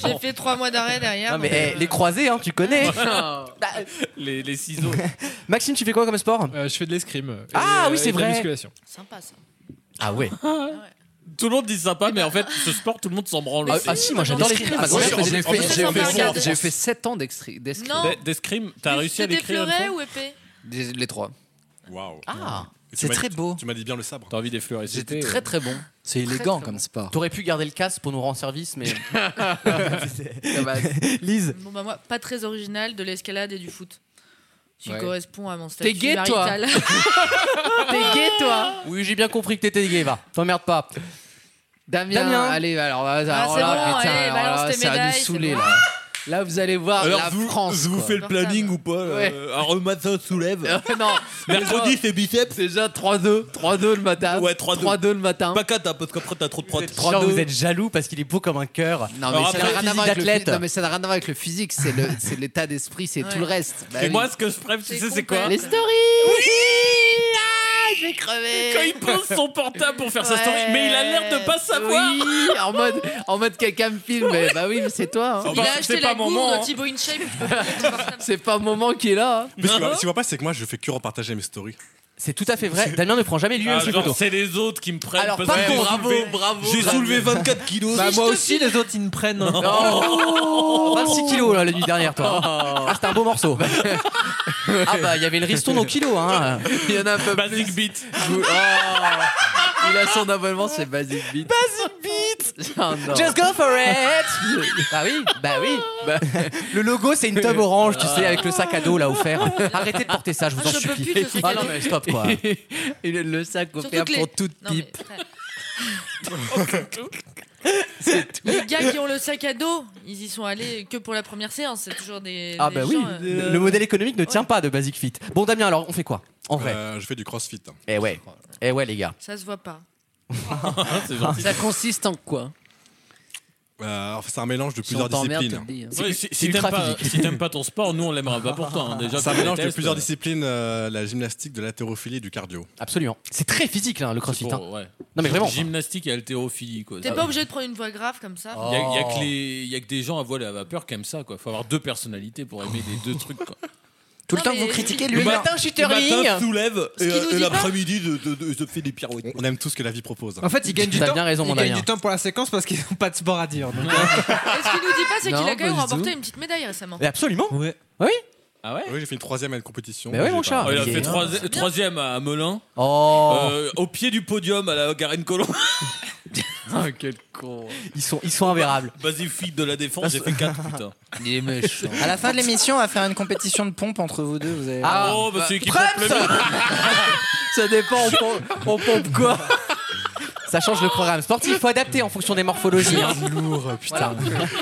Speaker 4: J'ai fait trois mois d'arrêt derrière.
Speaker 2: Non, mais
Speaker 4: donc, euh, Bah,
Speaker 2: eh, les Bah, euh, croisés, hein,
Speaker 5: (laughs)
Speaker 2: tu connais.
Speaker 4: (laughs)
Speaker 8: les, les ciseaux.
Speaker 2: Maxime, tu fais quoi comme sport
Speaker 6: Euh, Je fais de l'escrime.
Speaker 2: Ah
Speaker 6: Et,
Speaker 2: oui,
Speaker 6: euh,
Speaker 2: c'est
Speaker 6: et de la
Speaker 2: vrai.
Speaker 6: musculation. (laughs)
Speaker 4: Sympa ça.
Speaker 2: Ah ouais.
Speaker 8: (laughs) Tout le monde dit sympa, mais en fait, ce sport, tout le monde s'en branle.
Speaker 2: Ah- ah si, moi, j'adore l'escrime. Ma grand-mère faisait
Speaker 8: J'ai
Speaker 2: l'escrime.
Speaker 8: fait-
Speaker 2: J'ai fait-
Speaker 8: j'ai
Speaker 5: J'ai
Speaker 8: fait
Speaker 5: fait 7 ans d'excri- d'escrime.
Speaker 4: Non.
Speaker 8: D'e- D'escrime, t'as réussi à
Speaker 4: C'était
Speaker 8: l'écrire
Speaker 4: fleuret ou épée
Speaker 5: Des- Les trois.
Speaker 3: Waouh.
Speaker 2: Ah,
Speaker 8: Tu
Speaker 2: c'est
Speaker 8: m'as-
Speaker 2: très beau.
Speaker 3: Tu m'as dit bien le sabre.
Speaker 8: T'as envie d'effleurer.
Speaker 2: J'étais très très bon.
Speaker 7: C'est élégant comme sport.
Speaker 2: T'aurais pu garder le casque pour nous rendre service, (laughs) mais.
Speaker 4: Lise.
Speaker 2: Lise.
Speaker 4: Bon bah moi, pas très original, de l'escalade et du foot. Tu
Speaker 2: Ouais.
Speaker 4: correspond à mon statut
Speaker 2: T'es gay, toi
Speaker 4: marital.
Speaker 2: (laughs) T'es gay, toi Oui, j'ai bien compris que t'étais gay, va. T'emmerdes pas.
Speaker 5: Damien,
Speaker 2: Damien.
Speaker 5: allez, alors, là,
Speaker 2: Ah,
Speaker 5: alors
Speaker 2: c'est
Speaker 5: là,
Speaker 2: bon,
Speaker 5: putain,
Speaker 2: allez,
Speaker 5: alors
Speaker 2: balance
Speaker 5: là,
Speaker 2: tes
Speaker 5: ça va nous
Speaker 2: médailles, c'est
Speaker 5: saouler
Speaker 2: bon.
Speaker 5: là. Là, vous allez voir
Speaker 2: Alors,
Speaker 5: la
Speaker 2: vous-
Speaker 5: France.
Speaker 2: vous
Speaker 5: quoi.
Speaker 2: faites le planning ou pas, là
Speaker 5: Ouais.
Speaker 2: Euh, alors, le
Speaker 5: matin, soulève. non,
Speaker 2: Mercredi,
Speaker 5: c'est biceps. Déjà 3-2. 3-2 le matin. Ouais, 3-2. 3-2 le matin. Pas
Speaker 8: hein,
Speaker 5: 4, parce qu'après, t'as trop de prod.
Speaker 2: Genre, vous êtes jaloux parce qu'il est beau comme un cœur.
Speaker 5: Non mais, ça n'a rien à voir avec le phy- non, mais ça n'a rien à voir avec le physique, c'est le- c'est l'état d'esprit, c'est tout le reste. Bah
Speaker 8: Et moi, ce que je préfère, tu sais, c'est quoi
Speaker 5: Les stories Ah, je vais crever
Speaker 8: Quand il pose son portable pour faire sa story,
Speaker 5: Ouais.
Speaker 8: mais il a l'air de pas savoir.
Speaker 5: Oui, en mode, en mode quelqu'un me filme, mais bah oui, mais c'est toi.
Speaker 4: (laughs)
Speaker 5: hein.
Speaker 4: Il a acheté la gourde Thibaut
Speaker 2: (laughs)
Speaker 4: InShape.
Speaker 5: C'est pas moment qui est là.
Speaker 3: Mais ce qui va- ce qui va pas, c'est que moi, je fais que repartager mes stories.
Speaker 2: C'est tout à fait vrai. Damien ne prend jamais lieu
Speaker 8: Ah,
Speaker 2: à ce
Speaker 8: genre,
Speaker 2: couteau.
Speaker 8: c'est les autres qui me prennent.
Speaker 2: Alors,
Speaker 8: parce
Speaker 2: par
Speaker 8: que j'ai
Speaker 2: contre-
Speaker 8: soulevé-
Speaker 2: Bravo, bravo,
Speaker 8: J'ai
Speaker 2: bravo.
Speaker 8: soulevé 24 kilos.
Speaker 6: Bah, moi aussi, les autres, ils me prennent. hein.
Speaker 2: Oh 26 kilos là, la nuit dernière, toi. Ah, c'était un
Speaker 5: (laughs)
Speaker 2: beau morceau. ah, bah, il y avait une ristourne au kilo. Hein.
Speaker 5: Il y en a un peu Basic
Speaker 8: Beat.
Speaker 5: il a son abonnement, c'est Basic Beat.
Speaker 2: Basic Beat
Speaker 5: Oh, non.
Speaker 2: Just go for
Speaker 5: (laughs)
Speaker 2: it Bah oui, bah oui. (laughs) Le logo, c'est une tube orange, tu sais, avec le sac à dos là
Speaker 5: (laughs)
Speaker 2: offert. Arrêtez de porter ça, je vous en supplie. ah non, mais stop quoi.
Speaker 5: Il a le sac offert
Speaker 4: que les-
Speaker 5: pour toute
Speaker 4: Non, mais
Speaker 5: pipe.
Speaker 2: (laughs)
Speaker 4: frère.
Speaker 5: (laughs)
Speaker 4: Les gars qui ont le sac à dos, ils y sont allés que pour la première séance. C'est toujours des.
Speaker 2: Ah
Speaker 4: des
Speaker 2: bah
Speaker 4: gens,
Speaker 2: oui,
Speaker 4: euh,
Speaker 2: le modèle économique ne tient pas de Basic Fit. Bon Damien, alors on fait quoi En vrai
Speaker 3: Euh, Je fais du crossfit. hein.
Speaker 2: Eh ouais, eh ouais les gars.
Speaker 4: Ça se voit pas.
Speaker 5: Ça consiste en quoi
Speaker 3: Euh, alors, c'est un mélange de
Speaker 5: Si
Speaker 3: plusieurs
Speaker 5: on t'emmerde,
Speaker 3: disciplines.
Speaker 5: tu le dis, hein.
Speaker 8: Ouais, si si t'aimes pas, si t'aimes pas ton sport, nous on l'aimera pas pour toi. hein. Déjà,
Speaker 3: c'est un
Speaker 8: qu'on
Speaker 3: mélange de
Speaker 8: déteste,
Speaker 3: plusieurs
Speaker 8: euh,
Speaker 3: disciplines, euh, la gymnastique, de l'haltérophilie et du cardio.
Speaker 2: Absolument. C'est très physique là, le crossfit.
Speaker 8: pour-
Speaker 2: hein.
Speaker 8: ouais.
Speaker 2: Non mais vraiment.
Speaker 8: Gymnastique et haltérophilie. quoi.
Speaker 4: T'es
Speaker 8: Ça-
Speaker 4: pas obligé de prendre une voix grave comme ça.
Speaker 8: Ah, Oh. Il y, a- il y a
Speaker 7: Oh.
Speaker 8: que les- il y a que des gens à voile et à vapeur qui aiment ça. Quoi. Faut avoir deux personnalités pour aimer les deux trucs. Quoi.
Speaker 7: Tout
Speaker 4: le Non, temps que mais- vous critiquez,
Speaker 8: lui, Le non. matin, je suis Le turning. matin, je soulève, Ce et- qu'il nous et dit pas. l'après-midi,
Speaker 3: je fais des pirouettes. On aime tout ce que la vie propose.
Speaker 6: En fait, ils gagnent du temps. ils gagnent
Speaker 3: Damien.
Speaker 5: hein.
Speaker 6: du temps pour la séquence parce qu'ils n'ont pas de sport à dire.
Speaker 2: (laughs)
Speaker 6: donc,
Speaker 4: Ce qu'il nous dit pas, c'est
Speaker 6: Non,
Speaker 4: qu'il a quand même
Speaker 6: pas du tout.
Speaker 4: remporté une petite médaille récemment.
Speaker 2: absolument.
Speaker 6: Oui.
Speaker 8: Ah ouais
Speaker 3: Oui, j'ai fait une troisième à une compétition.
Speaker 2: Mais ouais,
Speaker 3: J'ai
Speaker 2: mon
Speaker 3: pas-
Speaker 2: chat.
Speaker 8: Oh, il a
Speaker 2: Il
Speaker 8: fait
Speaker 2: est
Speaker 8: trois-
Speaker 2: énorme.
Speaker 8: troisième à Melun.
Speaker 2: Oh.
Speaker 8: Euh, au pied du podium à la Garenne
Speaker 2: (laughs)
Speaker 8: Colomb.
Speaker 5: Ah, quel con.
Speaker 2: Ils sont, ils sont invérables.
Speaker 8: Vas-y, flic de la défense, j'ai fait 4 putain.
Speaker 5: Il est méchant.
Speaker 7: À la fin de l'émission, on va faire une compétition de pompe entre vous deux. Vous allez
Speaker 8: Ah,
Speaker 7: voir.
Speaker 8: oh, bah, celui qui pompe
Speaker 7: Preps
Speaker 8: le mieux.
Speaker 5: Ça dépend, on pompe, on pompe quoi
Speaker 2: Ça change le programme sportif, faut adapter en fonction des morphologies. hein.
Speaker 7: Lourd, putain.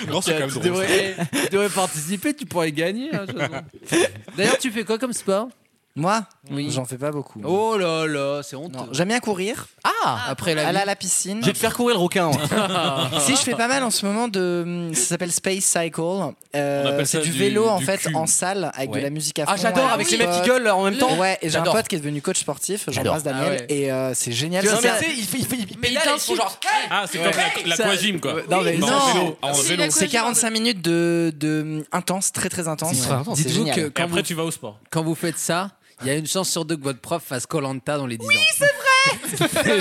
Speaker 3: Non, c'est quand même
Speaker 5: Tu
Speaker 3: drôle.
Speaker 5: devrais, tu devrais participer, tu pourrais gagner. hein, je pense. D'ailleurs, tu fais quoi comme sport
Speaker 7: Moi J'en fais pas beaucoup.
Speaker 5: Oh là là, c'est honteux.
Speaker 7: Non, J'aime bien courir.
Speaker 2: Ah
Speaker 5: Après la
Speaker 7: Aller
Speaker 5: vie.
Speaker 7: à la piscine.
Speaker 2: Je vais te faire courir le requin. (laughs) moi.
Speaker 5: (laughs)
Speaker 7: si je fais pas mal en ce moment de hum, ça s'appelle Space Cycle Euh,
Speaker 2: On appelle ça
Speaker 7: c'est du,
Speaker 2: du-
Speaker 7: vélo en
Speaker 2: du
Speaker 7: fait
Speaker 2: cul.
Speaker 7: en salle avec
Speaker 2: Ouais.
Speaker 7: de la musique à fond
Speaker 2: Ah, j'adore,
Speaker 7: un
Speaker 2: avec
Speaker 7: petit
Speaker 2: les mecs qui
Speaker 7: pote.
Speaker 2: gueule en même temps.
Speaker 7: ouais et j'ai un
Speaker 2: J'adore.
Speaker 7: pote qui est devenu coach sportif j'embrasse
Speaker 2: J'adore.
Speaker 7: Daniel
Speaker 2: Ah
Speaker 7: et euh, c'est génial
Speaker 2: Tu vois,
Speaker 7: ça-
Speaker 2: mais tu sais, il fait, il fait, il pédale et ils font genre.
Speaker 8: Ah, c'est comme la-
Speaker 7: Ça-
Speaker 8: l'aquagym quoi.
Speaker 7: non mais
Speaker 8: Mais en
Speaker 7: non
Speaker 8: vélo, en
Speaker 7: C'est-
Speaker 8: vélo.
Speaker 7: c'est 45 minutes de, de intense très très intense
Speaker 5: C'est intense,
Speaker 7: dites-vous
Speaker 5: c'est
Speaker 7: que
Speaker 5: génial.
Speaker 8: Et
Speaker 5: quand
Speaker 8: après,
Speaker 5: vous-
Speaker 8: tu vas au sport.
Speaker 5: Quand vous faites ça, il y a une chance sur deux que votre prof fasse Colanta dans les 10 ans.
Speaker 8: C'est vrai,
Speaker 5: c'est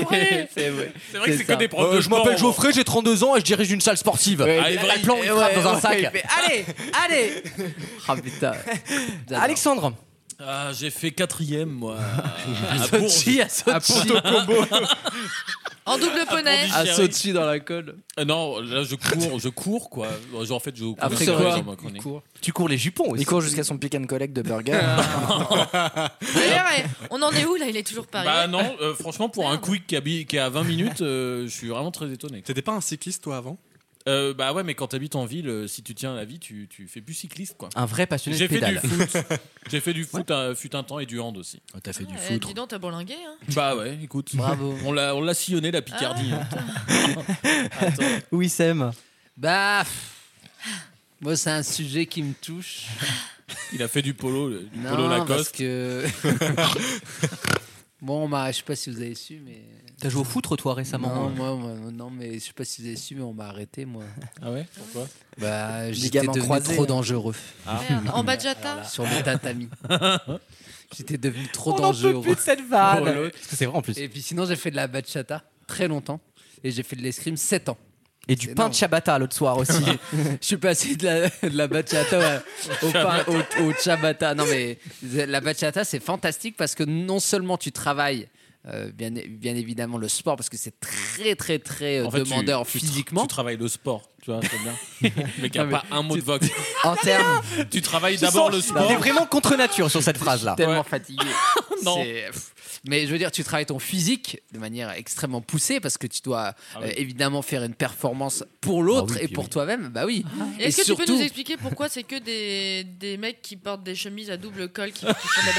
Speaker 5: vrai.
Speaker 8: C'est vrai que c'est que
Speaker 5: ça.
Speaker 8: des profs de
Speaker 2: je
Speaker 8: sport,
Speaker 2: m'appelle
Speaker 8: on-
Speaker 2: Geoffrey, j'ai 32 ans et je dirige une salle sportive.
Speaker 8: Ah, il
Speaker 2: Le plan, il
Speaker 5: Ouais,
Speaker 2: frappe dans un
Speaker 5: ouais, il
Speaker 2: sac. (laughs)
Speaker 5: fait, allez, allez Ah putain. J'adore.
Speaker 2: Alexandre,
Speaker 8: Ah, j'ai fait quatrième moi.
Speaker 5: À
Speaker 8: À
Speaker 5: Sochi, à
Speaker 8: Bourges.
Speaker 5: Sochi.
Speaker 8: (laughs)
Speaker 4: En double poney.
Speaker 8: Ah,
Speaker 5: À
Speaker 8: chérie.
Speaker 5: Sochi dans la colle.
Speaker 8: Euh, Non, là je cours, je cours quoi. Genre en fait, je cours.
Speaker 7: Après
Speaker 8: C'est
Speaker 7: quoi,
Speaker 8: vrai,
Speaker 7: il
Speaker 8: ma chronique.
Speaker 2: tu cours les jupons aussi. Ah,
Speaker 7: il court jusqu'à son pick and collect de burger
Speaker 4: D'ailleurs, eh, on en est où là Il est toujours pas
Speaker 8: Bah
Speaker 4: arrivé.
Speaker 8: non, euh, franchement, pour un quick qui, habille- qui est à 20 minutes, euh, je suis vraiment très étonné.
Speaker 3: T'étais pas un cycliste toi avant
Speaker 8: Euh, bah ouais, mais quand t'habites en ville, euh, si tu tiens à la vie, tu, tu fais plus cycliste quoi.
Speaker 2: Un vrai passionné de
Speaker 8: J'ai fait du
Speaker 2: pédale.
Speaker 8: foot. J'ai fait du foot, euh, fut un temps et du hand aussi.
Speaker 2: T'as fait du
Speaker 4: Eh, dis donc, t'as bourlingué. Hein.
Speaker 8: Bah ouais, écoute.
Speaker 5: Bravo. Ah.
Speaker 8: On l'a, on l'a sillonné la Picardie. hein.
Speaker 2: Oui, Sam.
Speaker 5: Bah, pff, moi, c'est un sujet qui me touche.
Speaker 8: Il a fait du polo, le- du
Speaker 5: Non,
Speaker 8: polo Lacoste.
Speaker 5: parce
Speaker 8: (laughs)
Speaker 5: que- Bon, bah, je sais pas si vous avez su, mais.
Speaker 2: T'as joué au foot, toi, récemment
Speaker 5: Non, moi, moi, non, mais je sais pas si vous avez su, mais on m'a arrêté, moi.
Speaker 8: Ah ouais Pourquoi
Speaker 5: Bah, j'étais
Speaker 7: Ligaments
Speaker 5: devenu
Speaker 7: croisés.
Speaker 2: hein.
Speaker 5: trop dangereux.
Speaker 8: Ah.
Speaker 4: Merde, en bachata
Speaker 5: Sur le
Speaker 8: (laughs)
Speaker 5: tatami. Hein j'étais devenu trop
Speaker 2: On en peut
Speaker 5: dangereux.
Speaker 2: plus de cette vanne.
Speaker 5: pour l'autre.
Speaker 2: Parce que c'est vrai, en plus.
Speaker 5: Et puis sinon, j'ai fait de la bachata très longtemps. Et j'ai fait de l'escrime 7 ans.
Speaker 2: Et du pain de ciabatta l'autre soir aussi.
Speaker 5: (laughs) Je suis passé de la, de la bachata ouais, au, pain- au- au ciabatta. Non, mais la bachata, c'est fantastique parce que non seulement tu travailles. euh, bien, bien évidemment le sport parce que c'est très très très euh,
Speaker 8: En fait, tu-
Speaker 5: demandeur
Speaker 8: tu tra-
Speaker 5: physiquement
Speaker 8: Tu travailles le sport, tu vois, c'est bien. Mais qu'il n'y a
Speaker 5: (laughs) Non, mais
Speaker 8: pas un mot de Vox.
Speaker 5: en termes
Speaker 8: Tu travailles
Speaker 5: Je
Speaker 8: d'abord
Speaker 5: sens-
Speaker 8: le
Speaker 5: Non,
Speaker 8: sport.
Speaker 5: mais vraiment
Speaker 2: contre nature sur cette phrase-là.
Speaker 4: (laughs)
Speaker 5: tellement fatigué.
Speaker 8: Non.
Speaker 5: C'est- pff. Mais je veux dire, tu travailles ton physique de manière extrêmement poussée parce que tu dois
Speaker 4: Ah
Speaker 8: oui.
Speaker 5: euh, évidemment faire une performance pour l'autre
Speaker 8: Ah oui,
Speaker 5: et
Speaker 8: puis
Speaker 5: pour
Speaker 8: oui.
Speaker 5: toi-même. Bah oui.
Speaker 4: Et Ah. Est-ce que tu peux nous expliquer pourquoi c'est que des, des mecs qui portent des chemises à double col qui, qui font de la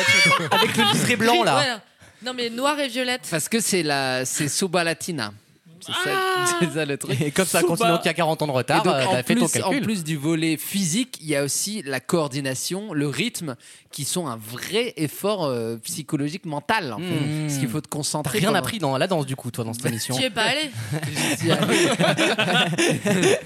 Speaker 4: bachata
Speaker 5: Avec le liseré blanc,
Speaker 4: (laughs)
Speaker 5: là.
Speaker 4: Ouais. Non mais noir et violette.
Speaker 5: Parce que c'est la, c'est Suba Latina. C'est ça-
Speaker 4: Ah.
Speaker 5: (laughs) c'est ça, le truc.
Speaker 2: Et comme c'est un continent qui a 40 ans de retard,
Speaker 5: Et donc,
Speaker 2: euh,
Speaker 5: en,
Speaker 2: t'as fait
Speaker 5: plus,
Speaker 2: ton calcul.
Speaker 5: en plus du volet physique, il y a aussi la coordination, le rythme, qui sont un vrai effort euh, psychologique, mental. En fait.
Speaker 2: Mmh.
Speaker 5: Parce qu'il faut te
Speaker 2: T'as
Speaker 5: concentrer.
Speaker 2: rien
Speaker 5: pendant-
Speaker 2: appris dans la danse, du coup, toi, dans cette émission.
Speaker 4: Tu y es pas allé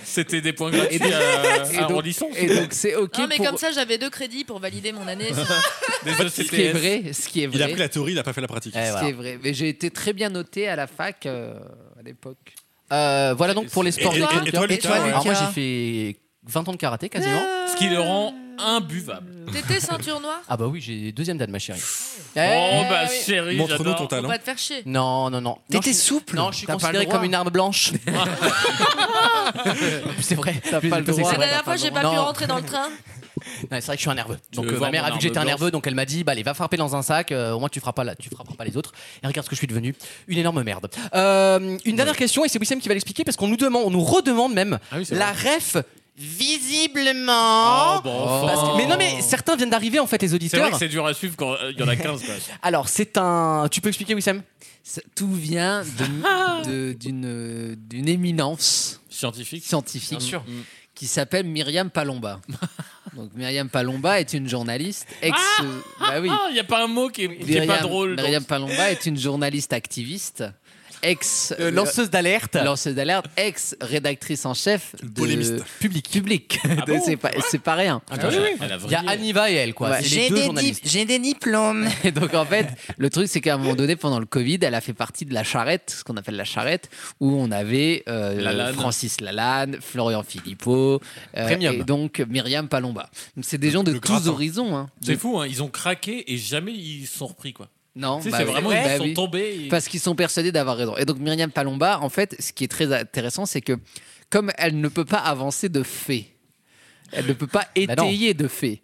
Speaker 8: C'était des points gratuits
Speaker 5: Et donc-
Speaker 8: à,
Speaker 5: (laughs) et
Speaker 8: à
Speaker 5: donc-
Speaker 8: Rollisson.
Speaker 5: et donc,
Speaker 8: (laughs)
Speaker 5: c'est ok
Speaker 4: Non mais
Speaker 5: pour-
Speaker 4: comme ça j'avais deux crédits pour valider mon année.
Speaker 5: Ce qui est vrai, ce qui est vrai.
Speaker 3: Il a pris la théorie, il a pas fait la pratique.
Speaker 2: Eh,
Speaker 5: Ce qui est vrai. Mais j'ai été très bien noté à la fac euh, à l'époque.
Speaker 2: Euh, voilà donc pour les sports
Speaker 8: et- et-
Speaker 2: de
Speaker 8: et toi,
Speaker 2: Chroniqueur.
Speaker 8: Lucas
Speaker 2: Alors, moi,
Speaker 8: Lucas
Speaker 2: j'ai fait 20 ans de karaté quasiment.
Speaker 5: Ah.
Speaker 8: Ce qui le rend (laughs) imbuvable.
Speaker 4: T'étais ceinture noire
Speaker 2: Ah bah oui, j'ai deuxième date, ma chérie. Eh.
Speaker 4: Oh, bah, oui. chérie, Montre-nous j'adore. ton talent. Faut pas te faire chier.
Speaker 5: Euh,
Speaker 2: Non, non, non.
Speaker 4: T'étais
Speaker 2: Non, je suis-
Speaker 4: souple.
Speaker 2: Non, je suis
Speaker 4: T'as pas le
Speaker 2: considéré
Speaker 4: droit.
Speaker 2: comme une arme (laughs) blanche.
Speaker 5: (laughs)
Speaker 2: c'est vrai. T'as
Speaker 5: pas le
Speaker 4: La dernière fois j'ai pas pu
Speaker 5: (laughs)
Speaker 4: rentrer dans le train.
Speaker 2: Ouais, c'est vrai que je suis un nerveux.
Speaker 5: Tu
Speaker 2: Donc
Speaker 5: veux
Speaker 2: euh, ma
Speaker 5: voir
Speaker 2: mère
Speaker 5: mon
Speaker 2: a vu que j'étais un
Speaker 5: arme
Speaker 2: nerveux,
Speaker 5: blanche
Speaker 2: donc elle m'a dit bah allez va frapper dans un sac. euh, au moins tu frapperas, pas la- tu frapperas pas les autres. Et regarde ce que je suis devenu, une énorme merde. Euh, une dernière question et c'est Wissem qui va l'expliquer parce qu'on nous demande, on nous redemande même
Speaker 8: Ah c'est
Speaker 2: la ref. Visiblement.
Speaker 8: Oh, bon, enfin.
Speaker 2: Parce que- mais non mais certains viennent d'arriver en fait les
Speaker 8: C'est vrai
Speaker 2: auditeurs.
Speaker 8: que c'est dur à suivre quand euh, il y en a 15. Quoi.
Speaker 2: (laughs) Alors c'est un, tu peux expliquer Wissem
Speaker 5: Ça- tout vient
Speaker 4: Ah.
Speaker 5: de- de- d'une euh, d'une éminence
Speaker 8: scientifique,
Speaker 5: scientifique
Speaker 8: Bien sûr.
Speaker 5: qui s'appelle Myriam
Speaker 8: (laughs)
Speaker 5: Palomba. Donc Myriam Palomba est une journaliste
Speaker 4: Ah.
Speaker 5: ex. euh, (laughs) bah oui.
Speaker 8: Ah, il n'y a pas un mot qui est, qui est pas drôle. donc.
Speaker 5: Myriam Palomba
Speaker 8: (laughs)
Speaker 5: est une journaliste activiste, ex
Speaker 2: Euh, lanceuse d'alerte,
Speaker 5: lanceuse d'alerte, ex rédactrice en chef de
Speaker 2: Polémiste. Ah
Speaker 5: public, (laughs) public.
Speaker 2: bon
Speaker 5: c'est pas c'est pas rien.
Speaker 2: Ah oui, oui. Elle a
Speaker 5: Il y a
Speaker 2: vrillé.
Speaker 5: Aniva et elle quoi.
Speaker 2: Ouais.
Speaker 5: C'est les
Speaker 2: J'ai
Speaker 5: deux
Speaker 2: des
Speaker 5: journalistes.
Speaker 2: dip- j'ai des diplômes.
Speaker 5: (laughs) Et donc en fait, le truc c'est qu'à un moment donné, pendant le Covid, elle a fait partie de la charrette, ce qu'on appelle la charrette, où on avait euh,
Speaker 2: Lalanne.
Speaker 5: Francis Lalanne, Florian Philippot, euh,
Speaker 2: Premium.
Speaker 5: et donc Myriam Palomba. Donc c'est des gens de tous
Speaker 8: gratin.
Speaker 5: horizons. hein.
Speaker 8: C'est
Speaker 5: De-
Speaker 8: fou, hein, ils ont craqué et jamais ils se sont repris. Quoi.
Speaker 5: Non,
Speaker 8: Tu sais,
Speaker 5: bah
Speaker 8: c'est
Speaker 5: oui.
Speaker 8: vraiment,
Speaker 5: Bah
Speaker 8: ils sont
Speaker 5: oui.
Speaker 8: tombés. et-
Speaker 5: Parce qu'ils sont persuadés d'avoir raison. Et donc Myriam Palomba, en fait, ce qui est très intéressant, c'est que comme elle ne peut pas avancer de fait, elle ne peut pas
Speaker 8: Bah
Speaker 2: non.
Speaker 5: étayer de fait.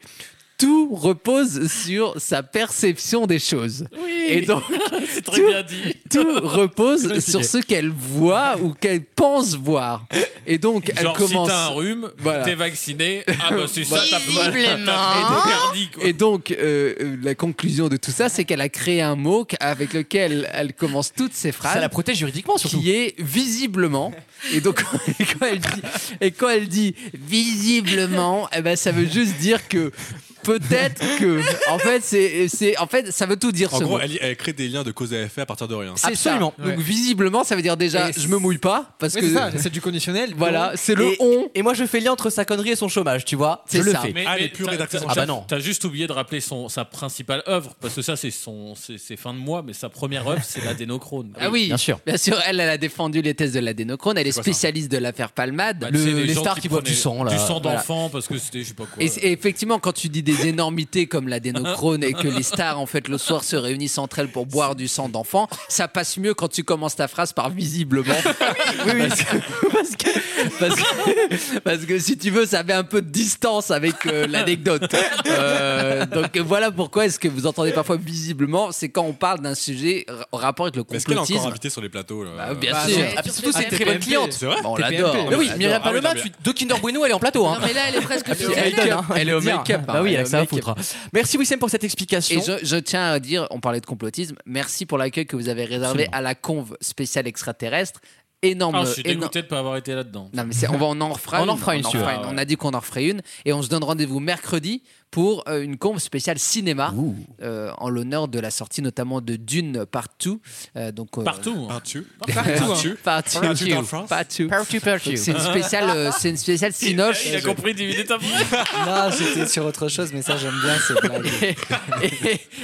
Speaker 5: Tout repose sur sa perception des choses.
Speaker 8: Oui.
Speaker 5: Et
Speaker 11: (laughs)
Speaker 5: donc,
Speaker 8: (laughs) c'est très
Speaker 5: tout-
Speaker 8: bien dit.
Speaker 5: (laughs) tout repose
Speaker 8: Fatigué.
Speaker 5: sur ce qu'elle voit ou qu'elle pense voir. Et donc, elle
Speaker 8: Genre,
Speaker 5: commence.
Speaker 8: si t'as un rhume,
Speaker 5: Voilà.
Speaker 8: t'es vacciné. Ah bah c'est ça, t'as
Speaker 5: Visiblement.
Speaker 8: t'as perdu.
Speaker 5: Ah Et donc, euh, euh, la conclusion de tout ça, c'est qu'elle a créé un mot qu- avec lequel elle commence toutes ses phrases.
Speaker 2: Ça la protège juridiquement, surtout.
Speaker 5: Qui est visiblement. Et donc, et quand elle dit, et quand elle dit visiblement, eh ben, ça veut juste dire que peut-être que. En fait, c'est, c'est, en fait, ça veut tout dire
Speaker 3: En
Speaker 5: ce
Speaker 3: gros,
Speaker 5: mot.
Speaker 3: elle, elle crée des liens de cause à effet à partir de rien.
Speaker 5: C'est ça. Donc, visiblement, ça veut dire déjà,
Speaker 3: Et
Speaker 5: je me mouille pas. Parce
Speaker 3: Oui,
Speaker 5: que (laughs)
Speaker 3: c'est ça,
Speaker 6: c'est du conditionnel.
Speaker 5: Voilà,
Speaker 2: Donc,
Speaker 5: c'est le
Speaker 2: et- Et moi, je fais lien entre sa connerie et son chômage, tu vois. Je le fais.
Speaker 8: t'as- t'as-
Speaker 2: Ah bah non.
Speaker 8: T'as juste oublié de rappeler son, sa principale œuvre, parce que ça, c'est son, c'est, c'est fin de mois, mais sa première œuvre, c'est Bah, l'adénochrone.
Speaker 5: Ah oui, Bien sûr, elle, elle a défendu les tests de l'adénochrone. Elle est spécialiste de l'affaire Palmade.
Speaker 8: Bah, tu sais, gens prenaient Du sang
Speaker 5: Voilà.
Speaker 8: d'enfant, parce que c'était, je sais pas quoi.
Speaker 2: euh,
Speaker 5: Et, c'est- et effectivement, quand tu dis des des énormités comme la dénochrone et que les stars en fait le soir se réunissent entre elles pour boire du sang d'enfant, ça passe mieux quand tu commences ta phrase par
Speaker 2: (laughs)
Speaker 5: visiblement. oui, oui. Parce, que, parce que- parce que- parce que si tu veux, ça met un peu de distance avec euh, l'anecdote. Euh, donc voilà pourquoi est-ce que vous entendez parfois visiblement, c'est quand on parle d'un sujet ra- en rapport avec le
Speaker 3: Est-ce qu'elle est encore
Speaker 5: complotisme.
Speaker 3: invitée sur les plateaux là
Speaker 5: Bah, bien sûr.
Speaker 2: Et puis surtout, Ah, c'est une très bonne cliente.
Speaker 3: C'est vrai
Speaker 5: Bah, on l'adore.
Speaker 2: Mais oui,
Speaker 5: On
Speaker 2: Myriam
Speaker 5: l'adore.
Speaker 2: Paloma,
Speaker 5: Ah oui, non,
Speaker 2: tu- de Kinder Bueno, elle est en plateau. hein.
Speaker 4: Non, mais là, elle est presque
Speaker 2: (laughs) Ah, puis
Speaker 4: officielle.
Speaker 2: elle donne, hein.
Speaker 5: Elle est au
Speaker 2: Bien.
Speaker 5: make-up, hein.
Speaker 2: Bah oui,
Speaker 5: Elle
Speaker 2: elle a
Speaker 5: est
Speaker 2: que
Speaker 5: au
Speaker 2: ça à
Speaker 5: make-up.
Speaker 2: foutre. Merci Wissem pour cette explication.
Speaker 5: Et je, je tiens à dire, on parlait de complotisme, merci pour l'accueil que vous avez réservé
Speaker 8: Absolument.
Speaker 5: à la conve spéciale extraterrestre. Énorme.
Speaker 8: Ah, je suis
Speaker 5: éno-
Speaker 8: dégoûté de ne pas avoir été là-dedans.
Speaker 5: Non, mais c'est- on va on en
Speaker 8: (laughs)
Speaker 5: refera
Speaker 8: On
Speaker 5: une.
Speaker 8: en fera une, si tu veux. Ah ouais.
Speaker 5: On a dit qu'on en referait une. Et on se donne rendez-vous mercredi pour euh, une conve spéciale cinéma euh, en l'honneur de la sortie notamment de Dune Partout. Euh, donc, euh,
Speaker 6: hein.
Speaker 8: Partout.
Speaker 3: Partout.
Speaker 5: Partout. Partout. Partout. Donc, C'est une spéciale, euh, c'est une spéciale cinoche.
Speaker 8: Ah Il a compris 10
Speaker 5: (laughs)
Speaker 8: minutes après.
Speaker 4: Ah,
Speaker 7: Non, j'étais Ah, sur autre chose, mais ça, j'aime bien ces blagues.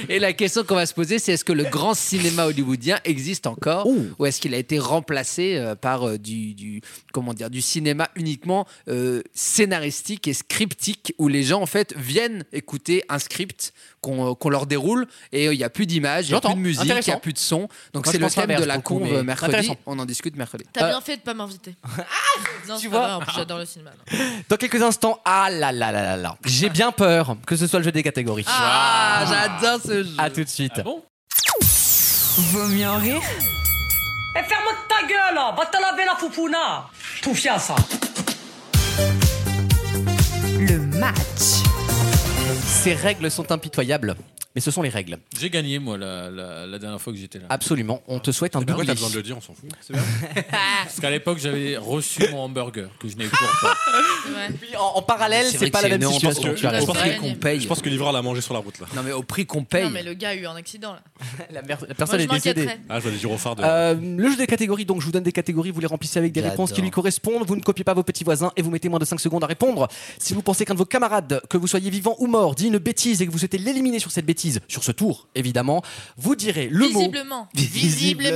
Speaker 5: Et la question qu'on va se poser, c'est est-ce que le grand cinéma hollywoodien existe encore ou est-ce qu'il a été remplacé euh, par euh, du, du- comment dire du cinéma uniquement euh, scénaristique et scriptique où les gens en fait viennent écouter un script qu'on euh, qu'on leur déroule et euh, il n'y a plus d'image, il n'y a
Speaker 2: J'entends.
Speaker 5: plus de musique, il n'y a
Speaker 2: Intéressant.
Speaker 5: plus de son. Donc
Speaker 2: Moi,
Speaker 5: c'est
Speaker 2: je
Speaker 5: le
Speaker 2: pense
Speaker 5: thème
Speaker 2: l'inverse
Speaker 5: de la
Speaker 2: pour le coup,
Speaker 5: conve
Speaker 2: mais
Speaker 5: euh, mercredi.
Speaker 2: intéressant.
Speaker 5: On en discute mercredi.
Speaker 4: T'as
Speaker 5: Euh,
Speaker 4: bien fait de pas m'inviter. non, tu
Speaker 2: vois
Speaker 4: J'adore le cinéma. non.
Speaker 2: Dans quelques instants, ah là là là là là, j'ai bien peur que ce soit le jeu des catégories.
Speaker 5: Ah, j'adore ce jeu.
Speaker 2: À tout de suite.
Speaker 8: Ah
Speaker 1: Vaut mieux en rire.
Speaker 10: Et Eh, ferme ta gueule, là. va te laver la poupouna. Tout hein. ça.
Speaker 1: Le match.
Speaker 2: Ces règles sont impitoyables, mais ce sont les règles.
Speaker 8: J'ai gagné, moi, la, la- la dernière fois que j'étais là.
Speaker 2: Absolument, on te souhaite un doublé.
Speaker 8: Ah. Pourquoi t'as besoin de le dire, on s'en fout. Parce qu'à l'époque, j'avais reçu mon hamburger, que je n'ai toujours pas.
Speaker 2: Puis en, en parallèle,
Speaker 5: C'est vrai
Speaker 2: c'est pas
Speaker 5: que
Speaker 2: la
Speaker 5: c'est
Speaker 2: même
Speaker 5: énorme,
Speaker 2: situation.
Speaker 5: parce que-
Speaker 2: tu as
Speaker 5: parce
Speaker 2: raison.
Speaker 5: que- Parce qu'on paye.
Speaker 3: Je pense que l'ivreur l'a mangé sur la route là.
Speaker 5: Non mais au prix qu'on paye.
Speaker 4: Non, mais le gars a eu un accident là.
Speaker 2: la,
Speaker 4: personne Moi, je est décédée. m'inquiéterais.
Speaker 3: Ah, je vois des gyrophares de.
Speaker 2: Euh, le jeu des catégories, donc je vous donne des catégories, vous les remplissez avec des
Speaker 3: J'adore.
Speaker 2: réponses qui lui correspondent, vous ne copiez pas vos petits voisins et vous mettez moins de 5 secondes à répondre. Si vous pensez qu'un de vos camarades, que vous soyez vivant ou mort, dit une bêtise et que vous souhaitez l'éliminer sur cette bêtise, sur ce tour évidemment, vous direz le
Speaker 4: Visiblement.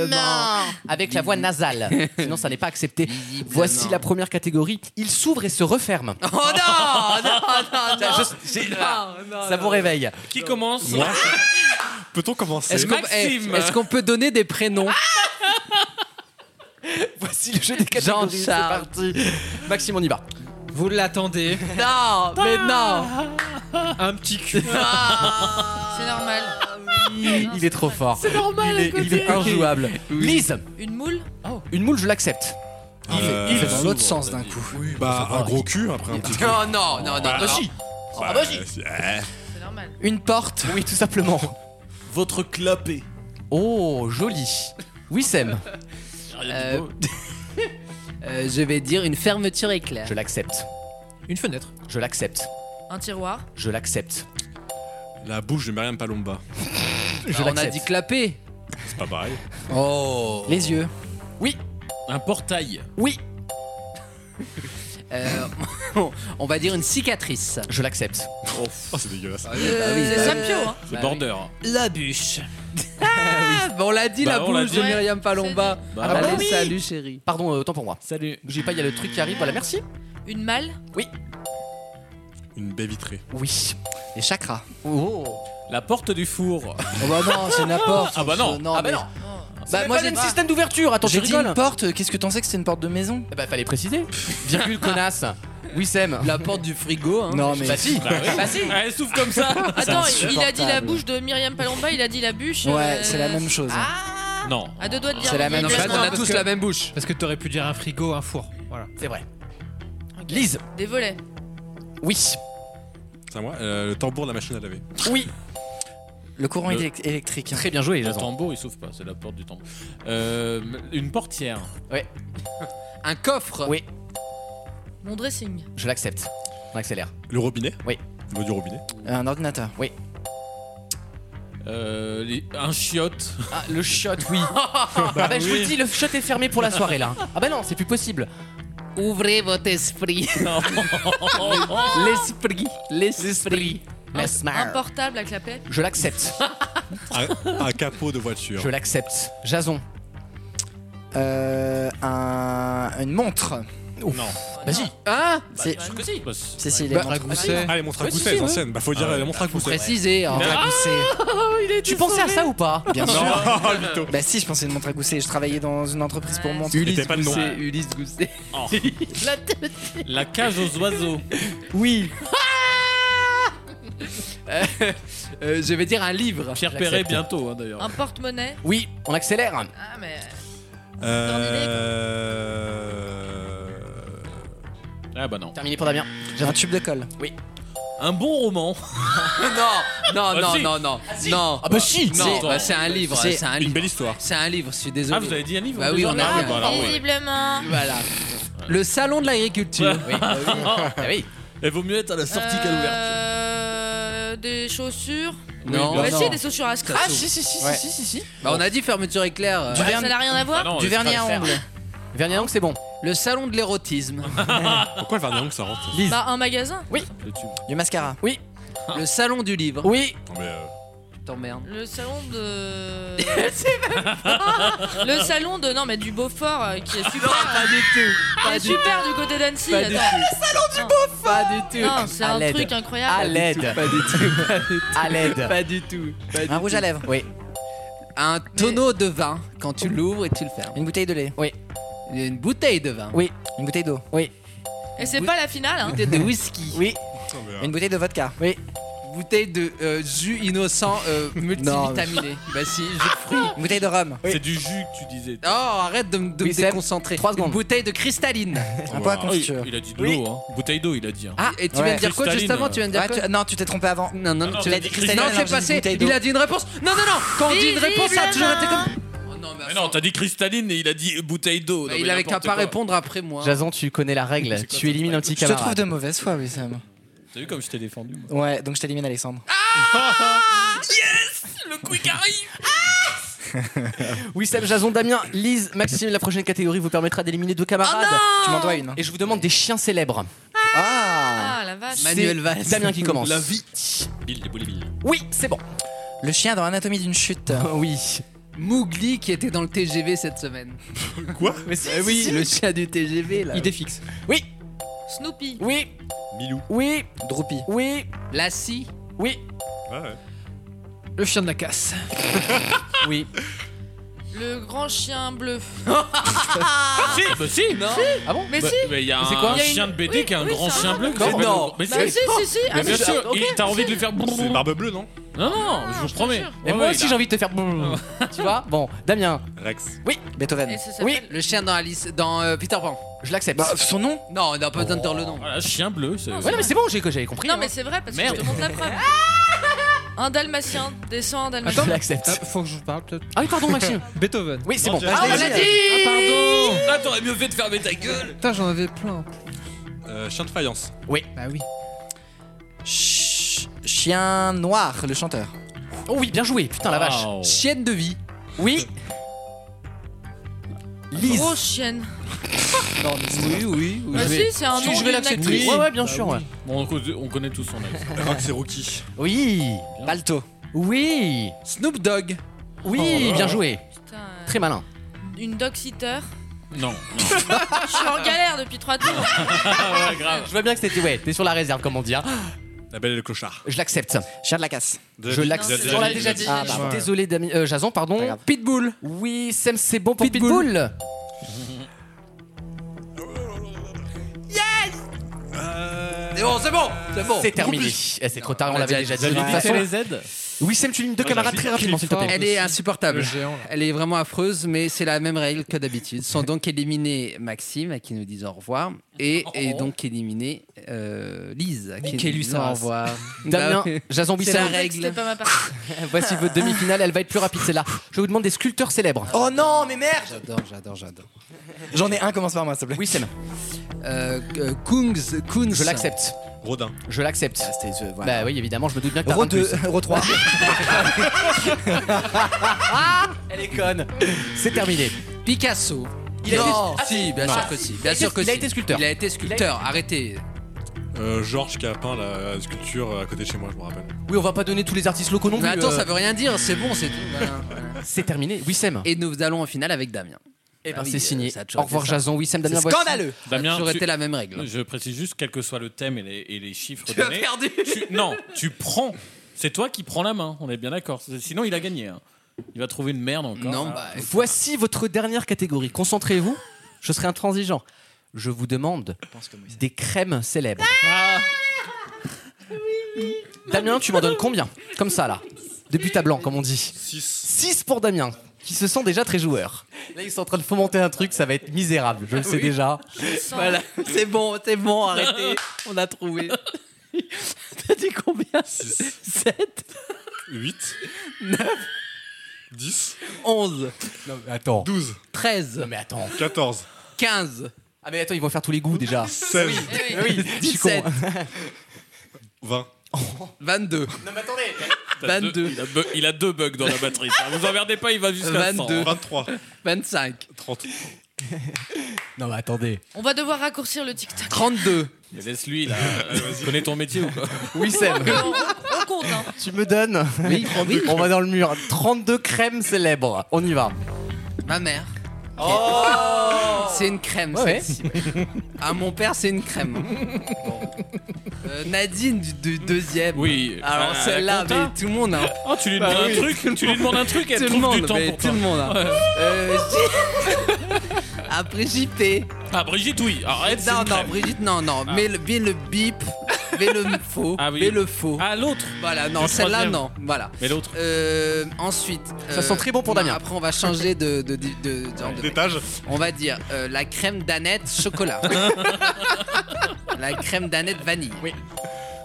Speaker 2: mot. Avec la voix nasale, sinon ça n'est pas accepté. Voici la première catégorie, il s'ouvre et se referme.
Speaker 5: Oh non, non, non, non.
Speaker 2: Je- j'ai- ça vous réveille.
Speaker 8: Qui commence
Speaker 2: Moi.
Speaker 4: (laughs)
Speaker 3: Peut-on commencer
Speaker 5: Est-ce qu'on eh, est-ce qu'on peut donner
Speaker 2: (laughs)
Speaker 5: des prénoms
Speaker 2: Ah Voici le jeu des catégories, c'est
Speaker 5: Jean-Charles.
Speaker 2: parti. Maxime, on y va.
Speaker 6: Vous l'attendez.
Speaker 5: Non, mais non.
Speaker 6: Un petit cul.
Speaker 4: Ah. C'est normal.
Speaker 2: Il est trop fort.
Speaker 4: C'est normal,
Speaker 2: Il est,
Speaker 4: à
Speaker 2: il est
Speaker 4: côté.
Speaker 2: injouable. Lise,
Speaker 4: Une moule Oh.
Speaker 2: une moule, je l'accepte.
Speaker 3: Euh,
Speaker 7: Il fait dans l'autre sens d'un coup.
Speaker 3: Bah, un gros cul après
Speaker 2: (laughs)
Speaker 3: un petit.
Speaker 5: Non, non, non, non.
Speaker 3: Bah,
Speaker 5: Ah, non.
Speaker 3: si.
Speaker 5: Oh, bah, (laughs) vas-y.
Speaker 4: C'est normal.
Speaker 5: Une porte.
Speaker 2: Ah, Oui, tout (laughs) simplement.
Speaker 16: Votre clapet.
Speaker 2: Oh, joli. Oui, (laughs) Sam.
Speaker 5: Euh, euh, je vais dire une fermeture éclair.
Speaker 2: Je l'accepte.
Speaker 6: Une fenêtre.
Speaker 2: Je l'accepte.
Speaker 4: Un tiroir.
Speaker 2: Je l'accepte.
Speaker 3: La bouche de Mariam Palomba.
Speaker 8: Ah,
Speaker 2: Je
Speaker 5: on a
Speaker 2: l'accepte.
Speaker 5: dit clapper.
Speaker 3: C'est pas pareil.
Speaker 5: Oh.
Speaker 2: Les yeux. Oui.
Speaker 8: Un portail.
Speaker 2: Oui.
Speaker 5: (laughs) Euh, (laughs) on va dire une cicatrice.
Speaker 2: Je l'accepte.
Speaker 3: Oh, oh, c'est dégueulasse.
Speaker 2: Euh,
Speaker 4: C'est Sampio, hein.
Speaker 8: C'est border. (laughs)
Speaker 5: La bûche. Ah, on l'a dit,
Speaker 8: Bah,
Speaker 5: la
Speaker 8: on l'a
Speaker 5: bouche
Speaker 8: dit.
Speaker 5: de Myriam Palomba.
Speaker 8: Bah,
Speaker 2: Ah,
Speaker 5: Allez,
Speaker 8: oui.
Speaker 5: salut chérie.
Speaker 2: Pardon, euh, autant pour moi.
Speaker 8: Salut.
Speaker 2: J'ai pas, il y a le truc qui arrive. Voilà, merci.
Speaker 4: Une malle.
Speaker 3: Une baie vitrée.
Speaker 2: Oui.
Speaker 5: Les chakras.
Speaker 2: Oh.
Speaker 8: La porte du four.
Speaker 7: Oh bah non,
Speaker 8: (laughs)
Speaker 7: c'est n'importe.
Speaker 8: Ah bah non.
Speaker 7: Non,
Speaker 2: Ah bah
Speaker 7: mais-
Speaker 2: non.
Speaker 7: Bah,
Speaker 2: Bah,
Speaker 7: moi,
Speaker 2: moi,
Speaker 7: j'ai
Speaker 2: j'ai le système d'ouverture. Attends, tu
Speaker 7: J'ai dit
Speaker 2: rigoles.
Speaker 7: une porte, qu'est-ce que t'en sais que c'était une porte de maison
Speaker 2: Eh Bah, fallait préciser. Virgule, connasse. Oui, Sam.
Speaker 5: La porte du frigo. hein.
Speaker 7: Non, mais.
Speaker 2: Bah, si.
Speaker 8: Bah oui.
Speaker 2: Bah, si.
Speaker 8: Elle s'ouvre comme ça.
Speaker 4: Attends, il- il a dit la
Speaker 7: insupportable.
Speaker 4: bouche de Myriam Palomba, il a dit la bûche.
Speaker 7: Ouais,
Speaker 4: euh,
Speaker 7: c'est la même chose.
Speaker 2: hein.
Speaker 8: Non.
Speaker 4: À deux doigts de dire.
Speaker 7: C'est la même
Speaker 4: Myriam
Speaker 7: chose.
Speaker 5: En fait, on
Speaker 4: Palomba.
Speaker 5: a tous la même bouche.
Speaker 6: Ah. Parce que t'aurais pu dire un frigo, un four. Voilà.
Speaker 2: C'est vrai.
Speaker 4: Ok.
Speaker 2: Lise.
Speaker 4: Des volets.
Speaker 2: Oui.
Speaker 3: C'est à moi Euh, Le tambour de la machine à laver.
Speaker 2: Oui.
Speaker 7: Le courant
Speaker 8: Le-
Speaker 7: élec- électrique. hein.
Speaker 2: Très bien joué,
Speaker 8: Le
Speaker 2: Jason.
Speaker 8: tambour, il s'ouvre pas. C'est la porte du tambour. Euh, une portière.
Speaker 5: Un coffre.
Speaker 2: Oui,
Speaker 4: Mon dressing.
Speaker 2: je l'accepte. On accélère.
Speaker 3: Le robinet
Speaker 2: Oui.
Speaker 3: Le mot du robinet.
Speaker 7: Un ordinateur.
Speaker 8: Euh, les- un chiotte.
Speaker 2: Ah, le shot,
Speaker 8: (laughs)
Speaker 2: oui. (laughs) ah bah, je vous le dis, le shot est fermé pour la soirée là. Ah bah non, c'est plus possible.
Speaker 5: Ouvrez votre esprit.
Speaker 8: (laughs) Non. Oh,
Speaker 5: L'esprit. L'esprit.
Speaker 4: Un
Speaker 2: Mesmer.
Speaker 4: portable à clapet.
Speaker 2: Je l'accepte.
Speaker 3: Un, un capot de voiture.
Speaker 2: Je l'accepte. Jason.
Speaker 7: Euh, un- une montre.
Speaker 8: Non.
Speaker 7: Vas-y.
Speaker 8: bah,
Speaker 5: Ah
Speaker 7: C'est-
Speaker 8: sûr que si. Bah, c'est-
Speaker 7: Si, si,
Speaker 8: Ouais.
Speaker 7: les
Speaker 8: Bah,
Speaker 7: montres à gousset.
Speaker 3: Ah, les montres à
Speaker 7: Oui, si,
Speaker 3: gousset,
Speaker 7: si,
Speaker 3: les
Speaker 7: oui.
Speaker 3: anciennes. Bah, faut dire
Speaker 7: Ah,
Speaker 3: les montres à
Speaker 7: faut
Speaker 3: gousset.
Speaker 7: préciser, hein.
Speaker 3: Ah,
Speaker 7: Tu pensais à ça ou pas Bien
Speaker 3: Non.
Speaker 7: sûr.
Speaker 3: Oh, mytho.
Speaker 7: bah si, je pensais une montre à gousset. Je travaillais dans une entreprise pour
Speaker 3: Bah,
Speaker 7: montres.
Speaker 8: Ulysse C'était pas le nom. Gousset,
Speaker 7: Ulysse Gousset.
Speaker 2: (laughs)
Speaker 5: La
Speaker 8: Oh. La cage aux oiseaux.
Speaker 7: Oui.
Speaker 11: Ah
Speaker 2: Euh,
Speaker 5: je vais dire un livre.
Speaker 8: Pierre
Speaker 5: J'accepte.
Speaker 8: Perret bientôt, hein, d'ailleurs.
Speaker 4: (laughs) Un porte-monnaie
Speaker 5: Oui, on accélère.
Speaker 4: Ah, mais.
Speaker 8: Euh... Ah bah non.
Speaker 5: Terminé pour Damien.
Speaker 7: J'ai un tube de colle.
Speaker 5: Oui.
Speaker 8: Un bon roman.
Speaker 5: non, (laughs) non,
Speaker 8: Ah,
Speaker 5: non,
Speaker 8: si.
Speaker 5: non, non.
Speaker 8: Ah, si.
Speaker 5: Non.
Speaker 8: Ah, bah, si.
Speaker 5: Non,
Speaker 8: C'est-
Speaker 5: bah, c'est un livre.
Speaker 8: C'est
Speaker 5: C'est un
Speaker 8: une
Speaker 5: livre.
Speaker 8: belle histoire.
Speaker 5: C'est un livre. Je suis désolé.
Speaker 8: Ah, vous avez dit un livre
Speaker 5: Bah oui,
Speaker 8: déjà
Speaker 5: on a.
Speaker 8: Ah, bah, alors, oui.
Speaker 4: Visiblement.
Speaker 5: Voilà. Le salon de l'agriculture.
Speaker 8: (laughs)
Speaker 5: Bah
Speaker 8: Oui.
Speaker 16: Il vaut mieux être à la sortie qu'à l'ouverture.
Speaker 4: Euh, Des chaussures
Speaker 5: Non.
Speaker 4: Bah,
Speaker 5: non.
Speaker 4: si, des chaussures à scratch.
Speaker 5: Ah, si, si, si, si,
Speaker 4: Ouais.
Speaker 5: si, si, si. Bah, on a dit fermeture éclair. euh,
Speaker 4: Du Bah, vernis- ça n'a rien à voir. Bah non,
Speaker 5: du
Speaker 4: c'est
Speaker 5: vernis
Speaker 4: pas
Speaker 5: à
Speaker 4: le faire.
Speaker 5: ongles. Vernis à ongles, c'est bon. Le salon de (laughs) l'érotisme. Ah,
Speaker 3: Pourquoi le vernis à ongles, ça rentre
Speaker 4: Bah, un magasin
Speaker 5: Oui.
Speaker 3: Le tube.
Speaker 7: Du mascara.
Speaker 5: Oui. Le salon du livre.
Speaker 7: Oui.
Speaker 3: Non, mais. euh,
Speaker 5: T'emmerdes.
Speaker 4: Le salon
Speaker 5: (laughs)
Speaker 4: de. Le salon de. Non, mais du Beaufort euh, qui est super.
Speaker 5: Ah, pas du tout.
Speaker 4: Qui est super du côté d'Annecy.
Speaker 5: Pas du
Speaker 4: attends.
Speaker 5: tout. Pas du tout.
Speaker 4: Non, c'est
Speaker 5: À
Speaker 4: un
Speaker 5: l'aide.
Speaker 4: truc incroyable.
Speaker 5: À (laughs) l'aide. Pas du tout. Pas du tout.
Speaker 7: À l'aide.
Speaker 5: Pas du tout.
Speaker 7: Un rouge à lèvres.
Speaker 5: Oui. Un tonneau de vin quand tu l'ouvres et tu le fermes.
Speaker 7: Une bouteille de lait.
Speaker 5: Oui. Une bouteille de vin.
Speaker 7: Oui. Une bouteille d'eau.
Speaker 5: Oui.
Speaker 4: Et c'est pas la finale, hein.
Speaker 5: Bouteille de whisky.
Speaker 7: Oui. Une bouteille de vodka. Oui.
Speaker 5: Bouteille de euh, jus innocent
Speaker 7: (laughs)
Speaker 5: euh, multivitaminé. bah si, jus de fruits.
Speaker 7: Une bouteille de rhum.
Speaker 8: C'est du jus que tu disais.
Speaker 5: Oh, arrête de, me- de
Speaker 7: Oui,
Speaker 5: me
Speaker 7: Seb,
Speaker 5: déconcentrer.
Speaker 7: trois secondes.
Speaker 5: Une bouteille
Speaker 8: (laughs)
Speaker 5: de cristalline.
Speaker 7: Un peu à
Speaker 8: Ah,
Speaker 7: confiture.
Speaker 8: il, il a dit de
Speaker 7: Oui.
Speaker 8: l'eau, hein. Bouteille d'eau, il a dit. hein.
Speaker 5: Ah, et tu
Speaker 7: Ouais.
Speaker 5: viens de dire quoi
Speaker 8: Cristalline,
Speaker 5: juste avant Tu viens de dire
Speaker 7: Ouais,
Speaker 5: quoi
Speaker 7: tu- Non, tu t'es trompé avant.
Speaker 5: Non, non, non,
Speaker 7: non,
Speaker 5: tu
Speaker 7: tu
Speaker 5: l'as
Speaker 7: as
Speaker 5: dit
Speaker 7: dit Cristalline,
Speaker 5: Cristalline. Non, c'est
Speaker 7: alors j'ai dit
Speaker 5: passé.
Speaker 7: bouteille d'eau.
Speaker 5: Il a dit une réponse. Non, non, non. Quand on dit une réponse, ça a toujours été comme.
Speaker 8: Mais Oh non, t'as dit cristalline et il a dit bouteille d'eau. Non, mais
Speaker 5: Bah, il avait qu'à
Speaker 8: n'importe
Speaker 5: pas
Speaker 8: quoi.
Speaker 5: répondre après moi.
Speaker 2: Jason, tu
Speaker 7: (laughs)
Speaker 2: connais la règle. Tu élimines un petit
Speaker 7: Je te trouve
Speaker 2: camarade.
Speaker 7: de mauvaise foi, oui, Sam.
Speaker 8: T'as vu comme je t'ai défendu moi
Speaker 7: Ouais, donc je t'élimine, Alexandre.
Speaker 8: Ah. Yes Le quick arrive
Speaker 2: Oui, Sam, Jason, Damien, Lise, Maxime, la prochaine catégorie vous permettra d'éliminer deux
Speaker 5: Ah
Speaker 2: camarades.
Speaker 7: tu m'en dois une.
Speaker 2: Et je vous demande des chiens célèbres.
Speaker 7: Ah
Speaker 4: Ah, la vache.
Speaker 7: Manuel Valls.
Speaker 2: Damien qui commence.
Speaker 7: La
Speaker 8: vie. Bill, les boules, Bill.
Speaker 2: Oui, c'est bon.
Speaker 7: Le chien dans l'anatomie d'une
Speaker 5: (laughs)
Speaker 7: chute.
Speaker 2: oui.
Speaker 5: Mougli qui était dans le TGV cette semaine.
Speaker 3: Quoi
Speaker 5: (laughs)
Speaker 8: Eh
Speaker 5: Mais
Speaker 2: si,
Speaker 5: oui,
Speaker 2: si.
Speaker 5: le chien du TGV là.
Speaker 6: Idée fixe.
Speaker 2: Oui.
Speaker 4: Snoopy.
Speaker 2: Oui.
Speaker 3: Milou.
Speaker 2: Oui.
Speaker 7: Droopy.
Speaker 2: Oui.
Speaker 5: Lassie.
Speaker 2: Oui.
Speaker 3: Ah ouais.
Speaker 6: Le chien de la casse.
Speaker 2: Oui.
Speaker 4: Le grand chien
Speaker 5: (laughs)
Speaker 4: bleu. Ah,
Speaker 8: Si, bah si
Speaker 5: Non. Ah bon
Speaker 4: Mais
Speaker 8: Bah,
Speaker 4: si.
Speaker 8: mais il y a
Speaker 4: Mais c'est
Speaker 8: un
Speaker 4: quoi Il y a une-
Speaker 8: chien de BD
Speaker 4: oui,
Speaker 8: qui a un
Speaker 4: oui,
Speaker 8: grand
Speaker 4: ça
Speaker 8: chien
Speaker 4: va.
Speaker 8: bleu. qui
Speaker 4: Non,
Speaker 8: s'appelle-
Speaker 2: non.
Speaker 8: Mais
Speaker 4: Bah si, si, si. Ah,
Speaker 8: Mais bien
Speaker 4: si,
Speaker 8: sûr,
Speaker 4: ok,
Speaker 8: il- t'as envie
Speaker 4: si.
Speaker 8: de lui faire.
Speaker 3: C'est barbe bleue, non
Speaker 8: Non, non,
Speaker 5: Ah,
Speaker 8: je vous promets.
Speaker 2: Et
Speaker 8: Ouais,
Speaker 2: moi
Speaker 8: ouais,
Speaker 2: aussi,
Speaker 8: il a-
Speaker 2: j'ai envie de te faire. brrr. tu vois Bon, Damien.
Speaker 3: Rex.
Speaker 2: Oui.
Speaker 4: Et
Speaker 7: Beethoven.
Speaker 4: ça
Speaker 2: Oui.
Speaker 4: s'appelle-
Speaker 5: Le chien dans Alice, dans euh, Peter Pan.
Speaker 2: Je l'accepte.
Speaker 7: Bah, son nom
Speaker 5: Non, on n'a pas besoin de dire le nom.
Speaker 8: Voilà, chien bleu. c'est-
Speaker 2: ouais, non, mais c'est bon, j'ai j'avais compris.
Speaker 5: hein.
Speaker 4: Non, mais c'est vrai, parce que
Speaker 8: Merde.
Speaker 4: je te montre la
Speaker 5: (laughs)
Speaker 4: preuve. Un dalmatien. Descends un dalmatien.
Speaker 2: Je l'accepte.
Speaker 6: Ah, faut que je vous parle peut-être.
Speaker 2: Ah oui,
Speaker 7: (laughs)
Speaker 2: pardon, Maxime.
Speaker 6: Beethoven.
Speaker 2: Oui, c'est bon.
Speaker 3: Ah,
Speaker 2: Vas-y.
Speaker 7: on l'a Oh, dit
Speaker 6: Ah, pardon.
Speaker 8: Ah, t'aurais mieux fait de fermer ta gueule.
Speaker 6: Putain, j'en avais plein.
Speaker 3: Euh, chien de faïence.
Speaker 6: Bah oui.
Speaker 7: Ch- Chien noir, le chanteur.
Speaker 2: Oh oui, bien joué. Putain, la vache.
Speaker 8: Wow.
Speaker 5: Chienne de vie.
Speaker 2: Oui. Lise.
Speaker 4: Grosse chienne.
Speaker 5: Oui, oui, oui.
Speaker 4: Bah
Speaker 5: Je vais-
Speaker 4: si, c'est un nom
Speaker 2: Je vais
Speaker 4: d'une
Speaker 2: l'accepter.
Speaker 4: actrice. Bah,
Speaker 2: Ouais, ouais, bien sûr. ouais.
Speaker 8: Bon, on co- on connaît tous son accent.
Speaker 3: Rock, c'est Rocky.
Speaker 2: Oui.
Speaker 7: Balto.
Speaker 2: Oui.
Speaker 5: Snoop Dogg.
Speaker 2: Oui, bien joué.
Speaker 4: Putain, euh,
Speaker 2: Très malin.
Speaker 4: Une dog sitter. (laughs)
Speaker 8: Non, non.
Speaker 4: Je suis en galère depuis trois tours.
Speaker 8: Ah ouais, grave.
Speaker 2: Je vois bien que c'était. Ouais, t'es sur la réserve, comment dire.
Speaker 3: La belle et le clochard.
Speaker 2: hein. Je l'accepte.
Speaker 7: Chien de la casse.
Speaker 2: Je l'accepte.
Speaker 4: c'est-
Speaker 2: On l'a déjà dit.
Speaker 4: Ah,
Speaker 2: Je suis
Speaker 7: bah.
Speaker 2: désolé, Damien- euh, Jason,
Speaker 7: Pas
Speaker 2: pardon.
Speaker 7: grave.
Speaker 5: Pitbull.
Speaker 2: Oui, Sam, c'est bon pour Pitbull.
Speaker 5: Pitbull. C'est bon, c'est bon, c'est bon.
Speaker 2: C'est terminé. Eh, c'est trop tard, on
Speaker 5: On
Speaker 2: l'avait
Speaker 5: l'a
Speaker 2: déjà dit.
Speaker 5: déjà
Speaker 2: De
Speaker 5: dit.
Speaker 2: toute façon,
Speaker 5: les aides.
Speaker 2: oui, Sam, tu lis deux camarades très rapidement, s'il te plaît.
Speaker 5: Elle est insupportable.
Speaker 6: Le géant, là.
Speaker 5: Elle est vraiment affreuse, mais c'est la même règle que d'habitude. Sont donc éliminés Maxime, à qui nous disons au revoir, et,
Speaker 2: Oh.
Speaker 5: et donc éliminés euh, Lise, à qui
Speaker 6: Niquez-lui
Speaker 5: nous
Speaker 6: sa
Speaker 5: disons au
Speaker 6: race.
Speaker 5: revoir.
Speaker 2: (laughs)
Speaker 5: (laughs)
Speaker 2: Damien,
Speaker 5: Bah oui.
Speaker 2: Jason
Speaker 5: C'est
Speaker 2: Bisset.
Speaker 5: la
Speaker 4: C'était
Speaker 5: règle.
Speaker 4: pas ma partie.
Speaker 2: Voici votre demi-finale, elle va être plus rapide, c'est là. Je vous demande des sculpteurs célèbres.
Speaker 7: Oh non, mais merde
Speaker 5: J'adore, j'adore, j'adore.
Speaker 7: J'en ai un, commence par moi, s'il te plaît.
Speaker 2: Oui, Sam,
Speaker 5: Euh, euh, Kungs, Kungs. Ah, euh,
Speaker 2: je l'accepte.
Speaker 3: Rodin.
Speaker 2: Je l'accepte. Bah oui, évidemment, je me doute bien que t'as
Speaker 7: Ro
Speaker 2: un de
Speaker 7: 2,
Speaker 2: plus.
Speaker 7: Ro 3.
Speaker 2: (laughs) Elle est conne. C'est terminé.
Speaker 5: Picasso.
Speaker 2: Il a
Speaker 5: non,
Speaker 2: été- Ah,
Speaker 5: si, bien
Speaker 2: non.
Speaker 5: sûr que si. Bien
Speaker 2: été-
Speaker 5: sûr que
Speaker 2: il a
Speaker 5: si.
Speaker 2: été sculpteur.
Speaker 5: Il a été sculpteur. Arrêtez.
Speaker 3: Euh, Georges qui a peint la sculpture à côté de chez moi, je me rappelle.
Speaker 2: Oui, on va pas donner tous les artistes locaux non plus.
Speaker 5: Mais attends, (laughs)
Speaker 2: euh,
Speaker 5: ça veut rien dire. C'est bon, c'est tout. Voilà, voilà.
Speaker 2: C'est terminé. Oui, Sam.
Speaker 5: Et nous allons en finale avec Damien.
Speaker 2: Eh ben,
Speaker 5: Ah oui,
Speaker 2: c'est
Speaker 5: euh,
Speaker 2: signé.
Speaker 5: ça a toujours
Speaker 2: Au revoir,
Speaker 5: été ça.
Speaker 2: Jason. Oui, Sam Damien.
Speaker 5: C'est
Speaker 2: voici.
Speaker 5: scandaleux.
Speaker 8: Damien,
Speaker 5: ça aurait
Speaker 8: tu-
Speaker 5: été la même règle.
Speaker 8: Je précise juste, quel que soit le thème et les, et les chiffres
Speaker 5: Tu as
Speaker 8: donnés.
Speaker 5: perdu.
Speaker 8: tu- non, tu prends. C'est toi qui prends la main, on est bien d'accord. Sinon, il a gagné. hein. Il va trouver une merde encore.
Speaker 2: Non,
Speaker 8: hein.
Speaker 2: bah, Voici votre dernière catégorie. Concentrez-vous. Je serai intransigeant. Je vous demande des crèmes célèbres.
Speaker 8: Ah.
Speaker 2: Damien, tu m'en donnes combien Comme ça, là. Depuis ta blanc, comme on dit. 6. 6 pour Damien, qui se sent déjà très joueur. Là, ils sont en train de fomenter un truc, ça va être misérable, je le sais
Speaker 5: Ah Oui.
Speaker 2: déjà.
Speaker 5: Voilà, c'est bon, c'est bon, arrêtez. On a
Speaker 2: (laughs)
Speaker 5: trouvé. T'as dit combien 7
Speaker 3: 8
Speaker 5: 9
Speaker 3: 10
Speaker 5: 11
Speaker 2: Non, mais attends.
Speaker 3: 12
Speaker 5: 13
Speaker 2: mais attends.
Speaker 3: 14
Speaker 5: 15
Speaker 2: Ah, mais attends, ils vont faire tous les goûts
Speaker 3: (laughs)
Speaker 2: déjà.
Speaker 3: 16.
Speaker 2: Oui,
Speaker 5: Oui,
Speaker 2: oui, je suis con.
Speaker 5: 17.
Speaker 3: 20.
Speaker 5: 22.
Speaker 2: Non, mais attendez.
Speaker 3: Ah,
Speaker 8: T'as deux- il, a bu- il a deux bugs dans la batterie. ça. Vous emmerdez pas, il va jusqu'à hein. 100.
Speaker 5: 22.
Speaker 3: 23.
Speaker 5: 25.
Speaker 3: 30.
Speaker 2: Non, mais attendez.
Speaker 4: On va devoir raccourcir le TikTok.
Speaker 5: 32.
Speaker 8: Mais laisse-lui,
Speaker 3: (laughs)
Speaker 8: là. Connais ton métier ou quoi (laughs)
Speaker 2: Oui, Sam.
Speaker 4: On, on compte, hein.
Speaker 2: Tu me donnes
Speaker 5: Oui,
Speaker 2: 32 On va dans le mur. 32 crèmes célèbres. On y va.
Speaker 5: Ma mère. C'est une crème,
Speaker 2: Ouais, ouais.
Speaker 5: celle-ci. Oh. Ah, mon père, c'est une crème. Bon. Euh, Nadine du, du deuxième.
Speaker 8: Oui.
Speaker 5: Alors
Speaker 8: Ah, la
Speaker 5: celle-là,
Speaker 8: compta.
Speaker 5: mais tout le monde. Hein.
Speaker 8: Oh, tu lui demandes un truc, tu lui demandes un truc, elle
Speaker 5: tout le
Speaker 8: trouve du
Speaker 5: monde,
Speaker 8: temps
Speaker 5: mais
Speaker 8: pour
Speaker 5: tout
Speaker 8: toi.
Speaker 5: le monde. hein.
Speaker 8: Ouais.
Speaker 5: Euh, J- Après JP.
Speaker 8: Ah, Brigitte, oui. Arrête, c'est
Speaker 5: Non,
Speaker 8: une
Speaker 5: non,
Speaker 8: crème.
Speaker 5: Brigitte, non, non. Mets, le, mets le bip, mets le faux,
Speaker 8: Ah oui.
Speaker 5: mets le faux.
Speaker 8: Ah, l'autre.
Speaker 5: Voilà, non,
Speaker 8: Le
Speaker 5: celle-là,
Speaker 8: troisième.
Speaker 5: non. Voilà.
Speaker 8: Mais l'autre.
Speaker 5: Euh, ensuite.
Speaker 2: Ça sent très bon pour
Speaker 5: non,
Speaker 2: Damien.
Speaker 5: Après, on va changer de. de, de, de- genre de-
Speaker 3: D'étage.
Speaker 5: On va dire euh, la crème d'aneth chocolat. la crème d'aneth vanille.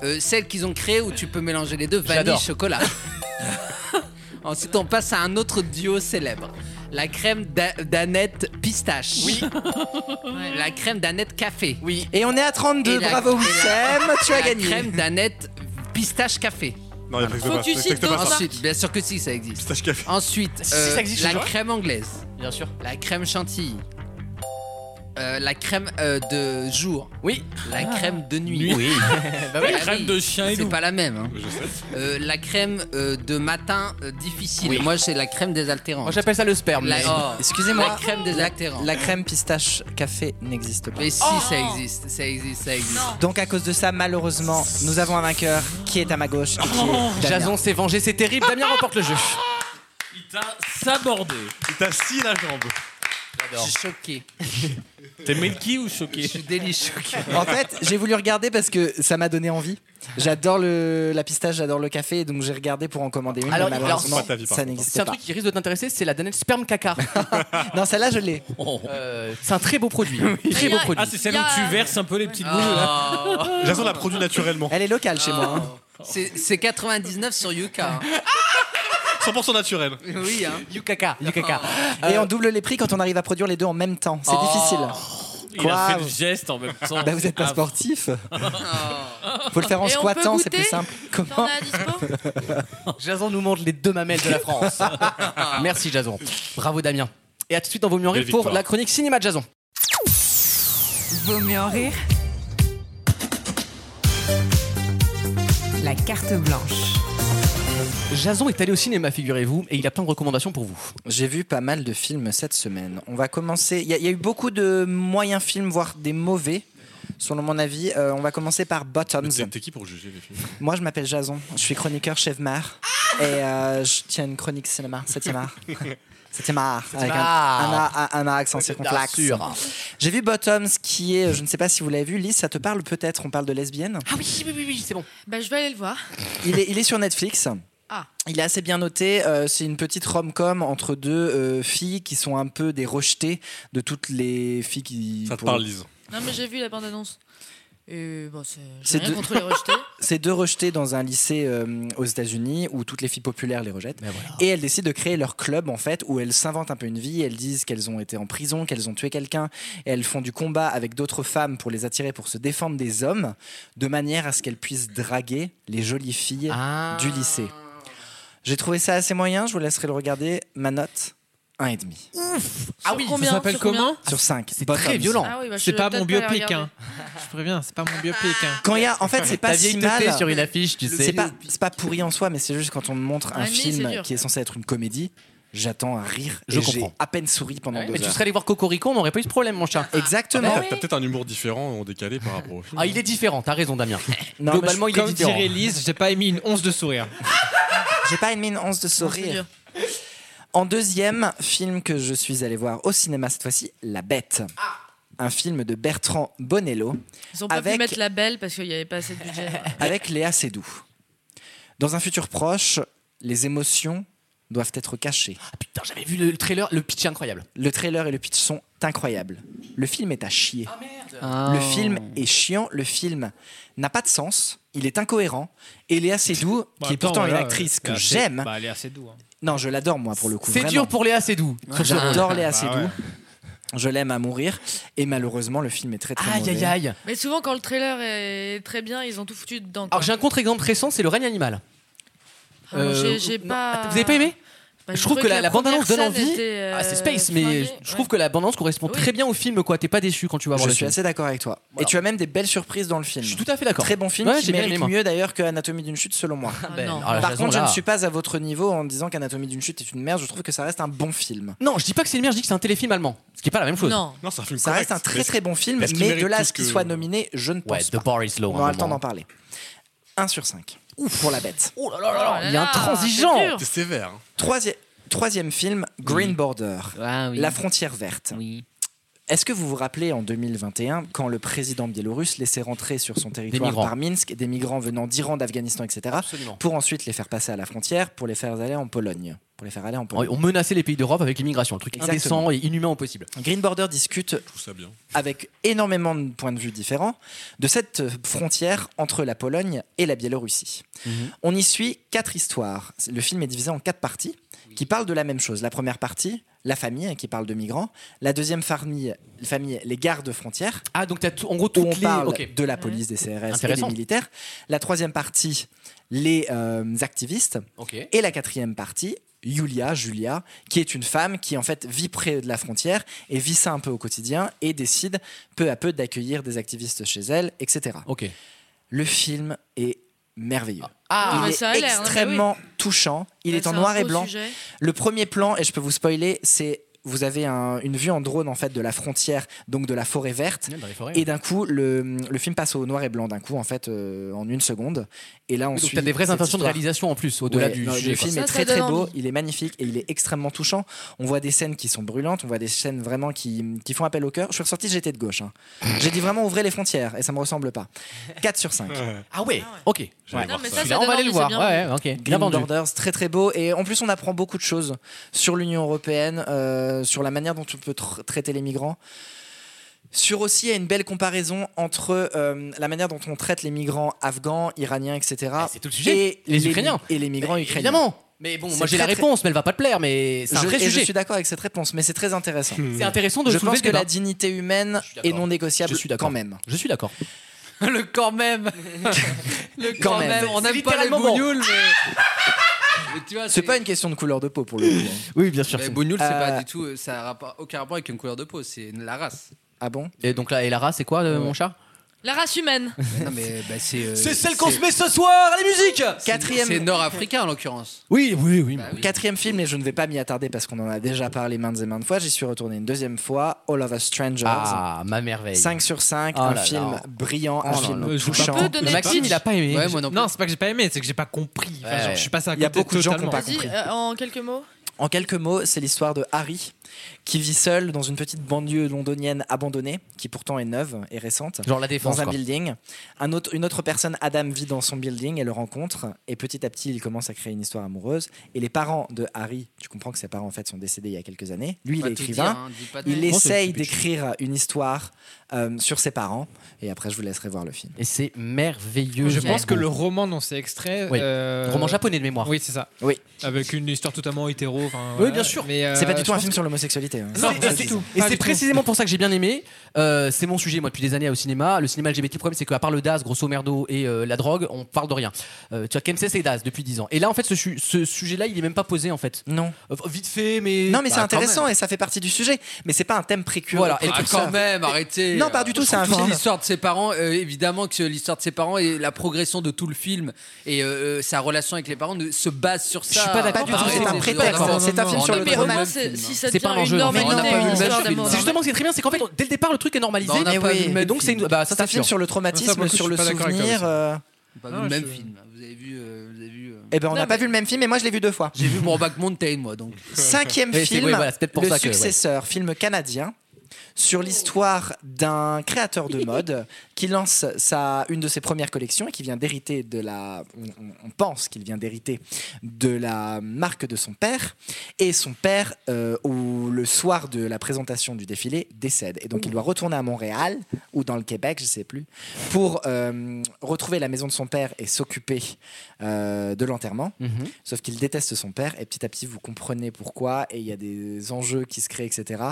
Speaker 5: Euh,
Speaker 2: Oui.
Speaker 5: celle qu'ils ont créée où tu peux mélanger les deux, vanille
Speaker 2: J'adore.
Speaker 5: chocolat. Ensuite, on passe à un autre duo célèbre. La crème d'a- d'aneth pistache. Oui. La crème d'aneth café. Oui.
Speaker 7: Et on est à 32,
Speaker 5: Et la-
Speaker 7: bravo
Speaker 5: et la-
Speaker 7: Wissem, tu as
Speaker 5: la
Speaker 7: gagné.
Speaker 5: crème d'aneth pistache café.
Speaker 3: Non, il n'existe pas. ça existe pas, ça.
Speaker 5: Ensuite, bien sûr que si, ça existe.
Speaker 3: Pistache café.
Speaker 5: Ensuite,
Speaker 3: Si,
Speaker 5: euh,
Speaker 3: ça existe
Speaker 5: la
Speaker 3: toujours.
Speaker 5: crème anglaise.
Speaker 2: Bien sûr.
Speaker 5: La crème chantilly. Euh, la crème euh, de jour.
Speaker 2: Oui.
Speaker 5: La crème de nuit.
Speaker 2: Nuit. Oui. (laughs) Bah oui.
Speaker 5: Ah
Speaker 2: Crème de chien et
Speaker 5: C'est
Speaker 2: loup.
Speaker 5: pas la même. hein.
Speaker 3: Je sais.
Speaker 5: Euh, la crème euh, de matin euh, difficile. Moi, c'est la crème désaltérante.
Speaker 2: Moi, j'appelle ça le sperme.
Speaker 5: La-
Speaker 2: mais- (laughs)
Speaker 5: oh.
Speaker 7: Excusez-moi.
Speaker 5: La crème désaltérante.
Speaker 7: La crème pistache café n'existe pas.
Speaker 5: Mais si,
Speaker 2: Oh.
Speaker 5: ça existe. Ça existe, ça existe.
Speaker 7: Donc à cause de ça, malheureusement, nous avons un vainqueur qui est à ma gauche. et qui est Damien.
Speaker 2: Oh. Jason s'est vengé, c'est terrible. Damien remporte le jeu.
Speaker 8: Il t'a sabordé.
Speaker 3: Il t'a scié la jambe.
Speaker 5: Je suis choqué.
Speaker 8: (laughs) T'es Melky ou choqué Je
Speaker 5: suis délicieux
Speaker 8: (laughs)
Speaker 5: choqué.
Speaker 7: En fait, j'ai voulu regarder parce que ça m'a donné envie. J'adore le, la pistache, j'adore le café, donc j'ai regardé pour en commander une.
Speaker 2: Alors,
Speaker 7: mais
Speaker 2: alors,
Speaker 7: malheureusement,
Speaker 2: c'est pas ta
Speaker 3: vie, par
Speaker 7: ça
Speaker 3: contre.
Speaker 7: n'existe
Speaker 2: C'est un
Speaker 7: pas.
Speaker 2: truc qui risque de t'intéresser, c'est la Danette Sperm Caca.
Speaker 7: Non, celle-là, je l'ai.
Speaker 2: Euh, c'est un très beau produit. Très beau produit.
Speaker 8: Ah, c'est celle où tu verses un peu les petites boules.
Speaker 2: (laughs)
Speaker 3: Jason l'a produit naturellement.
Speaker 7: Elle est locale chez moi. hein.
Speaker 5: C'est c'est 99 sur Yuka. hein.
Speaker 2: (laughs)
Speaker 3: 100% naturel.
Speaker 5: Oui, hein.
Speaker 2: Yukaka, Yukaka.
Speaker 7: Et
Speaker 2: Euh.
Speaker 7: on double les prix quand on arrive à produire les deux en même temps. C'est
Speaker 5: Oh.
Speaker 7: difficile.
Speaker 8: Il
Speaker 7: Quoi
Speaker 8: a fait le geste en même temps.
Speaker 7: Bah, vous êtes pas
Speaker 8: Ah, (laughs)
Speaker 7: sportif. Faut le faire en
Speaker 4: Et on peut
Speaker 7: squattant, c'est plus
Speaker 4: goûter
Speaker 7: simple.
Speaker 4: T'en
Speaker 7: Comment
Speaker 4: as à dispo
Speaker 2: Jason nous montre les deux mamelles de la
Speaker 3: (laughs)
Speaker 2: France. Merci Jason. Bravo Damien. Et à tout de suite dans Vos Mieux en
Speaker 3: Belle
Speaker 2: Rire pour
Speaker 3: victoire.
Speaker 2: la chronique cinéma de Jason.
Speaker 1: Vaut mieux en rire. La carte blanche.
Speaker 2: Jason est allé au cinéma, Bah, figurez-vous, et il a plein de recommandations pour vous.
Speaker 7: J'ai vu pas mal de films cette semaine. On va commencer. Il y, a- il y a eu beaucoup de moyens films, voire des mauvais. Selon mon avis, Euh, on va commencer par Bottoms.
Speaker 3: Mais t'es- T'es qui pour juger les films
Speaker 7: Moi, je m'appelle Jason. Je suis chroniqueur chef mar et euh, je tiens une chronique cinéma, 7e art. 7e art, avec un, un, A- un, A accent circonflexe.
Speaker 2: Bien sûr.
Speaker 7: J'ai vu Bottoms, qui est, je ne sais pas si vous l'avez vu, Lise, ça te parle peut-être, on parle de lesbienne.
Speaker 2: Ah oui, oui, oui, oui, c'est bon.
Speaker 4: Bah, je vais aller le voir.
Speaker 7: Il est, il est sur Netflix.
Speaker 4: Ah.
Speaker 7: Il est assez bien noté. euh, c'est une petite rom-com entre deux euh, filles qui sont un peu des rejetées de toutes les filles qui.
Speaker 3: Ça te
Speaker 7: pour-
Speaker 3: parle, Lise.
Speaker 4: Non, mais j'ai vu la bande-annonce. Et
Speaker 1: Euh,
Speaker 4: bon, c'est.
Speaker 7: C'est
Speaker 4: J'ai rien
Speaker 7: de-
Speaker 4: contre les
Speaker 7: (laughs)
Speaker 4: rejetés.
Speaker 7: Ces deux rejetées dans un lycée euh, aux États-Unis où toutes les filles populaires les rejettent.
Speaker 6: Ben
Speaker 7: Et elles décident de créer leur club en fait où elles s'inventent un peu une vie. Elles disent qu'elles ont été en prison, qu'elles ont tué quelqu'un. Et Elles font du combat avec d'autres femmes pour les attirer, pour se défendre des hommes, de manière à ce qu'elles puissent draguer les jolies filles
Speaker 2: Ah.
Speaker 7: du lycée. J'ai trouvé ça assez moyen. Je vous laisserai le regarder. Ma note. Un et demi
Speaker 2: Ah oui,
Speaker 4: combien,
Speaker 6: ça s'appelle
Speaker 4: sur combien
Speaker 6: comment
Speaker 7: sur 5
Speaker 2: c'est très violent.
Speaker 4: Ah oui, bah, je
Speaker 6: C'est
Speaker 4: vais
Speaker 6: pas
Speaker 4: peut-être
Speaker 6: mon
Speaker 4: pas aller
Speaker 6: biopic.
Speaker 4: regarder.
Speaker 6: Hein. Je préviens, c'est pas mon biopic. Hein.
Speaker 7: Quand il y a, en fait, c'est pas
Speaker 2: T'as vieille
Speaker 7: si
Speaker 2: une
Speaker 7: mal.
Speaker 2: sur une affiche, tu sais.
Speaker 7: C'est pas, c'est pas pourri en soi, mais c'est juste quand on montre un
Speaker 4: Un demi, Ah, c'est
Speaker 7: film
Speaker 4: dur.
Speaker 7: qui est censé être une comédie, j'attends un rire.
Speaker 2: Je
Speaker 7: et j'ai
Speaker 2: comprends.
Speaker 7: à peine souri pendant deux
Speaker 2: Mais tu
Speaker 7: heures.
Speaker 2: serais allé voir Cocorico, on n'aurait pas eu ce problème, mon chat. Bah,
Speaker 7: Exactement.
Speaker 3: T'as peut-être un humour différent ou décalé par rapport au film.
Speaker 2: Ah, il est différent, t'as
Speaker 7: (laughs)
Speaker 2: raison, Damien.
Speaker 3: Non,
Speaker 2: Globalement,
Speaker 3: mais
Speaker 2: il
Speaker 3: je-
Speaker 2: est
Speaker 3: comme
Speaker 2: différent.
Speaker 3: dirait
Speaker 6: Lise, j'ai pas émis une once de sourire.
Speaker 7: (laughs) J'ai pas aimé une once de sourire. En deuxième film que je suis allé voir au cinéma cette fois-ci, La Bête. Un film de Bertrand Bonello
Speaker 4: Ah. Ils ont pas pu
Speaker 7: avec,
Speaker 4: mettre la belle parce qu'il n'y avait pas assez de
Speaker 2: (laughs)
Speaker 4: budget.
Speaker 7: avec Léa Seydoux. Dans un futur proche, les émotions doivent être cachées.
Speaker 2: Ah putain, j'avais vu le trailer, le pitch est incroyable.
Speaker 7: Le trailer et le pitch sont incroyables. Le film est à chier.
Speaker 2: Ah.
Speaker 7: Le film est chiant, le film n'a pas de sens, il est incohérent. Et Léa Seydoux,
Speaker 2: Bah,
Speaker 7: qui est pourtant une actrice que j'aime,
Speaker 6: Bah, elle est assez doux. hein.
Speaker 7: non, je l'adore moi pour le coup.
Speaker 2: C'est
Speaker 7: vraiment.
Speaker 2: dur pour Léa Seydoux.
Speaker 7: (laughs) J'adore Léa
Speaker 2: Bah
Speaker 7: Seydoux.
Speaker 2: ouais.
Speaker 7: Je l'aime à mourir. Et malheureusement, le film est très très
Speaker 2: Aïe,
Speaker 7: mauvais.
Speaker 2: aïe, aïe.
Speaker 4: Mais souvent, quand le trailer est très bien, ils ont tout foutu dedans. quoi.
Speaker 2: Alors, j'ai un contre-exemple récent, c'est Le règne animal.
Speaker 4: Ah, moi, j'ai- j'ai
Speaker 2: euh, non,
Speaker 4: pas-
Speaker 2: attends, Vous avez pas aimé
Speaker 4: Ah. Bah,
Speaker 2: je trouve que, la, la
Speaker 4: première
Speaker 2: bande-annonce donne
Speaker 4: scène
Speaker 2: envie.
Speaker 4: était, euh,
Speaker 2: ah, c'est Space, mais je- je trouve que la bande-annonce correspond très bien au film, quoi. T'es pas déçu quand tu vas voir
Speaker 7: Je
Speaker 2: le
Speaker 7: suis
Speaker 2: film.
Speaker 7: assez d'accord avec toi. Et tu as même des belles surprises dans le film. Je suis
Speaker 2: tout à fait d'accord.
Speaker 7: Très bon film
Speaker 2: Ouais,
Speaker 7: qui
Speaker 2: j'ai bien
Speaker 7: mérite
Speaker 2: aimé, moi.
Speaker 7: mieux d'ailleurs que Anatomie d'une chute selon moi.
Speaker 2: ben, non. ah, la
Speaker 7: Par
Speaker 2: raison,
Speaker 7: contre, je
Speaker 2: là.
Speaker 7: ne suis pas à votre niveau en disant qu'Anatomie d'une chute est une merde. Je trouve que ça reste un bon film.
Speaker 2: Non, je dis pas que c'est une merde, je dis que c'est un téléfilm allemand. Ce qui est pas la même chose.
Speaker 4: Non.
Speaker 3: Non, c'est un film
Speaker 7: Ça reste un très très bon film, mais de là à ce qu'il soit nominé, je ne pense
Speaker 2: Ouais, The Bar is Low.
Speaker 7: pas. On aura le temps d'en parler. 1 sur 5. Pour la bête.
Speaker 2: Oh
Speaker 3: là là là,
Speaker 7: Il est intransigeant.
Speaker 3: c'est dur. T'es sévère, hein.
Speaker 7: Troisième, troisième film, Green Border.
Speaker 2: Ah
Speaker 7: La frontière verte. Est-ce que vous vous rappelez en 2021 quand le président biélorusse laissait rentrer sur son territoire
Speaker 2: migrants.
Speaker 7: par Minsk des migrants venant d'Iran, d'Afghanistan, etc. pour ensuite les faire passer à la frontière pour les faire aller en Pologne, pour les faire aller en Pologne.
Speaker 2: Oh, On menaçait les pays d'Europe avec l'immigration, un truc
Speaker 7: Exactement.
Speaker 2: indécent et inhumain au possible.
Speaker 7: Green Border discute avec énormément de points de vue différents de cette frontière entre la Pologne et la Biélorussie.
Speaker 5: Mm-hmm.
Speaker 7: Mm-hmm. On y suit quatre histoires. Le film est divisé en quatre parties qui parlent de la même chose. La première partie, la famille hein, qui parle de migrants. La deuxième famille, famille les gardes frontières.
Speaker 2: Ah, donc tu en gros
Speaker 7: où on
Speaker 2: toutes les-
Speaker 7: parle
Speaker 2: ok.
Speaker 7: de la police, des CRS et des
Speaker 2: Intéressant.
Speaker 7: militaires. La troisième partie, les euh, activistes.
Speaker 2: Ok.
Speaker 7: Et la quatrième partie, Julia, Julia, qui est une femme qui en fait vit près de la frontière et vit ça un peu au quotidien et décide peu à peu d'accueillir des activistes chez elle, etc.
Speaker 2: Ok.
Speaker 7: Le film est merveilleux.
Speaker 4: Ah,
Speaker 7: il
Speaker 4: mais
Speaker 7: est
Speaker 4: ça a l'air, hein, mais
Speaker 7: extrêmement touchant. Il
Speaker 4: Bah,
Speaker 7: est en
Speaker 4: c'est un
Speaker 7: noir et
Speaker 4: beau
Speaker 7: blanc.
Speaker 4: sujet.
Speaker 7: Le premier plan, et je peux vous spoiler, c'est vous avez un- une vue en drone en fait de la frontière, donc de la forêt verte,
Speaker 2: Ouais, dans les forêts,
Speaker 7: et
Speaker 2: ouais.
Speaker 7: d'un coup le, le film passe au noir et blanc d'un coup en fait euh, en une seconde. Et là on
Speaker 2: Donc
Speaker 7: suit
Speaker 2: t'as des vraies
Speaker 7: cette
Speaker 2: intentions de
Speaker 7: histoire.
Speaker 2: réalisation en plus, au-delà
Speaker 7: Ouais,
Speaker 2: du
Speaker 7: non,
Speaker 2: sujet,
Speaker 7: Le
Speaker 2: quoi.
Speaker 7: film
Speaker 2: Ça,
Speaker 7: est
Speaker 2: ça
Speaker 7: très
Speaker 2: donne
Speaker 7: très beau,
Speaker 2: envie.
Speaker 7: il est magnifique et il est extrêmement touchant. On voit des scènes qui sont brûlantes, on voit des scènes vraiment qui, qui font appel au cœur. Je suis ressorti, j'étais de gauche.
Speaker 2: (laughs)
Speaker 7: hein. J'ai dit vraiment ouvrez les frontières et ça me ressemble pas. 4 sur 5.
Speaker 2: Ah ouais, ok.
Speaker 7: Ouais.
Speaker 2: Non, mais ça, ça Celui-là, on donne va aller le envie, voir. c'est bien Ouais, vu. ouais, ok. Bien
Speaker 7: Green
Speaker 2: vendu.
Speaker 7: Borders, très très beau. Et en plus, on apprend beaucoup de choses sur l'Union européenne, euh, sur la manière dont on peut tr- traiter les migrants. Sur aussi, il y a une belle comparaison entre euh, la manière dont on traite les migrants afghans, iraniens, etc.
Speaker 2: Ah,
Speaker 7: C'est tout le
Speaker 2: sujet.
Speaker 7: Et
Speaker 2: Les Ukrainiens.
Speaker 7: Et les migrants ukrainiens.
Speaker 2: Évidemment. Mais bon,
Speaker 7: C'est
Speaker 2: moi j'ai la
Speaker 7: très, très-
Speaker 2: réponse, mais elle va pas te plaire, mais c'est un
Speaker 7: je,
Speaker 2: vrai
Speaker 7: et je
Speaker 2: sujet.
Speaker 7: suis d'accord avec cette réponse, mais c'est très intéressant.
Speaker 2: C'est intéressant de
Speaker 7: Je
Speaker 2: soulever
Speaker 7: pense
Speaker 2: le
Speaker 7: que
Speaker 2: débat.
Speaker 7: la dignité humaine est non négociable quand même.
Speaker 2: Je suis d'accord.
Speaker 5: (laughs) le quand
Speaker 2: (laughs)
Speaker 5: même. le quand,
Speaker 7: Quand
Speaker 5: même.
Speaker 7: même.
Speaker 5: On
Speaker 7: C'est
Speaker 5: n'aime pas le
Speaker 7: littéralement bon.
Speaker 5: bougnoul,
Speaker 2: (laughs)
Speaker 5: mais. mais tu vois,
Speaker 7: C'est pas une question de couleur de peau pour le coup. hein.
Speaker 2: Oui, bien sûr.
Speaker 5: Mais Bougnoul, c'est
Speaker 7: Euh,
Speaker 5: pas du tout. Ça n'a rapport- aucun rapport avec une couleur de peau, c'est la race.
Speaker 7: Ah bon
Speaker 2: Et donc là, et Lara, c'est quoi, euh, mon chat
Speaker 4: La race humaine.
Speaker 5: non, mais bah, c'est. euh,
Speaker 2: C'est celle qu'on se met ce soir, les musiques
Speaker 7: Quatrième.
Speaker 5: C'est nord-africain en l'occurrence.
Speaker 2: Oui, oui, Bah oui.
Speaker 7: Quatrième film, et je ne vais pas m'y attarder parce qu'on en a déjà parlé maintes et maintes fois. J'y suis retourné une deuxième fois. All of Us Strangers.
Speaker 2: Ah, ma merveille.
Speaker 7: 5 sur 5,
Speaker 2: Oh
Speaker 7: un
Speaker 2: là là.
Speaker 7: film brillant, un
Speaker 2: Oh là
Speaker 7: film
Speaker 2: là. Je vous
Speaker 7: touchant.
Speaker 2: parle pas. Le Maxime, il a pas aimé.
Speaker 6: Ouais, moi non, c'est pas que j'ai pas aimé, c'est que j'ai pas compris. Enfin,
Speaker 7: Ouais.
Speaker 6: genre, je suis passé à
Speaker 7: Il y a
Speaker 6: côté
Speaker 7: beaucoup de gens qui ont
Speaker 6: totalement.
Speaker 7: pas
Speaker 4: Vas-y,
Speaker 7: compris.
Speaker 4: euh, en quelques mots.
Speaker 7: En quelques mots, c'est l'histoire de Harry qui vit seul dans une petite banlieue londonienne abandonnée, qui pourtant est neuve et récente.
Speaker 2: Genre la Défense,
Speaker 7: Dans un
Speaker 2: quoi.
Speaker 7: building. Un autre, une autre personne, Adam, vit dans son building et le rencontre. Et petit à petit, il commence à créer une histoire amoureuse. Et les parents de Harry, tu comprends que ses parents en fait sont décédés il y a quelques années. Lui, il
Speaker 5: Pas
Speaker 7: est
Speaker 5: tout
Speaker 7: écrivain.
Speaker 5: dire, hein, dis pas de
Speaker 7: il
Speaker 5: nom.
Speaker 7: essaye d'écrire une histoire euh, sur ses parents. Et après, je vous laisserai voir le film.
Speaker 2: Et c'est merveilleux.
Speaker 6: Je pense que le roman dont c'est extrait.
Speaker 7: Oui.
Speaker 2: Roman japonais de mémoire.
Speaker 6: euh, Oui, c'est ça.
Speaker 7: Oui.
Speaker 6: Avec une histoire totalement hétéro. enfin,
Speaker 2: Oui,
Speaker 6: voilà.
Speaker 2: bien sûr.
Speaker 6: Mais, euh,
Speaker 7: C'est pas du
Speaker 6: je
Speaker 7: tout un
Speaker 6: pense
Speaker 7: film
Speaker 6: que-
Speaker 7: sur l'homosexualité. hein.
Speaker 2: Non, et c'est- Et c'est précisément pour ça que j'ai bien aimé. Euh, c'est mon sujet, moi, depuis des années au cinéma. Le cinéma LGBT, le problème, c'est qu'à part le DAS, grosso merdo, et euh, la drogue, on parle de rien. Euh, tu vois, KMC, c'est DAS depuis 10 ans. Et là, en fait, ce, su- ce sujet-là, il est même pas posé, en fait. Euh,
Speaker 7: Non.
Speaker 2: vite fait, mais.
Speaker 7: Non, mais
Speaker 2: Bah,
Speaker 7: c'est
Speaker 2: quand
Speaker 7: intéressant
Speaker 2: même.
Speaker 7: et ça fait partie du sujet. Mais c'est pas un thème précurant.
Speaker 5: Voilà, et
Speaker 7: pour
Speaker 5: ah,
Speaker 7: tout
Speaker 5: quand
Speaker 7: ça.
Speaker 5: même, arrêtez.
Speaker 7: Non, pas du tout,
Speaker 5: Je
Speaker 7: c'est un
Speaker 5: trouve que
Speaker 7: film.
Speaker 5: L'histoire de ses parents, euh, évidemment que l'histoire de ses parents et la progression de tout le film et euh, euh, sa relation avec les parents ne- se base sur ça. Je
Speaker 7: suis pas d'accord du tout, c'est un prétexte, c'est un film sur le
Speaker 5: roman.
Speaker 7: roman, c'est- si ça devient une normalité, une histoire d'amour.
Speaker 2: C'est justement ce qui est très bien, c'est qu'en fait, dès le départ, le truc est normalisé.
Speaker 7: Bah, on n'a
Speaker 2: Et
Speaker 7: pas vu le même
Speaker 2: donc, c'est une.
Speaker 7: film.
Speaker 2: Bah, ça,
Speaker 7: C'est un film
Speaker 2: sûr.
Speaker 7: sur le traumatisme, sur le souvenir. euh,
Speaker 5: Pas vu le même film. Vous avez vu. euh, vous avez vu euh,
Speaker 7: Eh ben, on n'a pas vu le même film, mais moi, je l'ai vu deux fois.
Speaker 5: J'ai vu Brokeback Mountain, moi, donc.
Speaker 7: Cinquième
Speaker 5: (laughs) Et c'est-
Speaker 7: film,
Speaker 5: oui, voilà, c'est peut-être pour
Speaker 7: Le
Speaker 5: ça que- ouais.
Speaker 7: Successeur, film canadien sur l'histoire d'un créateur de
Speaker 5: (laughs)
Speaker 7: mode qui lance sa, une de ses premières collections et qui vient d'hériter de la... on- On, on pense qu'il vient d'hériter de la marque de son père. Et son père, euh, au- le soir de la présentation du défilé, décède. Et donc il doit retourner à Montréal ou dans le Québec, je sais plus, pour euh, retrouver la maison de son père et s'occuper euh, de l'enterrement. Sauf qu'il déteste son père et petit à petit vous comprenez pourquoi et il y a des enjeux qui se créent, etc.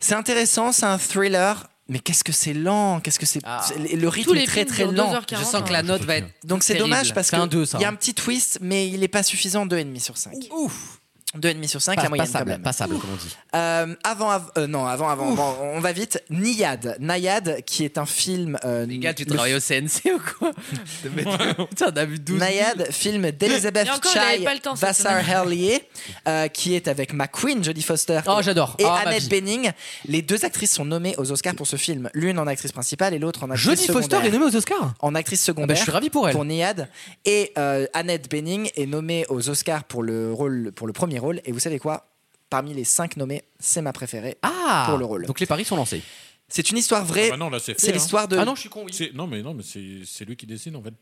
Speaker 7: C'est intéressant, c'est un thriller. Mais qu'est-ce que c'est lent, qu'est-ce que c'est c'est- le rythme
Speaker 5: Tous les
Speaker 7: est très
Speaker 5: films
Speaker 7: très
Speaker 5: durent
Speaker 7: lent.
Speaker 5: 2h40, Je sens que la hein. note va être
Speaker 7: Donc c'est
Speaker 5: terrible.
Speaker 7: dommage parce
Speaker 5: C'est
Speaker 7: que
Speaker 5: un deux, ça,
Speaker 7: il y a
Speaker 5: hein.
Speaker 7: un petit twist mais il n'est pas suffisant 2,5 sur 5. Ouf. 2,5 sur 5
Speaker 2: Pas-
Speaker 7: la moyenne
Speaker 2: passable,
Speaker 7: quand même.
Speaker 2: Passable, comme on dit.
Speaker 7: Euh, avant, av- euh, non, avant, avant, avant, on va vite. Niyad, Nayad, qui est un film. euh,
Speaker 5: Les gars, tu
Speaker 7: le-
Speaker 5: travailles au CNC ou quoi (laughs) De
Speaker 2: (laughs)
Speaker 5: mettre- Putain, on a vu 12.
Speaker 7: Nayad, film d'Elizabeth
Speaker 5: Et encore, il avait
Speaker 7: Chai
Speaker 5: pas le temps cette
Speaker 7: Vassar
Speaker 5: semaine.
Speaker 7: Hellier, euh, qui est avec McQueen, Jodie Foster.
Speaker 2: Oh,
Speaker 7: et-
Speaker 2: j'adore.
Speaker 7: Et
Speaker 2: Ah, ma vie.
Speaker 7: Annette Bening. Les deux actrices sont nommées aux Oscars pour ce film. L'une en actrice principale et l'autre en actrice
Speaker 2: Jodie
Speaker 7: secondaire.
Speaker 2: Foster est nommée aux Oscars
Speaker 7: En actrice secondaire.
Speaker 2: Ah bah, je suis ravi pour elle.
Speaker 7: Pour Nayad. Et euh, Annette Bening est nommée aux Oscars pour le, rôle, pour le premier rôle. Et vous savez quoi Parmi les cinq nommés, c'est ma préférée
Speaker 2: Ah
Speaker 7: pour le rôle.
Speaker 2: Donc, les paris sont lancés. Ah
Speaker 7: C'est une histoire vraie.
Speaker 8: Ah bah non, là, fait,
Speaker 7: C'est
Speaker 8: hein.
Speaker 7: l'histoire de.
Speaker 8: C'est- Non, mais, non, mais c'est c'est lui qui décide en fait. (laughs)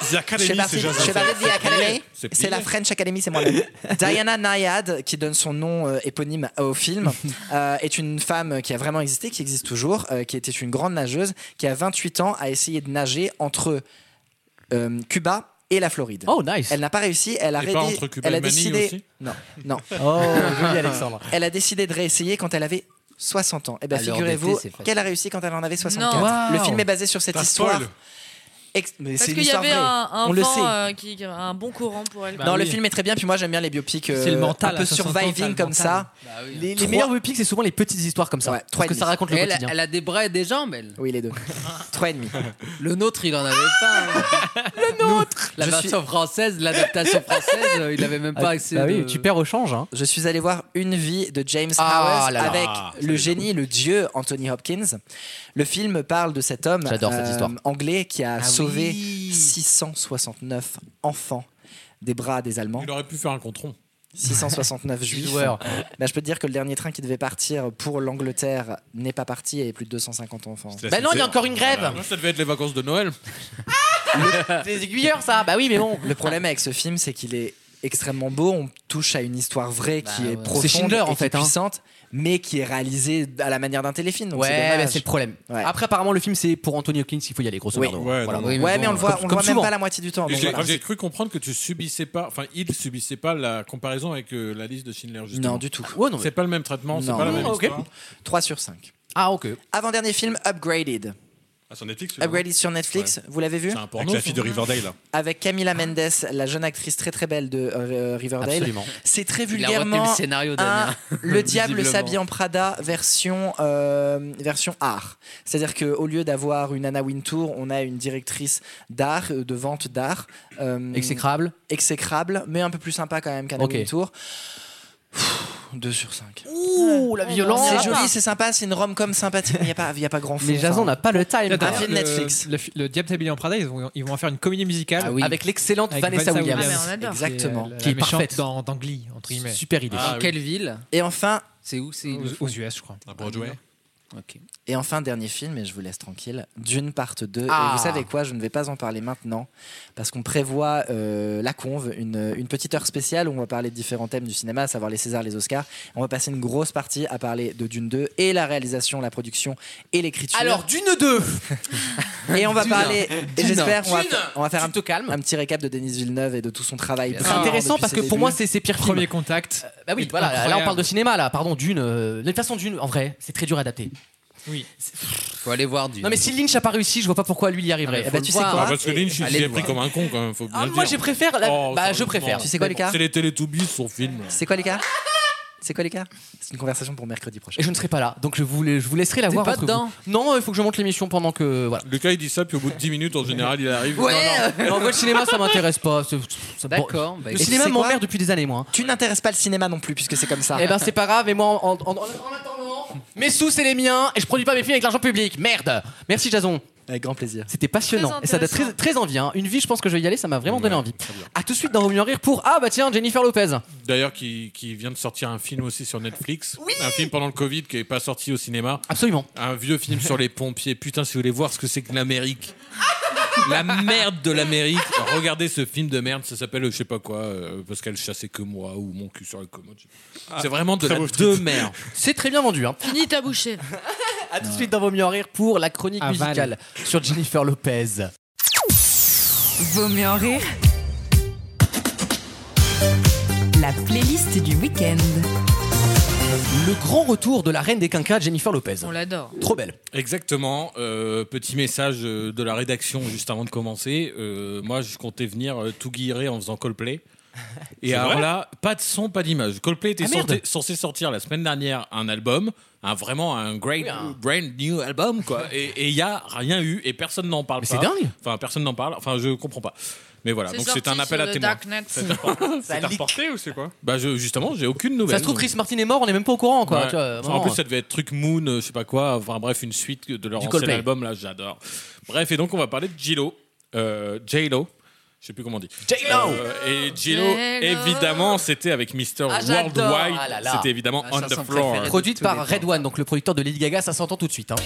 Speaker 8: The
Speaker 7: Je
Speaker 8: Academy,
Speaker 7: fais partie-
Speaker 8: c'est
Speaker 7: je
Speaker 8: Jazz
Speaker 7: fais partie de The Academy.
Speaker 8: C'est
Speaker 7: C'est la
Speaker 8: plié.
Speaker 7: French Academy,
Speaker 2: (laughs)
Speaker 7: c'est moi-même. Diana Nyad, qui donne son nom euh, éponyme au
Speaker 2: (laughs)
Speaker 7: film, euh, est une femme qui a vraiment existé, qui existe toujours, euh, qui était une grande nageuse, qui à 28 ans a essayé de nager entre euh, Cuba et la Floride.
Speaker 2: Oh, nice.
Speaker 7: Elle n'a pas réussi, elle a,
Speaker 2: Et pas
Speaker 7: rédé-
Speaker 2: entre Cuba
Speaker 7: elle
Speaker 2: et
Speaker 7: a
Speaker 2: Manille
Speaker 7: décidé.
Speaker 2: aussi
Speaker 7: non, non.
Speaker 2: Oh,
Speaker 7: (laughs)
Speaker 2: joli, Alexandre.
Speaker 7: Elle a décidé de réessayer quand elle avait 60 ans. Eh bien,
Speaker 2: Alors,
Speaker 7: figurez-vous
Speaker 2: d'été, c'est facile.
Speaker 7: qu'elle a réussi quand elle en avait 64.
Speaker 2: Non.
Speaker 7: Le
Speaker 2: Wow.
Speaker 7: film est basé sur cette
Speaker 2: T'as
Speaker 7: histoire.
Speaker 2: spoil.
Speaker 7: Ex- mais
Speaker 4: Parce
Speaker 7: c'est une
Speaker 4: qu'il y
Speaker 7: histoire
Speaker 4: avait
Speaker 7: vraie.
Speaker 4: un, un
Speaker 7: On le
Speaker 4: vent,
Speaker 7: sait.
Speaker 4: euh, qui, qui- un bon courant pour elle.
Speaker 7: non, le film est très bien. Puis moi, j'aime bien les biopics euh,
Speaker 2: Bah C'est le mental,
Speaker 7: un peu
Speaker 2: à 60 ans, t'as
Speaker 7: surviving
Speaker 2: le
Speaker 7: comme
Speaker 2: mental. Bah
Speaker 7: ça.
Speaker 2: Les, les
Speaker 7: Trois-
Speaker 2: meilleurs biopics, c'est souvent les petites histoires comme ça.
Speaker 7: trois
Speaker 2: parce que
Speaker 7: et
Speaker 2: ça
Speaker 7: demi.
Speaker 2: raconte le
Speaker 7: Et elle-
Speaker 2: quotidien.
Speaker 5: Elle a des bras et des jambes, elle.
Speaker 7: Oui,
Speaker 5: (laughs)
Speaker 7: les deux. Trois et demi.
Speaker 5: Le nôtre, il en avait pas.
Speaker 2: (laughs)
Speaker 5: Le nôtre La
Speaker 7: Je
Speaker 5: version
Speaker 7: suis-
Speaker 5: française, l'adaptation française, euh, il avait même
Speaker 2: Ah,
Speaker 5: pas accès.
Speaker 2: bah
Speaker 5: de-
Speaker 2: perds au change. hein.
Speaker 7: Je suis allé voir Une vie de James
Speaker 5: Ah
Speaker 7: Howes
Speaker 5: là là.
Speaker 7: avec
Speaker 5: Ah,
Speaker 7: le génie, le dieu Anthony Hopkins. Le film parle de cet homme euh,
Speaker 2: J'adore cette histoire.
Speaker 7: anglais qui a
Speaker 2: Ah
Speaker 7: sauvé 669 enfants des bras des Allemands.
Speaker 8: Il aurait pu faire un contron.
Speaker 5: (laughs)
Speaker 8: (laughs)
Speaker 7: 669 juifs.
Speaker 8: Joueur.
Speaker 7: Ben, je peux te dire que le dernier train qui devait partir pour l'Angleterre n'est pas parti et plus de 250 enfants.
Speaker 2: Bah
Speaker 8: C'était- Voilà. Moi, Ça devait être les vacances de Noël.
Speaker 7: Ah
Speaker 2: Des aiguilleurs, ça. Bah oui, mais bon.
Speaker 7: Le problème avec ce film, c'est qu'il est extrêmement beau. On touche à une histoire vraie qui
Speaker 2: Bah ouais.
Speaker 7: est
Speaker 2: C'est
Speaker 7: profonde,
Speaker 2: Schindler,
Speaker 7: et
Speaker 2: en
Speaker 7: qui est
Speaker 2: fait, hein.
Speaker 7: puissante, mais qui est réalisée à la manière d'un téléfilm. donc
Speaker 2: Ouais,
Speaker 7: c'est dommage.
Speaker 2: bah, c'est le problème.
Speaker 7: Ouais.
Speaker 2: Après, apparemment, le film, c'est pour Anthony Hopkins, il faut y aller, grosso
Speaker 7: Oui.
Speaker 2: modo.
Speaker 7: Ouais,
Speaker 2: Voilà.
Speaker 7: non, non. Ouais, mais on le voit-
Speaker 2: Comme-
Speaker 7: on le
Speaker 2: comme
Speaker 7: voit même
Speaker 2: souvent.
Speaker 7: pas la moitié du temps,
Speaker 8: Et
Speaker 7: donc
Speaker 8: J'ai
Speaker 7: voilà.
Speaker 8: j'ai cru comprendre que tu subissais pas, enfin, il subissait pas la comparaison avec euh, la liste de Schindler, justement.
Speaker 7: Non, du tout.
Speaker 8: C'est pas le même traitement, c'est
Speaker 7: Non.
Speaker 8: pas la même
Speaker 7: Ok.
Speaker 8: histoire.
Speaker 7: 3 sur 5.
Speaker 2: Ah, ok.
Speaker 7: Avant-dernier film, Upgraded.
Speaker 8: Ah, sur Netflix celui-là.
Speaker 7: Upgraded sur Netflix,
Speaker 8: Ouais.
Speaker 7: vous l'avez vu
Speaker 8: C'est un porno, Avec la fille de celui-là. Riverdale.
Speaker 7: Avec Camila Mendes, la jeune actrice très très belle de euh, Riverdale.
Speaker 5: Absolument.
Speaker 7: C'est très
Speaker 5: Il a retenu
Speaker 7: vulgairement
Speaker 5: le scénario,
Speaker 7: un
Speaker 5: Damien. (laughs)
Speaker 7: Le diable
Speaker 5: Visiblement.
Speaker 7: s'habille en Prada version euh, version art. C'est-à-dire que au lieu d'avoir une Anna Wintour, on a une directrice d'art, euh, de vente d'art. euh,
Speaker 2: Exécrable.
Speaker 7: Exécrable, mais un peu plus sympa quand même qu'Anna
Speaker 2: Ok.
Speaker 7: Wintour. 2 sur 5.
Speaker 2: Ouh, la violence.
Speaker 7: C'est joli, c'est sympa, c'est une rom com sympathique, mais il n'y a, pas- y a pas grand chose.
Speaker 2: Mais Jason n'a pas le time.
Speaker 7: Un film Netflix.
Speaker 6: Le, le, le Diable s'habille en Prada, ils vont, ils vont en faire une comédie musicale
Speaker 2: Ah oui. Avec l'excellente Vanessa Williams. Ah, mais on adore.
Speaker 7: Exactement.
Speaker 6: Qui est, euh, la-
Speaker 2: Qui est
Speaker 6: la méchante
Speaker 2: parfaite.
Speaker 6: Dans, dans Glee, entre guillemets.
Speaker 2: Super idée.
Speaker 7: Ah,
Speaker 5: Dans
Speaker 7: oui.
Speaker 5: quelle ville
Speaker 7: Et enfin,
Speaker 5: C'est où C'est
Speaker 6: Aux, aux US, je crois.
Speaker 8: À
Speaker 5: Ok.
Speaker 7: Et enfin, dernier film, et je vous laisse tranquille, Dune Part 2.
Speaker 5: Ah.
Speaker 7: Et vous savez quoi, je ne vais pas en parler maintenant, parce qu'on prévoit euh, la conve, une, une petite heure spéciale où on va parler de différents thèmes du cinéma, à savoir les Césars, les Oscars. On va passer une grosse partie (laughs) à parler de Dune 2 et la réalisation, la production et l'écriture.
Speaker 2: Alors, Dune 2
Speaker 7: Et on va
Speaker 2: Dune.
Speaker 7: parler, et
Speaker 2: Dune.
Speaker 7: j'espère, on va,
Speaker 2: Dune.
Speaker 7: on va faire un, un petit récap de Denis Villeneuve et de tout son travail.
Speaker 2: C'est intéressant parce que pour moi, c'est ses pires films.
Speaker 7: Premier
Speaker 6: contact.
Speaker 2: Bah oui, voilà, là, on parle de cinéma, là. Pardon, d'une. euh, de toute façon, d'une, en vrai, c'est très dur à adapter.
Speaker 6: Oui.
Speaker 5: Faut aller voir du.
Speaker 2: Non, mais si Lynch a pas réussi, je vois pas pourquoi lui il y
Speaker 7: Ah,
Speaker 2: arriverait.
Speaker 7: bah,
Speaker 2: Eh ben, tu sais quoi
Speaker 8: Ah, bah, Parce que Lynch, il est pris comme un con quand même. Faut bien
Speaker 2: Ah,
Speaker 8: le
Speaker 2: moi,
Speaker 8: dire. Oh.
Speaker 2: je préfère la- bah,
Speaker 8: ça,
Speaker 2: je préfère.
Speaker 8: non.
Speaker 2: Tu sais quoi, les gars
Speaker 8: C'est les Teletubbies, son film.
Speaker 7: C'est quoi les gars C'est quoi les gars C'est une conversation pour mercredi prochain.
Speaker 2: Et je ne serai pas là, donc je vous, la- je vous laisserai la
Speaker 7: T'es
Speaker 2: voir.
Speaker 7: pas
Speaker 2: entre
Speaker 7: dedans.
Speaker 2: vous. Non, il faut que je monte l'émission pendant que. Voilà.
Speaker 8: Lucas, il dit ça, puis au bout de 10 minutes, en général, il arrive.
Speaker 7: Eh.
Speaker 2: Ouais.
Speaker 8: Non, non.
Speaker 2: Non, moi, le cinéma, ça m'intéresse pas. c'est- ça-
Speaker 5: D'accord,
Speaker 2: bon,
Speaker 5: bah,
Speaker 2: le
Speaker 5: écoute,
Speaker 2: cinéma
Speaker 5: c'est quoi
Speaker 2: m'emmerde depuis des années, moi.
Speaker 7: Tu n'intéresses pas le cinéma non plus, puisque c'est comme ça.
Speaker 2: Eh ben, c'est pas grave, mais moi, en, en- en- en attendant, mes sous, c'est les miens, et je produis pas mes films avec l'argent public. Merde Merci, Jason.
Speaker 7: Avec grand plaisir.
Speaker 2: C'était passionnant.
Speaker 7: Très
Speaker 2: Et ça donne très,
Speaker 7: intéressant.
Speaker 2: très envie. hein. Une vie, je pense que je vais y aller, ça m'a vraiment donné envie. À tout de suite dans Vaut mieux en rire pour. Ah, bah tiens, Jennifer Lopez.
Speaker 8: D'ailleurs, qui, qui vient de sortir un film aussi sur Netflix. un film pendant le Covid qui n'est pas sorti au cinéma.
Speaker 2: Absolument.
Speaker 8: Un vieux film sur les pompiers. Putain, si vous voulez voir ce que c'est que l'Amérique. La merde de l'Amérique. Regardez ce film de merde. Ça s'appelle, euh, je sais pas quoi, euh, parce qu'elle chassait que moi ou mon cul sur la commode. C'est vraiment de
Speaker 2: Ah, très
Speaker 8: la
Speaker 2: beau titre.
Speaker 8: demeure.
Speaker 2: C'est très bien vendu. Hein.
Speaker 4: Fini ta bouchée.
Speaker 2: (laughs) À tout de suite dans Vaut mieux en rire pour la chronique
Speaker 4: Aval.
Speaker 2: musicale sur Jennifer Lopez.
Speaker 1: Vaut mieux en rire. La playlist du week-end.
Speaker 2: Le grand retour de la reine des quinquas, Jennifer Lopez.
Speaker 4: On l'adore.
Speaker 2: Trop belle.
Speaker 8: Exactement. Euh, petit message euh, de la rédaction juste avant de commencer. Euh, moi, je comptais venir euh, tout guilleré en faisant
Speaker 2: (laughs)
Speaker 8: Coldplay. Et
Speaker 16: C'est
Speaker 8: alors
Speaker 16: vrai
Speaker 8: là, pas de son, pas d'image. Coldplay était
Speaker 16: Ah, merde.
Speaker 8: sorti- censé sortir la semaine dernière un album, un vraiment un great
Speaker 16: Oui, un-
Speaker 8: brand new album
Speaker 2: (laughs)
Speaker 8: quoi. Et et il y a rien eu et personne n'en parle.
Speaker 2: c'est
Speaker 8: pas.
Speaker 2: dingue.
Speaker 8: Enfin, personne n'en parle. Enfin, je comprends pas. Mais voilà.
Speaker 4: C'est
Speaker 8: Donc
Speaker 4: sorti
Speaker 8: c'est un appel
Speaker 4: sur
Speaker 8: à
Speaker 4: le
Speaker 8: témoins.
Speaker 4: Darknet.
Speaker 8: C'est (laughs) un-
Speaker 2: Ça
Speaker 8: c'est un
Speaker 2: leak.
Speaker 8: report-
Speaker 6: ou c'est quoi
Speaker 8: Bah je- justement, j'ai aucune nouvelle.
Speaker 2: Ça se trouve, Chris Martin est mort, on est même pas au courant, quoi.
Speaker 8: Ouais.
Speaker 2: tu vois, euh,
Speaker 8: Enfin, en
Speaker 2: vraiment.
Speaker 8: plus, ça devait être truc Moon, euh, je sais pas quoi. Enfin, bref, une suite de leur
Speaker 2: Du
Speaker 8: ancien
Speaker 2: Coldplay.
Speaker 8: album, là, j'adore. Bref, et donc, on va parler de J-Lo. Euh, J-Lo. Je sais plus comment on dit.
Speaker 2: J-Lo.
Speaker 8: Euh, et J-Lo,
Speaker 2: J-Lo.
Speaker 8: évidemment, c'était avec Mr.
Speaker 2: Ah,
Speaker 8: Worldwide.
Speaker 2: j'adore. Ah là là.
Speaker 8: C'était évidemment
Speaker 2: Ma
Speaker 8: On
Speaker 2: chanson
Speaker 8: the Floor.
Speaker 2: préférée. Produite par Red One, donc le producteur de Lady Gaga, ça s'entend tout de suite. hein.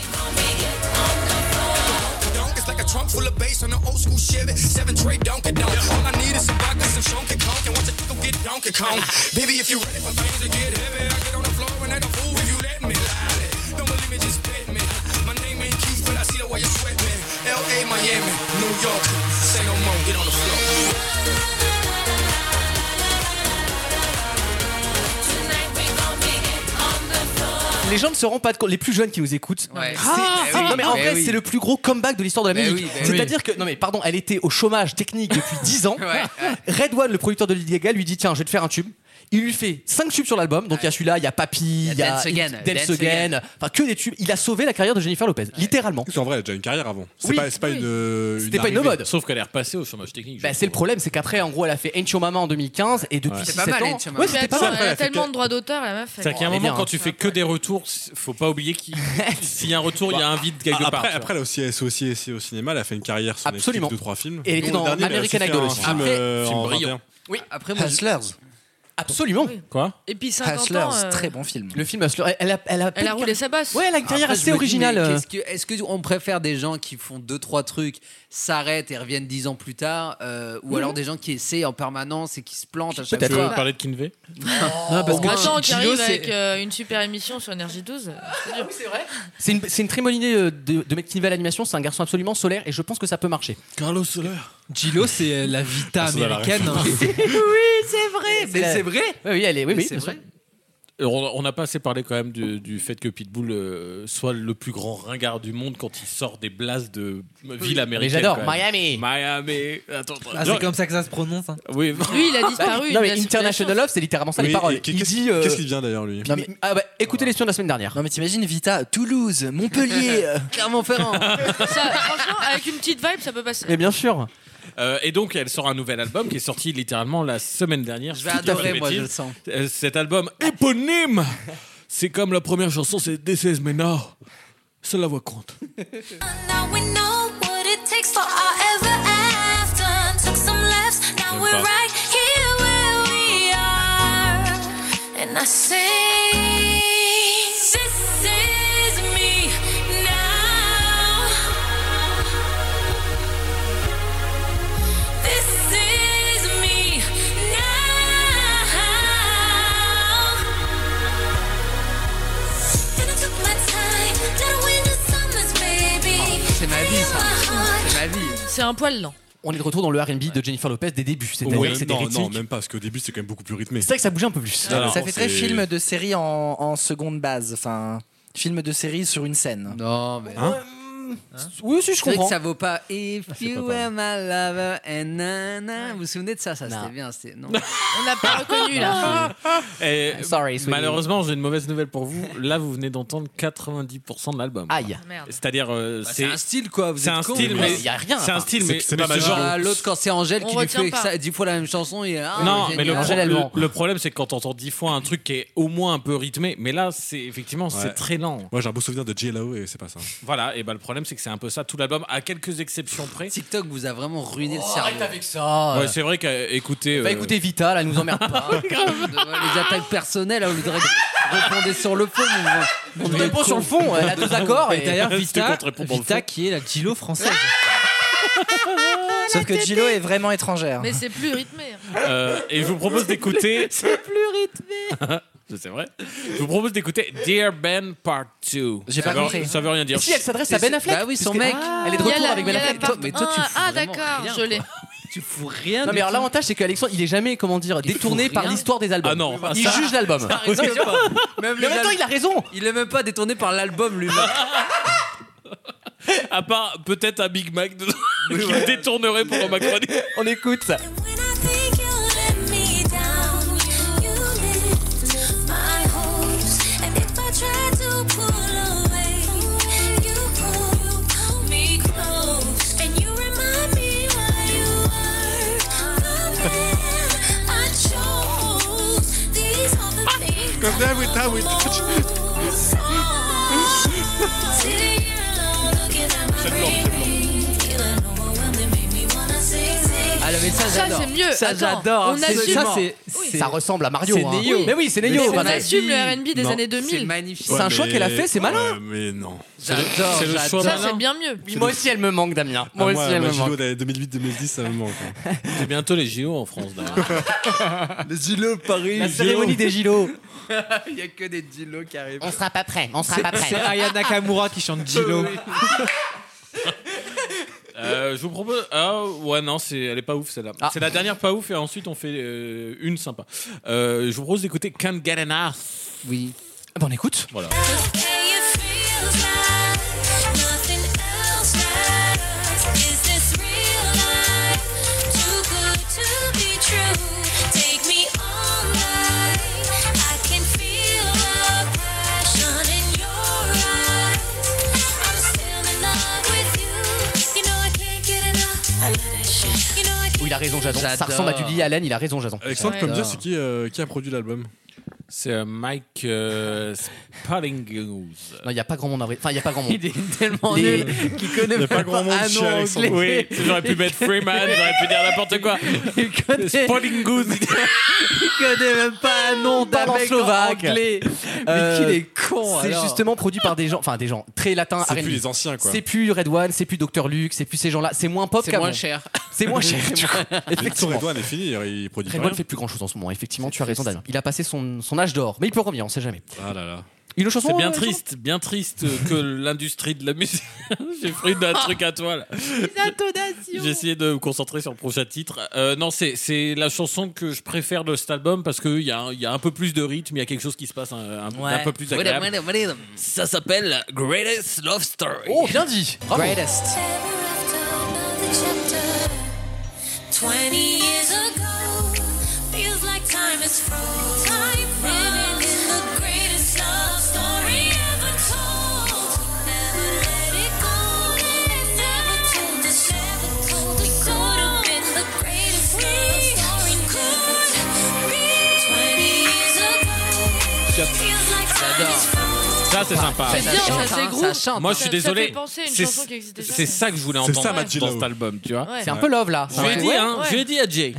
Speaker 17: donk. It's like a trunk full of bass on an old school Chevy. Seven tray Donkey Donk. All I need is some vodka, some Donkey Kong, and watch it go get Donkey Kong. Baby, if you ready for things to get heavy, I get on the floor and act a fool if you let me. Lie. Don't believe me, just bet me. My name ain't Keith, but I see the way you sweat me. L.A., Miami, New York, say no more, get on the floor.
Speaker 2: Les gens ne se rendent pas de compte, les plus jeunes qui nous écoutent.
Speaker 5: Ouais.
Speaker 2: c'est-
Speaker 5: Ah,
Speaker 2: c'est-
Speaker 5: ah,
Speaker 2: non mais en
Speaker 5: mais
Speaker 2: vrai,
Speaker 5: oui.
Speaker 2: c'est le plus gros comeback de l'histoire de la
Speaker 5: Mais
Speaker 2: musique.
Speaker 5: oui, mais
Speaker 2: C'est-à-dire que non mais pardon, elle était au chômage technique depuis 10 ans. Red One, le producteur de Lady Gaga, lui dit tiens, je vais te faire un tube. Il lui fait 5 tubes sur l'album, donc il y a celui-là, il y a Papi, il y a
Speaker 5: Dance Again,
Speaker 2: Dance
Speaker 5: Dance
Speaker 2: Again.
Speaker 5: Again.
Speaker 2: enfin que des tubes. Il a sauvé la carrière de Jennifer Lopez, littéralement.
Speaker 8: En vrai, elle a déjà une carrière avant.
Speaker 2: C'est Oui. pas- c'est pas Oui. une, C'était pas une
Speaker 8: arrivée.
Speaker 2: mode.
Speaker 8: Sauf qu'elle est repassée au chômage technique.
Speaker 2: Bah, c'est le problème, c'est qu'après, en gros, elle a fait Ain't Your Mama en 2015 et depuis
Speaker 8: Ouais. C'est
Speaker 2: 6
Speaker 8: pas mal,
Speaker 2: ans.
Speaker 8: Ain't Your Mama.
Speaker 2: Ouais, c'était pas mal.
Speaker 4: Elle a tellement de droits d'auteur, la meuf. elle-
Speaker 8: C'est-à-dire qu'à un
Speaker 2: Oh, elle est
Speaker 8: moment,
Speaker 2: bien,
Speaker 8: quand
Speaker 2: hein.
Speaker 8: tu fais que des retours, c'est- faut pas oublier
Speaker 2: (laughs)
Speaker 8: qu'il s'il y a un retour, il
Speaker 2: Bah,
Speaker 8: y a un vide quelque
Speaker 3: après,
Speaker 8: part. tu vois.
Speaker 3: Après, elle a aussi, elle s'est aussi essayée au cinéma, elle a fait une carrière sur
Speaker 2: Absolument.
Speaker 3: Netflix, deux, trois films.
Speaker 2: Et elle était
Speaker 3: Dont le
Speaker 2: dans
Speaker 3: dernier, mais elle a
Speaker 2: American
Speaker 3: fait
Speaker 2: Idol
Speaker 3: un
Speaker 2: aussi.
Speaker 3: Film,
Speaker 2: Après-
Speaker 3: euh,
Speaker 8: Film
Speaker 3: en
Speaker 8: brillant.
Speaker 3: 21.
Speaker 2: Oui,
Speaker 5: après
Speaker 2: moi, je- Absolument.
Speaker 8: Quoi
Speaker 4: Et puis 50 ans, euh,
Speaker 7: film.
Speaker 2: Le film Hustler, elle- elle a, elle a,
Speaker 4: Elle a roulé sa basse.
Speaker 2: Ouais, elle a une carrière
Speaker 5: Après, je
Speaker 2: assez
Speaker 5: me dis, mais
Speaker 2: originale. euh.
Speaker 5: qu'est-ce que- Est-ce qu'on préfère des gens qui font deux trois trucs, s'arrêtent et reviennent dix ans plus tard, euh, ou
Speaker 2: Mhm.
Speaker 5: alors des gens qui essaient en permanence et qui se plantent à chaque
Speaker 8: Tu
Speaker 5: fois
Speaker 8: veux parler de Kinvey
Speaker 4: (laughs)
Speaker 2: Ah, parce que
Speaker 4: Attends,
Speaker 2: J-
Speaker 4: qui
Speaker 2: J-Lo,
Speaker 4: arrive
Speaker 2: c'est-
Speaker 4: avec euh, une super émission sur Energy 12. C'est (laughs) vrai.
Speaker 2: Ah C'est une, c'est une très bonne idée euh, de, de mettre Kinvey à l'animation. C'est un garçon absolument solaire et je pense que ça peut marcher.
Speaker 8: Carlos Soler.
Speaker 6: Gilo, c'est euh, la
Speaker 3: Ah,
Speaker 6: vita
Speaker 2: Ça, ça va la
Speaker 6: américaine. hein.
Speaker 2: c'est vrai.
Speaker 5: Mais c'est vrai
Speaker 2: Oui, oui, elle est. Oui,
Speaker 5: Mais
Speaker 2: oui,
Speaker 5: c'est
Speaker 2: bien sûr.
Speaker 5: vrai.
Speaker 8: Euh, On on n'a pas assez parlé quand même du, du fait que Pitbull euh, soit le plus grand ringard du monde quand il sort des blases de ville américaine.
Speaker 2: Mais j'adore,
Speaker 8: quand même. Miami. Attends,
Speaker 6: Ah, c'est comme ça que ça se prononce. hein.
Speaker 8: Oui.
Speaker 4: Lui, il a disparu. il
Speaker 2: Non, mais
Speaker 4: a
Speaker 2: International Love, c'est littéralement ça les
Speaker 7: Oui,
Speaker 2: paroles.
Speaker 7: et qu'est-
Speaker 2: Il
Speaker 7: qu'est-ce-
Speaker 2: dit. euh,
Speaker 7: qu'est-ce qu'il
Speaker 3: vient d'ailleurs, lui
Speaker 2: Non, mais- ah bah, écoutez les de la semaine dernière.
Speaker 7: Non mais t'imagines
Speaker 2: (laughs)
Speaker 7: Vita, Toulouse, (laughs) Montpellier, euh,
Speaker 8: (laughs)
Speaker 7: Clermont-Ferrand.
Speaker 4: Ça, Ah, franchement, avec une petite vibe, ça peut passer.
Speaker 2: Mais bien sûr.
Speaker 8: Euh, et donc, elle sort un nouvel album qui est sorti littéralement la semaine dernière.
Speaker 5: Je vais
Speaker 8: Si dis pas de
Speaker 5: adorer, moi,
Speaker 8: bêtises.
Speaker 5: je le sens.
Speaker 8: Euh, Cet album éponyme, c'est comme la première chanson, c'est This is me now. Cela voix compte.
Speaker 11: Now we know what it takes for our ever after. Took some lefts, now
Speaker 8: J'aime
Speaker 11: we're
Speaker 8: pas.
Speaker 11: right here where we are. And I say, This is me now. This is me now. Then I took my time, did I win the summers, baby?
Speaker 5: C'est ma vie, ça.
Speaker 4: C'est un poil lent.
Speaker 2: On est de retour dans le RB de Jennifer Lopez des débuts. C'est-à-dire
Speaker 3: Oui,
Speaker 2: que c'est des
Speaker 3: non, non,
Speaker 2: rythmiques.
Speaker 3: même pas, parce qu'au début, c'est quand même beaucoup plus rythmé.
Speaker 2: C'est vrai que ça bougeait un peu plus.
Speaker 3: Non, non,
Speaker 7: ça fait très
Speaker 3: c'est-
Speaker 7: film de série en, en seconde base. Enfin, film de série sur une scène.
Speaker 5: Non, mais.
Speaker 7: oui, si, je
Speaker 5: C'est vrai
Speaker 7: comprends.
Speaker 5: que ça vaut pas. If
Speaker 7: C'est
Speaker 5: you
Speaker 7: pas
Speaker 5: were my lover and na, na. Vous vous souvenez de ça Ça, c'était bien. c'était- Non.
Speaker 4: On n'a pas reconnu là.
Speaker 8: Et
Speaker 5: Sorry, sweetie.
Speaker 8: malheureusement, j'ai une mauvaise nouvelle pour vous. Là, vous venez d'entendre 90% de l'album.
Speaker 5: Aïe.
Speaker 4: Merde.
Speaker 8: C'est-à-dire, euh, c'est
Speaker 5: Bah, un style quoi.
Speaker 8: C'est un style, mais C'est un style, mais mais ce genre-
Speaker 5: Ah, L'autre, (laughs) quand c'est Angèle
Speaker 8: On
Speaker 5: qui lui
Speaker 8: retient
Speaker 5: fait
Speaker 8: pas.
Speaker 5: ça, dix fois la même chanson, il est. ah,
Speaker 8: non, mais
Speaker 5: génial.
Speaker 8: le,
Speaker 5: Angèle,
Speaker 8: pro-
Speaker 5: elle ment.
Speaker 8: (laughs) le- le problème, c'est que quand t'entends dix fois un truc qui est au moins un peu rythmé, mais là, c'est effectivement, c'est
Speaker 3: Ouais.
Speaker 8: très lent.
Speaker 3: Moi, j'ai un beau souvenir de JLO et c'est pas ça.
Speaker 8: Voilà, et ben le problème, c'est que c'est un peu ça tout l'album, à quelques exceptions près.
Speaker 5: TikTok vous a vraiment ruiné
Speaker 8: le
Speaker 5: cerveau. Oh, arrête avec ça.
Speaker 8: Ouais, c'est vrai euh, qu'écouter.
Speaker 3: euh,
Speaker 5: Bah, écoutez
Speaker 2: Vital, elle nous emmerde (laughs)
Speaker 5: pas. Les attaques personnelles, on voudrait répondre sur le fond. On
Speaker 6: Je réponds sur le fond, elle a deux accords, et-
Speaker 7: (laughs)
Speaker 6: C'était
Speaker 5: Vita,
Speaker 6: contre répondre
Speaker 5: Vita
Speaker 6: qui est la Gilo française.
Speaker 7: Ah, Sauf que Gilo est vraiment étrangère.
Speaker 4: Mais c'est plus rythmé.
Speaker 8: Euh, et je vous propose
Speaker 5: (laughs)
Speaker 8: d'écouter.
Speaker 4: C'est plus
Speaker 8: (laughs)
Speaker 4: rythmé.
Speaker 8: c'est vrai. Je vous propose d'écouter Dear Ben Part 2.
Speaker 7: J'ai
Speaker 8: Ça
Speaker 7: pas
Speaker 8: veut-
Speaker 7: compris.
Speaker 8: Ça veut rien dire.
Speaker 2: Si, elle s'adresse à Ben Affleck.
Speaker 5: Bah oui, son
Speaker 2: puisque-
Speaker 5: mec.
Speaker 2: Elle est de
Speaker 4: Il y a
Speaker 2: retour
Speaker 4: la-
Speaker 2: avec Ben
Speaker 4: il y a la
Speaker 2: Affleck.
Speaker 4: part-
Speaker 2: Toi- mais toi, tu
Speaker 4: Ah,
Speaker 2: fous
Speaker 4: Ah,
Speaker 2: vraiment
Speaker 4: d'accord,
Speaker 2: rien,
Speaker 4: je l'ai.
Speaker 5: Tu fous rien.
Speaker 2: Non mais alors l'avantage c'est qu'Alexandre il est jamais comment dire détourné par
Speaker 5: rien.
Speaker 2: l'histoire des albums.
Speaker 5: Ah non,
Speaker 2: il
Speaker 5: ça-
Speaker 2: juge l'album.
Speaker 5: ça rigole
Speaker 2: Non, mais-
Speaker 5: pas.
Speaker 2: Mais en même temps, il a raison.
Speaker 5: Il est même pas détourné par l'album lui.
Speaker 8: (laughs) À part peut-être un Big Mac dedans, qui le détournerait pour ma chronique.
Speaker 2: On écoute ça.
Speaker 11: (laughs)
Speaker 5: Ah, mais ça,
Speaker 4: Ça,
Speaker 5: j'adore.
Speaker 4: c'est mieux.
Speaker 5: Ça,
Speaker 4: Attends,
Speaker 5: j'adore.
Speaker 4: on
Speaker 5: Ça,
Speaker 4: assume.
Speaker 5: c'est- c'est-
Speaker 2: Ça ressemble à Mario.
Speaker 5: C'est
Speaker 2: hein.
Speaker 5: Neo.
Speaker 2: Mais oui, c'est
Speaker 5: Mais
Speaker 2: Neo.
Speaker 5: c'est
Speaker 2: voilà.
Speaker 4: On assume le R&B des
Speaker 2: Non.
Speaker 4: années 2000.
Speaker 5: C'est magnifique.
Speaker 2: C'est un choix qu'elle a fait, c'est malin.
Speaker 3: mais non.
Speaker 2: J'adore,
Speaker 3: C'est le
Speaker 2: j'adore.
Speaker 3: choix
Speaker 4: Ça,
Speaker 3: malin.
Speaker 4: c'est bien mieux.
Speaker 2: Oui, Moi aussi elle me manque Damien.
Speaker 3: Ah,
Speaker 2: Moi
Speaker 3: moi,
Speaker 2: aussi elle
Speaker 3: ma
Speaker 2: me
Speaker 3: JLO
Speaker 2: manque.
Speaker 3: d'année 2008-2010, ça me manque. hein.
Speaker 8: C'est bientôt les JO en France d'ailleurs.
Speaker 2: (laughs)
Speaker 5: Les Gilo Paris.
Speaker 8: La cérémonie des Gilo.
Speaker 5: (laughs) Il y a que des Gilo qui arrivent.
Speaker 1: On sera pas
Speaker 2: Eh,
Speaker 1: prêt, on sera
Speaker 6: C'est-
Speaker 1: pas prêt.
Speaker 6: C'est Aya Nakamura qui chante Gilo.
Speaker 8: Euh, je vous propose. Ah ouais, non, c'est... elle est pas ouf celle-là. C'est la dernière pas ouf et ensuite on fait euh, une sympa. Euh, je vous propose d'écouter Can't Get Enough.
Speaker 5: Oui.
Speaker 2: Bon, on écoute.
Speaker 8: Voilà.
Speaker 2: Oui, il a raison Jason. Ça
Speaker 8: J'adore.
Speaker 2: ressemble à du Lee Allen. Il a raison Jason.
Speaker 3: Alexandre, comme dire, c'est qui, euh, qui a produit l'album
Speaker 8: C'est euh, Mike euh, Spallinghouse.
Speaker 2: Non, il n'y a pas grand monde à vrai. Enfin, il n'y a pas grand monde.
Speaker 5: Il est tellement
Speaker 2: Les-
Speaker 5: nul qu'il connaît
Speaker 8: Il y a pas
Speaker 5: même
Speaker 8: grand monde
Speaker 5: un
Speaker 8: chez
Speaker 5: nom
Speaker 8: Alexandre.
Speaker 5: anglais.
Speaker 8: Oui, j'aurais pu mettre Freeman, j'aurais pu dire n'importe quoi. Spalling Goose.
Speaker 5: (laughs) Il connaît même pas un nom d'un
Speaker 2: Parlant
Speaker 5: mec
Speaker 2: slovaque.
Speaker 5: anglais.
Speaker 2: Euh,
Speaker 5: Mais qu'il est con.
Speaker 2: C'est
Speaker 5: alors.
Speaker 2: justement produit par des gens, enfin des gens très latins.
Speaker 3: C'est
Speaker 2: R&B.
Speaker 3: plus les anciens, quoi.
Speaker 2: C'est plus Red One, c'est plus Dr Luke, c'est plus ces gens-là. C'est moins pop
Speaker 5: C'est
Speaker 2: qu'avant.
Speaker 5: moins cher.
Speaker 2: (laughs) C'est moins
Speaker 3: (laughs)
Speaker 2: cher.
Speaker 5: C'est
Speaker 2: du coup.
Speaker 5: moins-
Speaker 2: (laughs) Effectivement.
Speaker 3: Redouane est fini, il produit
Speaker 2: Red
Speaker 3: pas
Speaker 2: One fait plus grand chose en ce moment. Effectivement, tu as raison Damien. Il a passé son, son âge d'or, mais il peut revenir, on sait jamais.
Speaker 8: Ah là là.
Speaker 2: Une autre chanson,
Speaker 8: C'est bien
Speaker 2: euh,
Speaker 8: triste, bien triste que l'industrie de la musique. (laughs) J'ai pris d'un truc à toi là. J'ai essayé de me concentrer sur le prochain titre. Euh, non, c'est, c'est la chanson que je préfère de cet album parce qu'il y, a un- il y a un peu plus de rythme, il y a quelque chose qui se passe un, un-
Speaker 5: Ouais.
Speaker 8: un peu plus
Speaker 5: Voilà,
Speaker 8: agréable.
Speaker 5: voilà, voilà.
Speaker 8: Ça s'appelle Greatest Love Story.
Speaker 2: Oh, bien dit. Bravo.
Speaker 5: Greatest.
Speaker 11: 20 years ago, feels like time is frozen. Living in the greatest love story ever told. Never let it go. Never told the never told it could have been the greatest love story. Could be 20 years ago, feels like time is frozen.
Speaker 8: Ça, c'est sympa.
Speaker 11: C'est bien, ça, c'est groove.
Speaker 8: Moi, je suis
Speaker 11: Ça- ça
Speaker 8: désolé.
Speaker 11: fait penser à une
Speaker 8: C'est-
Speaker 11: chanson qui existait déjà.
Speaker 8: C'est ça que je voulais
Speaker 7: C'est
Speaker 8: entendre
Speaker 7: ça, Matt
Speaker 8: dans
Speaker 7: Gillow.
Speaker 8: cet album, tu vois.
Speaker 4: Ouais.
Speaker 2: C'est un peu love là.
Speaker 8: Je lui ai dit, hein, je lui ai dit à Jay.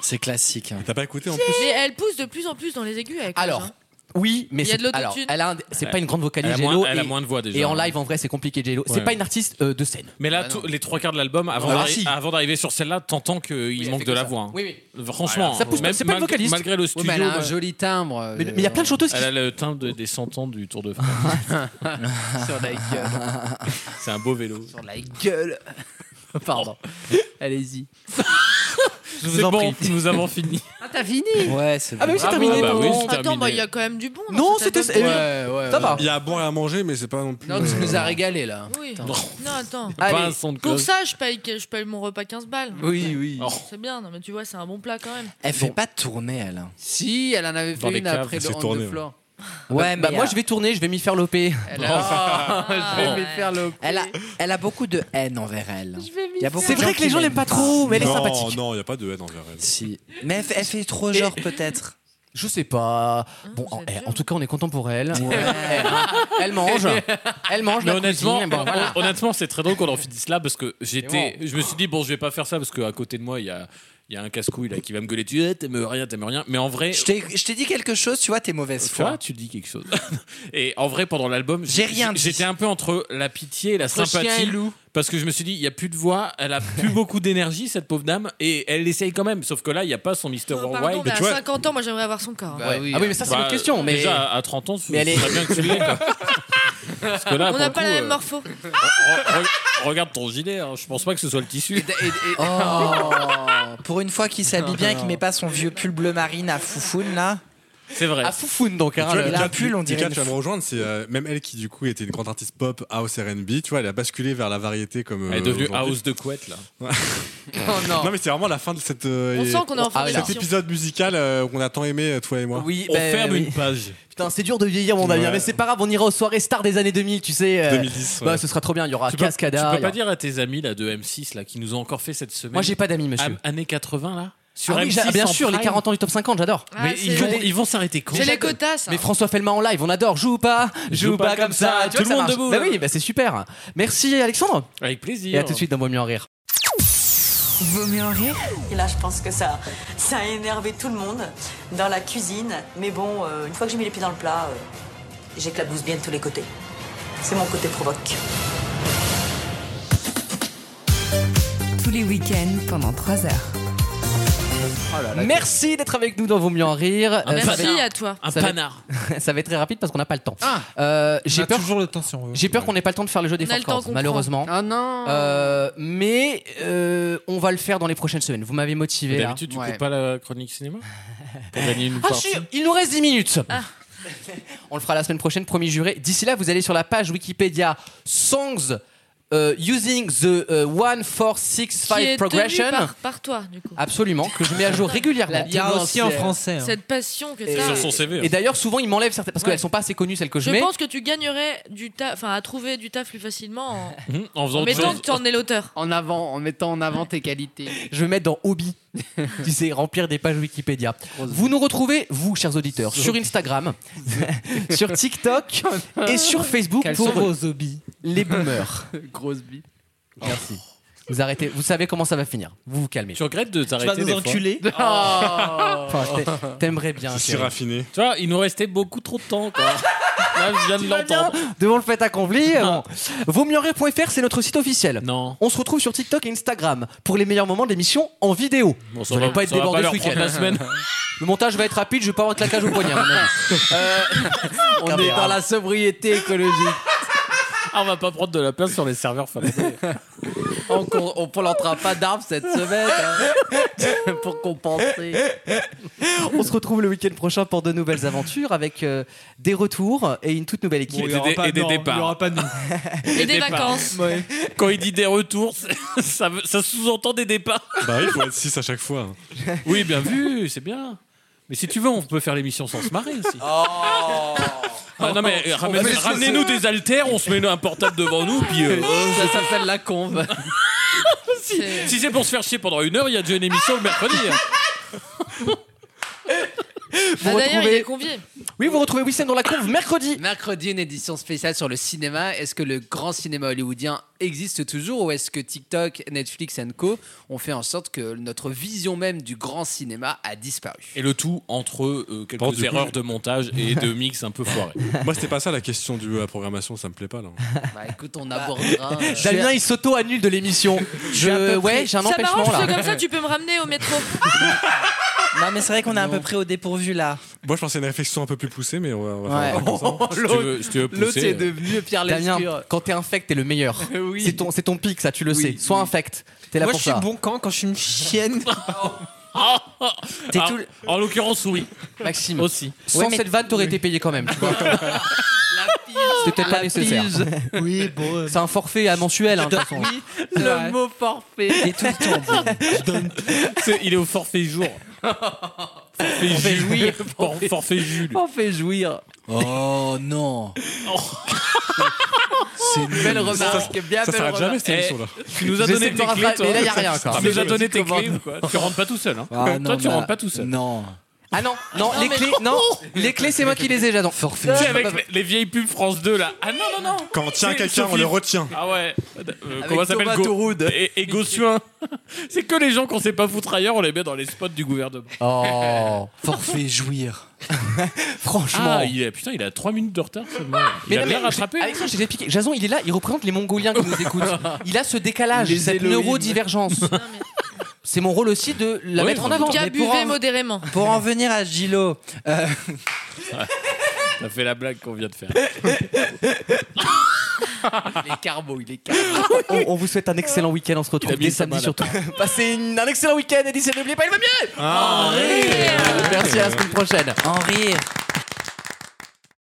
Speaker 7: C'est classique.
Speaker 3: T'as pas écouté en
Speaker 4: Mais elle pousse de plus en plus dans les aigus avec
Speaker 2: Alors,
Speaker 4: l'âge, hein.
Speaker 2: oui, mais
Speaker 4: Il y a
Speaker 2: c'est
Speaker 4: de l'autotune.
Speaker 2: alors, elle a un- c'est
Speaker 8: Ouais.
Speaker 2: pas une grande vocaliste.
Speaker 8: Elle a moins-
Speaker 2: J.Lo,
Speaker 8: elle a
Speaker 2: et-
Speaker 8: moins de voix, déjà.
Speaker 2: Et en live, en vrai, c'est compliqué J.Lo.
Speaker 8: Ouais.
Speaker 2: C'est pas une artiste euh, de scène.
Speaker 8: Mais là,
Speaker 2: Ah,
Speaker 8: tout- les trois quarts de l'album, avant
Speaker 2: Ah,
Speaker 8: d'arri-
Speaker 2: si.
Speaker 8: avant d'arriver sur celle-là, t'entends qu'il
Speaker 2: elle
Speaker 8: manque
Speaker 2: fait
Speaker 8: de
Speaker 2: que
Speaker 8: la
Speaker 2: ça.
Speaker 8: voix. hein.
Speaker 2: Oui,
Speaker 8: Franchement,
Speaker 2: Voilà. Ça pousse pas, c'est pas une
Speaker 8: mal-
Speaker 2: vocaliste.
Speaker 8: Malgré le
Speaker 2: Oui,
Speaker 8: studio.
Speaker 2: mais elle a un
Speaker 8: mal-
Speaker 5: Joli timbre.
Speaker 8: euh,
Speaker 2: Mais- mais il y a plein de chanteuses qui-
Speaker 8: Elle a le timbre de- des 100 ans du Tour de
Speaker 2: (laughs)
Speaker 8: France.
Speaker 5: Sur la gueule.
Speaker 8: C'est un beau vélo.
Speaker 5: (laughs) Sur la gueule. Pardon.
Speaker 8: (laughs)
Speaker 5: Allez-y.
Speaker 16: Je vous C'est en bon, prie. nous avons fini.
Speaker 5: Ah, t'as fini
Speaker 7: Ouais, c'est
Speaker 2: Ah, bah oui, c'est terminé.
Speaker 3: bah oui,
Speaker 2: bon.
Speaker 3: c'est
Speaker 4: Attends, bah, il y a quand même du bon. dans
Speaker 2: Non,
Speaker 4: cet
Speaker 2: c'était-
Speaker 4: album.
Speaker 2: eh oui. Ouais, ouais, Ça ouais. va.
Speaker 3: Il y a à boire et à manger, mais c'est pas non plus.
Speaker 5: Non, tu nous as régalé là.
Speaker 4: Oui. Non, attends.
Speaker 3: Pas Allez. un son de
Speaker 4: Pour
Speaker 3: cloche.
Speaker 4: ça, je paye, que- je paye mon repas 15 balles.
Speaker 5: Oui, oui.
Speaker 8: Oh.
Speaker 4: C'est bien, non, mais tu vois, c'est un bon plat quand même.
Speaker 7: Elle fait pas tourner, Alain.
Speaker 5: Si, elle en avait
Speaker 7: Dans
Speaker 5: fait
Speaker 7: les
Speaker 5: une
Speaker 7: caves,
Speaker 5: après
Speaker 7: c'est
Speaker 5: le hand
Speaker 7: tourné,
Speaker 5: de Flore.
Speaker 7: Ouais,
Speaker 2: bah,
Speaker 7: mais
Speaker 2: moi
Speaker 7: euh,
Speaker 2: je vais tourner, je vais m'y faire l'opé.
Speaker 5: Elle
Speaker 8: Oh.
Speaker 5: (laughs) a-
Speaker 7: Ah,
Speaker 5: je vais
Speaker 7: bon.
Speaker 5: lui faire le.
Speaker 7: Elle a, elle a beaucoup de haine envers elle. Il y a beaucoup
Speaker 2: C'est
Speaker 7: de
Speaker 2: vrai que les
Speaker 7: qui
Speaker 2: gens l'aiment pas trop, mais elle est
Speaker 3: non,
Speaker 2: sympathique.
Speaker 3: Non, il n'y a pas de haine envers elle.
Speaker 7: Si. Mais elle fait, elle fait trop genre peut-être.
Speaker 2: Je sais
Speaker 5: Ah,
Speaker 2: pas. Bon, en, eh, en tout cas, on est content pour elle.
Speaker 7: Ouais.
Speaker 2: Elle mange. (laughs) Elle mange.
Speaker 8: Mais
Speaker 2: la
Speaker 8: honnêtement,
Speaker 2: cousine, bon, voilà.
Speaker 8: hon- honnêtement, c'est très drôle qu'on en finisse là
Speaker 2: (laughs)
Speaker 8: parce que j'étais,
Speaker 2: Et
Speaker 8: je me suis dit bon, je vais pas faire ça parce qu'à côté de moi il y a, il y a un casse-couille là qui va me gueuler tu t'aimes rien, t'aimes rien. Mais en vrai,
Speaker 7: Ah. Je t'ai- je t'ai dit quelque chose, tu vois, t'es mauvaise
Speaker 2: Euh,
Speaker 8: tu vois,
Speaker 7: foi.
Speaker 8: tu dis quelque chose. et en vrai, pendant l'album,
Speaker 7: J'ai rien dit.
Speaker 8: J'étais un peu entre la pitié et la
Speaker 5: Entre chien
Speaker 8: sympathie.
Speaker 5: et loup.
Speaker 8: Parce que je me suis dit, il y a plus de voix, elle a
Speaker 2: (laughs)
Speaker 8: plus beaucoup d'énergie cette pauvre dame, et elle essaye quand même. Sauf que là, il n'y a pas son Mr.
Speaker 4: Pardon,
Speaker 8: Worldwide.
Speaker 4: mais à 50 ans, moi j'aimerais avoir son corps. hein.
Speaker 8: Bah
Speaker 2: Ah oui, mais ça, c'est
Speaker 8: Bah,
Speaker 2: une question. Mais
Speaker 8: déjà, à 30 ans, ce
Speaker 2: mais elle est-
Speaker 8: serait bien que tu l'aies,
Speaker 2: (laughs)
Speaker 8: quoi. Parce que là,
Speaker 4: On
Speaker 8: pour
Speaker 4: n'a
Speaker 8: le
Speaker 4: pas
Speaker 8: coup,
Speaker 4: la même
Speaker 8: euh,
Speaker 4: morpho. Ah,
Speaker 8: re- re- regarde ton gilet, hein, je pense pas que ce soit le tissu. (laughs)
Speaker 7: Oh, pour une fois qu'il s'habille bien, qu'il met pas son vieux pull bleu marine à foufoune là.
Speaker 8: C'est vrai.
Speaker 7: À foufoune, donc, hein,
Speaker 3: Tu vois,
Speaker 7: le-
Speaker 3: Lucas,
Speaker 7: la pull, on dirait
Speaker 3: Lucas,
Speaker 7: une
Speaker 3: tu vas me
Speaker 7: fou-
Speaker 3: rejoindre, c'est euh, même elle qui, du coup, était une grande artiste pop, house RB. Tu vois, elle a basculé vers la variété comme.
Speaker 8: Elle est
Speaker 3: euh,
Speaker 8: devenue
Speaker 3: aujourd'hui.
Speaker 8: house de (laughs) couette
Speaker 2: (laughs)
Speaker 8: là.
Speaker 3: non. mais c'est vraiment la fin de cette. euh,
Speaker 4: On
Speaker 3: et-
Speaker 4: sent qu'on est en fin
Speaker 3: Ah, Cet
Speaker 4: d'émission.
Speaker 3: épisode musical euh, qu'on a tant aimé, euh, toi et moi.
Speaker 2: Oui, On bah, ferme oui. une
Speaker 8: page.
Speaker 2: Putain, c'est dur de vieillir, mon Damien.
Speaker 3: Ouais.
Speaker 2: Mais c'est pas grave, on ira aux soirées stars des années 2000, tu sais. euh,
Speaker 8: 2010, ouais.
Speaker 2: Bah, ce sera trop bien. Il y aura
Speaker 8: Tu peux,
Speaker 2: Cascada.
Speaker 8: tu
Speaker 2: il
Speaker 8: peux
Speaker 2: y aura-
Speaker 8: pas dire à tes amis là de M6 là qui nous ont encore fait cette semaine.
Speaker 2: Moi, j'ai pas d'amis, monsieur.
Speaker 8: Am- Années 80 là.
Speaker 2: Ah oui, j'a- bien sûr, les 40 ans du top 50, j'adore.
Speaker 4: Ah,
Speaker 8: Mais
Speaker 4: c'est-
Speaker 8: ils vont, ils vont s'arrêter quand
Speaker 4: C'est les quotas, ça.
Speaker 2: Mais François Fellman en live, on adore. Joue pas, joue, pas, comme ça. tu
Speaker 8: Tout le
Speaker 2: vois, ça
Speaker 8: monde
Speaker 2: marche.
Speaker 8: debout,
Speaker 2: Bah
Speaker 8: là.
Speaker 2: oui, bah c'est super. Merci Alexandre.
Speaker 8: Avec plaisir.
Speaker 2: Et à tout de suite dans Vaut mieux en rire.
Speaker 1: Vaut mieux en rire
Speaker 13: Et là, je pense que ça, ça a énervé tout le monde dans la cuisine. Mais bon, euh, une fois que j'ai mis les pieds dans le plat, euh, j'éclabousse bien de tous les côtés. C'est mon côté provoque.
Speaker 1: Tous les week-ends pendant 3 heures.
Speaker 2: Merci d'être avec nous dans Vaut mieux en rire.
Speaker 4: Ah,
Speaker 2: Euh, ça
Speaker 4: merci
Speaker 2: va être-
Speaker 4: à toi.
Speaker 2: ça va être- (laughs) ça va être très rapide parce qu'on n'a pas le temps. Euh, j'ai peur.
Speaker 6: toujours le temps si on veut.
Speaker 2: J'ai peur qu'on n'ait pas le temps de faire le jeu des
Speaker 4: On a le
Speaker 2: four
Speaker 4: temps
Speaker 2: chords,
Speaker 4: qu'on
Speaker 2: malheureusement.
Speaker 5: Ah non.
Speaker 2: Euh, mais euh, on va le faire dans les prochaines semaines. Vous m'avez motivé. là.
Speaker 8: D'habitude, tu coupes pas la chronique cinéma pour gagner une
Speaker 2: Ah,
Speaker 8: partie.
Speaker 2: si, il nous reste 10 minutes.
Speaker 4: Ah.
Speaker 2: On le fera la semaine prochaine, promis juré. D'ici là, vous allez sur la page Wikipédia Songs euh, Using the euh, 1465
Speaker 4: Qui est
Speaker 2: Progression.
Speaker 4: tenu par, par toi, du coup.
Speaker 2: Absolument, que je mets à jour régulièrement.
Speaker 6: Il y a aussi en français. hein.
Speaker 4: Cette passion que
Speaker 2: Et-
Speaker 4: t'as.
Speaker 8: hein.
Speaker 2: Et d'ailleurs, souvent, ils m'enlèvent certaines parce
Speaker 4: Ouais.
Speaker 2: qu'elles sont pas assez connues celles que je,
Speaker 4: Je
Speaker 2: mets.
Speaker 4: pense que tu gagnerais du taf, enfin à trouver du taf plus facilement en,
Speaker 8: Hum, en faisant
Speaker 4: en
Speaker 8: autre
Speaker 4: mettant
Speaker 8: chose.
Speaker 4: que tu en es l'auteur.
Speaker 5: En avant, en mettant en avant tes qualités.
Speaker 2: Je vais mettre dans
Speaker 8: (laughs)
Speaker 2: hobby, tu sais, remplir des pages Wikipédia. Vous nous retrouvez, vous, chers auditeurs, sur
Speaker 8: (laughs)
Speaker 2: Instagram, sur TikTok (laughs) et sur Facebook
Speaker 6: Quels sont
Speaker 2: pour
Speaker 6: vos hobbies
Speaker 8: (laughs)
Speaker 2: les (laughs) boomers.
Speaker 5: Grosse bite.
Speaker 2: Merci. Vous arrêtez, vous savez comment ça va finir. Vous vous calmez.
Speaker 8: Tu regrettes de t'arrêter
Speaker 2: vas nous
Speaker 8: des fois
Speaker 2: (laughs) enculer. Enfin,
Speaker 8: (laughs)
Speaker 2: t'a- T'aimerais bien.
Speaker 3: Si
Speaker 2: chérie.
Speaker 3: raffiné.
Speaker 8: Tu vois, il nous restait beaucoup trop de temps.
Speaker 4: (laughs)
Speaker 8: Quoi. Là, je viens de l'entendre.
Speaker 2: Devant le fait accompli, euh, bon. vaut mieux en rire.fr, c'est notre site officiel.
Speaker 8: Non.
Speaker 2: On se retrouve sur TikTok et Instagram pour les meilleurs moments de l'émission en vidéo.
Speaker 8: Bon, ça
Speaker 2: ça va
Speaker 8: va-
Speaker 2: pas être
Speaker 8: ça va pas
Speaker 2: débordé ce
Speaker 8: leur
Speaker 2: week-end.
Speaker 8: prendre la
Speaker 2: (laughs)
Speaker 8: semaine.
Speaker 2: Le montage va être rapide, je vais pas avoir de claquage au poignet. à mon avis. Euh,
Speaker 5: On est dans la sobriété écologique.
Speaker 8: (laughs) Ah, on va pas prendre de la place sur les serveurs. fallait-
Speaker 5: (laughs) on, qu'on- on plantera pas d'arbres cette semaine
Speaker 8: (laughs)
Speaker 5: hein, pour compenser.
Speaker 2: On se retrouve le week-end prochain pour de nouvelles aventures avec euh, des retours et une toute nouvelle
Speaker 8: Bon,
Speaker 2: équipe.
Speaker 8: il y aura pas- non, il y aura
Speaker 5: (laughs)
Speaker 6: pas de
Speaker 4: (laughs) Et des
Speaker 8: départs.
Speaker 4: vacances.
Speaker 8: Quand il dit des retours, ça, veut- ça sous-entend des départs.
Speaker 3: (laughs) Bah oui, il faut être 6 à chaque fois.
Speaker 8: (laughs)
Speaker 3: hein.
Speaker 8: Oui, bien vu, c'est bien. Mais si tu veux, on peut faire l'émission sans se marrer aussi. Ah, non, mais euh, ramène-
Speaker 5: On fait ce
Speaker 8: ramenez-nous des haltères, on se met un portable devant nous, puis. euh,
Speaker 5: (laughs) Ça s'appelle la combe.
Speaker 8: si si (laughs) c'est pour se faire chier pendant une heure, il y a déjà une émission le mercredi. hein.
Speaker 4: Ah, D'ailleurs, il
Speaker 2: retrouvez-
Speaker 4: est convié.
Speaker 2: Oui, vous retrouvez Wissem dans la conve mercredi.
Speaker 5: Mercredi, une édition spéciale sur le cinéma. Est-ce que le grand cinéma hollywoodien existe toujours ou est-ce que TikTok, Netflix and co ont fait en sorte que notre vision même du grand cinéma a disparu
Speaker 8: Et le tout entre euh, quelques
Speaker 3: Bon, du coup-
Speaker 8: erreurs de montage
Speaker 3: (laughs)
Speaker 8: et de mix un peu foiré.
Speaker 3: Moi, c'était pas ça la question du euh, la programmation, ça me plaît pas là.
Speaker 5: Bah écoute, on abordera. euh,
Speaker 2: Damien, il s'auto-annule de l'émission. Je,
Speaker 3: Eh,
Speaker 2: ouais, j'ai un
Speaker 4: Ça m'arrange
Speaker 2: empêchement
Speaker 4: parce que
Speaker 2: là.
Speaker 4: comme ça, tu peux me ramener au métro.
Speaker 7: Non mais c'est vrai qu'on est à peu près au dépourvu là.
Speaker 3: Moi, je pensais à une réflexion un peu plus poussée, mais on va, on va
Speaker 2: Ouais.
Speaker 3: faire un truc comme ça.
Speaker 2: Oh, (laughs) l'autre- l'autre
Speaker 8: euh.
Speaker 2: est devenu Pierre Damien, Lescure. quand t'es infect, t'es le (laughs) meilleur. C'est ton, c'est ton pic, ça, tu le sais. Sois infect. T'es là
Speaker 6: Moi,
Speaker 2: pour
Speaker 6: je suis
Speaker 2: ça.
Speaker 6: bon quand quand je suis une
Speaker 8: (laughs)
Speaker 6: chienne.
Speaker 2: T'es
Speaker 8: Ah,
Speaker 2: tout le-
Speaker 8: En l'occurrence, oui.
Speaker 2: Maxime.
Speaker 8: Aussi.
Speaker 2: Sans cette (laughs) vanne, t'aurais été payé quand même.
Speaker 8: (laughs)
Speaker 2: tu vois. C'était peut-être
Speaker 8: La
Speaker 2: pas nécessaire.
Speaker 8: pige.
Speaker 2: Oui, bon. C'est un forfait à mensuel, hein, de toute façon.
Speaker 15: Le mot forfait.
Speaker 2: Il est tout le temps bon.
Speaker 8: C'est- Il est au forfait jour. Forfait
Speaker 2: Forfait
Speaker 8: Jules. (laughs)
Speaker 2: jouir.
Speaker 8: For- Forfait Jules.
Speaker 5: fait jouir. Oh non.
Speaker 8: C'est une
Speaker 5: belle remarque, bien belle remarque. Eh,
Speaker 8: Tu nous as donné tes clés, toi. Ah,
Speaker 5: Mais là, il n'y a rien encore.
Speaker 8: Tu nous as donné tes clés, quoi. Tu rentres pas tout seul. Hein.
Speaker 5: Ah,
Speaker 8: toi,
Speaker 5: non,
Speaker 8: tu
Speaker 5: bah,
Speaker 8: rentres pas tout seul.
Speaker 5: Non.
Speaker 2: Ah non, non, les clés, non, les clés, c'est moi qui les ai, j'adore.
Speaker 8: Tu sais, avec les, les vieilles pubs France 2, là. Ah non, non, non.
Speaker 3: Quand on tient
Speaker 8: C'est-
Speaker 3: quelqu'un,
Speaker 8: Sophie.
Speaker 3: on le retient.
Speaker 8: Ah ouais. Euh,
Speaker 3: Avec
Speaker 8: comment ça
Speaker 3: Thomas
Speaker 8: s'appelle Go...
Speaker 3: Thoroud.
Speaker 8: Et, et Gossuin. (laughs) c'est que les gens qu'on sait pas foutre ailleurs, on les met dans les spots du gouvernement.
Speaker 2: Oh,
Speaker 5: forfait jouir.
Speaker 2: Franchement.
Speaker 8: Ah, il est, putain, il a 3 minutes de retard seulement. Il a bien rattrapé.
Speaker 2: Alexandre, je t'ai expliqué. Jason, il est là, il représente les Mongoliens qui nous écoutent. Il a ce décalage,
Speaker 5: Les
Speaker 2: cette
Speaker 5: Elohim.
Speaker 2: neurodivergence. C'est mon rôle aussi de la
Speaker 5: Oui,
Speaker 2: mettre en
Speaker 5: mais
Speaker 2: avant.
Speaker 4: Lucas,
Speaker 2: Mais
Speaker 4: buvez
Speaker 2: pour en-
Speaker 4: modérément.
Speaker 7: Pour en venir à Gilo, euh,
Speaker 8: T'as fait la blague qu'on vient de faire.
Speaker 5: Il est carbo, il est
Speaker 2: on, on vous souhaite un excellent week-end. On se retrouve dès samedi surtout. (laughs) Passez une- un excellent week-end et d'ici là, n'oubliez pas, il va mieux.
Speaker 5: Ah,
Speaker 2: Merci à la semaine prochaine.
Speaker 7: en rire.